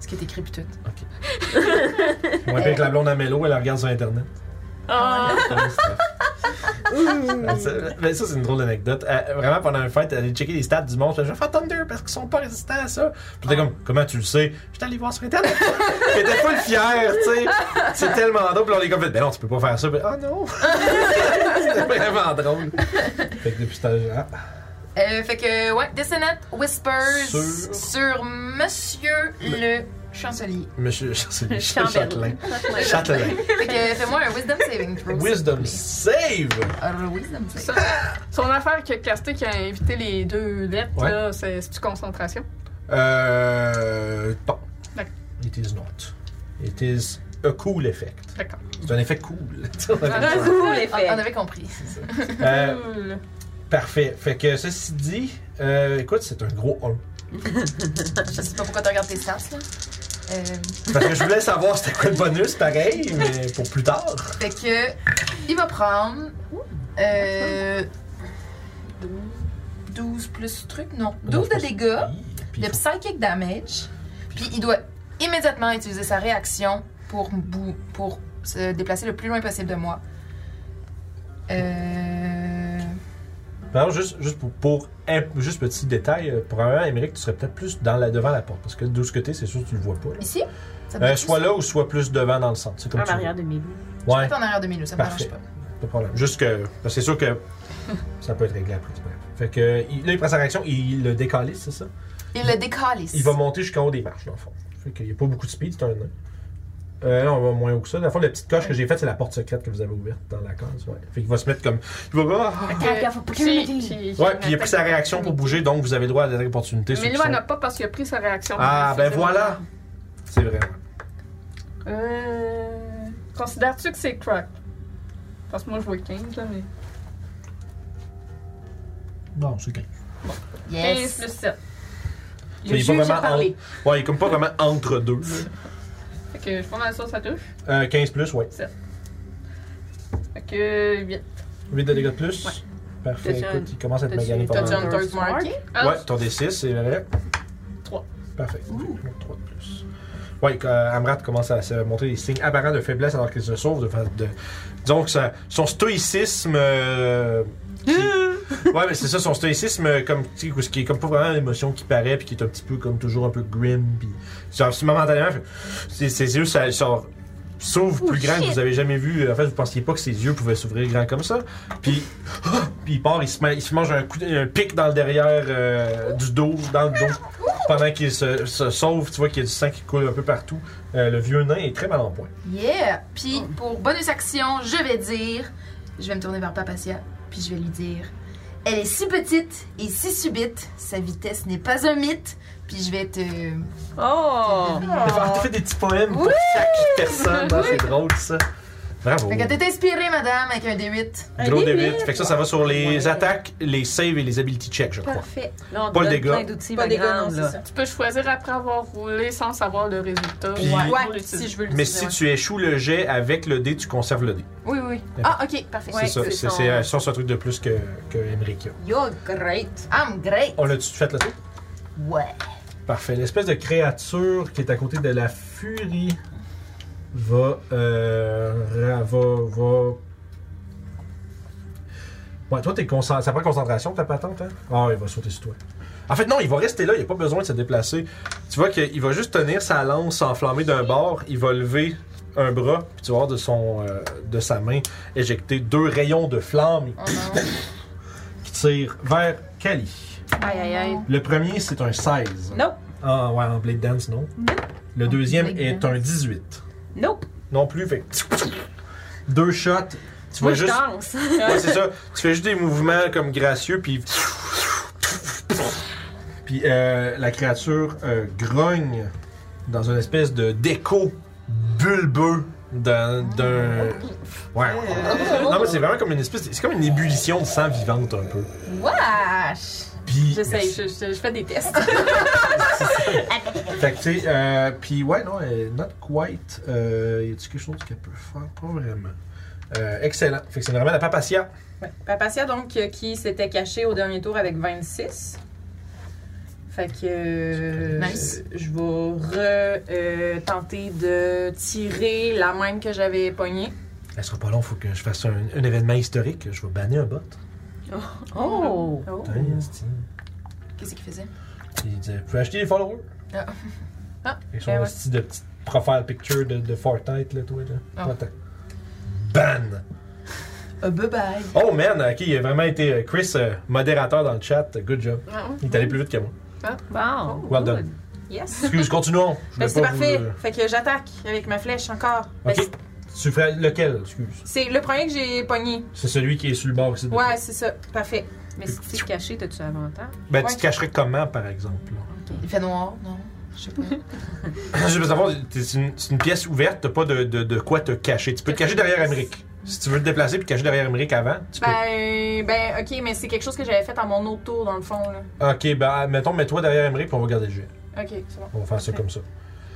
D: ce qui est écrit puis tout.
A: Moins pire que la blonde à Mello, elle la regarde sur Internet.
B: Ah,
A: Ouais, c'est ça. Ça- Mais ça, c'est une drôle d'anecdote. Euh, vraiment, pendant une fête, elle allait checker les stats du monde. Je vais faire Thunder parce qu'ils sont pas résistants à ça. Puis t'es comme, comment tu le sais? J'étais allé voir sur Internet. J'étais full fier, tu sais. C'est tellement drôle. Puis on est comme, fait, ben non, tu peux pas faire ça. Puis, ah non! C'était vraiment drôle. Fait que depuis ce temps-là, ah,
D: Euh, fait que, ouais, Dissonant Whispers
A: Sur-
D: sur, Monsieur le Chancelier.
A: monsieur, c'est le
F: Chamberlain.
A: châtelain. Châtelain.
D: Fait que, fais-moi un Wisdom Saving Throw.
A: Wisdom save!
D: Un Wisdom Saving
B: Ça- Son affaire que Casté qui a invité les deux lettres,
A: Ouais.
B: là, c'est- c'est-tu concentration?
A: Euh. Bon.
B: D'accord.
A: It is not. It is a cool effect.
B: D'accord.
A: C'est un effet cool.
G: Cool, les
D: On,
G: faits.
D: Ah, on avait compris.
A: Euh,
B: Cool.
A: Parfait. Fait que ceci dit, euh, écoute, c'est un gros 1.
D: Je sais pas pourquoi tu regardes tes stats, là. Euh,
A: Parce que je voulais savoir c'était quoi le bonus, pareil, mais pour plus tard.
D: Fait que, il va prendre. Euh, 12 plus truc, non. 12 de dégâts,
A: Oui, puis
D: de
A: il faut-
D: psychic damage. Puis il doit immédiatement utiliser sa réaction pour, bou- pour se déplacer le plus loin possible de moi. Euh.
A: Par contre, juste, juste pour, pour imp- juste petit détail, euh, probablement, Émeric, tu serais peut-être plus dans la, devant la porte. Parce que d'où ce côté, c'est sûr que tu le vois pas. là.
D: Ici Ça te
A: Euh,
D: dérange
A: soit là ou soit plus devant dans le centre. C'est comme
G: En
A: tu veux.
G: arrière de mes
A: Ouais,
D: Tout en arrière de Milou, ça me
A: Parfait.
D: dérange pas.
A: pas de problème. Juste que. parce que C'est sûr que ça peut être réglé après. c'est pas grave. Fait que il- là, il prend sa réaction, il le décalisse, c'est ça?
D: Il le décalisse.
A: Il va monter jusqu'en haut des marches, dans le fond. Fait qu'il n'y a pas beaucoup de speed, c'est un nain. Euh, non, on va moins haut que ça. Dans le fond, la petite coche que j'ai faite, c'est la porte secrète que vous avez ouverte dans la case. Ouais. Fait qu'il va se mettre comme. Il va. Ah! Ouais, puis il a pris sa réaction pour bouger, donc vous avez le droit à des opportunités.
B: Ah, Mais lui, on n'a pas parce qu'il a pris sa réaction.
A: Ah, ben
B: Faisait-
A: voilà! C'est vrai.
B: Euh, Considères-tu que c'est crack? Parce que moi, je vois 15, là, mais.
A: Non, c'est ok.
B: 15 plus 7.
A: Il est pas vraiment en- Ouais, il est comme pas vraiment entre deux.
B: Fait que je suis pas mal sûre que ça touche.
A: Euh, 15 plus, ouais.
B: Fait que eh 8.
A: 8 de dégâts de plus.
B: Ouais.
A: Parfait,
G: T'as-tu un-
A: écoute, il commence à te
G: t'as-tu-
A: maganer pas
E: T'as-tu un
A: mal.
E: third mark?
B: Ah,
A: Ouais, ton D6, c'est vrai.
B: Trois.
A: Parfait. 3 de plus. Ouais, que, euh, Amrat commence à se montrer des signes apparents de faiblesse alors qu'il se sauve. De, fa- de, disons que ça- son stoïcisme. euh,
B: Ah.
A: qui- ouais, mais c'est ça, son stoïcisme, euh, comme, tu sais, ce qui est comme pas vraiment l'émotion qui paraît, puis qui est un petit peu comme toujours un peu grim. Puis, genre, si momentanément, fait- ses, ses yeux ça, genre, s'ouvrent
B: Oh,
A: plus grand que vous avez jamais vu. En fait, vous pensiez pas que ses yeux pouvaient s'ouvrir grand comme ça. Puis, puis il part, il se, ma- il se mange un, coup, de- un pic dans le derrière euh, du dos, dans le dos. Pendant qu'il se, se sauve, tu vois qu'il y a du sang qui coule un peu partout. Euh, le vieux nain est très mal en point.
D: Yeah! Puis pour bonus action, je vais dire. Je vais me tourner vers Papacia, puis je vais lui dire. Elle est si petite et si subite, sa vitesse n'est pas un mythe. Puis je vais te.
G: Oh!
A: T'as fait- T'as fait des petits poèmes pour chaque personne. Ah, c'est drôle ça. Bravo.
D: Fait que t'es inspirée, madame, avec un D8.
A: Gros
G: Un
A: débit.
G: débit.
A: Fait que ça, ça va sur les
G: Ouais.
A: attaques, les saves et les ability checks, je crois.
D: Parfait.
G: Là, on
A: Pas le
G: donne
A: dégât.
G: plein d'outils,
F: Pas
G: ma
F: des gars, non,
G: grande,
F: c'est
G: là.
F: ça.
B: tu peux choisir après avoir roulé sans savoir le résultat.
A: Puis-
B: pour
D: Ouais,
B: l'utiliser.
G: Si je veux
A: Mais si
G: l'utiliser.
A: tu échoues le jet avec le dé, tu conserves le dé.
D: Oui, oui. oui. Ah, ok, parfait.
A: c'est ça. C'est c'est, euh, ça, c'est un truc de plus que, que Emmerich a.
G: You're great!
D: I'm great.
A: On l'a-tu fait le tour?
D: Ouais.
A: Parfait. L'espèce de créature qui est à côté de la furie va. euh, ra- va. va. Ouais, toi, t'es concent- ça prend concentration ta patente, hein? Ah, il va sauter sur toi. En fait, non, il va rester là, il n'y a pas besoin de se déplacer. Tu vois qu'il va juste tenir sa lance enflammée d'un bord, il va lever un bras, puis tu vas voir de, son, euh, de sa main éjecter deux rayons de flamme qui tirent vers Kali.
C: Aïe, aïe, aïe.
A: Le premier, c'est un 16.
G: Nope.
A: Ah ouais, en Blade Dance, non. Le deuxième
D: Blade
A: est un 18.
G: Nope!
A: Non plus, fait que- Deux shots. Tu vois juste.
G: danse!
A: Ouais, c'est ça. Tu fais juste des mouvements comme gracieux, puis. Puis euh, la créature euh, grogne dans une espèce de déco bulbeux d'un. d'un- Ouais. Non, mais c'est vraiment comme une espèce. de- C'est comme une ébullition de sang vivante un peu.
D: Wesh!
A: Puis.
G: J'essaye, je, je- je fais des tests.
A: Fait que, tu sais, euh, puis ouais, non, euh, not quite. Euh, y a-tu quelque chose qu'elle peut faire? Pas vraiment. Euh, excellent. Fait que c'est vraiment la papatia.
F: Ouais. Papacia, donc, euh, qui s'était caché au dernier tour avec 26. Fait que euh,
D: Nice.
F: je vais re, euh, tenter de tirer la même que j'avais pognée.
A: Ça sera pas long, faut que je fasse un, un événement historique. Je vais banner un bot.
H: Oh!
A: Putain, esti.
J: Qu'est-ce qu'il faisait
A: Il disait, vous pouvez acheter des followers.
J: Ah. Ah,
A: Ils sont
J: ben ouais.
A: de petites profile picture de, de Fortnite, là, toi, là.
J: Ah.
A: Pas tant. Ban!
J: Euh, Bye bye.
A: Oh man, ok, il a vraiment été euh, Chris, euh, modérateur dans le chat. Good job.
J: Ah
A: Il est allé plus vite que moi.
H: Wow!
A: Well done.
D: Yes.
A: Excuse, continuons. Je voulais
D: Fait que
J: Ben,
D: c'est
A: pas vous,
D: parfait.
A: euh,
D: Fait que j'attaque avec ma flèche encore. Fait que
A: Ok. Tu ferais lequel, excuse?
D: C'est le premier que j'ai pogné.
A: C'est celui qui est sur le bord ici. de-
D: Ouais, c'est ça. Parfait.
H: Mais si tu es caché, t'as-tu avantage?
A: Ben,
D: ouais.
A: tu te cacherais comment, par exemple? là?
J: Il fait noir, non Je sais pas.
A: Je veux savoir, t'es- c'est une, c'est une pièce ouverte, t'as pas de, de- de quoi te cacher. Tu peux te cacher derrière Emmerich. Si tu veux te déplacer puis te cacher derrière Emmerich avant, tu peux.
D: Ben, euh, ben, ok, mais c'est quelque chose que j'avais fait à mon autre tour, dans le fond, là.
A: Ok, ben, mettons, mets-toi derrière Emmerich puis on va garder le jet.
D: Ok, c'est bon.
A: On va faire ça comme ça.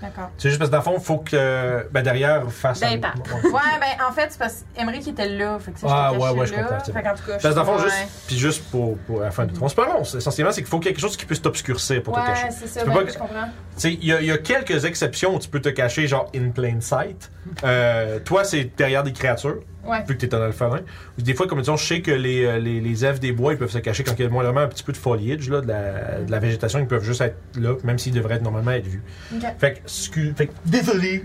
D: D'accord.
A: C'est juste parce que dans le fond, faut que. Ben, derrière, fasse.
H: Ben,
A: un-
H: pas.
A: Ouais.
D: Ouais, ben, en fait, c'est parce qu'Emery qui était là. Fait que ça,
A: Ah,
D: j'étais
A: ouais,
D: cachée
A: ouais, je
D: là.
A: comprends, c'est
D: Fait qu'en tout cas,
A: Parce que dans le fond,
D: ouais.
A: juste, puis juste pour, pour la fin de transparence, essentiellement, c'est qu'il faut quelque chose qui puisse t'obscurcir pour te cacher.
D: Ouais, c'est ça,
A: Tu peux
D: ben,
A: pas-
D: je comprends.
A: Tu sais, il y, a- il y a quelques exceptions où tu peux te cacher, genre in plain sight. Euh, toi, c'est derrière des créatures,
D: Ouais.
A: vu que t'es un alphalin. Des fois, comme disons, je sais que les, euh, les, les elfes des bois, ils peuvent se cacher quand il y a moindrement un petit peu de foliage, là, de, la, de la végétation, ils peuvent juste être là, même s'ils devraient être normalement être vus.
D: Ok.
A: Fait que, scu- fait que, désolé.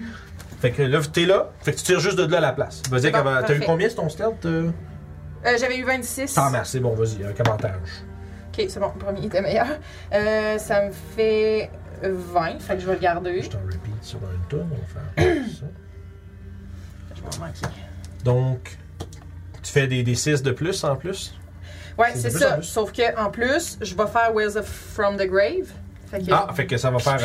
A: Fait que là, t'es là, fait que tu tires juste de là à la place. Vas-y,
D: bon,
A: comment- t'as eu
D: parfait.
A: combien sur ton stealth? euh?
D: Euh, j'avais eu 26.
A: T'en masse, c'est bon, vas-y, un commentaire.
D: Ok, c'est bon, le premier était meilleur. Euh, ça me fait 20, fait que je vais le garder.
A: Je t'en repeat sur une tonne, on va faire ça.
D: Je vais en manquer.
A: Donc, tu fais des, des 6 de plus en plus.
D: Ouais,
A: C'est
D: c'est
A: de plus en
D: ça.
A: plus.
D: Sauf que en plus, je vais faire Wells of From the Grave. Fait que,
A: Ah, fait que ça va faire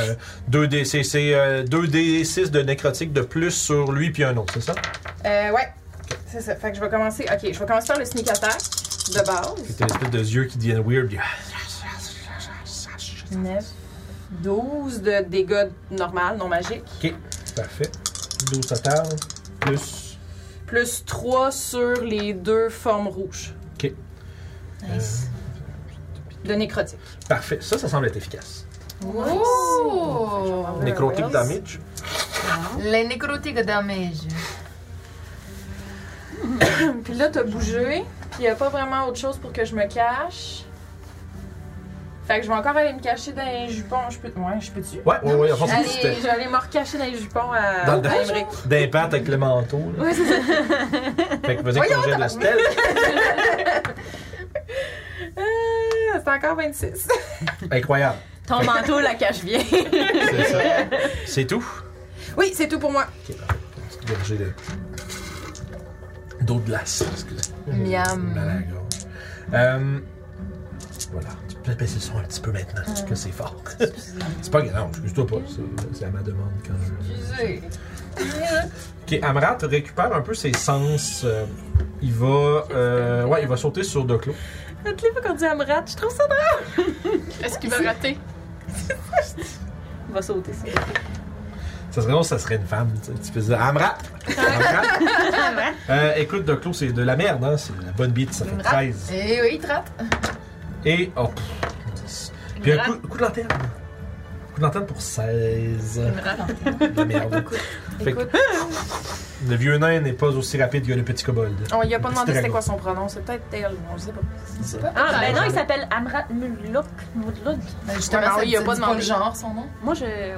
A: 2D, c'est, c'est, euh, 2D6 de nécrotique de plus sur lui puis un autre, c'est ça?
D: Euh, ouais, c'est ça. Fait que je vais commencer. Ok, je vais commencer par le sneak attack de
A: Puis
D: base.
A: t'as l'espèce de yeux qui deviennent weird. puis-
D: 9, 12 de dégâts normal, non magique.
A: Parfait. 12 total, plus.
D: Plus 3 sur les deux formes rouges
A: euh,
D: de nécrotique.
A: parfait. Ça, ça semble être efficace.
J: Wow!
A: Nécrotique damage.
J: Oh! Les nécrotiques damage.
D: Puis là, t'as bougé. Puis y a pas vraiment autre chose pour que je me cache. Fait que je vais encore aller me cacher dans les jupons. Je peux. Ouais, je peux dessus.
A: Ouais, ouais, ouais. En fait,
D: Allez,
A: c'était
D: je vais aller me recacher dans les jupons euh, à.
A: dans le
D: à
A: d'impact
D: Emmerich.
A: avec le manteau. là. Fait que vas-y, ton jet de stealth.
D: Ah, C'est encore 26.
A: Incroyable.
H: Ton manteau la cache bien.
A: C'est ça. C'est tout.
D: Oui, c'est tout pour moi.
A: Ok, parfait. Petite gorgée de. d'eau de glace. excusez.
J: Miam.
A: Mal à la gorge. Euh, voilà. Tu peux baisser le son un petit peu maintenant, parce que c'est fort. c'est pas grave, excuse-toi pas. c'est- C'est à ma demande quand je. Ok, Amrat récupère un peu ses sens. euh, il va. euh, ouais, il va sauter sur Doclo.
H: Toutes les fois qu'on dit Amrat, je trouve ça drôle.
B: Est-ce qu'il va rater?
H: Il va sauter ça.
A: Ça serait drôle, ça serait une femme. Tu, sais, tu peux dire Amrat! Amrat! Euh, écoute, Doclo, c'est de la merde, hein? C'est la bonne bite, ça fait 13.
J: Eh oui, il
D: Ben,
J: trappe.
A: Et. Oh, pff, 10. Puis un coup, coup de lanterne. Coup de lanterne pour 16. De merde. Fait que- le vieux nain n'est pas aussi rapide que le petit kobold.
D: On lui a pas
A: Petit
D: demandé c'était
A: dragon.
D: quoi son pronom. C'est peut-être elle, on le sait pas.
H: Ah, ben non, il s'appelle Amrat Muluk. Muluk.
J: Ben
D: Ouais,
J: justement,
D: ben
J: ça
D: oui, il a
J: dit
D: pas demandé.
J: le genre, son nom.
H: Moi, je. Ouais.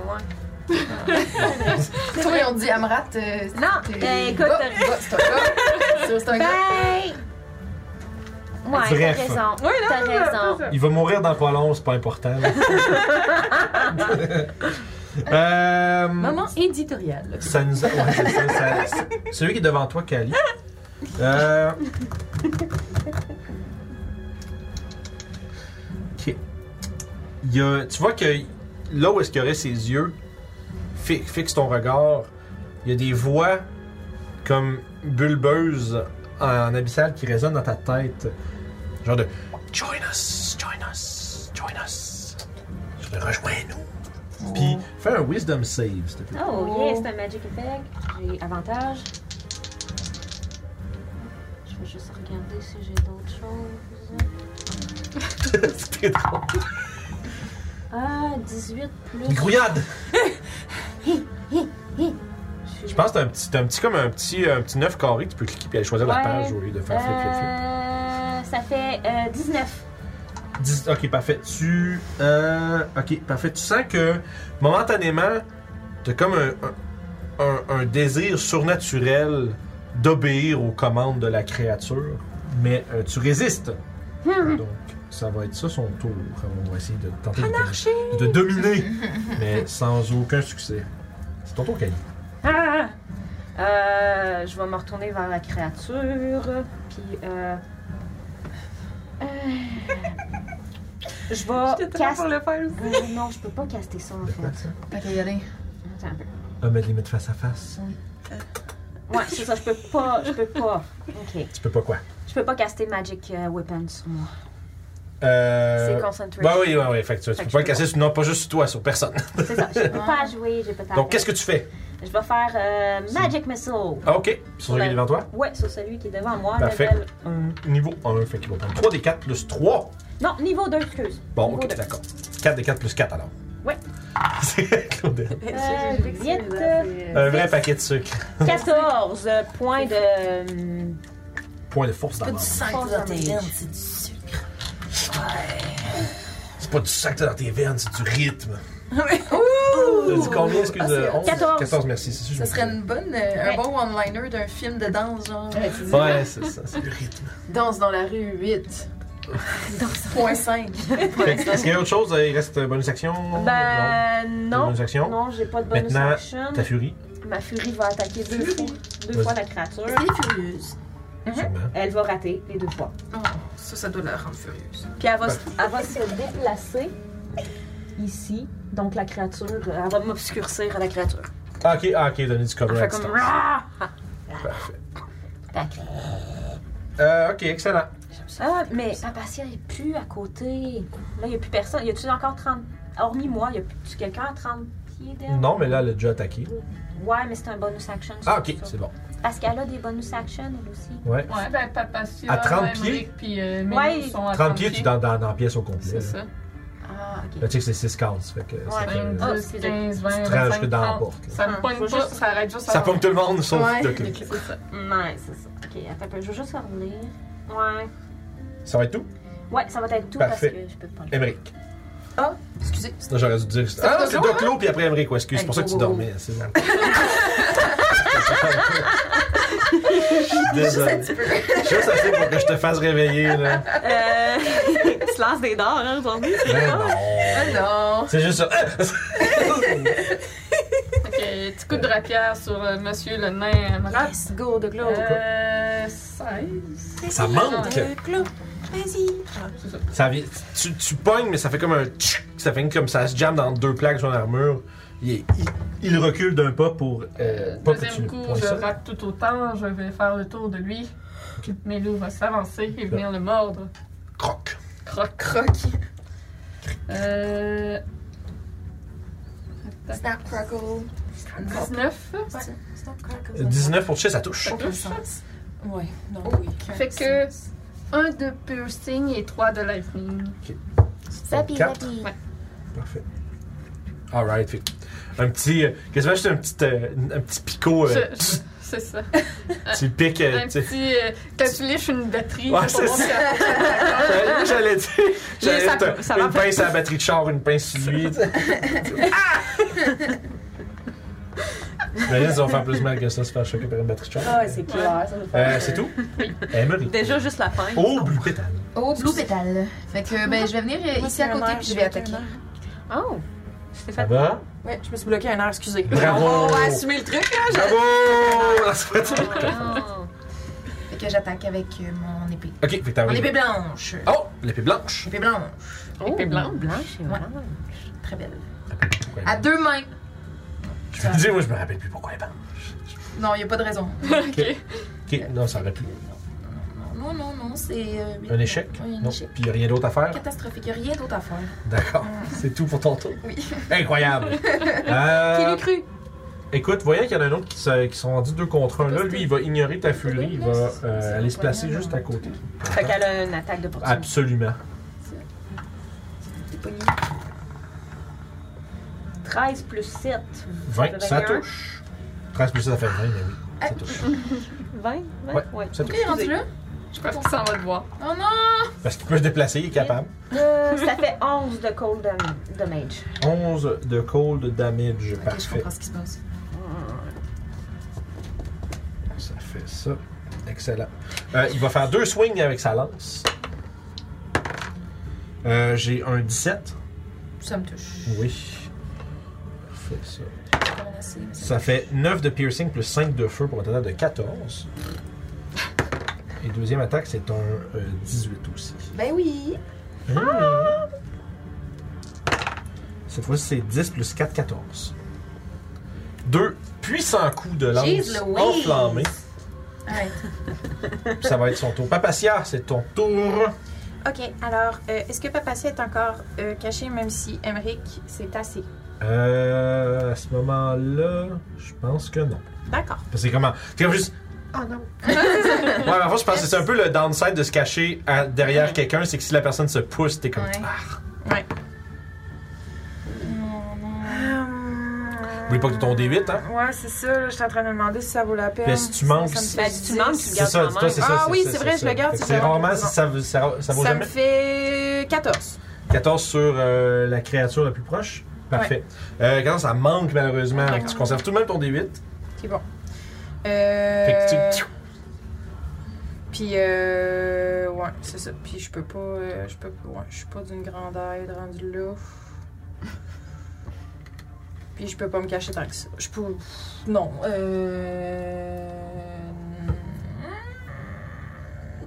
J: Toi, on dit Amrat. euh,
H: Non,
J: c'est-
H: ben écoute,
J: Bah,
H: t'as-
J: bah, c'est un gars. C'est- C'est un gars.
G: Ben!
H: Bye! Ouais,
A: Bref.
H: t'as raison.
D: Oui, non,
H: T'as raison.
A: Il va mourir dans pas long, c'est pas important. Euh,
H: Maman éditoriale.
A: Ça nous a. ouais, c'est ça, ça- c'est- Celui qui est devant toi, Kali. Euh... Ok. Il y a- Tu vois que là où est-ce qu'il aurait ses yeux, fi- fixe ton regard, il y a des voix comme bulbeuses en abyssal qui résonnent dans ta tête. Genre de Join us, join us, join us. Je le rejoins-nous. Puis fais un wisdom save, s'il te plaît.
H: Oh, yes, c'est un magic effect. J'ai avantage. Je vais juste regarder si j'ai d'autres choses.
A: C'était drôle.
H: Ah, 18 plus.
A: Une grouillade!
H: Je suis
A: Je pense que t'as un petit, t'as un petit comme un petit, un petit 9 carré que tu peux cliquer puis aller choisir la
G: Ouais.
A: page au lieu de faire flip, flip, flip.
G: Euh, ça fait euh, 19.
A: Dix- Ok, parfait. Tu. euh, ok, parfait. Tu sens que momentanément, t'as comme un, un- un- un désir surnaturel d'obéir aux commandes de la créature, mais euh, tu résistes.
G: Hmm.
A: Donc, ça va être ça son tour. On va essayer de tenter de, te- de te dominer, mais sans aucun succès. C'est ton tour, Kali.
G: Ah! Euh, je vais me retourner vers la créature. Puis. Euh, euh, je vais. cast-
F: le faire.
G: Euh, non, je peux pas caster ça en fait.
D: Ok, allez.
G: Attends un peu.
A: Homme à limite face à
G: Hmm.
A: face.
G: Ouais, c'est ça, je peux pas. Je peux pas. Ok.
A: Tu peux pas quoi?
G: Je peux pas caster Magic euh, Weapon sur moi.
A: Euh.
G: C'est concentration.
A: Bah oui, oui, oui. Fait que tu, tu
G: Fait
A: peux
G: que je
A: pas le
G: peux
A: casser, sur- non, pas juste sur toi, sur personne.
G: C'est ça, je peux pas jouer, j'ai peut-être.
A: Donc, qu'est-ce que tu fais?
G: Je vais faire euh, Magic Missile.
A: Ah, ok. Sur celui qui est devant toi?
G: Ouais, sur celui qui est devant moi.
A: Parfait.
G: level-
A: Niveau 1, fait qu'il va prendre 3 des 4 plus 3.
G: Non, niveau 2, excuse.
A: Bon,
G: Niveau
A: ok,
G: deux.
A: d'accord. 4 des 4 plus 4 alors.
G: Ouais.
A: C'est Claudel.
G: Euh, vite, euh,
A: Un vrai paquet de sucre.
G: 14 euh, points de. hum,
A: Point de force d'avance. C'est pas du sang que t'as dans tes veines, c'est du rythme. T'as dit combien, excuse?
G: Ah,
D: c'est-
A: 11?
G: 14.
A: 14, merci. c'est sûr, je
D: Ça
A: me
D: serait
A: souviens.
D: une bonne, euh, un bon one-liner d'un film de danse, genre.
A: Ouais, c'est ça, c'est du rythme.
E: Danse dans la rue 8.
D: Point 5.
A: Fait que, Est-ce qu'il y a autre chose? Il reste bonus action?
G: Ben non.
A: Bonus action?
G: Non, j'ai pas de bonus
A: Maintenant,
G: action.
A: Ta furie?
G: Ma furie va attaquer deux fois, deux
A: Vas-y.
G: fois la créature.
E: Elle est furieuse.
G: Mm-hmm.
A: Sûrement.
G: Elle va rater les deux fois.
E: Ça, ça doit la rendre furieuse.
G: Puis elle va, se- elle va se déplacer ici. Donc la créature, euh, elle va m'obscurcir à la créature.
A: Ah, ok, ah, ok, donner du cover à
G: Elle fait comme.
A: distance.
G: Ah!
A: Parfait.
G: Tac.
A: Euh, ok, excellent.
G: Ah, mais Abacia est plus à côté. Là, il n'y a plus personne. Y a-tu encore 30. Hormis moi, y a-tu quelqu'un à 30 pieds d'elle?
A: Non, mais là, elle a déjà attaqué.
G: Ouais, mais c'est un bonus action.
A: Mm. Ah,
G: ça,
A: ok,
G: ça.
A: c'est bon.
G: Parce qu'elle a des bonus action, elle aussi.
A: Ouais.
B: Ouais, ben Papa Sia,
A: À 30
B: Emmerich,
A: pieds?
B: puis euh, Mélou
G: Ouais.
B: sont à
A: 30 pieds, tu es dans, dans, dans la pièce au complet.
B: C'est
A: là.
B: ça.
G: Ah, ok.
A: Là, tu sais que c'est 6 cases. Fait que
B: Ah,
A: ça, fait,
G: ben,
A: euh,
G: oh,
B: 10, 15, 20,
A: tu te
B: 25,
A: ranges que dans la
B: 30.
A: porte. là.
B: Ça me
G: Faut
B: pogne pas,
G: juste-
B: ça arrête juste à
A: Ça pogne tout le monde sauf
D: Ouais.
A: Doc Lee.
B: Ok, c'est ça.
G: Ouais, c'est ça. Ok, attends, un peu, je veux juste revenir. Ouais.
A: Ça va être tout,
G: Ouais, ça va être tout
A: Parfait.
G: parce que je peux pas.
A: Émeric.
D: Excusez.
A: Sinon, j'aurais dû dire. Ah, non, c'est Doc Lo, puis après Émeric. Ouais, excuse, c'est pour ça que tu dormais. C'est bon. Désolé. Juste assez pour que je te fasse réveiller, là.
G: Euh. tu lances des dards, hein, aujourd'hui?
A: Ben non.
D: Non.
A: C'est juste ça. Ah,
B: Ok, euh, petit coup de rapière sur euh, Monsieur le nain Amrat.
C: Yes, go, de glow.
B: Euh, 16.
A: Ça manque.
C: Glow, vas-y.
A: Ça vient- tu, tu pognes, mais ça fait comme un tchic, ça fait comme ça se jamme dans deux plaques sur l'armure. Il, est- il, il recule d'un pas pour euh, pas que tu
B: Deuxième
A: le
B: coup,
A: pointes
B: je
A: ça.
B: rate tout autant. Je vais faire le tour de lui. Mélou va s'avancer et venir le mordre.
A: Croc.
B: Croc, croc. Euh. attaque
D: Snap, crackle.
B: 19.
A: 19 pour toucher, ça touche.
B: Aucun sens.
D: Ouais, non, oui.
B: Fait que. Un de piercing et trois de lightning.
A: Zappy, Parfait. Alright. fait que Un petit. euh, Quasiment juste un petit, euh, un petit picot. euh,
B: Je- je- C'est ça.
A: tu piques. euh,
B: Un
A: tu sais.
B: petit. euh, Quand tu lèches une batterie,
A: Ouais,
B: c'est pour
A: c'est ça.
B: voir si
A: J'allais-
B: elle-
A: J'allais dire. J'allais
B: ça-
A: dire,
B: ça
A: une
B: va pas.
A: pince à la batterie de char, une pince sur lui. tu sais. ah! Imagine, ils vont faire plus mal que ça, se faire choquer par une batterie de char.
G: Ah, c'est clair. ça va faire-
A: Euh, c'est tout? Emery.
G: Déjà, juste la fin.
A: Oh, Blue Pétale.
D: Oh, blue pétale. Fait que, ben, je vais venir euh, ici à côté puis je vais attaquer.
G: Oh! C'était
A: Ça
G: fait.
A: va?
F: Ouais, je me suis bloqué un heure, excusez.
A: Bravo!
F: On va assumer le truc, là.
A: Bravo! Ah, c'est vrai, tu-
G: Ah.
D: Fait que j'attaque avec euh, mon épée.
A: Ok, fait que t'as
D: Mon épée
A: envie.
D: blanche.
A: Oh, l'épée blanche.
D: Épée blanche.
A: Oh.
B: Épée blanche.
G: Blanche et
D: Ouais.
G: orange.
D: Très belle.
A: Pourquoi elle est
D: À deux mains.
A: blanche? Je me dis, moi, je me rappelle plus pourquoi elle est blanche.
D: Non, il a pas de raison.
A: Ok, non, ça aurait pu.
D: Non, non, non, c'est. euh,
A: Un échec?
D: Oui, un
A: Non.
D: échec.
A: Puis rien d'autre à faire?
D: Catastrophique, il a rien d'autre à faire.
A: D'accord. C'est tout pour ton tour.
D: Oui.
A: Incroyable. Euh, écoute, voyant qu'il y en a un autre qui, se- qui sont rendus deux contre un, là, lui, il va ignorer ta furie. Il va euh, aller se placer juste à côté.
G: Fait qu'elle a une attaque d'opportunité.
A: Absolument.
G: 13 plus 7.
A: 20, ça touche. 13 plus ça, ça fait 20, mais oui. Ça touche.
G: 20? 20?
A: Ouais.
G: ouais.
A: Ça
B: Ok,
A: touche.
B: rendu là? Je pense qu'il s'en va te voir.
D: Oh non!
A: Parce qu'il peut se déplacer, il est capable.
G: Euh, ça fait 11 de cold dam- damage.
A: 11 de cold damage.
D: Ok, je
A: Parfait.
D: comprends ce qui se passe.
A: Ça fait ça. Excellent. Euh, il va faire deux swings avec sa lance. Euh, J'ai un 17.
D: Ça me touche.
A: Oui. Parfait, ça.
D: Je vais lancer, mais
A: Ça fait 9 de piercing plus 5 de feu pour un total de 14. Et deuxième attaque, c'est un euh, 18 aussi.
D: Ben oui!
A: Mmh. Cette fois-ci, c'est 10 plus 4, 14. Deux puissants coups de lance
D: Jeez Louise!
A: enflammés.
D: Arrête.
A: Puis Ça va être son tour. Papacia, c'est ton tour.
J: Ok, alors, euh, est-ce que Papacia est encore euh, caché, même si Emmerich s'est tassé?
A: Euh, à ce moment-là, je pense que non.
J: D'accord.
A: Parce que c'est comment. C'est comme juste. Oh non! ouais, mais en fait, je pense que c'est un peu le downside de se cacher à- derrière quelqu'un, c'est que si la personne se pousse, t'es comme.
J: Ouais.
A: Ah.
J: Non, non.
A: Oublie pas que t'as ton D8, hein?
J: Ouais, c'est ça, là, je suis en train de me demander si ça vaut la peine.
A: Puis si tu manques,
J: Ça me
A: c'est-
J: fait
G: si tu
J: 10.
G: manques, tu le
A: C'est
G: gardes
A: ça,
G: quand
A: toi,
G: même.
A: c'est ça.
J: Ah
A: c'est
J: oui,
A: ça,
J: c'est vrai, je le garde,
A: Fait que
J: c'est
A: C'est
J: vrai.
A: rarement si ça, vaut- ça, ça vaut
J: Ça me
A: jamais.
J: fait 14.
A: 14 sur euh, la créature la plus proche. Parfait. Euh, 14, ça manque malheureusement.
J: Ah
A: Fait que tu conserves tout de même ton D8.
J: C'est bon. Euh...
A: Fait que tu.
J: Puis, euh... ouais, c'est ça. Puis, je peux pas. euh, je peux pas. Ouais, je suis pas d'une grande aide rendue là. Puis, je peux pas me cacher tant que ça. Je peux. Non. Euh.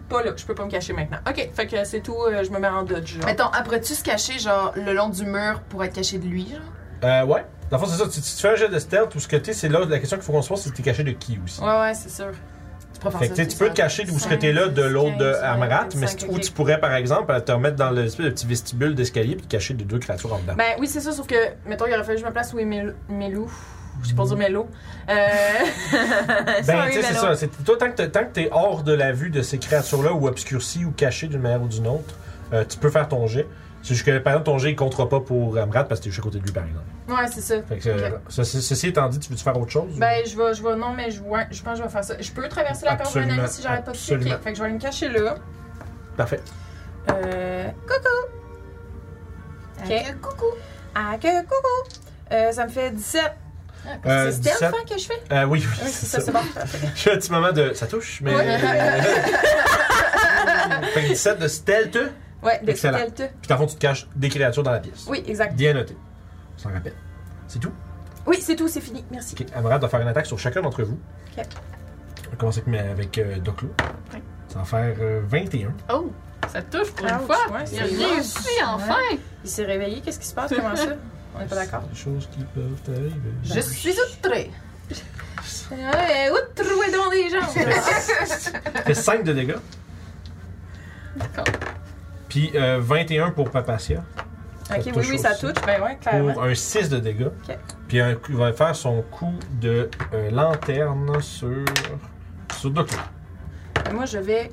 J: Pas là. Je peux pas me cacher maintenant. Ok, fait que c'est tout. euh, je me mets en dodge. genre.
D: Mettons, après-tu se cacher, genre, le long du mur pour être caché de lui, genre?
A: Euh, ouais. Dans le fond, c'est ça. Tu, tu fais un jet de stealth ou ce que t'es, c'est là la question qu'il faut qu'on se pose, c'est que t'es caché de qui aussi.
J: Ouais, ouais, c'est sûr.
D: Tu préfères
A: Fait que, tu
D: ça,
A: sais,
D: c'est
A: tu peux
D: ça.
A: te cacher d'où ce que
J: cinq,
A: t'es là de l'autre de
J: quinze,
A: Amrat, mais
J: cinq,
A: c'est- ou
J: ok.
A: tu pourrais, par exemple, te remettre dans le espèce de petit vestibule d'escalier puis te cacher des deux créatures en dedans.
J: Ben oui, c'est ça, sauf que, mettons, il aurait fallu que je me place où est Mel- Melou. Je sais pas dire Melo. Euh...
A: Ben, tu sais, c'est ça. C'est- Toi, tant que t'es- tant que t'es hors de la vue de ces créatures-là, ou obscurci, ou caché d'une manière ou d'une autre, euh, tu peux faire ton jet. C'est juste que, par exemple, ton jet, il comptera pas pour Amrat parce que t'es juste à côté de lui, par exemple.
J: ouais, c'est ça.
A: Fait que, euh,
J: Ok.
A: ce- ce- ceci étant dit, tu veux-tu faire autre chose?
J: Ben, je vais, je vais, non, mais je, ouais, je pense que je vais faire ça. Je peux traverser la corde d'un
A: Absolument,
J: ami si j'arrête pas de cliquer.
A: absolument.
J: Fait que je vais aller me cacher là.
A: ou- Parfait.
J: Euh, coucou! Ok.
D: Ah, que coucou!
J: Ah, que coucou! Euh, ça me fait 17.
A: Euh,
J: c'est stealth
A: 17.
J: hein, que je fais?
A: Euh, oui, oui,
J: Oui, c'est ça, c'est bon. Parfait.
A: J'ai un petit moment de. Ça touche, mais. fait que 17 de stealth, puis
J: Ouais, de
A: Excellent.
J: stealth.
A: dans le fond, tu te caches des créatures dans la pièce.
J: Oui, exact.
A: Bien noté. Sans rappel. C'est tout.
J: Oui, c'est tout, c'est fini. Merci.
A: Ok, Amarat va faire une attaque sur chacun d'entre vous.
J: Ok.
A: On va commencer avec, mais avec euh, Doclo.
B: Ouais.
A: Ça va faire euh, 21.
B: Oh, ça te touche pour une
J: Ouch,
B: fois.
J: ouais,
B: Il
J: c'est
B: a
J: moche.
B: réussi enfin.
J: Il s'est réveillé, qu'est-ce qui se passe? Comment ça? On est pas d'accord.
A: C'est Des choses qui peuvent arriver.
D: Je suis outré!
J: Ouais, outre, donc les gens!
A: Ça fait 5 de dégâts.
B: D'accord.
A: Puis euh, 21 pour Papacia. Ça
J: Ok, oui,
A: touche
J: oui, ça
A: aussi.
J: touche. Ben ouais, clairement.
A: Pour un 6 de dégâts.
J: Ok.
A: Puis un coup- il va faire son coup de euh, lanterne sur. sur Doclo.
J: Et Moi, je vais.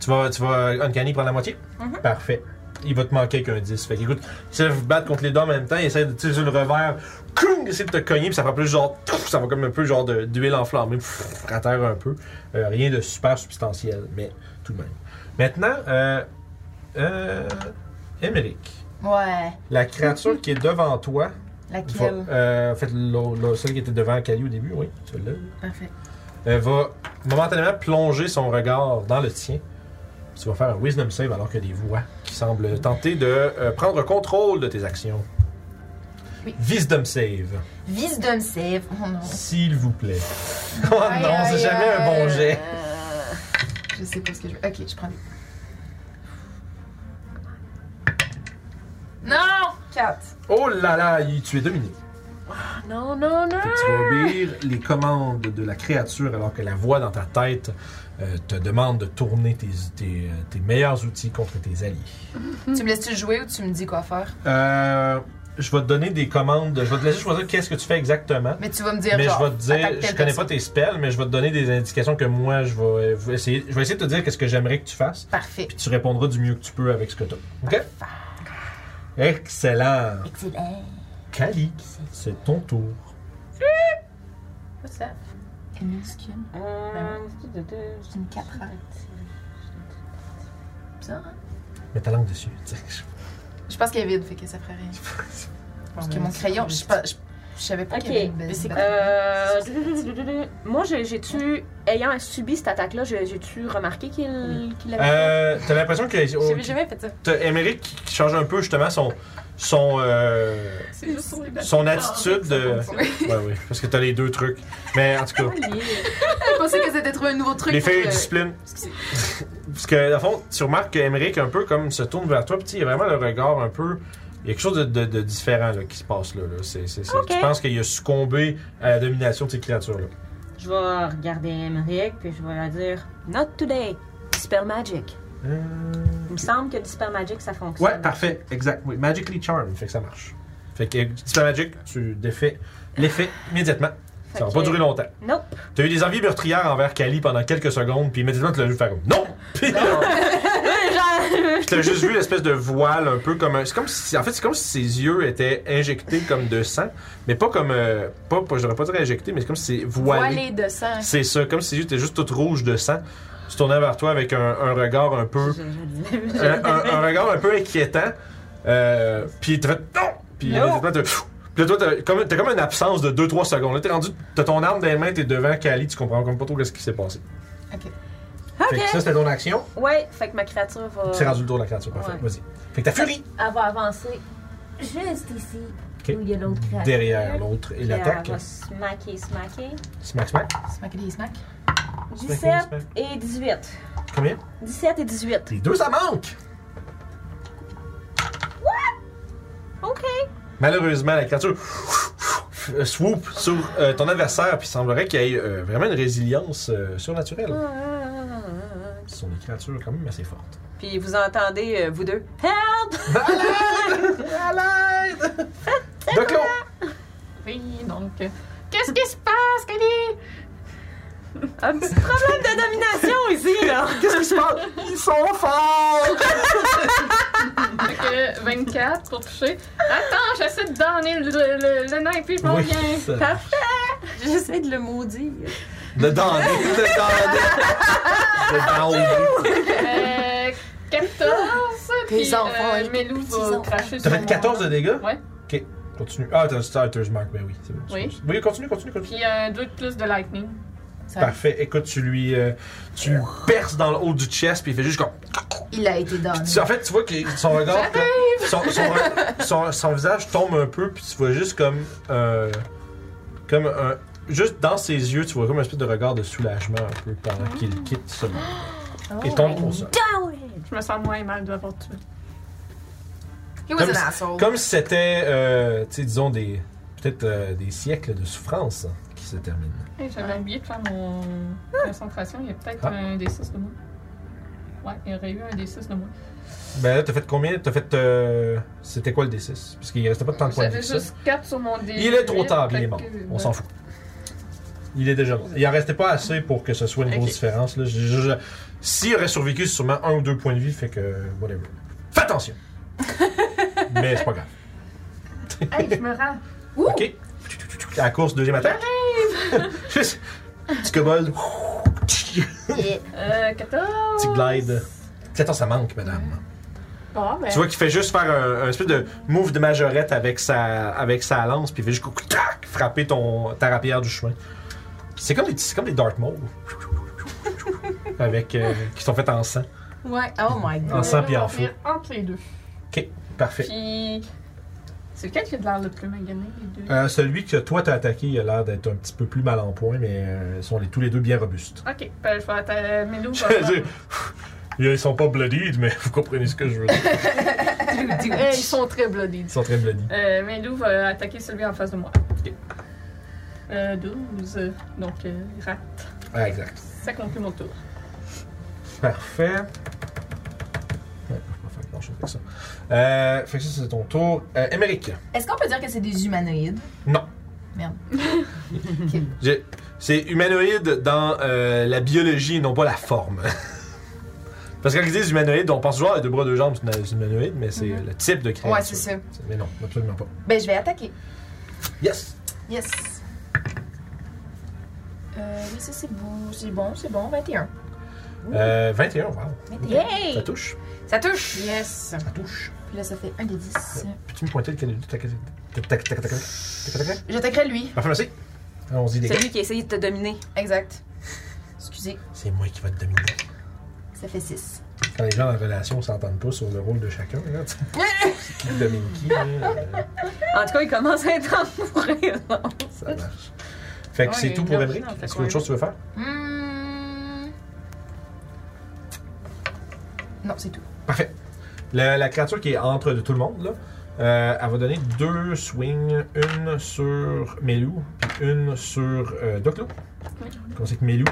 A: Tu vas, tu vas Uncanny prendre la moitié?
J: Mhm.
A: Parfait. Il va te manquer qu'un 10. Fait qu'écoute, essaie de vous battre contre les deux en même temps, essaie de tirer sur le revers, coum, essaie de te cogner, puis ça fait plus genre, touf, ça va comme un peu genre de- d'huile enflammée, pff, à terre un peu. Euh, rien de super substantiel, mais tout de même. Maintenant, euh, euh, Émeric,
D: Ouais,
A: la créature qui est devant toi, va,
D: laquelle?
A: euh, en fait, l'au- l'au- celle qui était devant Kali au début, oui, celle-là,
D: Parfait.
A: elle va momentanément plonger son regard dans le tien. Tu vas faire un wisdom save alors que des voix qui semblent tenter de euh, prendre contrôle de tes actions.
D: Oui.
A: Wisdom save,
D: Wisdom save. Oh non,
A: s'il vous plaît. Oh
D: Aïe,
A: non,
D: aïe,
A: c'est jamais un bon
D: aïe.
A: jet.
D: je sais pas ce que je veux. Ok, je prends lui. Non! 4.
A: Oh là là, il- tu es dominé.
G: Non, non, non.
A: Fait que tu vas obéir les commandes de la créature alors que la voix dans ta tête euh, te demande de tourner tes, tes- tes meilleurs outils contre tes alliés.
J: Hmm.
D: Tu me laisses-tu jouer ou tu me dis quoi faire?
A: Euh, je vais te donner des commandes. Je vais te laisser choisir qu'est-ce que tu fais exactement.
D: Mais tu vas me dire
A: Mais
D: genre,
A: je vais te
D: attaque
A: dire,
D: telle
A: je connais pas
D: personne.
A: tes spells, mais je vais te donner des indications que moi, je vais, vous essayer, je vais essayer de te dire qu'est-ce que j'aimerais que tu fasses,
D: Parfait.
A: puis tu répondras du mieux que tu peux avec ce que tu as. OK? Excellent. Excellent. Kali, c'est ton tour.
F: What's that?
D: Une skin. C'est une 4 Bizarre, hein?
A: Mets ta langue dessus. tu sais.
D: Je pense qu'elle est vide, fait que ça ferait rien. Parce que mon crayon, je sais pas- je je savais pas
H: Ok,
D: qu'il y avait une belle
H: mais
D: c'est
H: Euh, Moi, j'ai- j'ai-tu, ayant subi cette attaque-là, j'ai- j'ai-tu remarqué qu'il qu'il avait.
A: Euh, t'as l'impression que oh,
F: J'avais jamais fait ça.
A: t'as Émeric qui qui change un peu justement son son euh,
B: C'est juste sur les bateaux.
A: son attitude de. Ouais, oui, parce que t'as les deux trucs. Mais en tout cas,
D: Je pensais qu'elle s'était trouvé un nouveau truc.
A: les
D: pour
A: faits de
D: que-
A: discipline. Parce que, dans le fond, tu remarques qu'Emeric, un peu comme se tourne vers toi, puis tu sais, il y a vraiment le regard un peu. Il y a quelque chose de, de- de différent là, qui se passe là. là. C'est- c'est- c'est- Tu penses qu'il a succombé à la domination de ces créatures-là.
H: Je vais regarder Emmerich, puis je vais leur dire Not today, Dispel Magic.
A: Euh,
H: Il me semble que Dispel Magic, ça fonctionne.
A: Ouais, parfait, exact. Oui, Magically Charmed, fait que ça marche. Fait que Dispel Magic, tu défais l'effet immédiatement.
H: Fait
A: Ça va
H: que-
A: pas durer longtemps.
H: Nope.
A: T'as eu des envies meurtrières envers Kali pendant quelques secondes, puis immédiatement tu l'as vu faire comme non! Puis Puis t'as juste vu l'espèce de voile un peu comme un. C'est comme si, en fait, c'est comme si ses yeux étaient injectés comme de sang, mais pas comme. euh, pas, pas- je devrais pas dire injecté, mais c'est comme si c'est voilé.
D: Voilé de sang.
A: C'est ça, comme si ses yeux étaient juste tout rouges de sang. Tu tournais vers toi avec un, un regard un peu
H: Je- je- je-
A: un, un- un regard un peu inquiétant. Euh, puis il te fait non! Puis immédiatement, t'as- pfiou! Puis là, toi, t'as comme, t'as comme une absence de 2-3 secondes. Là, t'es rendu, t'as ton arme dans les mains, t'es devant Kali, tu comprends comme pas trop ce qui s'est passé.
D: Ok.
A: Fait que ça, c'était ton action.
H: Ouais, fait que ma créature va.
A: C'est rendu le tour de la créature, parfait.
H: Ouais.
A: Vas-y. Fait que ta furie
G: Elle va avancer juste ici
A: Ok.
G: où il y a l'autre créature.
A: derrière l'autre et
H: Puis
A: l'attaque.
H: Elle va smacker, smacker.
A: Smack, smack.
D: Smack des smacks.
H: 17
A: smack.
H: et 18.
A: Combien
H: 17 et 18.
A: Les deux, ça manque
H: Ok.
A: Malheureusement, la créature euh, swoop sur euh, ton adversaire, puis il semblerait qu'il y ait euh, vraiment une résilience euh, surnaturelle.
G: Mm.
A: Ce sont des créatures quand même assez fortes.
H: Puis vous entendez, euh, vous deux, Help!
A: Donc là,
B: Oui, donc. euh, Qu'est-ce qui se passe, Kelly?
H: Un petit problème de domination ici, là!
A: Qu'est-ce qui se passe? Ils sont forts!
B: Fait que 24 pour toucher. Attends, j'essaie de donner le, le, le nain, puis je m'en viens.
G: J'essaie de le maudire.
A: De danger, de danger. De danger.
B: Euh, 14. Puis
D: Tes enfants,
B: euh,
D: ils-
B: Melou va
D: enfants.
B: cracher
A: T'as
B: sur
A: fait
B: moi.
A: 14 de dégâts?
B: Ouais.
A: Ok, continue. Ah, t'as starter's mark, mais oui, c'est bon.
B: Oui.
A: excuse. Oui, continue, continue, continue.
B: Puis euh, deux de plus de lightning. euh,
A: Parfait. Écoute, tu lui, euh, tu lui perces dans le haut du chest, puis il fait juste comme.
D: Il a été donné.
A: Tu- En fait, tu vois que son regard. son, son, son- son visage tombe un peu, puis tu vois juste comme. euh, comme un. Juste dans ses yeux, tu vois comme un espèce de regard de soulagement un peu pendant
B: Ah.
A: qu'il quitte ce monde.
B: Oh
A: Et tombe au sol.
B: Je me sens moins mal de l'avoir tué.
D: He was
A: Comme
D: an
A: si-
D: asshole.
A: Comme si c'était, euh, tu sais, disons, des, peut-être euh, des siècles de souffrance hein, qui se terminent.
B: Hey, J'avais oublié de faire mon concentration. Il y a peut-être
A: Ah.
B: un des 6 de moins. Ouais, il y aurait eu un des 6 de moins.
A: Ben là, t'as fait combien T'as fait. euh, c'était quoi le D6 Parce qu'il restait pas tant de points de
B: J'avais
A: vie. que ça.
B: juste 4 sur mon dé.
A: Il est trop tard,
B: Fait
A: il est mort.
B: que-
A: On s'en fout. Il est déjà mort. Il en restait pas assez pour que ce soit une grosse
B: Ok.
A: différence. Là. Je- je- je- S'il aurait survécu, c'est sûrement un ou deux points de vie, fait que. Whatever. Fais attention Mais c'est pas grave.
B: Hey, je me rends.
A: Ok. À la course, deuxième attaque. Juste. Petit kobold.
B: Euh, 14.
A: Petit glide. 14, ça manque, madame.
B: Bon, ben.
A: Tu vois qu'il fait juste faire un, un espèce de move de majorette avec sa, avec sa lance, puis il fait juste coup- tac, frapper ton, ta rapière du chemin. C'est comme des, c'est comme des Dark Maul. avec, euh, qui sont faites en sang.
D: Ouais, oh my god.
A: En sang
B: Je
A: puis
B: vais
A: en feu.
B: revenir Entre les deux.
A: Parfait.
B: Puis. C'est lequel qui a de l'air le plus magané, les deux?
A: Euh, celui que toi t'as attaqué, il a l'air d'être un petit peu plus mal en point, mais euh, ils sont les- tous les deux bien robustes.
B: Ok, ben, je vais attaquer Melou.
A: Euh. Je veux dire, ils sont pas bloodied, mais vous comprenez ce que je veux dire.
B: Ils sont très bloody.
A: Ils sont très bloodied.
B: Euh, Melou va attaquer celui en face de moi.
A: Ok.
B: Euh, 12. euh, Donc, euh, rat.
A: Ah, exact.
B: Ça conclut mon tour.
A: Parfait. Ouais, je vais pas faire grand-chose avec ça. Euh, fait que ça, c'est ton tour. Euh, Émeric.
D: Est-ce qu'on peut dire que c'est des humanoïdes?
A: Non.
D: Merde.
A: J'ai- C'est humanoïde dans euh, la biologie et non pas la forme. Parce que quand ils disent humanoïde, on pense toujours à deux bras, deux jambes, c'est une- c'est humanoïde, mais c'est le type de créature.
D: Ouais, c'est ça.
A: Mais non, absolument pas.
D: Ben, je vais attaquer.
A: Yes!
D: Yes.
C: Euh, oui, ça, c'est beau. C'est bon, c'est bon. 21.
A: Euh, 21, wow.
C: Yay!
A: Ça touche.
C: Ça touche!
D: Yes.
A: Ça touche.
D: Puis là, ça fait un des 10.
A: Peux-tu me pointer le canon du tac tac tac tac tac tac tac tac
D: J'attaquerai lui.
A: Parfait, merci. On se dit
H: C'est
A: des
H: lui qui a essayé de te dominer.
D: Exact. Excusez.
A: C'est moi qui va te dominer.
D: Ça fait 6.
A: Quand les gens en relation s'entendent pas sur le rôle de chacun, là, tu sais. qui domine qui, là, euh,
H: En tout cas, il commence à être amoureux. là.
A: ça marche. Fait que
F: Ouais, il y
A: c'est
F: a
A: tout
F: une
A: pour
F: option,
A: Emmerich.
F: en fait,
A: Est-ce que
F: ouais.
A: autre chose tu veux faire?
D: Hmm. Non, c'est tout.
A: Parfait. La, la créature qui est entre de tout le monde, là, euh, elle va donner deux swings, une sur Melou, puis une sur euh, Doclo. Comme c'est que Melou,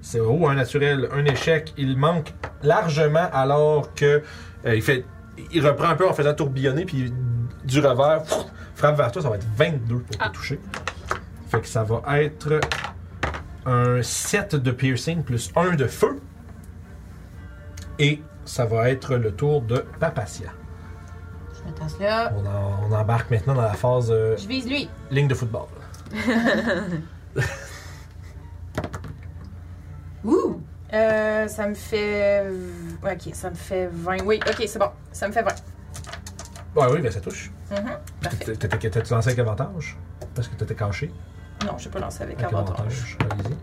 A: c'est oh, un naturel, un échec. Il manque largement alors que euh, il fait, il reprend un peu en faisant tourbillonner, puis du revers, pff, frappe vers toi, ça va être 22 pour te
B: Ah.
A: toucher. Fait que ça va être un 7 de piercing plus 1 de feu. Et ça va être le tour de Papacia.
D: Je me tasse là.
A: On, en- on embarque maintenant dans la phase euh,
D: Je vise lui.
A: ligne de football.
D: Ouh.
C: Euh, ça me fait. Ok, ça me fait 20. Oui, ok, c'est bon. Ça me fait 20.
A: Ouais, oui, ben ça touche.
C: Mhm,
A: T'étais- t'étais- T'as-tu lancé avec avantage? Parce que t'étais caché.
C: Non, je vais pas lancer avec
A: Avec
C: avantage.
A: avantage. Allez-y.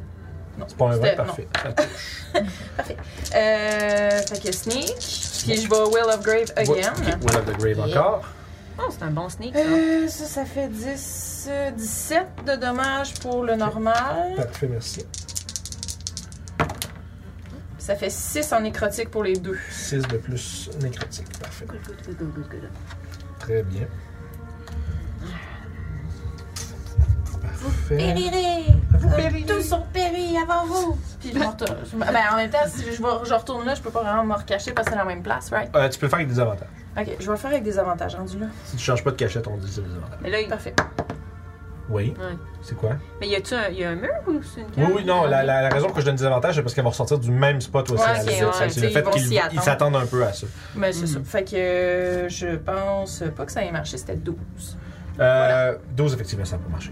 C: Non,
A: C'est pas un vrai,
C: c'était-
A: parfait.
C: Euh, fait que sneak. Puis je vais Will of Grave again.
A: Ok, Will of the Grave encore.
H: Oh, c'est un bon sneak, ça.
C: Euh, ça, ça fait 10, euh, 17 de dommages pour le normal.
A: Parfait, merci.
C: Ça fait 6 en nécrotique pour les deux.
A: 6 de plus nécrotique. Parfait.
H: Good, good, good, good, good, good.
A: Très bien. Parfait.
C: Périrez! Tous sont péris avant vous! Puis je me retourne. je me- ben, en même temps, si je, vais- je retourne là, je peux pas vraiment me recacher parce que c'est la même place, right?
A: Euh, tu peux le faire avec des avantages.
C: Ok, je vais le faire avec des avantages rendus là.
A: Si tu changes pas de cachette, on dit c'est des avantages.
H: Mais là, il...
C: Parfait.
A: Oui.
H: Ouais.
A: C'est quoi?
H: Mais y a-tu un... Y a un mur ou c'est une
A: Oui,
H: cave?
A: oui, non, la, la- la raison que je donne des avantages, c'est parce qu'elle va ressortir du même spot aussi.
C: Ouais,
A: la
C: ok,
A: visite.
H: ouais,
A: Fait que
C: tu
A: c'est le
C: sais, ils
A: fait
C: vont s'y
A: qu'ils ils
C: attendre.
A: s'attendent un peu à ça.
C: Mais c'est
A: Mm.
H: Mhm.
C: ça. Fait que euh, je pense pas que ça ait marché, c'était 12.
A: Euh, 12, effectivement, ça n'a pas marché.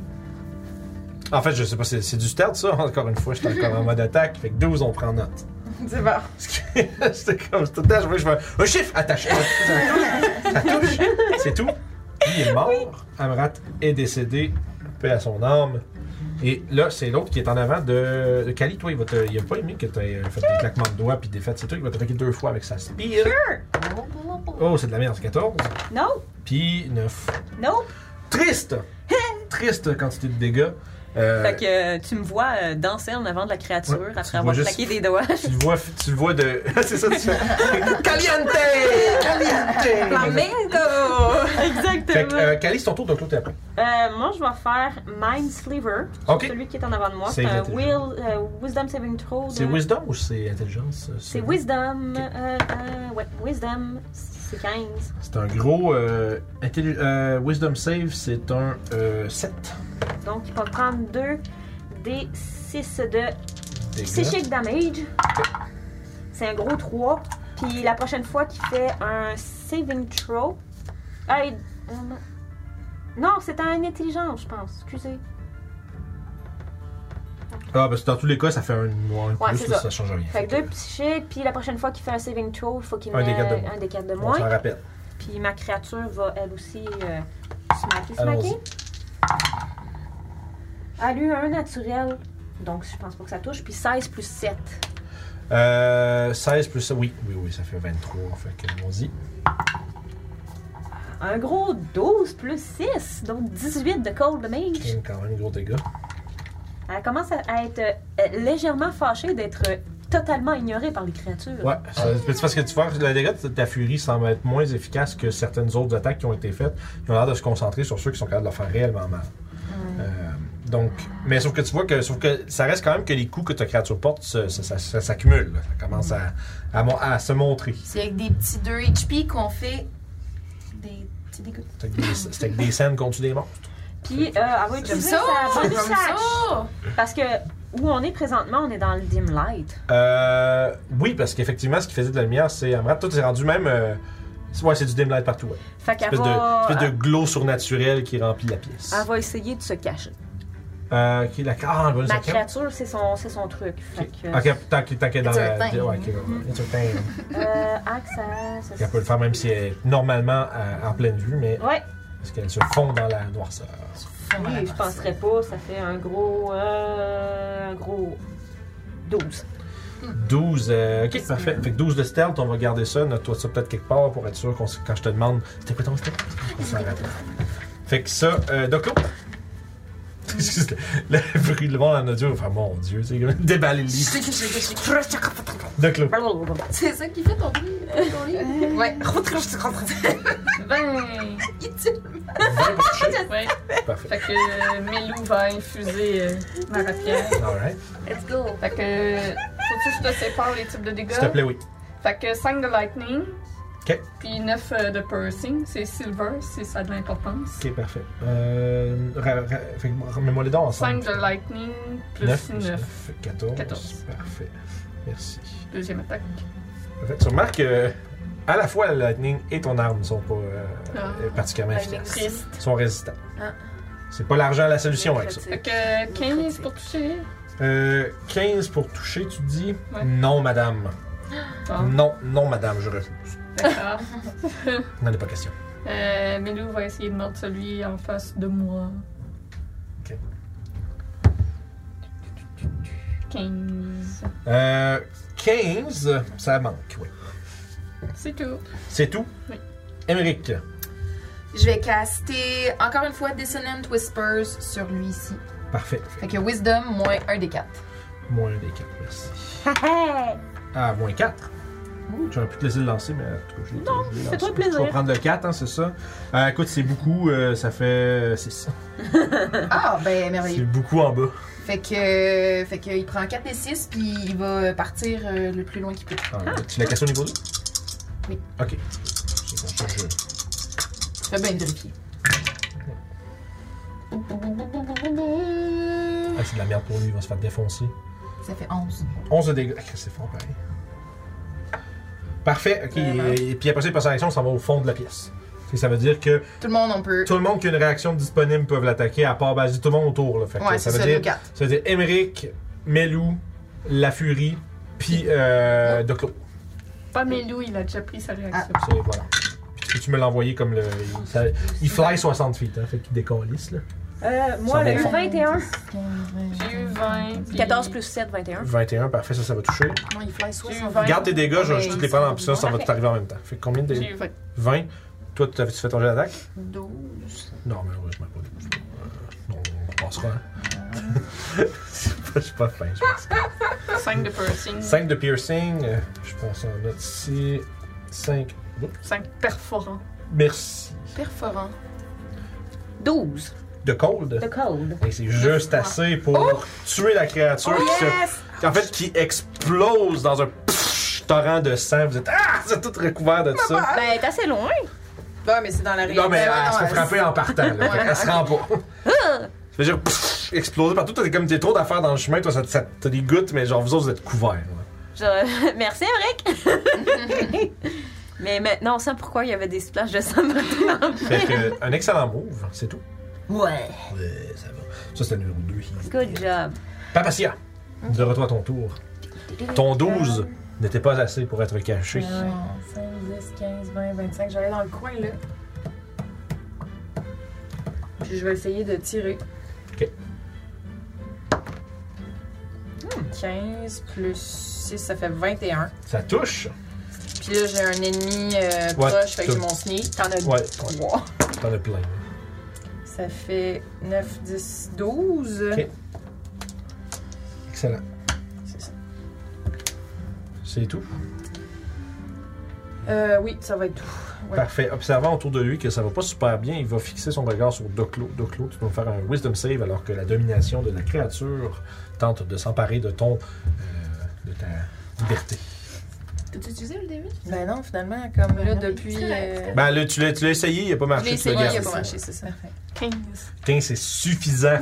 A: En fait, je sais pas, c'est c'est du stealth, ça, encore une fois, j'étais encore en mode attaque. Fait que 12, on prend note.
C: C'est bon.
A: C'était comme, tout le temps, je voulais que je me. Un chiffre attaché! Ça touche! C'est tout! Il est mort. Amrat est décédé. Paix à son âme. Et là, c'est l'autre qui est en avant de, de Kali. Toi, il, va te, il a pas aimé que tu aies fait des claquements de doigts puis des fêtes. C'est toi, il va t'attaquer deux fois avec sa spire. Oh, c'est de la merde, c'est 14.
H: Non,
A: Puis 9.
H: non.
A: Triste! Triste quantité de dégâts. Euh,
H: Fait que euh, tu me vois euh, danser en avant de la créature
A: Ouais, tu
H: après
A: vois
H: avoir
A: juste-
H: claqué des doigts.
A: Tu le vois, tu le vois de. c'est ça, tu fais. Caliente! Caliente!
H: Flamenco!
A: Fait que,
H: Exactement.
A: euh, Cali, c'est ton tour de Claude après.
H: Euh, moi, je vais faire Mind Sliver.
A: Ok.
H: Celui qui est en avant de moi.
A: C'est
H: C'est un
A: intelligent.
H: will, euh, Wisdom Saving Throw. de-
A: C'est Wisdom ou c'est Intelligence? euh,
H: C'est
A: ça?
H: Wisdom.
A: Ok.
H: euh, euh, ouais, Wisdom. C'est 15.
A: C'est un gros. euh, intelli- euh, wisdom Save, c'est un euh, 7.
H: Donc, il va prendre 2 des 6 de psychic damage. C'est un gros 3. Puis la prochaine fois qu'il fait un saving throw. Ah, il- euh, non, c'est un intelligence, je pense. Excusez.
A: Ah, parce que dans tous les cas, ça fait un moins
H: Ouais,
A: plus,
H: c'est
A: là, ça.
H: ça.
A: change rien.
H: Fait que 2 psychiques, puis la prochaine fois qu'il fait un saving throw, il faut qu'il
A: Un des
H: mette
A: quatre de moins.
H: un des 4 de
A: On s'en
H: moins.
A: rappelle.
H: Puis ma créature va elle aussi euh, smacker,
A: Allons-y.
H: smacker. Elle a eu un naturel, donc je pense pas que ça touche. Puis 16 plus 7.
A: Euh, 16 plus ça, oui, oui, oui, ça fait 23. Fait que, allons-y.
H: Un gros 12 plus 6, donc 18 de cold damage.
A: Quinze, Quand même, gros dégâts.
H: Elle commence à- à être euh, légèrement fâchée d'être euh, totalement ignorée par les créatures.
A: Ouais, ça- c'est parce que tu vois, le dégât de ta furie semble être moins efficace que certaines autres attaques qui ont été faites. Ils ont l'air de se concentrer sur ceux qui sont capables de leur faire réellement mal. Euh, donc, mais sauf que tu vois que, sauf que ça reste quand même que les coups que ta créature porte se- se- ça, ça s'accumule. là. Ça commence à, à mon- à se montrer.
D: C'est avec des petits 2 HP qu'on fait des petits dégâts.
A: C'est avec des- c'est avec des scènes contre des monstres.
H: Puis euh, elle va utiliser sa bonus action. Parce que où on est présentement, on est dans le dim light.
A: Euh, oui, parce qu'effectivement, ce qui faisait de la lumière, c'est Amrat. Toi, t'es rendu même. euh, c'est- ouais, c'est du dim light partout. ouais.
H: Fait qu'elle
A: Espèce, de,
H: va, euh,
A: espèce de glow surnaturel qui remplit la pièce.
H: elle va essayer de se cacher.
A: Euh, qui est la... Ah, elle va le
H: Ma
A: cinquième.
H: créature, c'est son, c'est son truc. Fait que,
A: Ok, tant qu'il tant qu'il est dans
D: It's
A: la.
D: her thing.
A: Ouais, ok, ouais. It's her thing.
H: euh, axe à. ça,
A: Elle peut le faire même si elle est normalement à- en pleine vue, mais
H: Ouais,
A: parce qu'elle se fond dans la noirceur.
H: oui, je penserais pas. Ça fait un gros. euh, un gros. 12.
A: 12, euh, ok, parfait. Fait que 12 de stealth, on va garder ça, note-toi ça peut-être quelque part pour être sûr qu'on s- quand je te demande c'était quoi ton stealth, on s'en rappelle. Fait que ça, euh, Doclo. Excuse le, le bruit de monde en audio, enfin mon dieu, c'est comme déballer le lit. Doclo.
D: C'est ça qui fait ton bruit, ton lit? Ouais.
B: 20! Ouais.
A: Parfait.
B: Fait que euh, Melou va infuser euh, ma rapière.
A: Alright.
F: Let's go.
B: Fait que. Faut-tu que je te sépare les types de dégâts?
A: S'il te plaît, oui.
B: Fait que 5 de lightning.
A: Ok.
B: Puis 9 de piercing. C'est silver, c'est ça de l'importance.
A: Ok, parfait. Euh, ra- ra- fait que remets-moi les dents ensemble.
B: 5 de lightning plus
A: 9
B: 9.
A: plus 9, 14.
B: 14.
A: Parfait. Merci.
B: Deuxième attaque.
A: En fait, tu remarques que euh, à la fois la lightning et ton arme ne sont pas euh,
B: Ah.
A: euh, particulièrement efficaces.
B: Triste.
A: Ils sont résistants.
D: Ah.
A: C'est pas l'argent la solution avec ça.
B: Fait que 15 pour toucher.
A: Euh, 15 pour toucher, tu dis
B: Ouais. Ah.
A: Non, madame.
B: Bon,
A: Non, non, madame, je refuse.
B: d'accord.
A: N'en est pas question.
B: Euh, Melou va essayer de mordre celui en face de moi.
A: Ok.
B: 15.
A: Euh, 15, ça manque, oui.
B: C'est tout.
A: C'est tout
B: Oui.
A: Émeric.
D: Je vais caster encore une fois Dissonant Whispers sur lui-ci.
A: Parfait.
D: Fait que Wisdom moins 1 des 4.
A: Moins un des 4, merci. Ah, moins 4. J'aurais pu te laisser le lancer, mais en tout cas, je l'ai- je l'ai lancé.
H: fais-toi plaisir.
A: Je vais prendre le 4, hein, c'est ça. Euh, écoute, c'est beaucoup, euh, ça fait 6.
D: Ah, ben
A: C'est
D: merveilleux.
A: beaucoup en bas.
D: Fait que, fait que il prend 4 des 6 puis il va partir euh, le plus loin qu'il peut.
A: Ah, Tu l'as cassé au niveau 2
D: Oui.
A: Ok. Ah, C'est bon, ça, je-
D: Très bien vérifier.
A: Ah, c'est de la merde pour lui, il va se faire défoncer.
D: Ça fait 11.
A: 11 de dégâts. Ah, Christ, c'est fort pareil. Parfait, ok.
D: Euh,
A: Et, et puis après ça, il passe à l'action, ça va au fond de la pièce. Fait que Ça veut dire que
D: Tout le monde, on peut.
A: tout le monde qui a une réaction disponible peut l'attaquer, à part ben, je dis tout le monde autour. Là. Fait que
D: Ouais,
A: ça
D: c'est
A: veut
D: ça,
A: dire
D: les 4.
A: Ça veut dire Emmerich, Melou, La Furie, puis euh, Doclo.
B: Pas Melou, il a déjà pris sa réaction.
A: C'est- Voilà. Puis tu me l'envoyer comme le. Il, ça- il fly 60 feet, hein, fait qu'il décalisse, là.
H: Euh,
A: Ça
H: moi,
A: va
H: le
A: faire.
H: 21.
B: J'ai eu 20. puis-
H: 14 plus 7, 21.
A: 21, parfait, ça, ça va toucher.
D: Non, il fly
B: J'ai eu
D: 60.
B: 20.
A: Garde tes dégâts, je vais
D: Ouais,
A: juste les prendre en puissance, ça va
H: Parfait.
A: t'arriver en même temps. Fait que combien de
B: J'ai
A: dégâts
B: eu 20.
A: 20. Toi, tu as fait ton jet d'attaque
D: 12.
A: Non, malheureusement pas. Euh, on on passera. hein. je suis pas fin, je pense.
B: 5 de piercing.
A: 5 de piercing, euh, je pense en note ici. 5.
B: 5 perforants.
A: Merci.
D: Perforant.
G: 12.
A: De cold.
G: The cold.
A: Et c'est juste assez pour tuer la créature qui, se- en fait, qui explose dans un pfff torrent de sang. Vous êtes ah, c'est tout recouvert de
H: Ah.
A: ça.
G: Ben, t'es assez loin.
D: Ouais, mais c'est dans la
A: Non mais elle, se fait
D: ouais,
A: frapper en partant. Là, Fait qu'elle se rend pas. Je veux dire pfff, exploser partout. T'as comme des trop d'affaires dans le chemin. Toi, ça, ça- t'as des gouttes, mais genre vous autres, vous êtes couverts. là.
H: Je- Merci, Eric. mais maintenant, on sent pourquoi il y avait des splashes de sang partout.
A: Fait que, un excellent move, c'est tout.
G: Ouais.
A: Ouais, ça va. Ça, c'est le numéro 2.
H: Good job.
A: Papacia, de retour à ton tour. Ton 12 n'était pas assez pour être caché.
C: 5, 10, 15, 20, 25. J'allais dans le coin, là. Puis je vais essayer de tirer.
A: Ok.
C: Hmm, 15 plus 6, ça fait 21.
A: Ça touche.
C: Puis là, j'ai un ennemi euh,
A: Ouais,
C: proche, fait que
A: tout.
C: mon sneak. T'en as
A: Ouais,
C: 3.
A: t'en as plein.
C: Ça fait 9, 10, 12.
A: Ok. Excellent.
C: C'est ça.
A: C'est tout.
C: Euh, oui, ça va être tout. Ouais.
A: Parfait. Observant autour de lui que ça va pas super bien, il va fixer son regard sur Doclo. Doclo, tu peux me faire un wisdom save alors que la domination de la créature tente de s'emparer de ton. euh, de ta liberté.
D: T'as-tu utilisé le début?
C: Ben non, finalement, comme là, depuis. euh,
A: Ben là, tu l'as tu l'as essayé, il a pas
D: Je l'ai
A: marché. tu l'as
D: essayé, il a
A: gardé.
D: pas marché, c'est ça.
B: 15.
A: 15, c'est suffisant.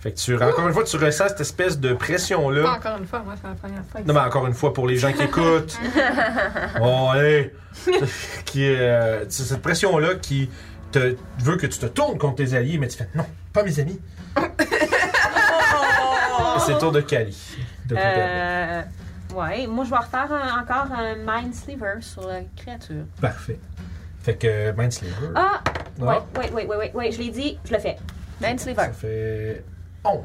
A: Fait que tu, encore une fois, tu ressens cette espèce de
B: Pas
A: pression-là.
B: encore une fois, moi, c'est la première fois.
A: Non, mais encore une fois, pour les gens qui écoutent. bon, allez. qui, euh, c'est cette pression-là qui te veut que tu te tournes contre tes alliés, mais tu fais non, pas mes amis. Et c'est le tour de Cali. De tout permettre.
H: Euh, ouais, moi je vais refaire un- encore un Mind Sliver sur la créature.
A: Parfait. Fait que Mindsliver.
H: Ah! Ouais, ouais, ouais, ouais, ouais, ouais, je l'ai dit, je le fais.
F: Mind Sliver.
A: Ça fait 11.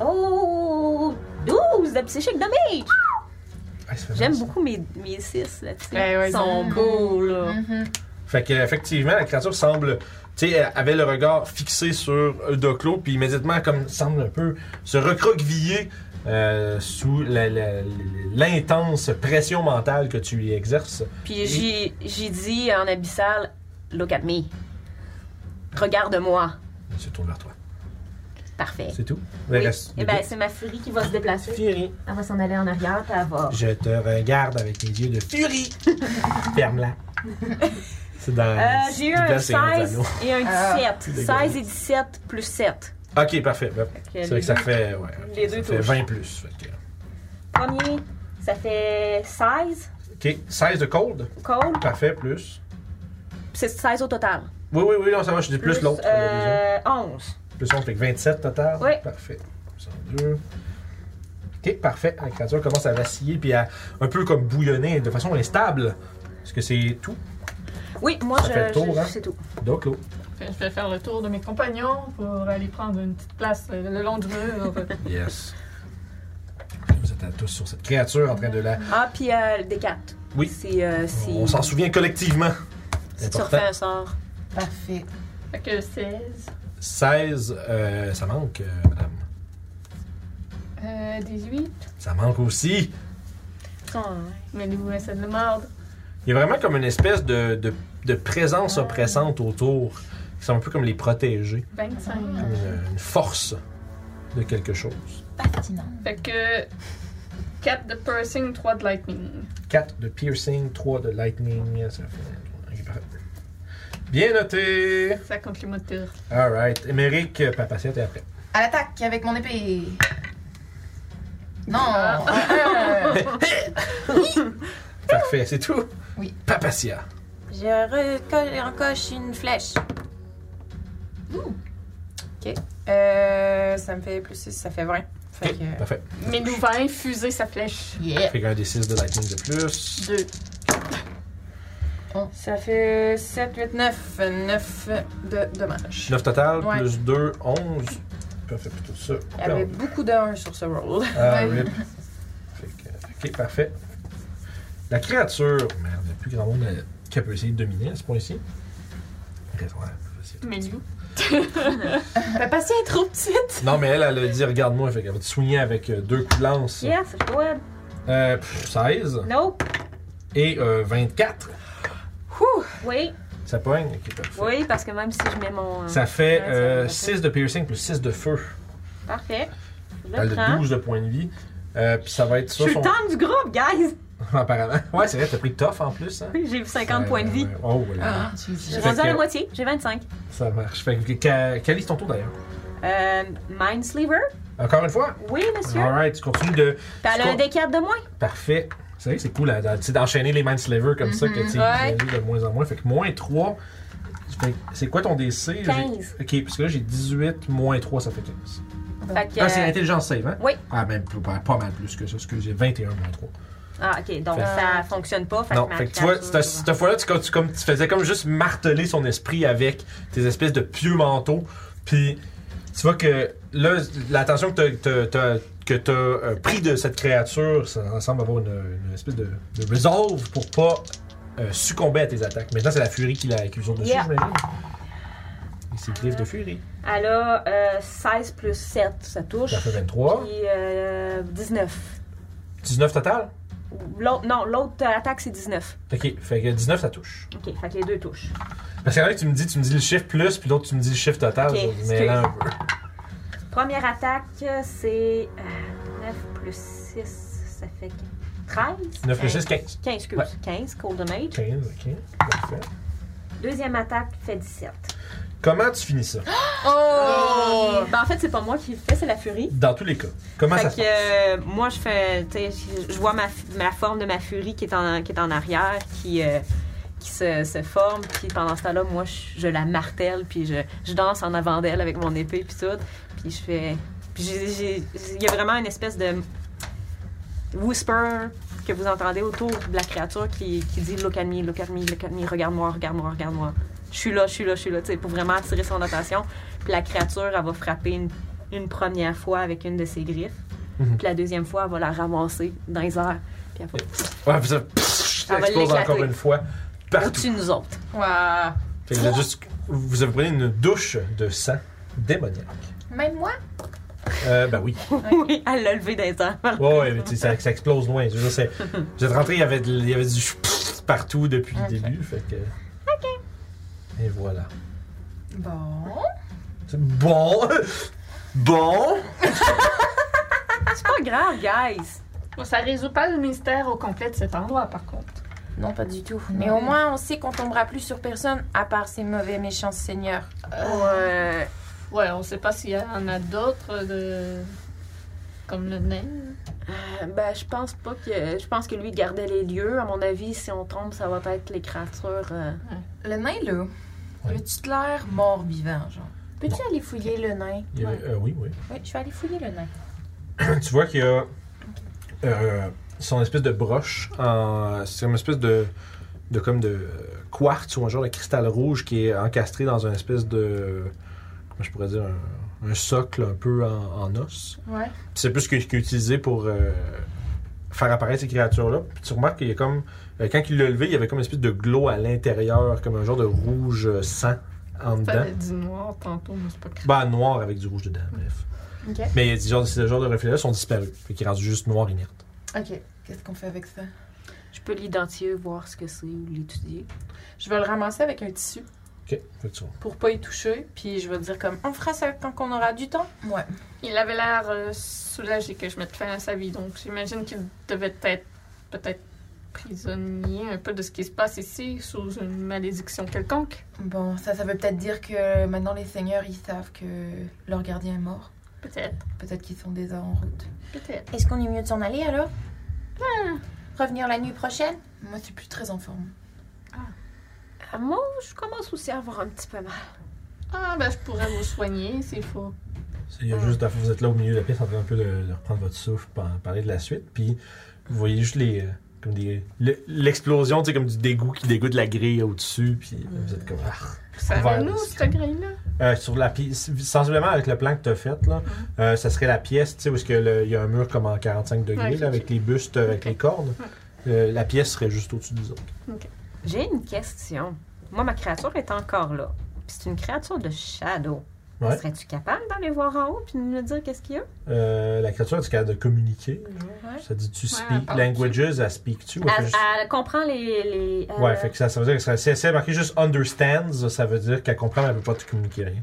H: Oh! 12 de psychic damage!
A: Ah, ça fait
H: J'aime
A: 11.
H: beaucoup mes, mes 6 là-dessus.
F: Ouais, ouais,
H: Ils sont beaux, là.
A: Fait que, effectivement, la créature semble, tu sais, elle avait le regard fixé sur Doclo, puis immédiatement, comme semble un peu se recroqueviller euh, sous la- la- l'intense pression mentale que tu lui exerces.
H: Puis j'y- j'y dis en abyssal, look at me. Regarde-moi.
A: Elle se tourne vers toi.
H: Parfait.
A: C'est tout. Le
H: Oui.
A: reste
H: Eh
A: de-
H: ben, c'est ma furie qui va se déplacer.
A: Fury.
H: Elle va s'en aller en arrière, puis elle va.
A: Je te regarde avec les yeux de furie. Ferme-la. C'est dans.
H: Euh, j'ai eu
A: dans
H: un
A: Seigneur des
H: 16
A: Anneaux.
H: et un 17.
A: Ah.
H: 16 et 17 plus 7.
A: Ok, parfait. Ben, C'est vrai que ça fait, ouais,
H: les
A: ça
H: deux
A: fait
H: touchent.
A: 20 plus. Fait que-
H: Premier, ça fait 16
A: Ok, 16 de cold.
H: cold,
A: Parfait, plus.
H: puis c'est 16 au total.
A: Oui, oui, oui, non, ça va, je dis plus l'autre. la
H: Euh, 11.
A: deuxième. Plus on fait que 27 total.
H: Oui.
A: Parfait. 102. Ok, parfait. La créature commence à vaciller puis à un peu comme bouillonner de façon instable. Est-ce que c'est tout?
H: Oui, moi,
A: Ça
H: je,
A: fait le tour,
H: je-
A: hein?
H: c'est tout.
A: Donc, l'eau.
B: Fait que je vais faire le tour de mes compagnons pour aller prendre une petite place euh, le long du mur.
A: Yes. Vous êtes à tous sur cette créature en train de la.
H: Ah, puis euh, le D4.
A: Oui.
H: C'est, euh, si-
A: On s'en souvient collectivement.
H: si tu
A: Important.
H: refais un sort.
D: Parfait.
B: fait que 16,
A: 16, euh, ça manque, euh, madame.
B: euh, 18.
A: Ça manque aussi.
B: Mais lui, ouais, ça de le mordre.
A: Il y a vraiment comme une espèce de, de- de présence oppressante autour. Ils sont un peu comme les protéger.
B: 25.
A: Comme une, une force de quelque chose.
B: Fait que 4 de piercing, 3 de lightning.
A: 4 de piercing, 3 de lightning. Ça fait... ok, parfait. Bien noté!
B: Ça compte les mots de tir.
A: Alright. Émeric, Papacette et après.
D: À l'attaque avec mon épée. Non.
A: Parfait, c'est tout?
D: Oui.
A: Papacia.
J: Je recolle, encoche une flèche. Ok. Euh, ça me fait plus 6, ça fait 20. Fait que...
A: Parfait.
B: Mais nous va infuser sa flèche.
D: Yeah.
A: Fait qu'un des 6 de lightning de plus.
B: 2.
J: Ça fait 7, 8, 9. 9 de dommages.
A: 9 total,
J: Ouais.
A: plus 2, 11. Parfait, puis tout ça.
D: Ah,
J: Il y avait beaucoup de 1 sur ce roll.
A: Ah, rip. Fait que- ok, parfait. La créature. Merde, il n'y a plus grand monde à- qui peut essayer de dominer à ce point-ci. Ok, ouais, plus facile.
B: Mais nous.
J: Papassia est trop petite.
A: Non, mais elle, elle a dit regarde-moi, fait qu'elle va te soigner avec euh, deux coups de lance.
H: Yes, je dois.
A: Euh, pff, 16
H: Nope.
A: et euh, 24.
H: Oui,
A: Ça pogne. Ok, parfait.
H: oui, parce que même si je mets mon. euh,
A: Ça fait
H: Ouais, ça va, ça
A: 6 de piercing plus 6 de feu.
H: Parfait. Je le
A: Elle a
H: prends.
A: 12 de points de vie. Euh, puis ça va être
H: Je
A: sur
H: suis
A: son.
H: le tank du groupe, guys!
A: Apparemment. Ouais, c'est vrai, t'as pris tough en plus. Hein?
H: J'ai eu 50
A: Ouais,
H: points de vie.
A: ouais. Oh, voilà.
H: J'ai
A: Fait
H: rendu à la
A: que-
H: moitié, j'ai 25.
A: Ça marche. Fait que Ca- Cali, c'est ton tour d'ailleurs.
H: Euh, Mindsleever?
A: Encore une fois.
H: Oui, monsieur.
A: Alright, tu continues de.
H: Puis elle a un D4 de moins.
A: Parfait. C'est vrai que c'est cool hein, dans- tu sais, d'enchaîner les Mindslavers comme ça, que tu sais,
H: Mhm. Ouais.
A: ils réalisent de moins en moins. Fait que moins 3. Fait que c'est quoi ton DC? J'ai-
H: 15.
A: Ok, parce que là j'ai 18, moins 3, ça fait 15.
H: Fait que,
A: Ah, c'est
H: euh,
A: intelligence save, hein?
H: Oui.
A: Ah, même plus- pas, pas mal plus que ça, parce que j'ai 21, moins 3.
H: Ah, ok, donc
A: Fait-
H: ça fonctionne pas. Fait
A: non,
H: que ma euh,
A: fait que tu vois,
H: créature-
A: cette, cette fois-là, tu, tu- comme, tu faisais comme juste marteler son esprit avec tes espèces de pieux manteaux. Puis tu vois que là, l'attention que tu que t'as euh, pris de cette créature, ça semble avoir une, une espèce de, de resolve pour pas euh, succomber à tes attaques. Maintenant, c'est la furie qui la accuse dessus,
H: Yeah.
A: j'imagine. Et c'est Cliff de furie.
H: Elle a euh, 16 plus 7, ça touche.
A: Ça fait 23.
H: Puis euh, 19.
A: 19 total?
H: L'autre, non, l'autre euh, attaque, c'est 19.
A: Ok, fait que 19, ça touche.
H: Ok, fait que les deux touchent.
A: Parce qu'il y en a que tu me dis, tu me dis le chiffre plus, puis l'autre, tu me dis le chiffre total.
H: Ok,
A: je vais mêler un peu.
H: Première attaque, euh, c'est euh, 9 plus 6, ça fait que 13.
A: 9 plus 6,
H: 15.
A: 15.
H: 15, excuse.
A: Ouais.
H: 15, cold damage.
A: 15, ok. Parfait.
H: Deuxième attaque fait 17.
A: Comment tu finis ça?
H: Oh! Ben, en fait, c'est pas moi qui le fais, c'est la furie.
A: Dans tous les cas. Comment
H: Fait
A: ça
H: que
A: se passe?
H: euh, moi, je fais. tu sais, Je je vois ma, f- ma forme de ma furie qui est en, qui est en arrière, qui, euh, qui se, se forme. Puis pendant ce temps-là, moi, je, je la martèle, puis je, je danse en avant d'elle avec mon épée, puis tout. Puis je fais. Puis j'ai- j'ai- il y a vraiment une espèce de whisper que vous entendez autour de la créature qui, qui dit Look at me, look at me, look at me, regarde-moi, regarde-moi, regarde-moi. Je suis là, je suis là, je suis là, tu sais, pour vraiment attirer son attention. Puis la créature, elle va frapper une, une première fois avec une de ses griffes.
A: Mhm.
H: Puis la deuxième fois, elle va la ramasser dans les airs. Puis elle va
A: Ouais, puis ça, pfff, ça
H: Elle euh, va
A: explose
H: l'éclater.
A: encore une fois. Partout.
H: au-dessus de nous autres.
F: Waouh!
A: Fait que vous, êtes juste- vous avez pris une douche de sang démoniaque.
C: Même moi?
A: Euh, ben oui.
H: Oui, elle l'a levé dans les airs.
A: Ouais, ouais, mais tu sais, ça, ça explose loin. Je veux dire, c'est- vous êtes rentré, il y avait, de- il y avait du pfff partout depuis le début. Fait que. Ok. Et voilà.
D: Bon.
A: C'est Bon! Bon!
H: C'est pas grave, guys.
B: Bon, ça résout pas le mystère au complet de cet endroit, par contre.
C: Non, pas du tout.
J: Mais au moins, on sait qu'on tombera plus sur personne, à part ces mauvais méchants seigneurs.
A: Euh.
H: euh,
B: Ouais. Ouais, on sait pas s'il y en a d'autres de... comme le nain.
H: Euh, ben, je pense pas que. Je pense que lui gardait les lieux. À mon avis, si on tombe, ça va être les créatures. euh,
D: Le nain, là,
A: Ouais.
D: tu l'air mort-vivant, genre?
C: Peux-tu aller fouiller le nain?
A: Il y avait- euh, oui, oui.
C: Oui, je vais aller fouiller le nain.
A: tu vois qu'il y a euh, son espèce de broche en. C'est une espèce de. de comme de euh, quartz ou un genre de cristal rouge qui est encastré dans une espèce de. Comment je pourrais dire Un, un socle un peu en, en os.
D: Ouais.
A: Puis c'est plus ce que- qu'il a utilisé pour euh, faire apparaître ces créatures-là. Puis tu remarques qu'il y a comme. euh, quand il l'a levé, il y avait comme une espèce de glow à l'intérieur, comme un genre de rouge euh, sang en dedans.
B: Fallait du noir tantôt, mais c'est pas grave.
A: Bah, noir avec du rouge dedans, bref.
D: Ok.
A: Mais ces genres, ces genres de reflets-là sont disparus. Fait qu'ils rendent juste noir inerte.
D: Ok. Qu'est-ce qu'on fait avec ça?
H: Je peux l'identifier, voir ce que c'est ou l'étudier.
F: Je vais le ramasser avec un tissu
A: Ok, fait que ça.
F: pour pas y toucher, puis je vais dire comme.
J: On fera ça quand on aura du temps.
B: Il avait l'air euh, soulagé que je mette fin à sa vie, donc j'imagine qu'il devait être peut-être prisonnier un peu de ce qui se passe ici, sous une malédiction quelconque.
D: Bon, ça, ça veut peut-être dire que maintenant les seigneurs, ils savent que leur gardien est mort.
B: Peut-être,
D: Peut-être qu'ils sont déjà en route. Ah,
B: peut-être.
J: Est-ce qu'on est mieux de s'en aller alors Revenir la nuit prochaine
D: Moi, je suis plus très en forme.
H: Ah, moi, je commence aussi à avoir un petit peu mal.
B: Ah, ben je pourrais vous soigner s'il faut.
A: Il
B: Ah.
A: y a juste, vous êtes là au milieu de la pièce en train un peu de, de reprendre votre souffle, par- parler de la suite, puis vous voyez juste les, euh, comme des, le- l'explosion, tu sais, comme du dégoût qui dégoûte la grille au-dessus, puis euh, vous êtes comme ah.
B: Ça
A: Ouvert
B: va nous,
A: d'esprit.
B: ce grille-là?
A: Euh, sur la pièce, sensiblement avec le plan que t'as fait là,
B: Mm-hmm.
A: euh, ça serait la pièce, tu sais, où est-ce que le- il y a un mur comme en 45 degrés
B: Ouais,
A: là, avec les bustes, avec
B: Ok.
A: les cornes. Euh, la pièce serait juste au-dessus des autres.
H: J'ai une question. Moi, ma créature est encore là. Puis c'est une créature de shadow.
A: Ouais.
H: Serais-tu capable d'aller voir en haut puis de me dire qu'est-ce qu'il y a?
A: Euh, la créature est capable de communiquer.
D: Ouais.
A: Ça dit tu
B: elle
A: speak
B: parle.
A: languages, elle speak to. Elle fait
H: Elle,
A: juste-
H: elle comprend les. les euh,
A: Ouais, fait que ça, ça veut dire que ça- si elle s'est marqué juste understands, ça veut dire qu'elle comprend, mais elle peut pas te communiquer rien.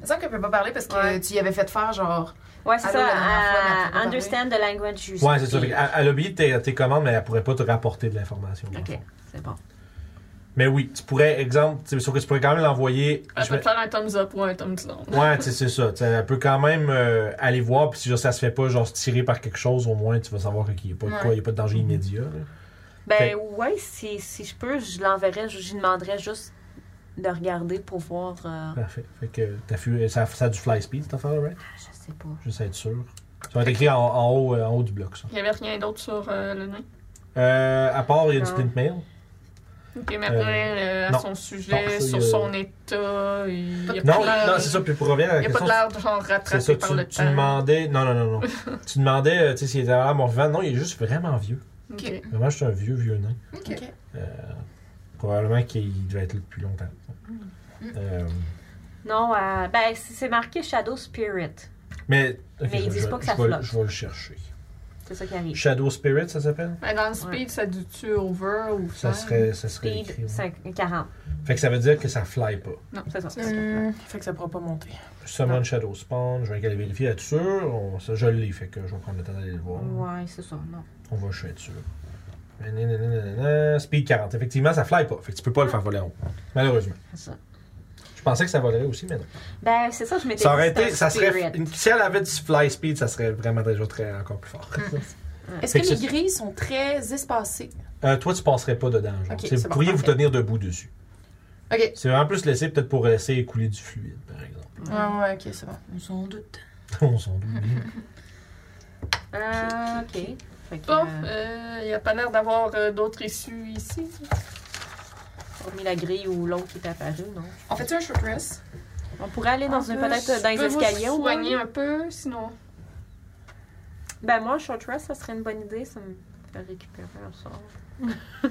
D: C'est ça qu'elle peut pas parler parce que
H: Ouais.
D: tu y avais fait faire, genre.
H: Ouais, c'est
D: Allô,
H: ça.
D: la dernière fois, elle a
H: euh,
D: pas parlé.
H: understand the language you
A: Ouais, c'est ça. Fait
H: speak.
A: qu'elle- elle, obéit tes, tes commandes, mais elle pourrait pas te rapporter de l'information. dans le
H: Ok,
A: fond.
H: c'est bon.
A: Mais oui, tu pourrais, exemple, tu sais, sauf que tu pourrais quand même l'envoyer.
B: Elle
A: je
B: peut
A: vais-
B: te faire un thumbs up ou un thumbs down.
A: Ouais, tu sais, c'est ça. Tu sais, elle peut quand même euh, aller voir, puis si genre, ça se fait pas, genre se tirer par quelque chose, au moins tu vas savoir qu'il n'y a pas de quoi, il y a pas de danger immédiat. là. Fait-
H: Ben ouais, si, si je peux, je l'enverrais, je lui demanderais juste de regarder pour voir. euh,
A: Parfait. Fait que t'as fu- ça, ça a du fly speed, cette affaire, right?
H: je sais pas.
A: Juste à être sûr. Ça va être écrit en, en haut, euh, en haut du bloc, ça.
B: Il n'y avait rien d'autre sur euh, le nain.
A: Euh, à part, il y a du
H: Non.
A: print mail.
B: Ok, maintenant, euh, à
A: non.
B: son sujet,
A: Non, ça,
B: sur
A: il y a-
B: son état, il n'y a
A: Non,
B: pas l'air-
A: non, c'est ça. Puis pour revenir à la
B: il y a pas
A: question,
B: de l'air de genre
A: c'est
B: rattrapé
A: ça.
B: par
A: Tu,
B: le
A: tu
B: temps.
A: demandais, non, non, non, non. tu demandais, euh, tu sais, s'il était à mort vivant. Non, il est juste vraiment vieux.
B: Ok.
D: Ok.
A: Vraiment, je suis un vieux, vieux nain. Euh,
D: Ok.
A: Probablement qu'il devait être là depuis longtemps.
H: Mm.
A: Euh,
H: Non, euh, ben c'est c'est marqué Shadow Spirit.
A: mais, ok,
H: Mais ils
A: je-
H: disent
A: je-
H: pas que
A: je
H: ça
A: vais-
H: flotte.
A: Je vais le chercher.
H: C'est ça qui arrive.
A: Shadow Spirit, ça s'appelle.
B: Mais Ben, dans le speed, ça du tu over ou
A: Ça
B: faire?
A: serait, ça serait écrit.
H: Ah. Speed
A: ouais.
H: 5, 40.
A: Fait que ça veut dire que ça fly pas.
H: Non, c'est ça. c'est ça.
F: Hum, fait que ça pourra pas monter.
A: Summon Shadow Spawn, je vais aller vérifier là-dessus. On- ça, Je l'ai, fait que je vais prendre le temps d'aller le voir.
H: Ouais, c'est ça, non.
A: On va, je vais être sûr. Nanananana, Speed 40. Effectivement, ça fly pas. Fait que tu peux pas le faire voler en haut. Malheureusement.
H: C'est ça.
A: Je pensais que ça volerait aussi, mais non.
H: Ben c'est ça, je m'étais
A: Ça aurait
H: dit, c'est
A: été.
H: un
A: Ça serait,
H: spirit.
J: Mm.
A: une- si elle avait du fly speed, ça serait vraiment déjà très encore plus fort.
J: Est-ce
A: Fait
J: que
A: que
J: les
A: c'est-
J: grilles sont très espacées?
A: Euh, toi, tu passerais pas dedans. Genre.
J: Ok,
A: C'est-
J: c'est
A: vous
J: bon,
A: pourriez vous
J: parfait.
A: tenir debout dessus.
J: Ok.
A: C'est vraiment plus laissé peut-être pour laisser écouler du fluide, par exemple.
J: Ah ouais, ok, c'est bon.
D: On s'en doute.
A: On s'en doute bien.
H: Ah, ok. Fait que,
B: Bon,
H: euh,
B: il n'y a pas l'air d'avoir euh, d'autres issues ici.
H: hormis la grille ou l'autre qui est apparue, non?
F: On fait-tu un short rest?
H: On pourrait aller dans
B: On
H: une
B: peut-
H: peut-être euh, dans les
B: Ah, Euh, je peux vous
H: escaliers ou
B: soigner un peu, sinon.
H: Ben moi, short rest, ça serait une bonne idée. Ça me fait récupérer un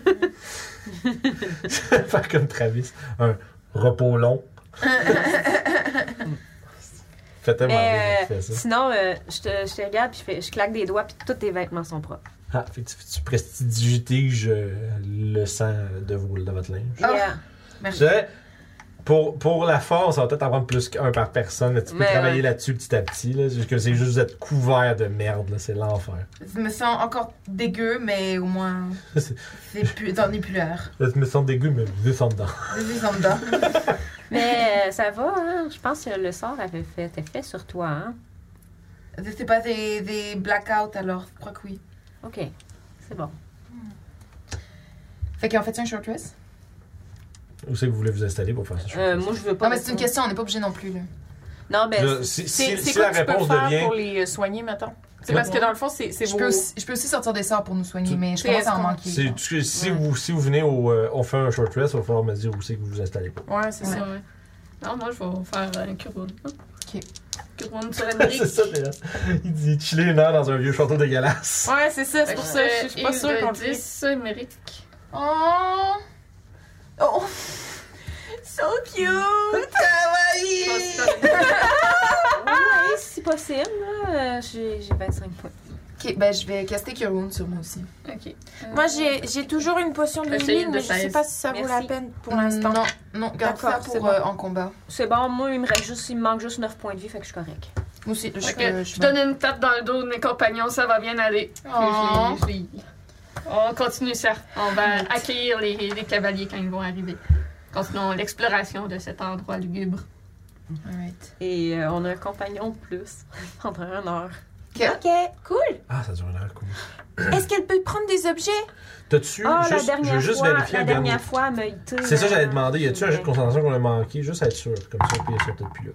H: sort.
A: Faire comme Travis. Un repos long. Faites tellement rire
H: Mais
A: quand tu fais
H: euh,
A: ça.
H: sinon, euh, je, te, je te regarde puis je, fais- je claque des doigts puis tous tes vêtements sont propres.
A: Ah, fait que tu, tu prestidigitiges, euh, le sang de, vos- de votre linge.
D: Ah.
H: Yeah.
F: Ah.
A: Je dirais, pour, pour la force, ça va peut-être en prendre plus qu'un par personne. mais tu peux
H: Mais
A: travailler
H: ouais.
A: là-dessus petit à petit. Là, parce que c'est juste vous êtes couvert de merde. là, C'est l'enfer.
D: Je me sens encore dégueu, mais au moins.
A: C'est-
D: C'est plus. T'en es plus l'air.
A: Là, tu me sens dégueu, mais vous êtes en dedans.
D: Vas-y, ça me donne.
H: Mais euh, ça va, hein? Je pense que le sort avait fait effet sur toi, hein?
D: C'était pas des, des blackouts alors, je crois que oui.
H: OK. C'est bon.
D: Fait qu'en fait, c'est un short rest
A: Où c'est que vous voulez vous installer pour faire ça?
H: Euh, moi, je veux pas.
D: Non, Ah, mais c'est une question, on n'est pas obligé non plus. Là.
H: Non, mais.
A: Là, si si-
F: ben, C'est
A: si
F: c'est
A: la
F: quoi que tu peux
A: réponse
F: faire
A: devient.
F: pour les euh, soigner, mettons? C'est
A: Ouais.
F: parce que dans le fond, c'est c'est
D: Je,
F: vos...
D: peux aussi, je peux aussi sortir des sorts pour nous soigner,
A: Tu-
D: mais je
F: C'est-
D: commence à en
F: est-ce qu'on-
D: manquer.
A: c'est-
D: genre.
A: tu- si,
F: Ouais.
A: vous, si vous venez au. euh, on fait un short rest, il va falloir me dire où c'est que vous vous installez pour.
F: Ouais, c'est
B: C'est
F: ça.
B: ça, ouais. Non, moi, je vais faire euh, un Kurun.
D: Ok.
B: Kurun sur une
A: c'est
B: brique.
A: ça, déjà. Il dit chiller une heure dans un vieux château dégueulasse.
F: Ouais, c'est ça, c'est pour ça. Je je suis pas sûre qu'on le fait.
B: 10 mérique.
D: Oh! Oh! So cute!
H: Ouais, si possible, là, euh, j'ai j'ai 25 points.
D: Ok, ben je vais caster Cure Wound sur moi aussi.
B: Ok.
J: Moi, j'ai j'ai toujours une potion de
B: Essaye
J: healing,
B: de
J: mais je sais
B: seize.
J: pas si ça vaut la
H: Merci.
J: peine pour
D: Mm,
J: l'instant.
D: Non, non, garde
J: D'accord,
D: ça
J: c'est
D: pour
J: bon.
D: euh, en combat.
H: C'est bon, moi, il me, reste juste, il me manque juste 9 points de vie, fait que je suis correct.
D: Moi aussi, je,
B: Fait que
D: euh, je
B: je
D: vais-
B: donne une tape dans le dos de mes compagnons, ça va bien aller. Puis
D: Oh.
B: je les- je les- On continue ça. On va accueillir les, les cavaliers quand ils vont arriver. Continuons l'exploration de cet endroit lugubre.
D: Alright.
H: Et euh, on a un compagnon de plus pendant une heure.
J: Ok, cool.
A: Ah, ça dure une heure, cool.
J: euh, Est-ce qu'elle peut prendre des objets?
A: T'as-tu.
H: Ah,
A: juste,
H: la
A: je veux
H: dernière
A: juste
H: fois,
A: vérifier
H: la
A: un dernier.
H: dernière fois, elle m'a été,
A: C'est ça,
H: euh,
A: que j'allais demander. Y a-tu un jeu de
H: je-
A: concentration qu'on a manqué Juste être sûr, comme ça, puis ça peut-être plus là.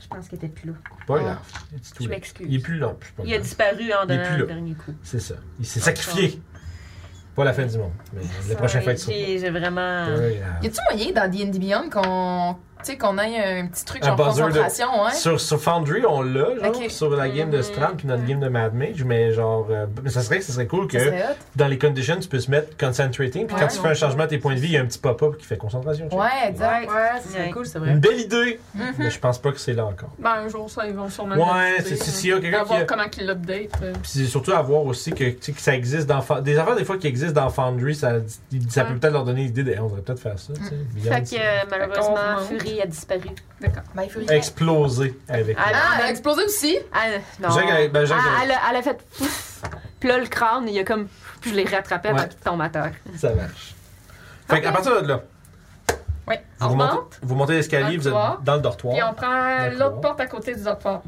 H: Je pense qu'il était plus là.
A: Pas
D: Ah.
A: grave. It's too
H: Je
A: late.
H: m'excuse.
A: Il est plus long, je pense.
H: Il a disparu en
A: Il est
H: donnant
A: plus là.
H: le dernier coup.
A: C'est ça. Il s'est sacrifié. Pas la fin du monde, mais la prochaine fois
H: Sorry,
A: que ça.
H: J'ai j'ai vraiment.
A: Ouais, euh,
D: Y a-tu moyen dans D&D Beyond qu'on tu sais, qu'on ait un petit truc
A: Un
D: genre
A: buzzer de-
D: concentration, hein?
A: Sur, sur Foundry, on l'a, genre,
D: Ok.
A: sur la game de
H: Mhm.
A: Strat puis notre game de Mad Mage, mais genre, euh, mais ça serait, ça serait cool que
D: Ça serait hot.
A: dans les conditions, tu puisses mettre Concentrating, puis quand
D: Ouais,
A: tu
D: non.
A: fais un changement à tes points de vie, il y a un petit pop-up qui fait concentration. tu sais.
D: Ouais, exact. Mhm.
F: Ouais, c'est
H: Ouais.
F: cool, c'est
A: Une
F: vrai.
A: belle idée, mais je pense pas que c'est là encore.
B: Ben, un jour, ça, ils vont sûrement
A: Ouais,
B: l'updater,
A: c'est- c'est-
B: hein.
A: s'il y a quelqu'un
B: On va
A: qui
B: voir
A: a-
B: comment qu'ils l'update. euh.
A: Puis c'est surtout à voir aussi que, tu sais, que ça existe dans Fa- des affaires des fois qui existent dans Foundry, ça, ça peut
B: Ouais.
A: peut-être leur donner l'idée de, Hey, on devrait peut-être faire ça. tu
D: Mhm.
A: sais. Beyond,
H: Fait que
A: c'est-
H: euh,
B: Fait
H: malheureusement,
B: qu'on
H: Fury a disparu.
D: My Fury.
A: Exploser avec.
H: Ah,
D: Ah, elle a explosé aussi?
H: Elle, Ah, euh, non.
A: Jacques avait- ben, Jacques
H: Ah,
A: avait-
H: elle, a, elle a fait pouf. Puis là, le crâne, il y a comme. Puis je l'ai rattrapé avant
A: Ouais.
H: qu'il tombe à terre.
A: Ça marche. Fait qu'à partir de là,
B: Ouais.
A: vous,
B: On
A: montez,
B: monte.
A: vous montez l'escalier,
B: Dans le
A: vous êtes
B: couloir.
A: dans le
B: Puis
A: dortoir.
B: on prend
A: D'accord.
B: l'autre porte à côté du dortoir.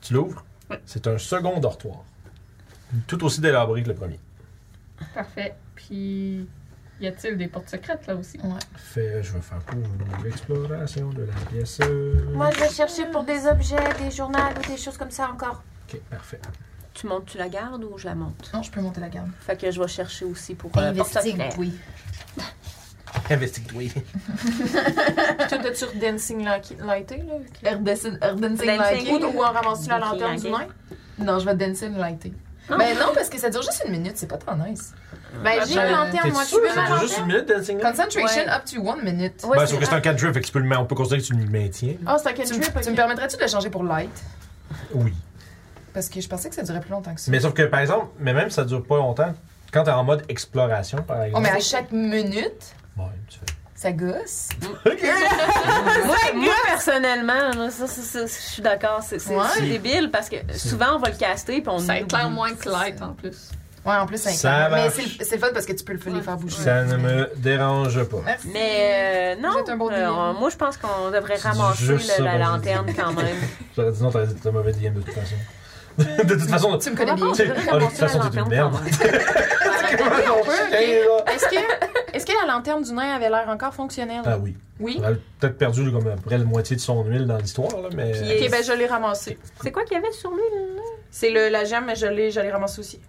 A: Tu l'ouvres.
B: Ouais.
A: C'est un second dortoir. Tout aussi délabré que le premier.
B: Parfait. Puis, y a-t-il des portes secrètes là aussi?
A: Fait, je vais faire pour l'exploration de la pièce.
J: Moi, je vais chercher pour des objets, des journaux ou des choses comme ça encore.
A: Ok, parfait.
H: Tu montes, tu la gardes ou je la monte?
D: Non, je peux monter la garde.
H: Fait que je vais chercher aussi pour. euh, pour ça.
D: Investigue, oui.
A: Investigue-toi.
F: Toi, t'as-tu Dancing Lighté, là?
D: Herdancing
H: Dancing.
D: lighté.
F: Ou on ramasse-tu la lanterne du
H: Ok.
F: nain?
D: Non, je vais dancing lighté.
H: Non.
D: Ben non, parce que ça dure juste une minute, c'est pas tant nice.
J: Ben, j'ai une lanterne,
A: T'es
J: moi, tu
A: sûr que
J: veux
A: ça
J: ma
A: dure juste
J: lanterne?
A: une minute, Dancing Light?
D: Concentration up to one minute.
H: Ouais,
A: Ben,
H: c'est-
A: sauf que c'est un cantrip, fait que tu peux le mettre. On peut considérer que tu le maintiens.
F: Ah, c'est un
D: Tu, me-
F: cantrip,
D: tu me permettrais-tu de le changer pour light?
A: Oui.
D: Parce que je pensais que ça durait plus longtemps que ça.
A: Mais sauf que, par exemple, mais même ça dure pas longtemps, quand t'es en mode exploration, par
D: Oh, mais
A: exemple.
D: à chaque minute,
A: Ouais, tu fais.
D: ça gosse.
H: moi, moi, personnellement, là, ça, ça, ça, je suis d'accord. C'est c'est-
D: Ouais.
H: c'est débile parce que souvent, on va le caster puis on.
B: Ça éclaire
H: oublie.
B: moins que light en plus.
D: Ouais, en plus, c'est
A: Ça
D: incroyable. Mais
A: marche.
D: c'est le- c'est le fun parce que tu peux le les faire bouger.
A: Ça ne me dérange pas.
D: Merci.
H: Mais euh, non,
D: Vous êtes un bon
H: euh,
D: DM.
H: on- moi je pense qu'on devrait
A: Tu dis
H: ramasser
A: juste ça,
H: le- la
A: ben, je
H: lanterne
A: dis.
H: quand même.
A: J'aurais dit non, t'aurais dit que t'es un mauvais DM de toute façon. de toute façon,
D: Tu me connais bien.
A: tu sais, ah, de toute façon, t'es une merde. Comment ton chien, là?
J: Est-ce que, est-ce que la lanterne du nain avait l'air encore fonctionnelle?
A: Ah oui.
J: Oui.
A: Elle a peut-être perdu comme à peu près la moitié de son huile dans l'histoire, là, mais.
H: euh,
J: Ok, ben je l'ai ramassé.
H: C'est quoi qu'il y avait sur lui? là?
J: C'est le, la gemme, mais je l'ai, je l'ai ramassé aussi.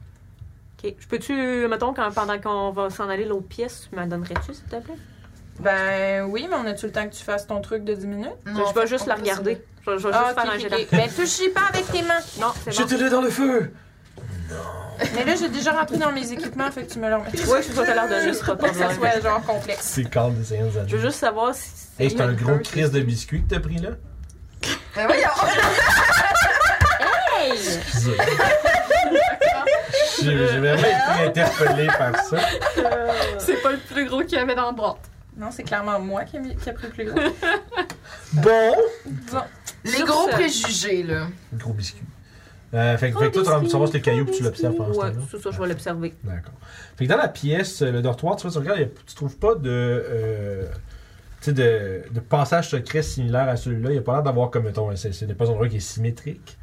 H: Ok. Je peux-tu, mettons, quand, pendant qu'on va s'en aller l'autre pièce, tu me la donnerais-tu, s'il te plaît?
J: Ben oui, mais on a-tu le temps que tu fasses ton truc de 10 minutes?
H: je vais juste la regarder. Je, je vais
J: Ah,
H: juste
J: ok,
H: faire un
J: ok,
H: jet
J: ok. Ben touche y pas avec tes mains.
H: d'art. Non, c'est bon.
A: Jetez-le dans le feu!
J: Mais là, j'ai déjà rentré dans mes équipements, fait que tu me le remets.
H: Ouais, je vais te la redonner, c'est pas de
J: Pour que ça
H: problème.
J: soit genre complet.
A: C'est calme des séances
H: Je veux
A: adultes.
H: juste savoir si.
A: Hey, c'est un gros crise de biscuit que t'as pris, là?
D: Mais Ben voyons!
G: Hey!
A: Excusez. J'ai j'ai vraiment été
H: Euh.
A: interpellé par ça.
B: C'est pas le plus gros qu'il y avait dans le bras.
J: Non, c'est clairement moi qui ai, mis- qui ai pris le plus gros.
A: Bon!
D: Les
H: Sur
D: gros
H: ce-
D: préjugés, là.
A: Gros biscuit. Euh, fait que
H: Gros
A: fait que toi, tu vas me
H: biscuit,
A: savoir si les cailloux
H: gros
A: puis tu l'observes pendant ce
H: Ouais,
A: temps-là.
H: euh, c'est ça, je vais l'observer.
A: D'accord. Fait que dans la pièce, euh, le dortoir, tu vois, tu regardes, il y a- tu trouves pas de, euh, tu sais, de, de passage secret similaire à celui-là. Il n'y a pas l'air d'avoir comme, mettons, un- c'est- ce n'est pas un endroit qui est symétrique.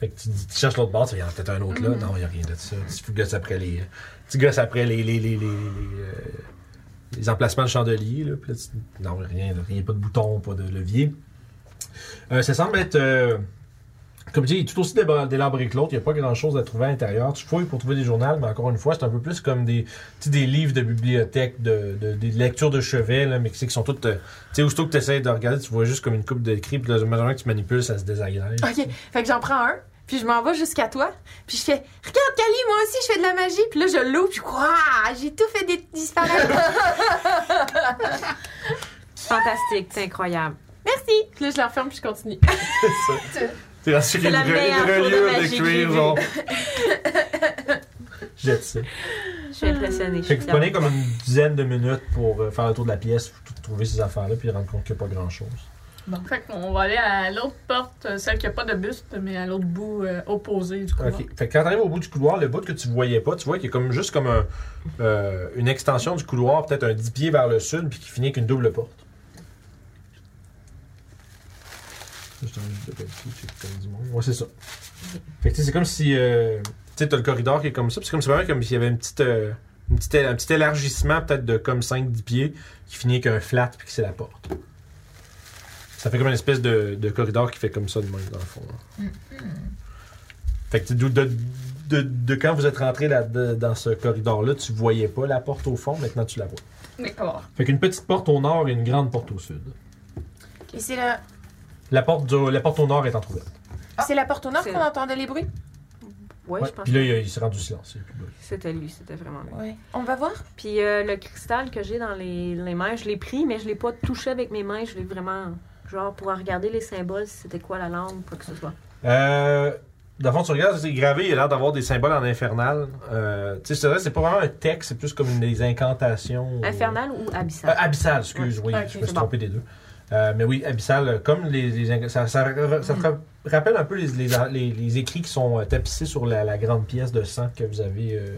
A: Fait que tu, dis- tu cherches l'autre bord, tu regardes peut-être un autre là. Non, il n'y a rien de ça. Tu gosses après les, tu gosses après les, les, les, les, les, euh, les emplacements de chandeliers, là. Puis là, tu- non, rien, il n'y a pas de bouton, pas de levier. Euh, ça semble être, euh, comme je dis, tout aussi déba- délabré que l'autre. Il n'y a pas grand-chose à trouver à l'intérieur. Tu fouilles pour trouver des journaux, mais encore une fois, c'est un peu plus comme des, tu sais, des livres de bibliothèque, de, de- des lectures de chevet, là, mais qui c'est qui sont toutes... euh, tu sais, aussitôt que tu essaies de regarder, tu vois juste comme une coupe de cri, puis là, le moment que tu manipules, ça se désagrège.
J: OK, fait que j'en prends un, puis je m'en vais jusqu'à toi, puis je fais « Regarde, Cali, moi aussi, je fais de la magie! » Puis là, je l'ouvre, puis Waouh, j'ai tout fait dé- disparaître!
H: Fantastique, c'est incroyable.
J: Merci! Puis là, je la referme, puis je continue.
A: T'es rassuré,
H: C'est la
A: une re-
H: meilleure
A: une
H: tour de
A: reliure
H: magie
A: de
H: que j'ai
A: cuir,
H: vue.
A: genre... Jette ça.
H: Je suis impressionnée. je
A: Fait
H: suis
A: que vous
H: fière.
A: prenez comme une dizaine de minutes pour euh, faire le tour de la pièce, pour tout trouver ces affaires-là, puis rendre compte qu'il n'y a pas grand-chose.
B: Fait qu'on va aller à l'autre porte, euh, celle qui a pas de buste, mais à l'autre bout euh, opposé du couloir.
A: Ok. Fait que quand t'arrives au bout du couloir, le bout que tu voyais pas, tu vois qu'il y a comme juste comme un, euh, une extension du couloir, peut-être un 10 pieds vers le sud, puis qui finit avec une double porte. Je t'en ai juste de vérifier, c'est comme du monde. Ouais, c'est ça. Fait que tu sais, c'est comme si. euh, tu sais, t'as le corridor qui est comme ça, puis c'est comme si vraiment comme s'il y avait une petite, euh, une petite éla- un petit élargissement, peut-être de comme 5-10 pieds, qui finit avec un flat, puis que c'est la porte. Ça fait comme une espèce de, de corridor qui fait comme ça de même, dans le fond. là. Fait que tu- de, de, de- de quand vous êtes rentré là, de- dans ce corridor-là, tu voyais pas la porte au fond, maintenant tu la vois.
B: D'accord.
A: Fait qu'une petite porte au nord et une grande porte au sud.
J: Et c'est la,
A: La porte, du- la porte au nord est entrouverte.
J: c'est la porte au nord
H: C'est-
J: qu'on entendait les bruits?
H: Ouais,
A: Ouais.
H: je pense
A: Puis là, il, y a- il se rend du silence. il y a plus de bruit.
H: que c'était lui, c'était vraiment lui.
J: Oui. On va voir?
H: Puis euh, le cristal que j'ai dans les, les mains, je l'ai pris, mais je l'ai pas touché avec mes mains. Je l'ai vraiment, genre, pour regarder les symboles, si c'était quoi la langue, quoi que ce soit.
A: Euh, dans le fond, tu regardes, c'est gravé, il a l'air d'avoir des symboles en infernal. Euh, tu sais, c'est vrai, c'est pas vraiment un texte, c'est plus comme des incantations. ou-
H: Infernal ou abyssal?
A: Euh, abyssal, excuse, oui,
H: Ok,
A: je me suis
H: c'est bon.
A: trompé des deux. Euh, mais oui, abyssal, euh, comme les, les ing- ça, ça,
H: Mm.
A: ça te ra- rappelle un peu les, les, les- les écrits qui sont euh, tapissés sur la, la grande pièce de sang que vous avez, euh,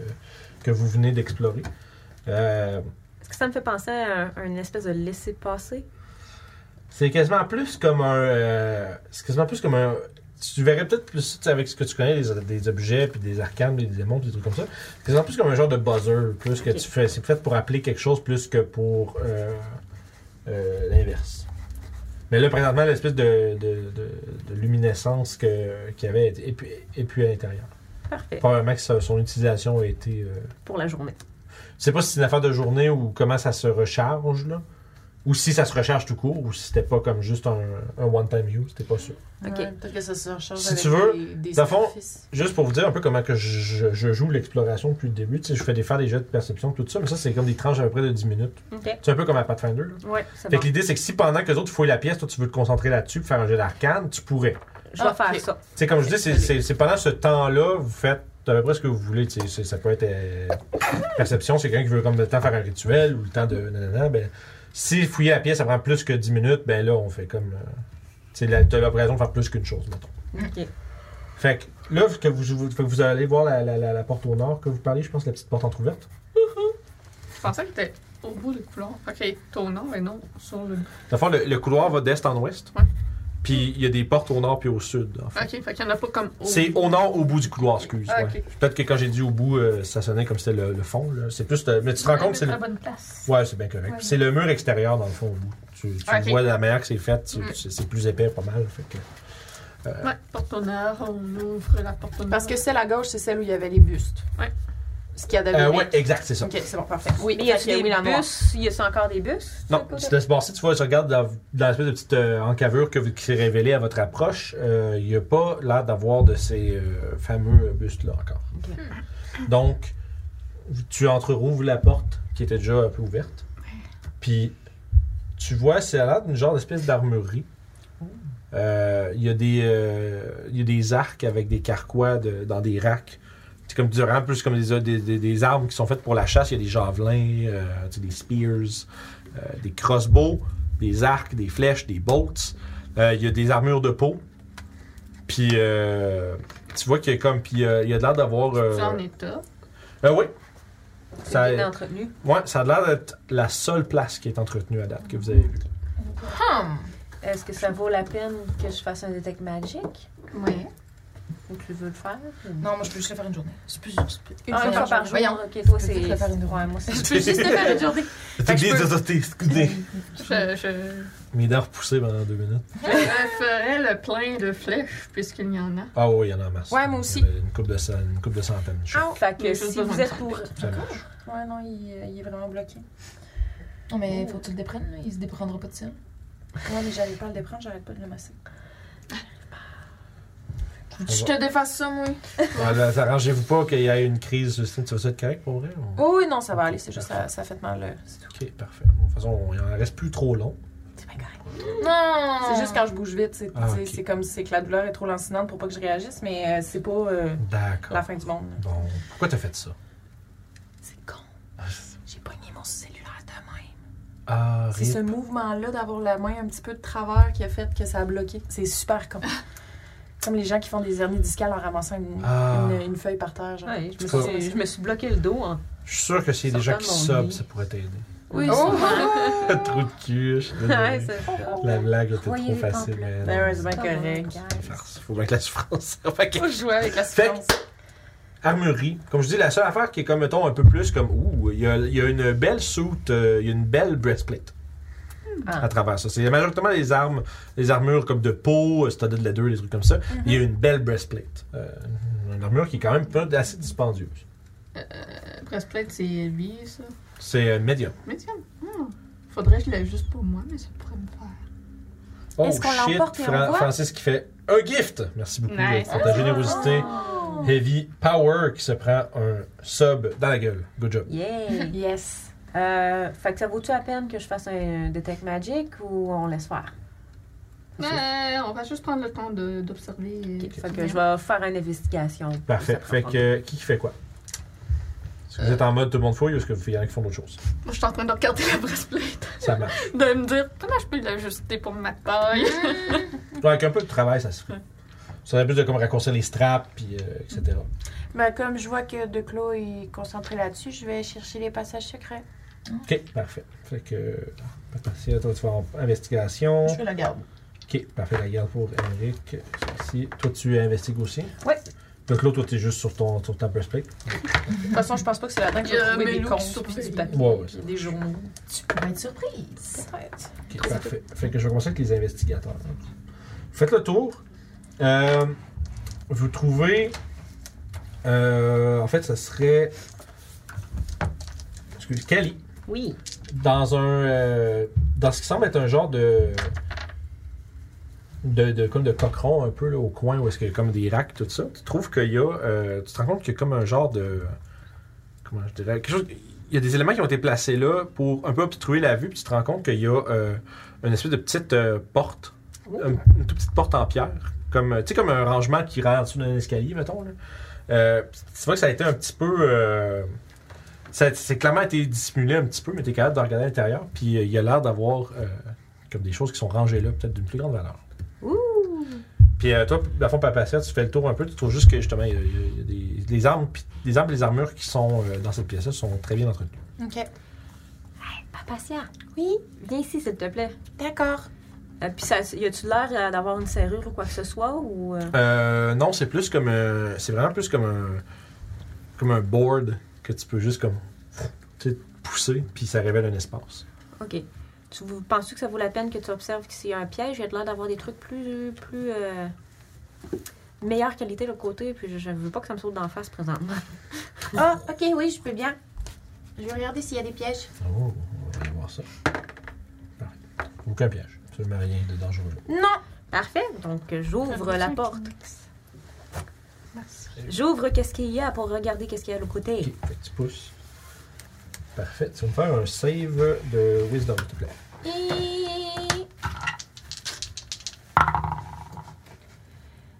A: que vous venez d'explorer. Euh,
H: Est-ce que ça me fait penser à, un- à une espèce de laisser-passer?
A: c'est quasiment plus comme un, euh, c'est quasiment plus comme un. Tu verrais peut-être plus ça, tu sais, avec ce que tu connais des, des objets puis des arcanes, des démons, puis des trucs comme ça. C'est quasiment plus comme un genre de buzzer, plus que
H: Ok.
A: tu fais, c'est fait pour appeler quelque chose plus que pour euh, euh, l'inverse. Mais là, présentement, l'espèce de, de- de- de luminescence que- qu'il y avait est épu- épuée à l'intérieur.
H: Parfait.
A: Probablement que sa- son utilisation a été. euh,
H: Pour la journée.
A: je sais pas si c'est une affaire de journée ou comment ça se recharge, là. Ou si ça se recharge tout court, ou si c'était pas comme juste un, un one-time use, c'était pas sûr.
H: Ok.
D: Ouais, Peut-être que ça se recharge
A: Si
D: avec
A: tu veux,
D: des, des
A: dans le fond,
D: sacrifices.
A: Juste pour vous dire un peu comment que je, je- je joue l'exploration depuis le début, tu sais, je fais des faire des jets de perception, tout ça, mais ça, c'est comme des tranches à peu près de 10 minutes.
H: Ok.
A: C'est un peu comme à Pathfinder, là.
H: Ouais, c'est
A: Fait
H: bon.
A: que l'idée, c'est que si pendant que les autres fouillent la pièce, toi, tu veux te concentrer là-dessus, puis faire un jeu d'arcane, tu pourrais.
H: Je
G: Ah,
H: vais
D: Ok.
H: faire ça.
A: Tu sais, comme je dis, c'est- c'est c'est pendant ce temps-là, vous faites à peu près ce que vous voulez. tu sais, c'est- ça peut être euh, perception, c'est quelqu'un qui veut comme le temps de faire un rituel ou le temps de. nanana, ben, si fouiller la pièce, ça prend plus que 10 minutes, ben là, on fait comme. euh, tu sais, la- t'as l'occasion de faire plus qu'une chose, mettons.
H: Ok.
A: Fait que là, que vous, vous- fait que vous allez voir la, la- la- la porte au nord que vous parlez, je pense, la petite porte entrouverte.
B: Je pensais qu'il était au bout du couloir. Fait qu'il est au nord et non sur le.
A: Dans le fond, le, le couloir va d'est en ouest.
B: Ouais.
A: Puis il y a des portes au nord puis au sud, en fait.
B: Ok, fait qu'il n'y en a pas comme.
A: C'est au nord, au bout du couloir, excuse.
B: Ah,
A: ouais.
B: ok.
A: Peut-être que quand j'ai dit au bout, euh, ça sonnait comme c'était le, le fond. là. C'est plus. euh, mais tu te rends compte, c'est le.
B: la bonne place.
A: Ouais, c'est bien correct. Puis C'est le mur extérieur, dans le fond, au bout. Tu, tu
B: Ok.
A: vois la manière que c'est fait, tu-
B: Mm.
A: c'est c'est plus épais, pas mal. Fait que...
B: Ouais, porte au nord, on ouvre la porte au nord.
D: Parce que celle à gauche, c'est celle où il y avait les bustes.
B: Ouais.
D: Ce qu'il y a
A: Euh,
D: d'habitude.
A: ouais, exact, c'est ça.
D: Ok, c'est bon, parfait.
H: Oui, mais y a-tu des bus? Y a-tu encore des bus?
A: Non, tu te laisses passer, tu vois, tu regardes dans, dans l'espèce de petite euh, encavure que vous, qui s'est révélée à votre approche, euh, il n'y a pas l'air d'avoir de ces euh, fameux bustes-là encore. Donc, tu entrerouvres la porte qui était déjà un peu ouverte, puis tu vois, c'est là une genre d'espèce d'armurerie. Euh, Il y, a des, euh, il y a des arcs avec des carquois de- dans des racks. C'est comme du rang, plus comme des, des, des- des armes qui sont faites pour la chasse. Il y a des javelins, euh, tu sais, des spears euh, des crossbows, des arcs, des flèches, des bolts. Euh, Il y a des armures de peau. Puis euh, tu vois qu'il y a comme. Puis euh, il y a de l'air d'avoir.
B: C'est en
A: Euh,
B: état.
A: euh, oui. Ça,
G: C'est bien entretenu.
A: ouais, ça a l'air d'être la seule place qui est entretenue à date que vous avez vue.
G: Est-ce que ça vaut la peine que je fasse un détect magique?
D: Ouais.
G: Ou tu veux le faire?
D: Non, moi, je peux juste le faire une journée. C'est plus
G: Une
H: Ah,
G: fois par, jour.
D: Voyons.
G: Ok, toi, c'est.
D: Je peux te faire une
G: Ouais, moi, c'est.
B: Je peux juste le faire une journée.
A: Fait
D: que je peux-
A: excusez.
D: Mm.
B: Je, je,
A: Mes dents repoussées pendant deux minutes.
B: je ferais le plein de flèches, puisqu'il y en a.
A: Ah oui, il y en a en masse.
J: Ouais, moi aussi.
A: Il y en a Une coupe de, cent- une coupe de centaines. je sais pas
G: Fait que
B: J'ai juste
G: si vous
B: besoin
G: êtes
B: de
G: pour.
A: si ça marche.
F: Ouais, non, il, euh, il est vraiment bloqué.
D: Non, mais faut que tu le déprennes, là. Il se déprendra pas de ça.
F: Ouais, mais j'arrive pas à le déprendre, j'arrête pas de le masser.
D: Je te défasse ça, moi.
A: Ah, là, Arrangez-vous pas qu'il y ait une crise sur le stream. Tu vas ça être correct pour vrai? ou-
J: Oh, oui, non, ça va aller, c'est juste ça, ça fait mal. euh, c'est tout.
A: Ok, parfait. Bon, De toute façon, il en reste plus trop long.
J: Non!
D: C'est juste quand je bouge vite. C'est
A: Ah,
D: tu sais,
A: ok.
D: c'est comme c'est que la douleur est trop lancinante pour pas que je réagisse, mais euh, c'est pas euh,
A: D'accord.
D: la fin du monde.
A: Bon, pourquoi t'as fait ça?
D: C'est con. J'ai pogné mon cellulaire de main.
A: Ah,
D: C'est
A: rip.
D: ce mouvement-là d'avoir la main un petit peu de travers qui a fait que ça a bloqué. C'est super con. Comme les gens qui font des hernies discales en ramassant une,
A: Ah.
D: une- une feuille par terre. Genre.
G: Ouais, je, me
A: Faut-
G: suis, je me suis bloqué le dos en.
A: Je suis sûr que s'il y a des gens qui
G: Sortant de mon
A: sobent,
G: lit.
A: ça pourrait t'aider.
G: Oui,
A: Trou de cul, je suis désolé.
G: Ouais, c'est ça. Oh
A: La blague était trop
G: Voyez les
A: facile.
G: pamplemousses.
A: mais non.
D: Ben ouais, c'est bien
G: Come on,
D: correct.
G: guys.
A: C'est farce. Faut bien que la souffrance. Fait que-
D: Faut jouer avec la
A: Fait que-
D: souffrance.
A: Armurerie. Comme je dis, la seule affaire qui est comme, mettons, un peu plus comme, ouh, il y a, il y a une belle soute, euh, il y a une belle breastplate.
G: Ah.
A: À travers ça. C'est majoritairement les armes, les armures comme de peau, euh, Studded Leather, des trucs comme ça. Il y a une belle breastplate. Euh, une armure qui est quand même pas assez dispendieuse.
B: Euh, Breastplate, c'est lui, ça.
A: C'est euh, médium.
B: Mais tiens, hmm, faudrait que je l'aie juste pour moi, mais ça pourrait me faire.
A: Oh
J: Est-ce qu'on
A: shit,
J: l'emporte et on
A: Fra-
J: voit?
A: Francis qui fait un gift. Merci beaucoup
B: Nice.
A: pour ta générosité. Heavy Power qui se prend un sub dans la gueule. Good job.
G: Yeah!
J: Yes.
G: Euh, fait que ça vaut-tu la peine que je fasse un détect magique ou on laisse faire?
B: Mais Ben, on va juste prendre le temps de- d'observer. euh,
G: Ok,
B: ce
G: Fait
B: qui
G: que
B: vient.
G: je vais faire une investigation.
A: Parfait.
G: Ça prend
A: Fait
G: pas
A: que euh, qui fait quoi? Est-ce que vous êtes en mode tout le monde fouille ou est-ce qu'il y en a qui font d'autres choses?
B: Moi, je suis en train de regarder la breastplate,
A: Ça marche.
B: de me dire comment je peux l'ajuster pour ma taille.
A: Ouais, Avec un peu de travail, ça se fait. Ça serait plus de comme raccourcir les straps, puis euh, etc.
E: Mm.
J: Ben, comme je vois que Declos est concentré là-dessus, je vais chercher les passages secrets.
A: Ok, parfait. Fait que. euh, Patricia, toi, tu vas en investigation.
E: Je fais la garde.
A: Ok, parfait. La garde pour Henrik. Ici. Toi, tu investigues aussi?
G: Ouais.
A: Donc là, toi, t'es juste sur, ton, sur ta breastplate.
D: De toute façon, je pense pas que c'est là-dedans que
B: Il y
D: j'ai
B: a
D: trouvé des
B: Melou qui
D: comptes,
B: surveille.
D: puis du papier,
A: Ouais, ouais,
D: puis des journaux. Tu pourrais être surprise. Peut-être.
A: Ok, parfait. Fait que je vais commencer avec les investigateurs. Faites le tour. Euh, vous trouvez. euh, en fait, ça serait. Excusez, Kelly.
G: Oui.
A: Dans un. euh, dans ce qui semble être un genre de. De, de- comme de cochon un peu là, au coin où est-ce qu'il y a comme des racks tout ça tu trouves qu'il y a euh, tu te rends compte qu'il y a comme un genre de comment je dirais quelque chose il y a des éléments qui ont été placés là pour un peu obstruer la vue puis tu te rends compte qu'il y a euh, une espèce de petite euh, porte une, une toute petite porte en pierre comme euh, tu sais comme un rangement qui rentre en dessous d'un escalier mettons là. Euh, c'est vrai que ça a été un petit peu euh, ça c'est clairement été dissimulé un petit peu mais t'es capable de regarder à l'intérieur puis euh, il y a l'air d'avoir euh, comme des choses qui sont rangées là peut-être d'une plus grande valeur puis euh, toi, à fond, Papacia, tu fais le tour un peu. Tu trouves juste que justement, il y a, il y a des les armes, puis- les armes et les armures qui sont euh, dans cette pièce-là sont très bien entretenues.
J: OK.
G: Papacia,
J: Oui,
H: Ah,
G: viens ici, s'il te plaît.
J: d'accord.
H: Euh, Puis, ça- y a-tu l'air euh, d'avoir une serrure ou quoi que ce soit? Ou, euh,
A: Euh, non, c'est plus comme un- C'est vraiment plus comme un. Comme un board que tu peux juste comme. Tu sais, pousser, puis ça révèle un espace.
H: OK. Tu vous pensez que ça vaut la peine que tu observes qu'il y a un piège? Il y a de l'air d'avoir des trucs plus... plus euh, meilleure qualité de l'autre côté, puis je, je veux pas que ça me saute d'en face présentement.
J: Ah, ok, oui, je peux bien. Je vais regarder s'il y a des pièges.
A: Oh, on va aller voir ça. Parfait. Aucun piège. Absolument rien de dangereux.
J: Non,
H: Parfait, donc euh, j'ouvre la porte. J'ouvre qu'est-ce qu'il y a pour regarder qu'est-ce qu'il y a de l'autre côté.
A: Ok, fait que tu pousses. Parfait. Tu vas me faire un save de Wisdom, s'il te plaît.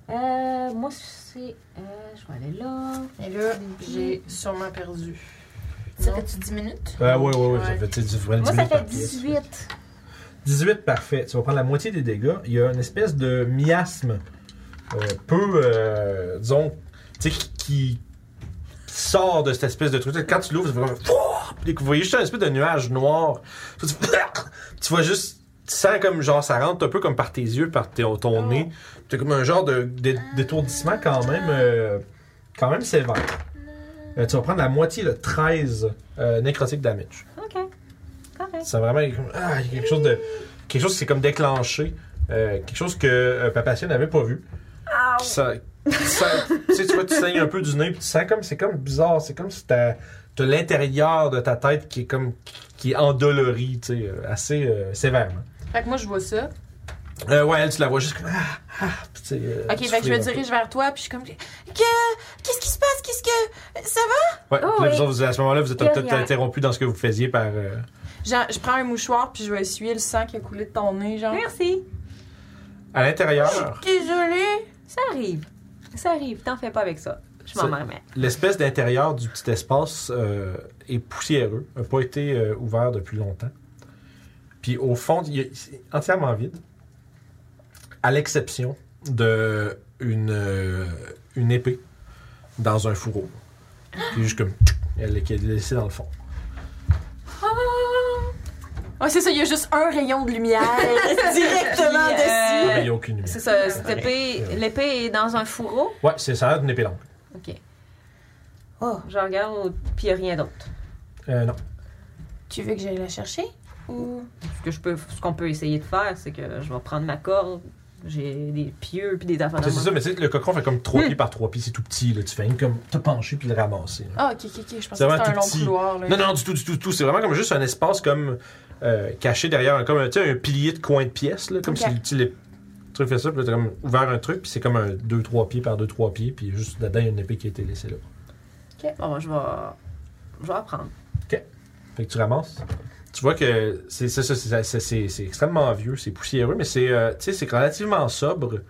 G: Euh, moi, c'est. euh, je vais aller là.
F: Et là, j'ai sûrement perdu.
D: Ça
F: Non.
D: fait-tu 10 minutes?
A: Ah oui, oui, oui. Ça
F: Ouais.
A: fait, tu sais, du-
G: Moi,
A: 10
G: ça
A: minutes
G: fait
A: par pièce.
G: 18.
A: 18, parfait. Tu vas prendre la moitié des dégâts. Il y a une espèce de miasme euh, peu, euh, disons, tu sais, qui, qui sort de cette espèce de truc. Tu sais, Quand tu l'ouvres, c'est vraiment... Pouah! Puis vous voyez juste un espèce de nuage noir. Puis Tu, tu vois juste... Tu sens comme, genre, ça rentre un peu comme par tes yeux, par tes- ton nez. T'as comme un genre de d'é- d'étourdissement quand même... euh, quand même sévère. Euh, tu vas prendre la moitié, le 13 euh, nécrotique damage.
H: OK. Correct.
A: C'est vraiment comme- ah, il y a quelque chose de quelque chose qui s'est comme déclenché, euh, quelque chose que euh, Papa Sien n'avait pas vu. Ça, ça- tu sais, tu vois, tu saignes un peu du nez, puis tu sens comme c'est comme bizarre, c'est comme si t'as t'as l'intérieur de ta tête qui est comme qui est endolori, tu sais, euh, assez euh, sévèrement.
D: Fait que moi, je vois ça.
A: Euh, ouais, elle, tu la vois juste comme ah, ah, puis tu sais, euh,
J: Ok,
A: tu
J: fait que je me
A: fouilles un
J: dirige vers toi, puis je suis comme. Que. Qu'est-ce qui se passe? Qu'est-ce que. Ça va?
A: peu. Ouais,
H: Oh,
A: puis là,
H: oui.
A: vous autres, vous- à ce moment-là, vous êtes peut-être
H: Derrière.
A: interrompu dans ce que vous faisiez par. euh,
D: Genre, je prends un mouchoir, puis je vais essuyer le sang qui a coulé de ton nez,
A: Ah.
D: genre.
H: Merci.
A: à l'intérieur.
J: Désolée.
H: Ça arrive. Ça arrive. T'en fais pas avec ça. Je
A: Ça-
H: m'en remets.
A: L'espèce d'intérieur du petit espace euh, est poussiéreux, n'a pas été euh, ouvert depuis longtemps. Puis au fond, il est c'est entièrement vide, à l'exception d'une une épée dans un fourreau. Puis juste comme tchou, elle est- qui est laissée dans le fond.
J: Ouais, Ah, c'est ça, il y a juste un rayon de lumière directement
H: Puis, euh,
J: dessus.
A: Ah, ben, Il n'y a aucune lumière.
H: C'est ça, cette épée- l'épée est dans un fourreau.
A: Ouais, c'est ça, a l'air d'une épée longue.
H: OK. Oh, je regarde, au- puis y a rien d'autre.
A: Euh, non.
J: Tu veux que j'aille la chercher? Ou.
H: Ce que je peux, ce qu'on peut essayer de faire, c'est que je vais prendre ma corde, j'ai des pieux puis des affaires
A: C'est
H: de
A: c'est
H: même.
A: ça, mais tu sais, le cochon fait comme
H: Hmm.
A: 3 pieds par 3 pieds, c'est tout petit. Là. Tu fais une comme te pencher puis le ramasser. là.
D: Ah, ok, ok, ok. Je pensais
A: C'est
D: que
A: vraiment
D: c'était un
A: tout
D: long
A: petit.
D: couloir, là.
A: Non, non, du tout, du tout, du tout. C'est vraiment comme juste un espace comme euh, caché derrière, un- comme un, tu sais, un pilier de coin de pièce, là, comme
D: Ok.
A: si tu l'es- le truc fait ça, puis là, t'as comme ouvert un truc, puis c'est comme un 2-3 pieds par 2-3 pieds, puis juste dedans, il y a une épée qui a été laissée là.
H: Bon, ben, je vais, je vais apprendre.
A: Fait que tu ramasses. Tu vois que c'est c'est ça, c'est- c'est- c'est c'est extrêmement vieux, c'est poussiéreux, mais c'est euh, tu sais, c'est relativement sobre.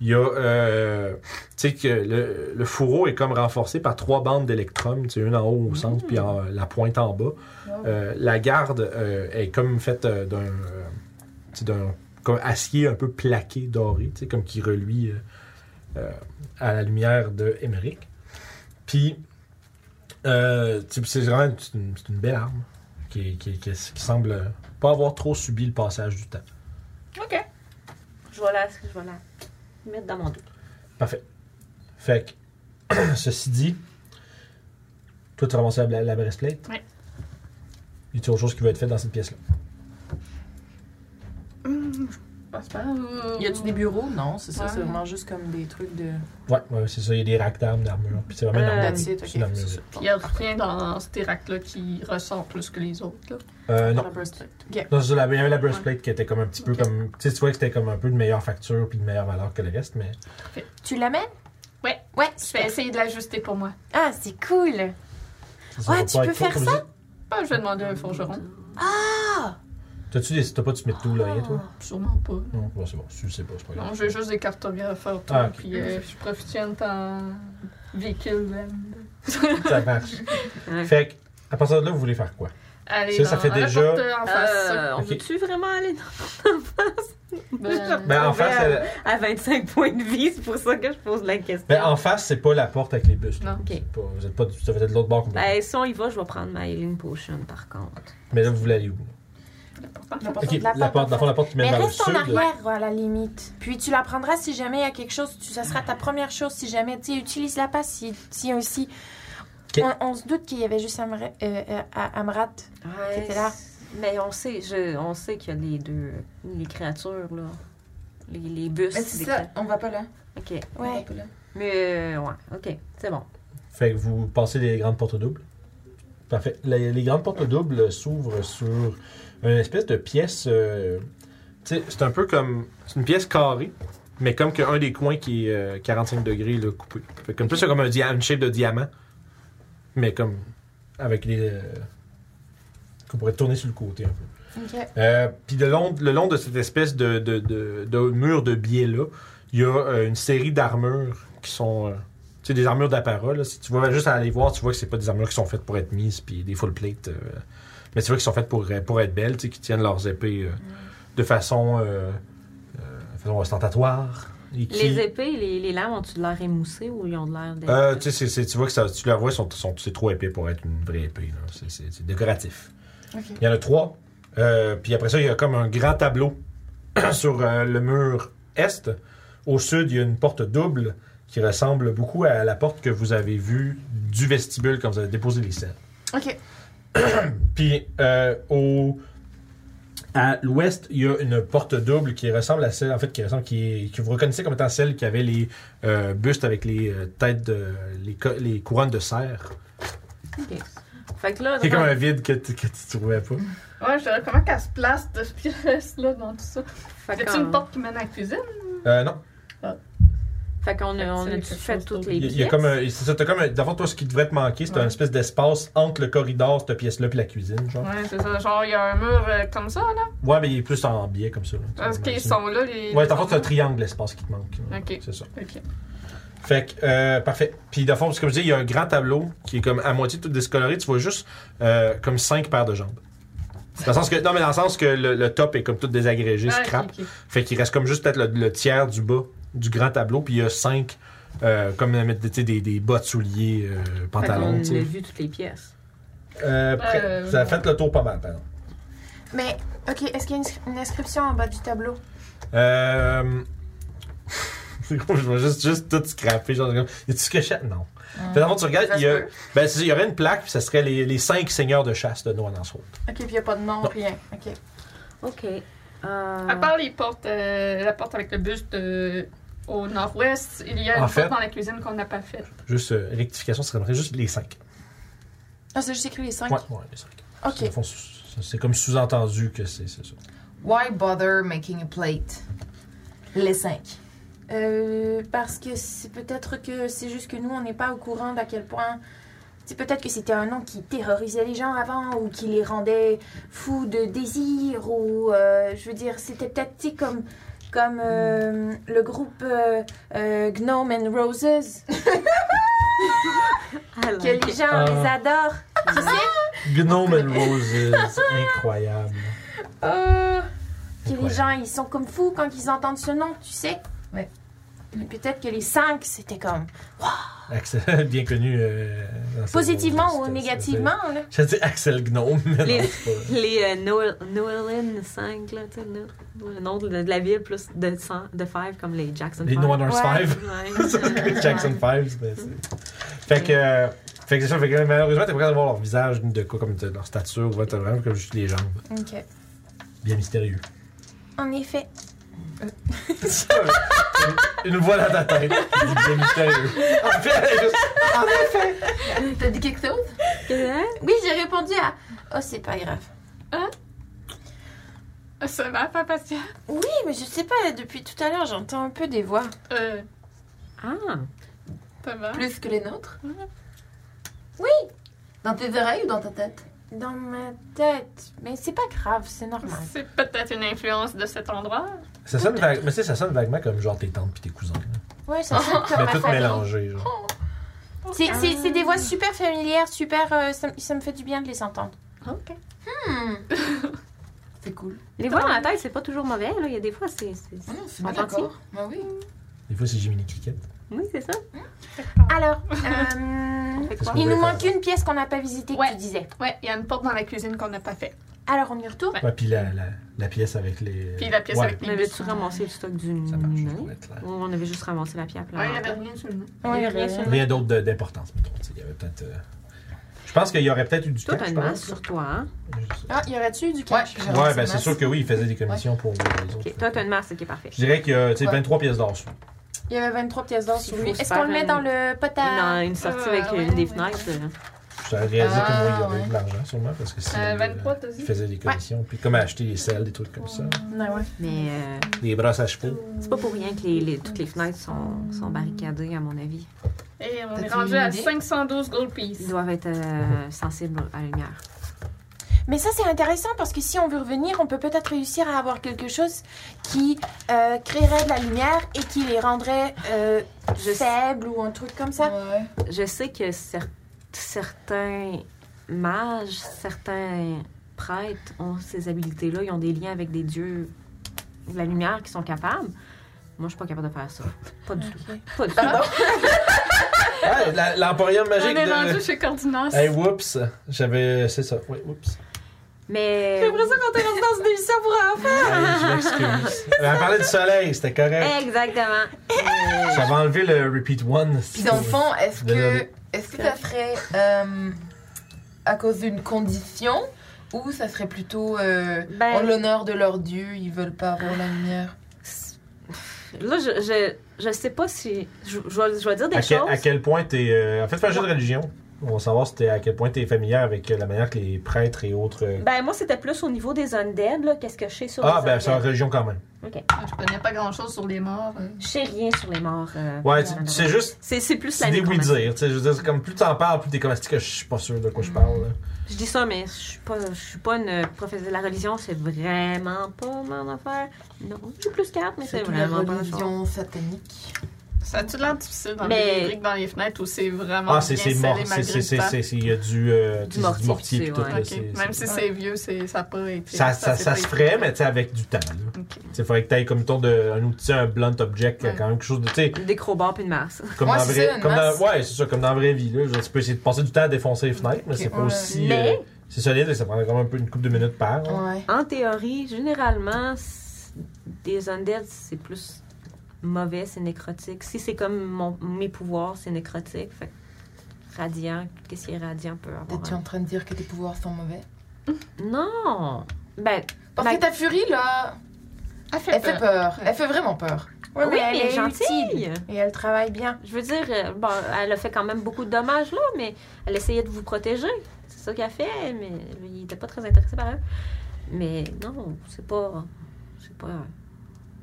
A: Il y a, euh, tu sais, que le, le fourreau est comme renforcé par trois bandes d'électrum, tu sais, une en haut au centre, puis en- la pointe en bas. Euh, la garde euh, est comme faite euh, d'un, euh, tu sais, d'un comme acier un peu plaqué, doré, tu sais, comme qui reluit euh, euh, à la lumière de Émeric. Puis, euh, tu sais, c'est vraiment c'est une, c'est une belle arme qui, qui- qui- qui semble pas avoir trop subi le passage du temps.
H: Je vais la, je vais la mettre dans mon dos.
A: Parfait. Fait que, ceci dit, toi, tu as ramassé la, la breastplate.
B: Ouais.
A: Y a-t-il autre chose qui va être faite dans cette pièce-là?
B: Passe pas. euh,
D: Y a-tu des bureaux? Non, c'est ça.
B: Ouais.
D: C'est vraiment juste comme des trucs de.
A: Ouais, ouais, c'est ça, il y a des racks d'armes, d'armure. Puis c'est vraiment une
H: Euh,
A: armure.
D: That's it, ok.
A: c'est une armure.
D: C'est ça.
B: Puis y a rien dans cet rack-là qui ressort plus que les autres. Là.
A: Euh,
D: Dans
A: non.
D: la breastplate. Ok.
A: Non, c'est ça, la- il y avait la breastplate qui était comme un petit peu comme. Tu sais, tu vois que c'était comme un peu de meilleure facture puis de meilleure valeur que le reste, mais.
J: Tu l'amènes?
B: Ouais.
J: Ouais.
B: Je vais essayer de l'ajuster pour moi.
J: Ah, c'est cool.
A: ça, ça
J: Ouais,
A: va
J: tu
A: pas
J: peux
A: être trop
J: faire ça?
A: compliqué.
B: Ben, je vais demander à un forgeron.
A: T'as-tu des. T'as pas de smith tool, là, rien, toi?
B: Sûrement pas.
A: Non, bon, c'est bon, si tu le sais pas, c'est pas grave.
B: Oh. Non, j'ai juste des cartographes à faire tout.
A: Ah, ok.
B: Puis euh, je profite en véhicule. euh,
A: Ça marche.
H: Ouais.
A: Fait que, à partir de là, vous voulez faire quoi?
B: Aller
A: Ça, ça
B: dans-
A: fait
B: à la
A: déjà-
B: porte, euh, en face.
H: Euh, on
A: Ok.
H: veut-tu vraiment aller dans-
B: Ben,
A: Ben, en face, elle-
H: à 25 points de vie? C'est pour ça que je pose la question.
A: ben, en face, c'est pas la porte avec les bustes.
B: Non.
H: Ok.
A: C'est pas- Vous êtes pas du- vous êtes de l'autre bord complètement.
H: Ben, si on y va, je vais prendre ma healing potion, par contre.
A: Mais là, vous voulez aller où?
B: La porte.
A: Ok, la, porte, dans le fond, la porte qui mène
F: Mais
A: vers le
F: reste en
A: sud.
F: arrière, à la limite. Puis tu la prendras si jamais il y a quelque chose. Tu, ça sera ta première chose si jamais. Tu sais, utilise-la pas si, si aussi.
A: Ok.
F: On, on se doute qu'il y avait juste Amra- euh, euh, à- Amrat.
H: Ouais,
F: C'était là.
H: Mais on sait, je- on sait qu'il y a les deux, les créatures, là. Les, les bus.
D: Mais Ben, c'est
H: les
D: ça, on va pas là.
H: cra- OK.
D: On va
F: Ouais.
D: pas là.
H: Mais, euh, ouais, OK, c'est bon.
A: Fait que vous passez les grandes portes doubles. Parfait. Les, les grandes portes doubles s'ouvrent sur une espèce de pièce. euh, tu sais, c'est un peu comme. C'est une pièce carrée, mais comme qu'un des coins qui est euh, 45 degrés là, coupé. Fait que, comme plus, c'est comme un dia- une shape de diamant, mais comme. Avec les. euh, qu'on pourrait tourner sur le côté un peu.
D: Ok.
A: Euh, Puis de long- le long de cette espèce de, de- de- de mur de biais-là, il y a euh, une série d'armures qui sont. euh, tu sais, des armures d'apparat. là. Si tu vas juste aller voir, tu vois que c'est pas des armures qui sont faites pour être mises, puis des full plates. euh, mais tu vois qu'ils sont faites pour, euh, pour être belles, tu sais, qui tiennent leurs épées euh, de façon, euh, euh, façon ostentatoire. et qui-
H: Les épées, les, les lames, ont-tu de l'air émoussé ou ils ont de l'air d'être...
A: euh, tu sais, c'est- c'est- tu vois que ça, tu la vois, sont, sont, c'est trop épais pour être une vraie épée. là. C'est- C'est c'est décoratif.
D: Ok.
A: Il y en a trois. Euh, puis après ça, il y a comme un grand tableau sur euh, le mur est. Au sud, il y a une porte double qui ressemble beaucoup à la porte que vous avez vue du vestibule quand vous avez déposé les selles.
D: Ok.
A: Puis euh, au à l'ouest, il y a une porte double qui ressemble à celle, en fait, qui ressemble, qui, est- que vous reconnaissez comme étant celle qui avait les euh, bustes avec les euh, têtes de les, co- les couronnes de cerf.
H: Fait
B: Ah,
H: que là,
A: C'est
H: dans-
A: comme un vide que, tu- que tu trouvais pas.
B: Ouais, je dirais comment qu'elle se place de ce pièce-là dans tout ça.
H: fait
B: Y a-tu
H: qu'on-
B: une porte qui mène à la cuisine?
A: Euh, non.
H: Fait qu'on a, on
B: Fait
H: a
B: que
H: tout
B: c'est
H: fait
B: quelque chose
H: toutes
B: d'autre.
H: les
A: Il y a-
H: pièces.
A: il y a comme un, c'est ça, t'as comme un- d'abord, toi, ce qui devrait te manquer, c'est
B: Ouais.
A: un espèce d'espace entre le corridor, cette pièce-là, puis la cuisine, genre.
B: Ouais, c'est ça. Genre, il y a un mur euh, comme ça, là.
A: Ouais, mais il est plus en biais comme ça. là.
B: Parce
A: Tu vois,
B: qu'ils
A: c'est-
B: sont là, les.
A: Ouais,
B: les
A: t'as fait,
B: murs.
A: c'est un triangle, l'espace qui te manque. là.
B: Ok.
A: C'est ça.
B: Ok.
A: Fait que, euh, parfait. Puis, de fond, comme je dis, il y a un grand tableau qui est comme à moitié tout décoloré. Tu vois juste euh, comme cinq paires de jambes. Dans le sens que, non, mais dans le sens que le, le top est comme tout désagrégé,
B: Ah, ok,
A: scrap.
B: ok.
A: Fait qu'il reste comme juste peut-être le, le tiers du bas du grand tableau. Puis, il y a cinq, euh, comme euh, tu sais, des, des bas de souliers, euh,
H: Fait
A: pantalons. tu
H: qu'on a
A: sais.
H: vu toutes les pièces.
A: Euh, prêt.
B: Euh,
A: Ça a fait le tour pas mal, pardon.
F: Mais, ok, est-ce qu'il y a une, inscri- une inscription en bas du tableau?
A: Euh... C'est gros, je vais juste, juste tout scraper. Genre, comme, y a-tu que chasse? Non. Fait, dans le fond, tu regardes,
D: Ça
A: il
D: se
A: y, a,
D: peut.
A: ben, c'est ça, il y aurait une plaque, puis ça serait les, les cinq seigneurs de chasse de noix dans
D: Ok, puis y a pas de nom,
A: Non.
D: rien. Ok.
H: OK. Euh,
B: À part les portes, euh, la porte avec le buste euh, au nord-ouest, il y a
A: En
B: une
A: fait-
B: porte dans la cuisine qu'on n'a pas faite.
A: Juste euh, rectification, ça serait juste les cinq.
D: Ah, c'est juste écrit les 5.
A: Ouais, ouais, les cinq. Dans le
D: Ok.
A: fond, c'est c'est comme sous-entendu que c'est c'est ça.
D: Why bother making a plate? Les 5.
F: Euh, parce que c'est peut-être que c'est juste que nous, on n'est pas au courant d'à quel point. C'est peut-être que c'était un nom qui terrorisait les gens avant ou qui les rendait fous de désir ou euh, je veux dire, c'était peut-être tu sais, comme comme euh, le groupe euh, euh, Gnome and Roses
D: Ah.
H: Alain.
F: que les gens
A: Ah.
F: les adorent.
A: Gnome and
F: euh,
A: Roses, incroyable.
D: Ah.
F: Que les gens ils sont comme fous quand ils entendent ce nom, tu sais.
D: Ouais.
F: Mais peut-être que les cinq c'était comme
A: Axel, bien connu. euh, dans cette-
F: positivement ou
A: cette-
F: négativement là.
A: cette- Je dis Axel Gnome, mais
H: Les-
A: non, c'est pas.
H: Les euh, Noël- Noëlin 5, là, tu sais, le le nom de, de la ville plus de, cent- de Five, comme les Jackson
A: Les
H: Five.
A: Noilers
H: Ouais.
A: Five.
H: Ouais.
A: C'est comme Jackson Fives, mais c'est- Fait que. euh, Fait que c'est ça, fait que malheureusement, t'es pas capable de voir leur visage, ni de quoi, comme de leur stature, ou t'as vraiment comme juste les jambes.
F: Ok.
A: Bien mystérieux.
F: En effet.
A: Une voix dans ta tête. Bien mystérieux. En fait, elle est juste-
D: T'as dit quelque chose?
H: Hein?
F: Oui, j'ai répondu à. Oh, c'est pas grave.
B: Ça va, pas patient.
F: Oui, mais je sais pas, depuis tout à l'heure, j'entends un peu des voix.
B: Euh,
H: Ah,
B: ça va.
D: Plus que les nôtres?
F: Oui.
D: Mhm. Dans tes oreilles ou dans ta tête?
F: Dans ma tête. Mais c'est pas grave, c'est normal.
B: C'est peut-être une influence de cet endroit.
A: Ça sonne vague- mais tu sais, ça sonne vaguement comme genre tes tantes pis tes cousins. là.
F: Ouais, ça sonne comme
A: Mais
F: ma
A: tout
F: famille.
A: mélangé, genre.
F: C'est- C'est c'est des voix
D: Ah.
F: super familières, super. euh, ça, me- ça me fait du bien de les entendre. Hmm.
H: OK.
D: C'est cool.
H: Les voix dans la tête, c'est pas toujours mauvais, là. Il y a des fois, c'est... c'est-
D: Ah non, c'est
H: bien
D: bien
H: d'accord.
D: d'accord. Bah oui.
A: Des fois, c'est Jiminy Cricket.
H: Oui, c'est ça.
F: Alors, euh,
H: Fait
A: Qu'est-ce
H: quoi?
A: qu'on
F: il
A: devait
F: nous
A: faire?
F: manque une pièce qu'on n'a pas visitée, que
B: Ouais.
F: tu disais.
B: Ouais, il y a une porte dans la cuisine qu'on n'a pas faite.
J: Alors, on y retourne.
A: Ouais, puis la, la, la pièce avec les.
B: Puis la pièce
A: Ouais,
B: avec
H: On
B: les
H: avait-tu ramassé le stock du
A: Ça marche,
H: nain?
A: pour être clair.
H: Ou on avait juste ramassé la pierre
B: Ouais, Ah, il y
H: plein?
B: avait rien sur le nom.
H: Il y avait rien
J: euh,
H: sur le-
A: Rien d'autre de- d'importance, mettons. tu sais, Il y avait peut-être. euh, Je pense qu'il y aurait peut-être eu du
H: Toi,
A: temps,
H: t'as
A: je
H: une
A: pense.
H: masse sur toi, hein?
D: Ah, y aurait-tu eu du cash?
A: Ouais, ben c'est sûr que oui, il faisait des commissions pour les autres.
H: Ok, toi, t'as une masse, ok, parfait.
A: Je dirais qu'il y a tu sais,
D: Ouais.
A: 23 pièces d'or. sur-
J: Il y avait 23 pièces d'or sur
H: Faut
J: lui.
H: se
J: Est-ce qu'on le
H: faire
J: met
H: une-
J: dans le pot à...
H: Dans une sortie
B: Ah,
H: avec
B: ouais,
H: une
B: ouais.
H: des fenêtres. euh,
A: Je t'aurais réalisé
D: Ah,
A: comment il y avait
D: ouais.
A: de l'argent, sûrement, parce que sinon,
B: Euh,
A: euh,
B: 23, t'as
A: il
B: dit?
A: faisait des commissions. Puis comment acheter des selles, des trucs comme ça.
J: Non, ouais.
H: Mais euh,
A: Des brosses à chevaux.
H: c'est pas pour rien que les, les- toutes les fenêtres sont, sont barricadées, à mon avis.
B: Et on
D: T'as-tu
B: est
D: une
B: rendu à
D: idée?
B: 512 gold piece.
H: Ils doivent être euh, sensibles à la lumière.
J: Mais ça, c'est intéressant parce que si on veut revenir, on peut peut-être réussir à avoir quelque chose qui euh, créerait de la lumière et qui les rendrait euh,
H: Je-
J: faibles ou un truc comme ça.
D: Ouais.
H: Je sais que cer- certains mages, certains prêtres ont ces habilités-là. Ils ont des liens avec des dieux de la lumière qui sont capables. Moi, je suis pas capable de faire ça. Pas du tout. Pas du tout.
A: Ah, la- l'emporium
B: On
A: magique
B: est rendu
A: de.
B: chez Cordinas.
A: Hey, whoops! J'avais. C'est ça. Oui, whoops.
H: Mais.
A: Hey, je m'excuse. Elle parlait du soleil, c'était correct.
H: Exactement.
B: Euh.
A: J'avais enlevé le repeat one.
D: Puis dans le fond, est-ce que,
A: Désolé.
D: est-ce que ça serait euh, à cause d'une condition ou ça serait plutôt euh,
H: Ben-
D: en l'honneur de leur dieu, ils veulent pas avoir la lumière
H: Là, je, je, je sais pas si. Je, je vais- je vais dire des
A: à, quel, à
H: choses.
A: quel point t'es. euh, En fait, fais un jeu de religion. On va savoir si t'es- à quel point t'es familier avec euh, la manière que les prêtres et autres. euh,
H: Ben, moi, c'était plus au niveau des undead, là. Qu'est-ce que je sais sur
A: Ah,
H: les
A: ben,
H: undead?
A: c'est en religion quand même.
B: Ah, Je connais pas grand chose sur les morts. euh.
H: Je sais rien sur les morts. euh,
A: Ouais,
H: dans
A: tu-
H: le-
A: c'est juste.
H: C'est c'est plus la
A: C'est des oui
H: nécromancie.
A: dire. Tu sais, je veux dire, c'est comme plus t'en parles, plus t'es comme, Est-ce que je suis pas sûr de quoi je parle. là?
H: Je dis ça, mais je suis pas, je suis pas une professionnelle de la religion, c'est vraiment pas mon affaire. Non, je suis plus 4, mais c'est
D: Surtout la
H: vraiment pas mon affaire.
D: religion satanique.
B: Ça a-tu l'air difficile dans
H: Mais-
B: les briques dans les fenêtres ou c'est vraiment
A: Ah, c'est
B: bien
A: c'est
B: scellé
A: mort.
B: malgré
A: c'est- c'est-
B: le
A: c'est-
B: temps?
A: c'est- c'est- Il y a du, euh, tu sais,
H: mortier,
A: du mortier
H: tu
A: et
H: sais,
A: tout.
H: ouais.
A: là,
B: Ok.
A: c'est-
B: Même
A: c'est-
B: si c'est vieux, c'est- ça n'a pas été.
A: Ça, ça,
B: s'est
A: ça
B: pas
A: se
B: été.
A: ferait, mais tu sais, avec du temps. là.
B: Ok.
A: Tu sais, faudrait que t'ailles comme ton de, un outil, un blunt object,
B: Ouais.
A: quand même quelque chose de. Tu sais,
H: Des gros barres puis une masse.
A: comme,
D: Ouais,
A: dans
D: c'est
A: vrai-
D: ça, une
A: comme dans-
D: masse.
A: ouais, c'est ça, comme dans la vraie vie. Là. Genre, tu peux essayer de passer du temps à défoncer les fenêtres, mais
D: Ok,
A: c'est pas
D: ouais.
A: aussi. euh,
H: Mais-
A: c'est solide et ça prendrait quand même un peu une couple de minutes par. hein. là.
D: Ouais.
H: En théorie, généralement, c'est- des undead, c'est plus mauvais, c'est nécrotique. Si c'est comme mon- mes pouvoirs, c'est nécrotique. Fait que radiant, qu'est-ce qui est radiant peut avoir.
D: T'es-tu en train de dire que tes pouvoirs sont mauvais
H: un- Non! Ben,
D: Parce
H: Ma-
D: que ta furie, là,
B: Elle fait
D: elle
B: peur.
D: fait peur. Elle fait vraiment peur.
J: Ouais,
H: oui,
J: mais
H: elle est
J: utile.
H: gentille!
J: Et elle travaille bien.
H: Je veux dire, euh, bon, elle a fait quand même beaucoup de dommages, là, mais elle essayait de vous protéger. C'est ça qu'elle fait, mais il n'était pas très intéressé par elle. Mais non, c'est pas. C'est pas.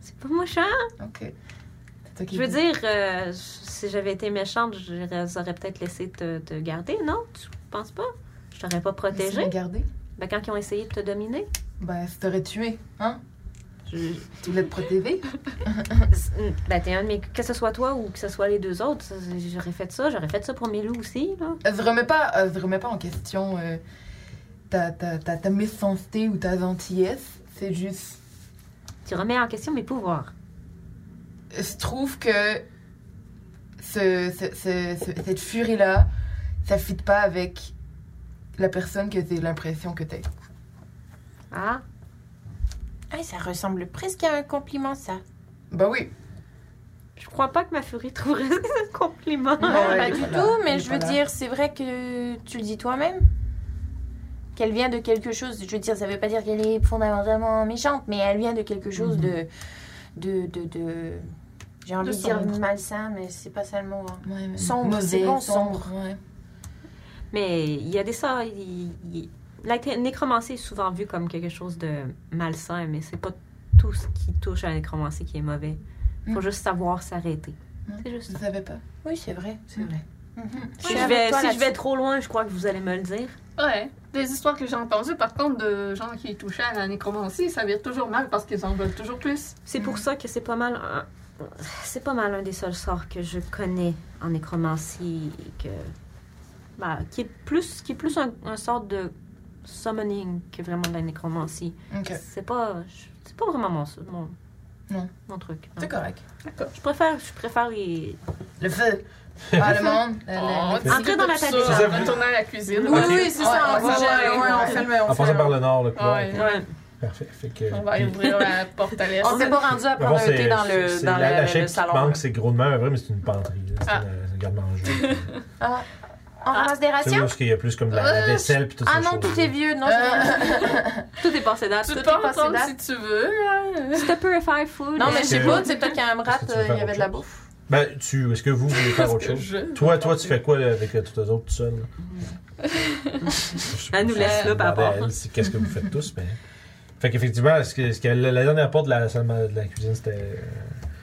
H: C'est pas méchant.
D: Ok. C'est toi qui
H: Je veux
D: dis.
H: dire, euh, si j'avais été méchante, je les aurais peut-être laissé te, te garder, non? Tu penses pas? Je t'aurais pas
D: Laisse-moi
H: protégé.
D: garder.
H: Ben, quand ils ont essayé de te dominer.
D: Bah, ça t'aurait tué, hein
H: je-
D: Tu voulais te protéger
H: Ben, t'es un de mes- Que ce soit toi ou que ce soit les deux autres, ça, j'aurais fait ça. J'aurais fait ça pour Mélou aussi, là.
D: Elle se remet Euh, pas, elle se remet pas en question euh, ta, ta, ta, ta méchanceté ou ta gentillesse. C'est juste.
H: Tu remets en question mes pouvoirs.
D: Il se trouve que ce, ce- ce- ce- cette furie-là, ça ne fit pas avec la personne que j'ai l'impression que t'es.
H: Ah?
J: Ah, ça ressemble presque à un compliment, ça.
D: Bah oui.
H: Je crois pas que ma furie trouverait ça un compliment.
D: Non,
J: Non,
D: elle
J: pas
D: est
J: du
D: pas là.
J: tout, mais
D: Elle est
J: je
D: pas
J: veux
D: là.
J: dire, c'est vrai que tu le dis toi-même. Qu'elle vient de quelque chose. Je veux dire, ça veut pas dire qu'elle est fondamentalement méchante, mais elle vient de quelque chose
D: Mhm.
J: de. de. de. de- J'ai envie de, dire
D: sombre.
J: malsain, mais c'est pas ça le mot. hein.
D: Ouais, mais
J: Sombre,
D: mauvais,
J: c'est bon, sombre.
D: ouais.
H: Mais il y a des sorts. il- il- La té- nécromancie est souvent vue comme quelque chose de malsain, mais c'est pas tout ce qui touche à la nécromancie qui est mauvais. Faut
D: Mm.
H: juste savoir s'arrêter.
D: Mm.
H: C'est juste
D: Je
H: ça.
D: savais pas.
J: Oui, c'est vrai, c'est vrai.
H: Si, je
J: Mm-hmm. avec
H: vais,
J: toi
H: si je
J: là-dessus.
H: vais trop loin, je crois que vous allez me le dire.
B: Ouais. Des histoires que j'ai entendues, par contre, de gens qui touchaient à la nécromancie, ça vire toujours mal parce qu'ils en veulent toujours plus.
H: C'est
J: Mm.
H: pour ça que c'est pas mal un... C'est pas mal un des seuls sorts que je connais en nécromancie et que... bah, qui est plus, qui est plus un, un sort de summoning que vraiment de la nécromancie.
D: Ok.
H: C'est pas, je- c'est pas vraiment mon, mon,
D: Non.
H: Mon truc.
D: C'est correct.
H: Je préfère, je préfère les.
D: Le feu. Ah, le monde. le- le- le-
H: Entrez dans la tête des
A: ça.
H: gens.
B: On retourner à la cuisine.
D: Oui,
A: Ok.
D: oui, c'est ça.
B: Ouais,
D: on
B: ouais,
D: fait-
B: ouais,
D: ouais, on
B: ouais.
D: fait le- on
A: En
D: fait
A: passant
D: le-
A: par le nord, le couloir.
B: Ouais.
H: Ouais.
A: Parfait. Fait que,
B: On va
A: puis-
B: ouvrir la porte à l'est.
J: On s'est pas rendu à
A: D'abord,
J: prendre un
A: c'est-
J: thé dans le,
A: c'est
J: dans
A: la,
J: le-
A: la
J: le
A: chèque qui
J: salon.
A: manque, c'est gros de main, mais c'est une panterie. là. C'est
B: Ah.
A: une- c'est un garde-manger.
J: On ramasse des
A: C'est où
J: rations?
A: est-ce qu'il y a plus comme de la, la vaisselle puis toutes
J: Ah
A: ces
J: non,
A: choses-là.
J: tout est vieux. Non,
H: Tout est passé date.
B: Tu
H: Tout
B: peux
H: est
B: en
H: passé
B: prendre
H: date.
B: si tu veux. hein.
H: C'était Purify Food.
J: non mais je
A: Est-ce
J: sais
A: que-
J: pas. C'est peut-être qu'à Amrat,
A: est-ce que tu veux
J: euh, il y
A: faire
J: avait de la
A: autre
J: bouffe.
A: Ben, tu, est-ce que vous voulez faire autre
B: Parce que
A: chose?
B: je-
A: Toi, toi, tu fais quoi là, avec euh, tous les autres tout seul? là? Je-
H: Elle Ah, nous
A: je-
H: laisse
A: je
H: là, par
A: demandais à
H: rapport.
A: elle, c'est Qu'est-ce que vous faites tous? Mais... Fait qu'effectivement, est-ce que, est-ce que la, la dernière porte de la salle ma- de la cuisine, c'était.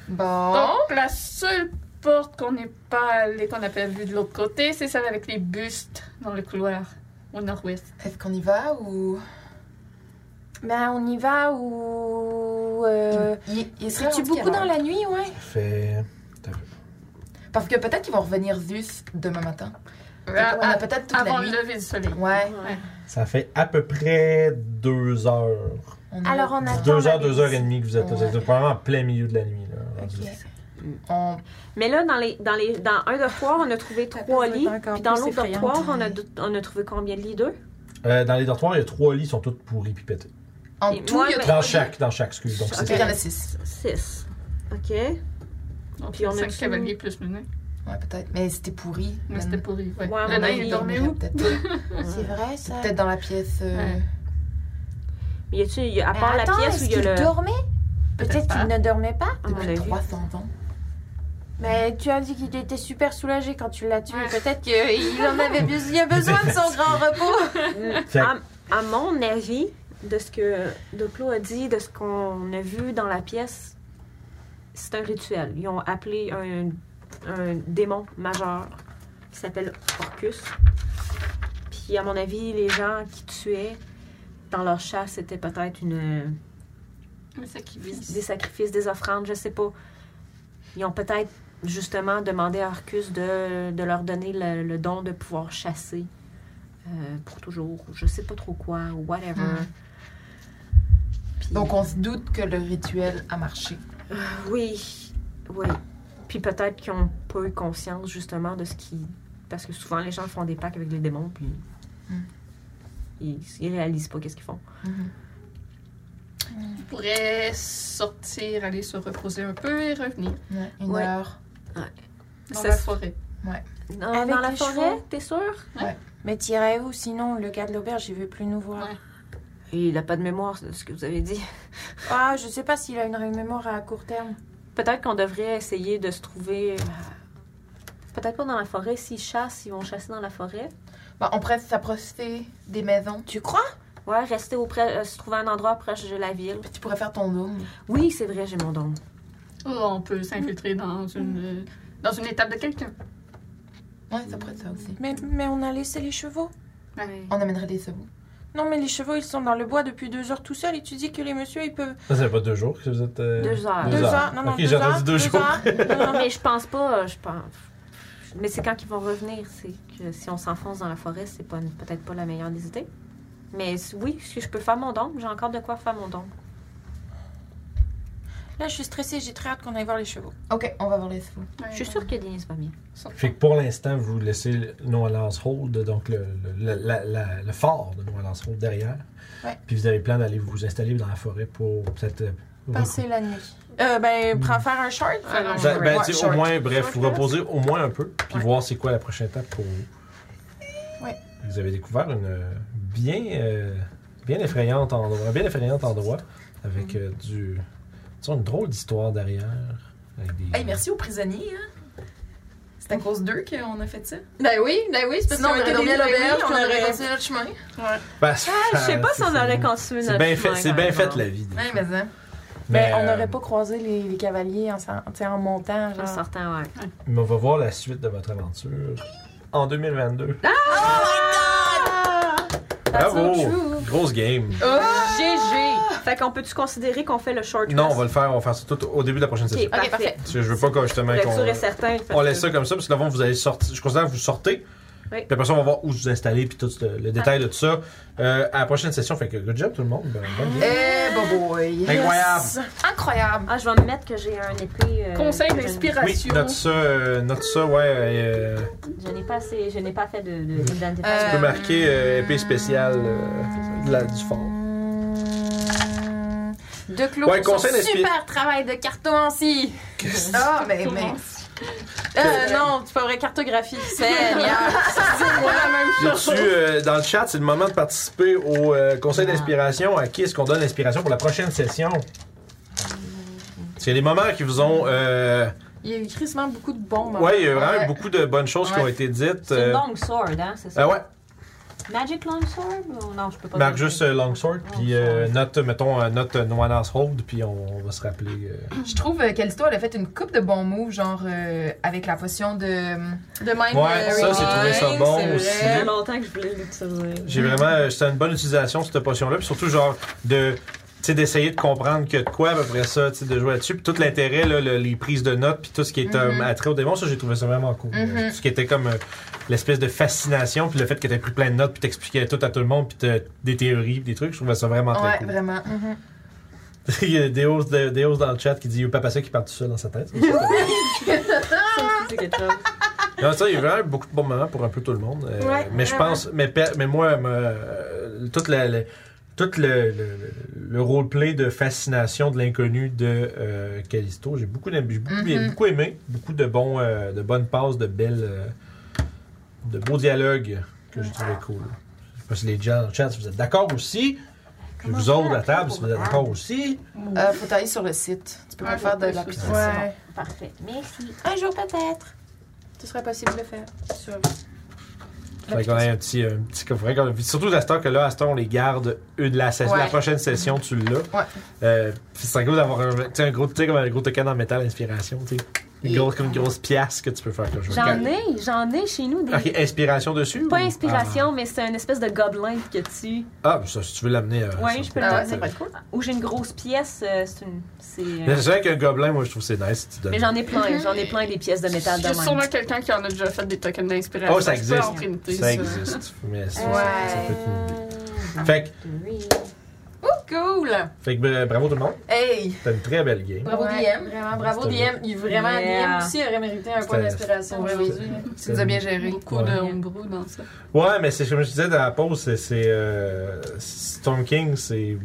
D: Bon.
B: Donc, la seule porte qu'on n'est pas allé, qu'on n'a pas vue de l'autre côté, c'est celle avec les bustes dans le couloir au nord-ouest.
D: Est-ce qu'on y va ou.
J: Ben, on y va ou. Euh...
D: Il, il serait
J: Serais-tu
D: rendu
J: beaucoup
D: quelle
J: dans
D: heure?
J: la nuit, ouais?
A: Fait.
D: Parce que peut-être qu'ils vont revenir Zeus demain matin.
B: À-
D: on a peut-être toute
B: avant
D: la
B: le
D: nuit.
B: lever du soleil.
D: Ouais.
A: Ça fait à peu près deux heures.
D: On
J: Alors, on attend.
A: Deux heures,
J: la
A: deux heures et demie que vous êtes. Vous
D: Ouais.
A: êtes probablement en plein milieu de la nuit. Là, rendu là.
D: On...
H: Mais là, dans, les, dans, les, dans un dortoir, on a trouvé trois
J: peut
H: lits.
J: être encore
H: Puis dans
J: plus
H: l'autre
J: effrayant.
H: dortoir, on a, deux- on a trouvé combien de lits Deux?
A: Euh, dans les dortoirs, il y a trois lits, ils sont tous pourris puis pétés.
D: En
H: Et
D: tout,
H: moi,
D: il y a
H: ben-
D: trois
A: Dans chaque, dans chaque, excuse. Donc, c'est
D: lits. Il y en a six.
H: Six. OK.
B: Donc,
H: Puis on a
B: cinq
H: tout-
B: cavaliers plus le nain.
D: Ouais, peut-être. Mais c'était pourri.
B: Mais c'était pourri. Ouais.
H: Ouais,
B: le
H: on
B: nain,
H: a
B: il
H: eu-
B: dormait où
D: Peut-être
J: C'est vrai, ça.
D: peut-être dans la pièce. euh,
B: Ouais.
H: Mais y a-tu, y a- à
J: Mais
H: part
J: Bah, attends,
H: la pièce
J: est-ce
H: où il y a
J: qu'il
H: le.
J: dormait? Peut-être
B: Peut-être
J: qu'il ne dormait pas.
H: Ah, on
D: Depuis
H: l'a vu.
D: 300 ans.
J: Mais tu as dit qu'il était super soulagé quand tu l'as tué.
B: Ouais.
J: Peut-être qu'il en avait besoin, il a besoin de son grand repos.
A: Fait que-
H: Hmm. à, à mon avis, de ce que Doclo a dit, de ce qu'on a vu dans la pièce, c'est un rituel. Ils ont appelé un, un démon majeur qui s'appelle Orcus. Puis à mon avis, les gens qui tuaient dans leur chasse, c'était peut-être une,
B: Mais c'est qui
H: des sacrifices, des offrandes, je sais pas. Ils ont peut-être justement demandé à Orcus de, de leur donner le, le don de pouvoir chasser euh, pour toujours, ou je sais pas trop quoi, ou whatever.
D: Hmm.
H: Puis-
D: Donc on se doute que le rituel a marché.
H: Oui, oui. Puis peut-être qu'ils ont pas eu conscience justement de ce qui. Parce que souvent les gens font des pactes avec les démons, puis.
D: Hmm.
H: Ils, ils réalisent pas qu'est-ce qu'ils font.
B: Tu pourrais sortir, aller se reposer un peu et revenir
D: Ouais, Une
H: Ouais.
D: heure.
B: dans
H: Ça
B: la
H: se-
B: forêt.
H: Non,
J: Avec
H: dans la
J: les
H: forêt,
J: chevaux.
H: t'es sûr?
J: Mais t'irais où sinon Le gars de l'auberge, il veut plus nous voir.
B: Ouais.
H: Il a pas de mémoire de ce que vous avez dit.
J: Ah, je sais pas s'il a une mémoire à court terme.
H: Peut-être qu'on devrait essayer de se trouver. euh, Peut-être pas dans la forêt. S'ils chassent, ils vont chasser dans la forêt.
D: Bah, on pourrait s'approcher des maisons.
J: Tu crois
H: Ouais, rester auprès, euh, se trouver un endroit proche de la ville.
D: Tu pourrais faire ton dôme.
H: Oui, c'est vrai, j'ai mon don.
B: Ou Oh, on peut s'infiltrer dans une, euh, dans une étape de quelqu'un.
D: Ouais, ça pourrait être ça aussi.
J: mais, mais on a laissé les chevaux.
D: On amènerait des sabots.
J: Non, mais les chevaux, ils sont dans le bois depuis deux heures tout seuls et tu dis que les messieurs, ils peuvent.
A: Ça, ça fait pas deux jours que vous êtes. euh,
H: Deux heures.
A: Deux
J: Deux
A: heures.
J: heures. Non, non,
A: Ok,
J: deux
A: j'ai entendu
J: heures,
A: deux jours.
J: heures.
H: Non, mais je pense pas. euh, Je pense. Mais c'est quand ils vont revenir. C'est que si on s'enfonce dans la forêt, c'est pas une- peut-être pas la meilleure des idées. Mais c- oui, si je peux faire mon don, j'ai encore de quoi faire mon don.
J: Là, je suis stressée, j'ai très hâte qu'on aille voir les chevaux.
D: Ok, on va voir les sabots.
H: Je suis sûre que Denise va bien.
A: Fait que pour l'instant, vous laissez le- Noalan's Hold, donc le, le- la- la- le fort de Noalan's Hold derrière.
D: Ouais.
A: Puis vous avez le plan d'aller vous installer dans la forêt pour peut-être. euh,
J: Passer la nuit. Euh,
A: Hmm.
J: ben, prends faire un short.
B: Ah, non.
A: recou- Ben, ben,
D: Ouais,
A: tu sais, au
D: short.
A: moins, bref, vous
J: Short
A: reposer au moins un peu, puis voir c'est quoi la prochaine étape pour vous.
D: Ouais.
A: Vous avez découvert une euh, bien, euh, bien effrayante endroit, un bien effrayant endroit
D: Mm-hmm.
A: avec euh, du. Tu sais, une drôle d'histoire derrière. avec des-
D: Hey, merci aux prisonniers. Hein. C'est à cause d'eux qu'on a fait ça.
J: Ben oui, ben oui, c'est
D: Sinon, on
J: qu'on
D: aurait
J: était
D: dormi à
J: des-
D: l'auberge,
J: oui,
D: on aurait
J: aurait-
D: continué le chemin.
A: Ben,
H: Ah, Je sais pas si
A: c'est-
H: on aurait continué
A: C'est
H: notre
A: bien
H: chemin,
A: fait, c'est
H: quand
A: bien
H: même. Ben,
A: fait la vie. des
D: Ouais, mais hein.
J: Mais on
A: euh,
J: n'aurait pas croisé les, les cavaliers en, s'en- tu sais, en montant.
H: En
J: Genre.
H: sortant, ouais.
A: Mais on va voir la suite de votre aventure en 2022. Bravo! Grosse game.
H: GG! Fait qu'on peut-tu considérer qu'on fait le short
A: Non, on
H: rest?
A: va le faire, on va faire ça tout au début de la prochaine
H: Ok,
A: session.
H: parfait.
A: Parce que je veux pas qu'on justement
H: Pour être sûr et
A: qu'on
H: certain.
A: on laisse ça comme ça parce que là, vous allez sortir. Je considère que vous sortez
H: Oui.
A: Puis après ça, on va voir où vous installez, puis tout ce- le détail de tout ça. Euh, à la prochaine session, fait que good job tout le monde. Ben, bonne game.
D: Eh, bon boy.
A: Incroyable!
D: Incroyable.
H: Ah, je vais me mettre que j'ai un épée. euh,
B: Conseil
H: je-
A: Oui,
B: d'inspiration.
A: note ça, euh, note ça, ouais. euh,
H: Je n'ai pas assez, je n'ai pas fait de, de,
A: tu
H: d'identification.
A: peux marquer euh, épée spéciale euh, de la- du fort.
J: De Claude
A: Ouais,
J: pour son
A: conseil d'inspi-
J: super travail de cartomancie.
D: Ah, mais, mais.
J: Euh, non, tu pas vrai cartographie. Seigneur.
A: Puis Là-dessus, euh, dans le chat, c'est le moment de participer au euh, conseil d'inspiration. À qui est-ce qu'on donne l'inspiration pour la prochaine session? Parce qu'il y a des moments qui vous ont. euh,
D: Il y a eu crissement beaucoup de bons moments.
A: ouais, il y a eu vraiment
D: Ouais.
A: beaucoup de bonnes choses qui
D: Ouais.
A: ont été dites.
H: C'est une
A: euh,
H: longsword, hein, c'est ça?
A: euh, ouais,
H: Magic longsword? ou- Non, je peux pas.
A: marque
H: dire.
A: juste euh, Longsword, puis euh, note, mettons, euh, note euh, No One Else Hold, puis on, va se rappeler. euh,
D: Je trouve euh, qu'Elsto, elle a fait une coupe de bons moves, genre euh, avec la potion de. De Mind
A: Ouais, ça, j'ai trouvé ça bon aussi.
H: Ça fait longtemps que je voulais l'utiliser.
A: J'ai vraiment. euh, C'était une bonne utilisation, cette potion-là. Puis surtout, genre, de. Tu sais, d'essayer de comprendre que de quoi, à peu près ça, tu sais, de jouer là-dessus. Puis tout l'intérêt, là, le- les prises de notes, puis tout ce qui est euh,
D: Mhm.
A: attrait au démon, ça, j'ai trouvé ça vraiment cool.
D: Mhm.
A: Euh, Tout ce qui était comme euh, l'espèce de fascination, puis le fait que t'aies pris plein de notes, puis t'expliquais tout à tout le monde, puis t'as des théories, puis des trucs, je trouvais ça vraiment Ah, très
D: Ouais,
A: cool.
D: vraiment.
A: Il y a des hausses, de- des hausses dans le chat qui dit Yo, papa, ça qui part tout seul dans sa tête. non,
H: C'est quelque chose.
A: ça, il y a vraiment beaucoup de bons moments pour un peu tout le monde. Euh,
H: Ouais,
A: mais je
H: vraiment.
A: pense, mais, pe- mais moi, me- euh, toute la- la- tout le, le, le roleplay de fascination de l'inconnu de euh, Callisto, j'ai beaucoup, aimé- j'ai beaucoup, j'ai
D: Mhm.
A: beaucoup aimé. Beaucoup de, bons, euh, de bonnes passes, de belles. euh, de beaux dialogues que j'ai trouvé cool. Je sais pas si les gens dans le chat, si vous êtes d'accord aussi. Puis vous autres à la table, si vous êtes d'accord aussi.
D: Euh, faut t'aller sur le site. Tu peux
B: Ouais,
D: pas faire de
B: je
D: la
B: sais.
D: puissance.
C: Ouais.
H: Parfait. Merci.
J: Un jour peut-être. Ce serait possible de le faire.
A: Faudrait qu'on ait un petit, euh, un petit faudrait qu'on- Surtout à ce temps que là, à ce temps, on les garde eux de la session.
D: Ouais.
A: La prochaine session, tu l'as.
D: Ouais.
A: Euh, puis c'est cool d'avoir un, tu sais, un gros, tu sais, comme un gros token en métal inspiration, tu sais. Une
D: Et-
A: grosse, comme une grosse pièce que tu peux faire comme jeu.
H: J'en ai, j'en ai chez nous des.
A: Ok, Ah, inspiration dessus?
H: Pas
A: ou-
H: inspiration, mais c'est une espèce de gobelin que tu.
A: Ah, ah, ça, si tu veux l'amener. euh,
H: Ouais,
A: ça
H: je peux
A: peut-être,
H: le-
A: euh,
H: c'est- Ou j'ai une grosse pièce, euh, c'est une. c'est, euh,
A: Mais c'est vrai qu'un gobelin, moi, je trouve que c'est nice. si Tu donnes.
H: Mais j'en ai plein, j'en ai plein des pièces de métal
B: Il
H: de
B: y a
H: même.
B: sûrement quelqu'un qui en a déjà fait des tokens d'inspiration.
A: Oh, ça
B: Je peux en
A: existe.
B: printer,
A: ça, existe. Mais ça, ça- ça peut être une- Fait, que-
D: Cool!
A: fait que ben, bravo tout le monde.
D: Hey!
A: C'était une très belle game.
C: Bravo
D: Ouais,
C: DM. Vraiment, bravo
A: C'était
C: DM. Il, vraiment,
H: Yeah.
C: DM aussi aurait mérité un point
A: C'était-
C: d'inspiration
D: Ouais,
C: aujourd'hui.
D: Tu nous as bien géré.
B: Beaucoup
A: Ouais.
B: de homebrew dans ça.
A: Ouais, mais c'est comme je disais dans la pause, c'est- c'est euh, Storm King, c'est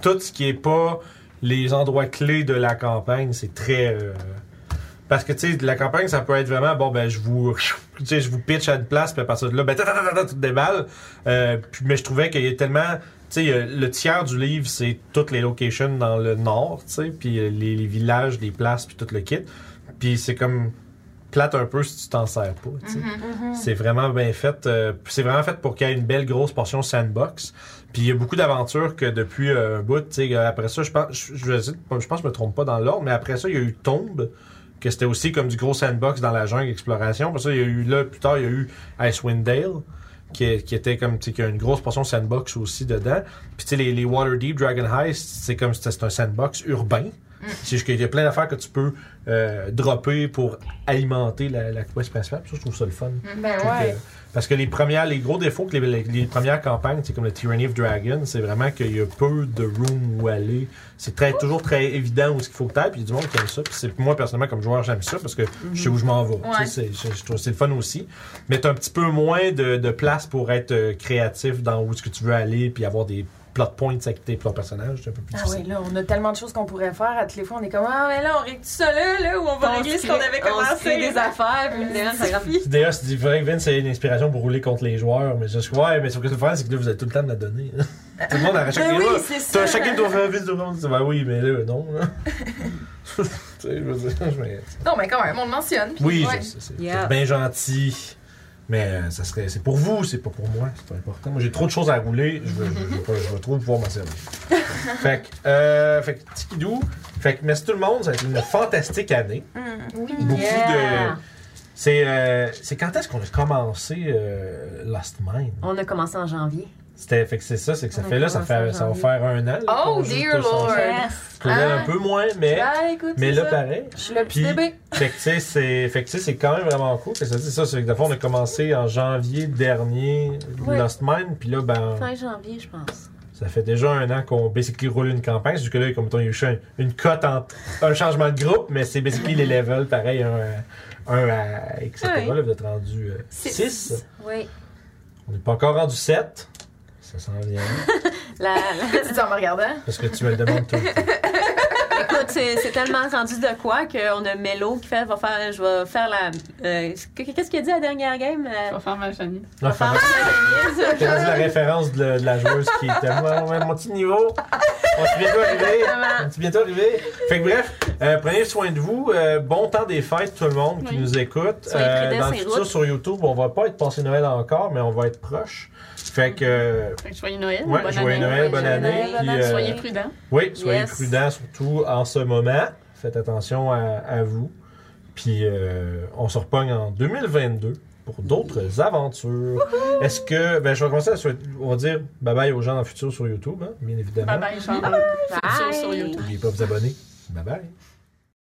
A: tout ce qui est pas les endroits clés de la campagne, c'est très euh, parce que tu sais la campagne ça peut être vraiment bon ben je vous tu sais je vous pitch à une place puis à partir de là ben ta, ta, ta, ta, ta, tu te déballes Euh, puis mais je trouvais qu'il y a tellement tu sais, euh, le tiers du livre, c'est toutes les locations dans le nord, tu sais, puis euh, les, les villages, les places, puis tout le kit. Puis c'est comme plate un peu si tu t'en sers pas, tu sais. C'est vraiment bien fait. euh, puis c'est vraiment fait pour qu'il y ait une belle grosse portion sandbox. Puis il y a beaucoup d'aventures que depuis euh, un bout, tu sais, euh, après ça, je pense, je, je vais essayer de- je pense que je me trompe pas dans l'ordre, mais après ça, il y a eu Tombe, que c'était aussi comme du gros sandbox dans la jungle exploration. Après ça, il y a eu là, plus tard, il y a eu Icewind Dale, qui, est- qui était comme, tu sais, qui a une grosse portion sandbox aussi dedans. Puis tu sais, les, les Waterdeep, Dragon Heist, c'est comme, c'était- c'est un sandbox urbain. C'est juste qu'il y a plein d'affaires que tu peux euh, dropper pour alimenter la, la quest principale. Puis Ça, je trouve ça le fun.
D: Mmh.
C: Ben
A: Donc, euh, parce que les premières, les gros défauts que les, les- les premières campagnes, c'est comme le Tyranny of Dragon, c'est vraiment qu'il y a peu de room où aller. C'est très, toujours très évident où ce qu'il faut que t'ailles, puis il y a du monde qui aime ça. Puis c'est- moi, personnellement, comme joueur, j'aime ça parce que je sais où je m'en vais. Tu sais, c'est- je, je trouve que c'est le fun aussi. Mais t'as un petit peu moins de, de place pour être euh, créatif dans où est-ce que tu veux aller, puis avoir des plot points avec tes plot personnages. C'est un peu plus
C: Ah
A: difficile.
C: oui, là, on a tellement de choses qu'on pourrait faire. À toutes les fois, on est comme, ah, mais là, on règle tout ça là, là, où on va
H: On
C: régler ce
H: se
C: qu'on
H: crée-
C: avait
H: on se crée
C: commencé.
H: des
C: affaires,
H: D'ailleurs, ça grave.
A: D'ailleurs, c'est vrai que Vince, c'est une inspiration pour rouler contre les joueurs, mais je suis ouais, mais sauf que le problème, c'est que là, vous avez tout le temps de la donner. tout le monde a chacun
C: Ben oui,
A: doit-
C: c'est ça.
A: t'as- Chacun doit faire un vis de monde. Ben oui, mais là, non. Là. tu sais, je veux dire, je mets-
D: Non, mais quand même, on le mentionne. puis
A: Oui,
D: ouais.
A: je sais, c'est
H: Yeah.
A: c'est bien gentil. Mais euh, ça serait, c'est pour vous, c'est pas pour moi, c'est pas important. Moi, j'ai trop de choses à rouler, je veux, je veux pas- je veux trop pouvoir m'en servir. fait que, euh, fait que, tikidou. Fait que, merci tout le monde, ça a été une fantastique année.
B: Mm.
A: Beaucoup
H: Yeah.
A: de. C'est, euh, c'est quand est-ce qu'on a commencé euh, Lost Mine?
H: On a commencé en janvier.
A: C'était, fait que c'est ça, c'est que ça
H: On a
A: fait là, ça,
H: commencé en
A: fait, ça va
H: janvier.
A: faire un an. là,
B: Oh,
A: qu'on joue
B: dear
A: tous ensemble.
B: lord.
H: Yes.
A: Je connais
B: Ah.
A: un peu moins, mais,
B: Ah, écoute,
A: mais
B: c'est
A: là,
B: ça.
A: pareil.
B: Je suis le petit
A: Puis-
B: bébé.
A: Fait que, tu sais, c'est, fait que, tu sais, c'est quand même vraiment cool que ça dit ça. C'est que, de fond, on a commencé en janvier dernier
G: Ouais.
A: Lost Mine, puis là, ben,
G: Fin janvier, je pense.
A: ça fait déjà un an qu'on basically roule une campagne. C'est juste que là, comme mettons, il y a eu juste un- une cote entre un changement de groupe, mais c'est basically les levels, pareil, un, à- un à, etc.
G: Ouais.
A: Là, vous êtes rendu
B: Six.
A: 6.
G: Oui.
A: On n'est pas encore rendu 7. Ça s'en vient.
G: La, la-
D: C'est en me
C: hein?
D: regardant.
A: Parce que tu me le demandes tout le temps.
G: Écoute, c'est c'est tellement rendu de quoi qu'on a Mello qui fait, va faire, je vais faire la. euh, Qu'est-ce qu'il a dit à la dernière game?
B: Je
G: euh,
B: vais faire ma Janine.
A: Enfin,
G: Denise?
A: j'ai rendu la référence de, de la joueuse qui était moi, ouais, mon petit niveau. On est bientôt arrivé. On est bientôt arrivé. Fait que bref, euh, prenez soin de vous. Euh, bon temps des fêtes, tout le monde qui
B: Oui.
A: nous écoute. Euh,
G: Soyez prudents
A: dans le
G: sur les
A: futur
G: routes.
A: sur YouTube, on va pas être passé Noël encore, mais on va être proche. Fait que, euh,
B: Fait que joyeux Noël.
A: ouais,
B: bonne
A: joyeux
B: année.
A: Noël, bonne
G: Joyeux
A: année.
G: Noël,
A: puis,
G: bonne année.
A: euh,
B: Soyez prudents.
A: Oui, soyez
G: Yes.
A: prudents, surtout en ce moment. Faites attention à, à vous. Puis euh, on se repogne en 2022 pour d'autres aventures. Est-ce que. Ben, je vais commencer à souhaiter- on va dire bye bye aux gens dans le futur sur YouTube, hein, bien évidemment.
B: Bye bye, Jean.
G: Bye.
B: Sur- sur YouTube.
A: N'oubliez pas de vous abonner. Bye bye.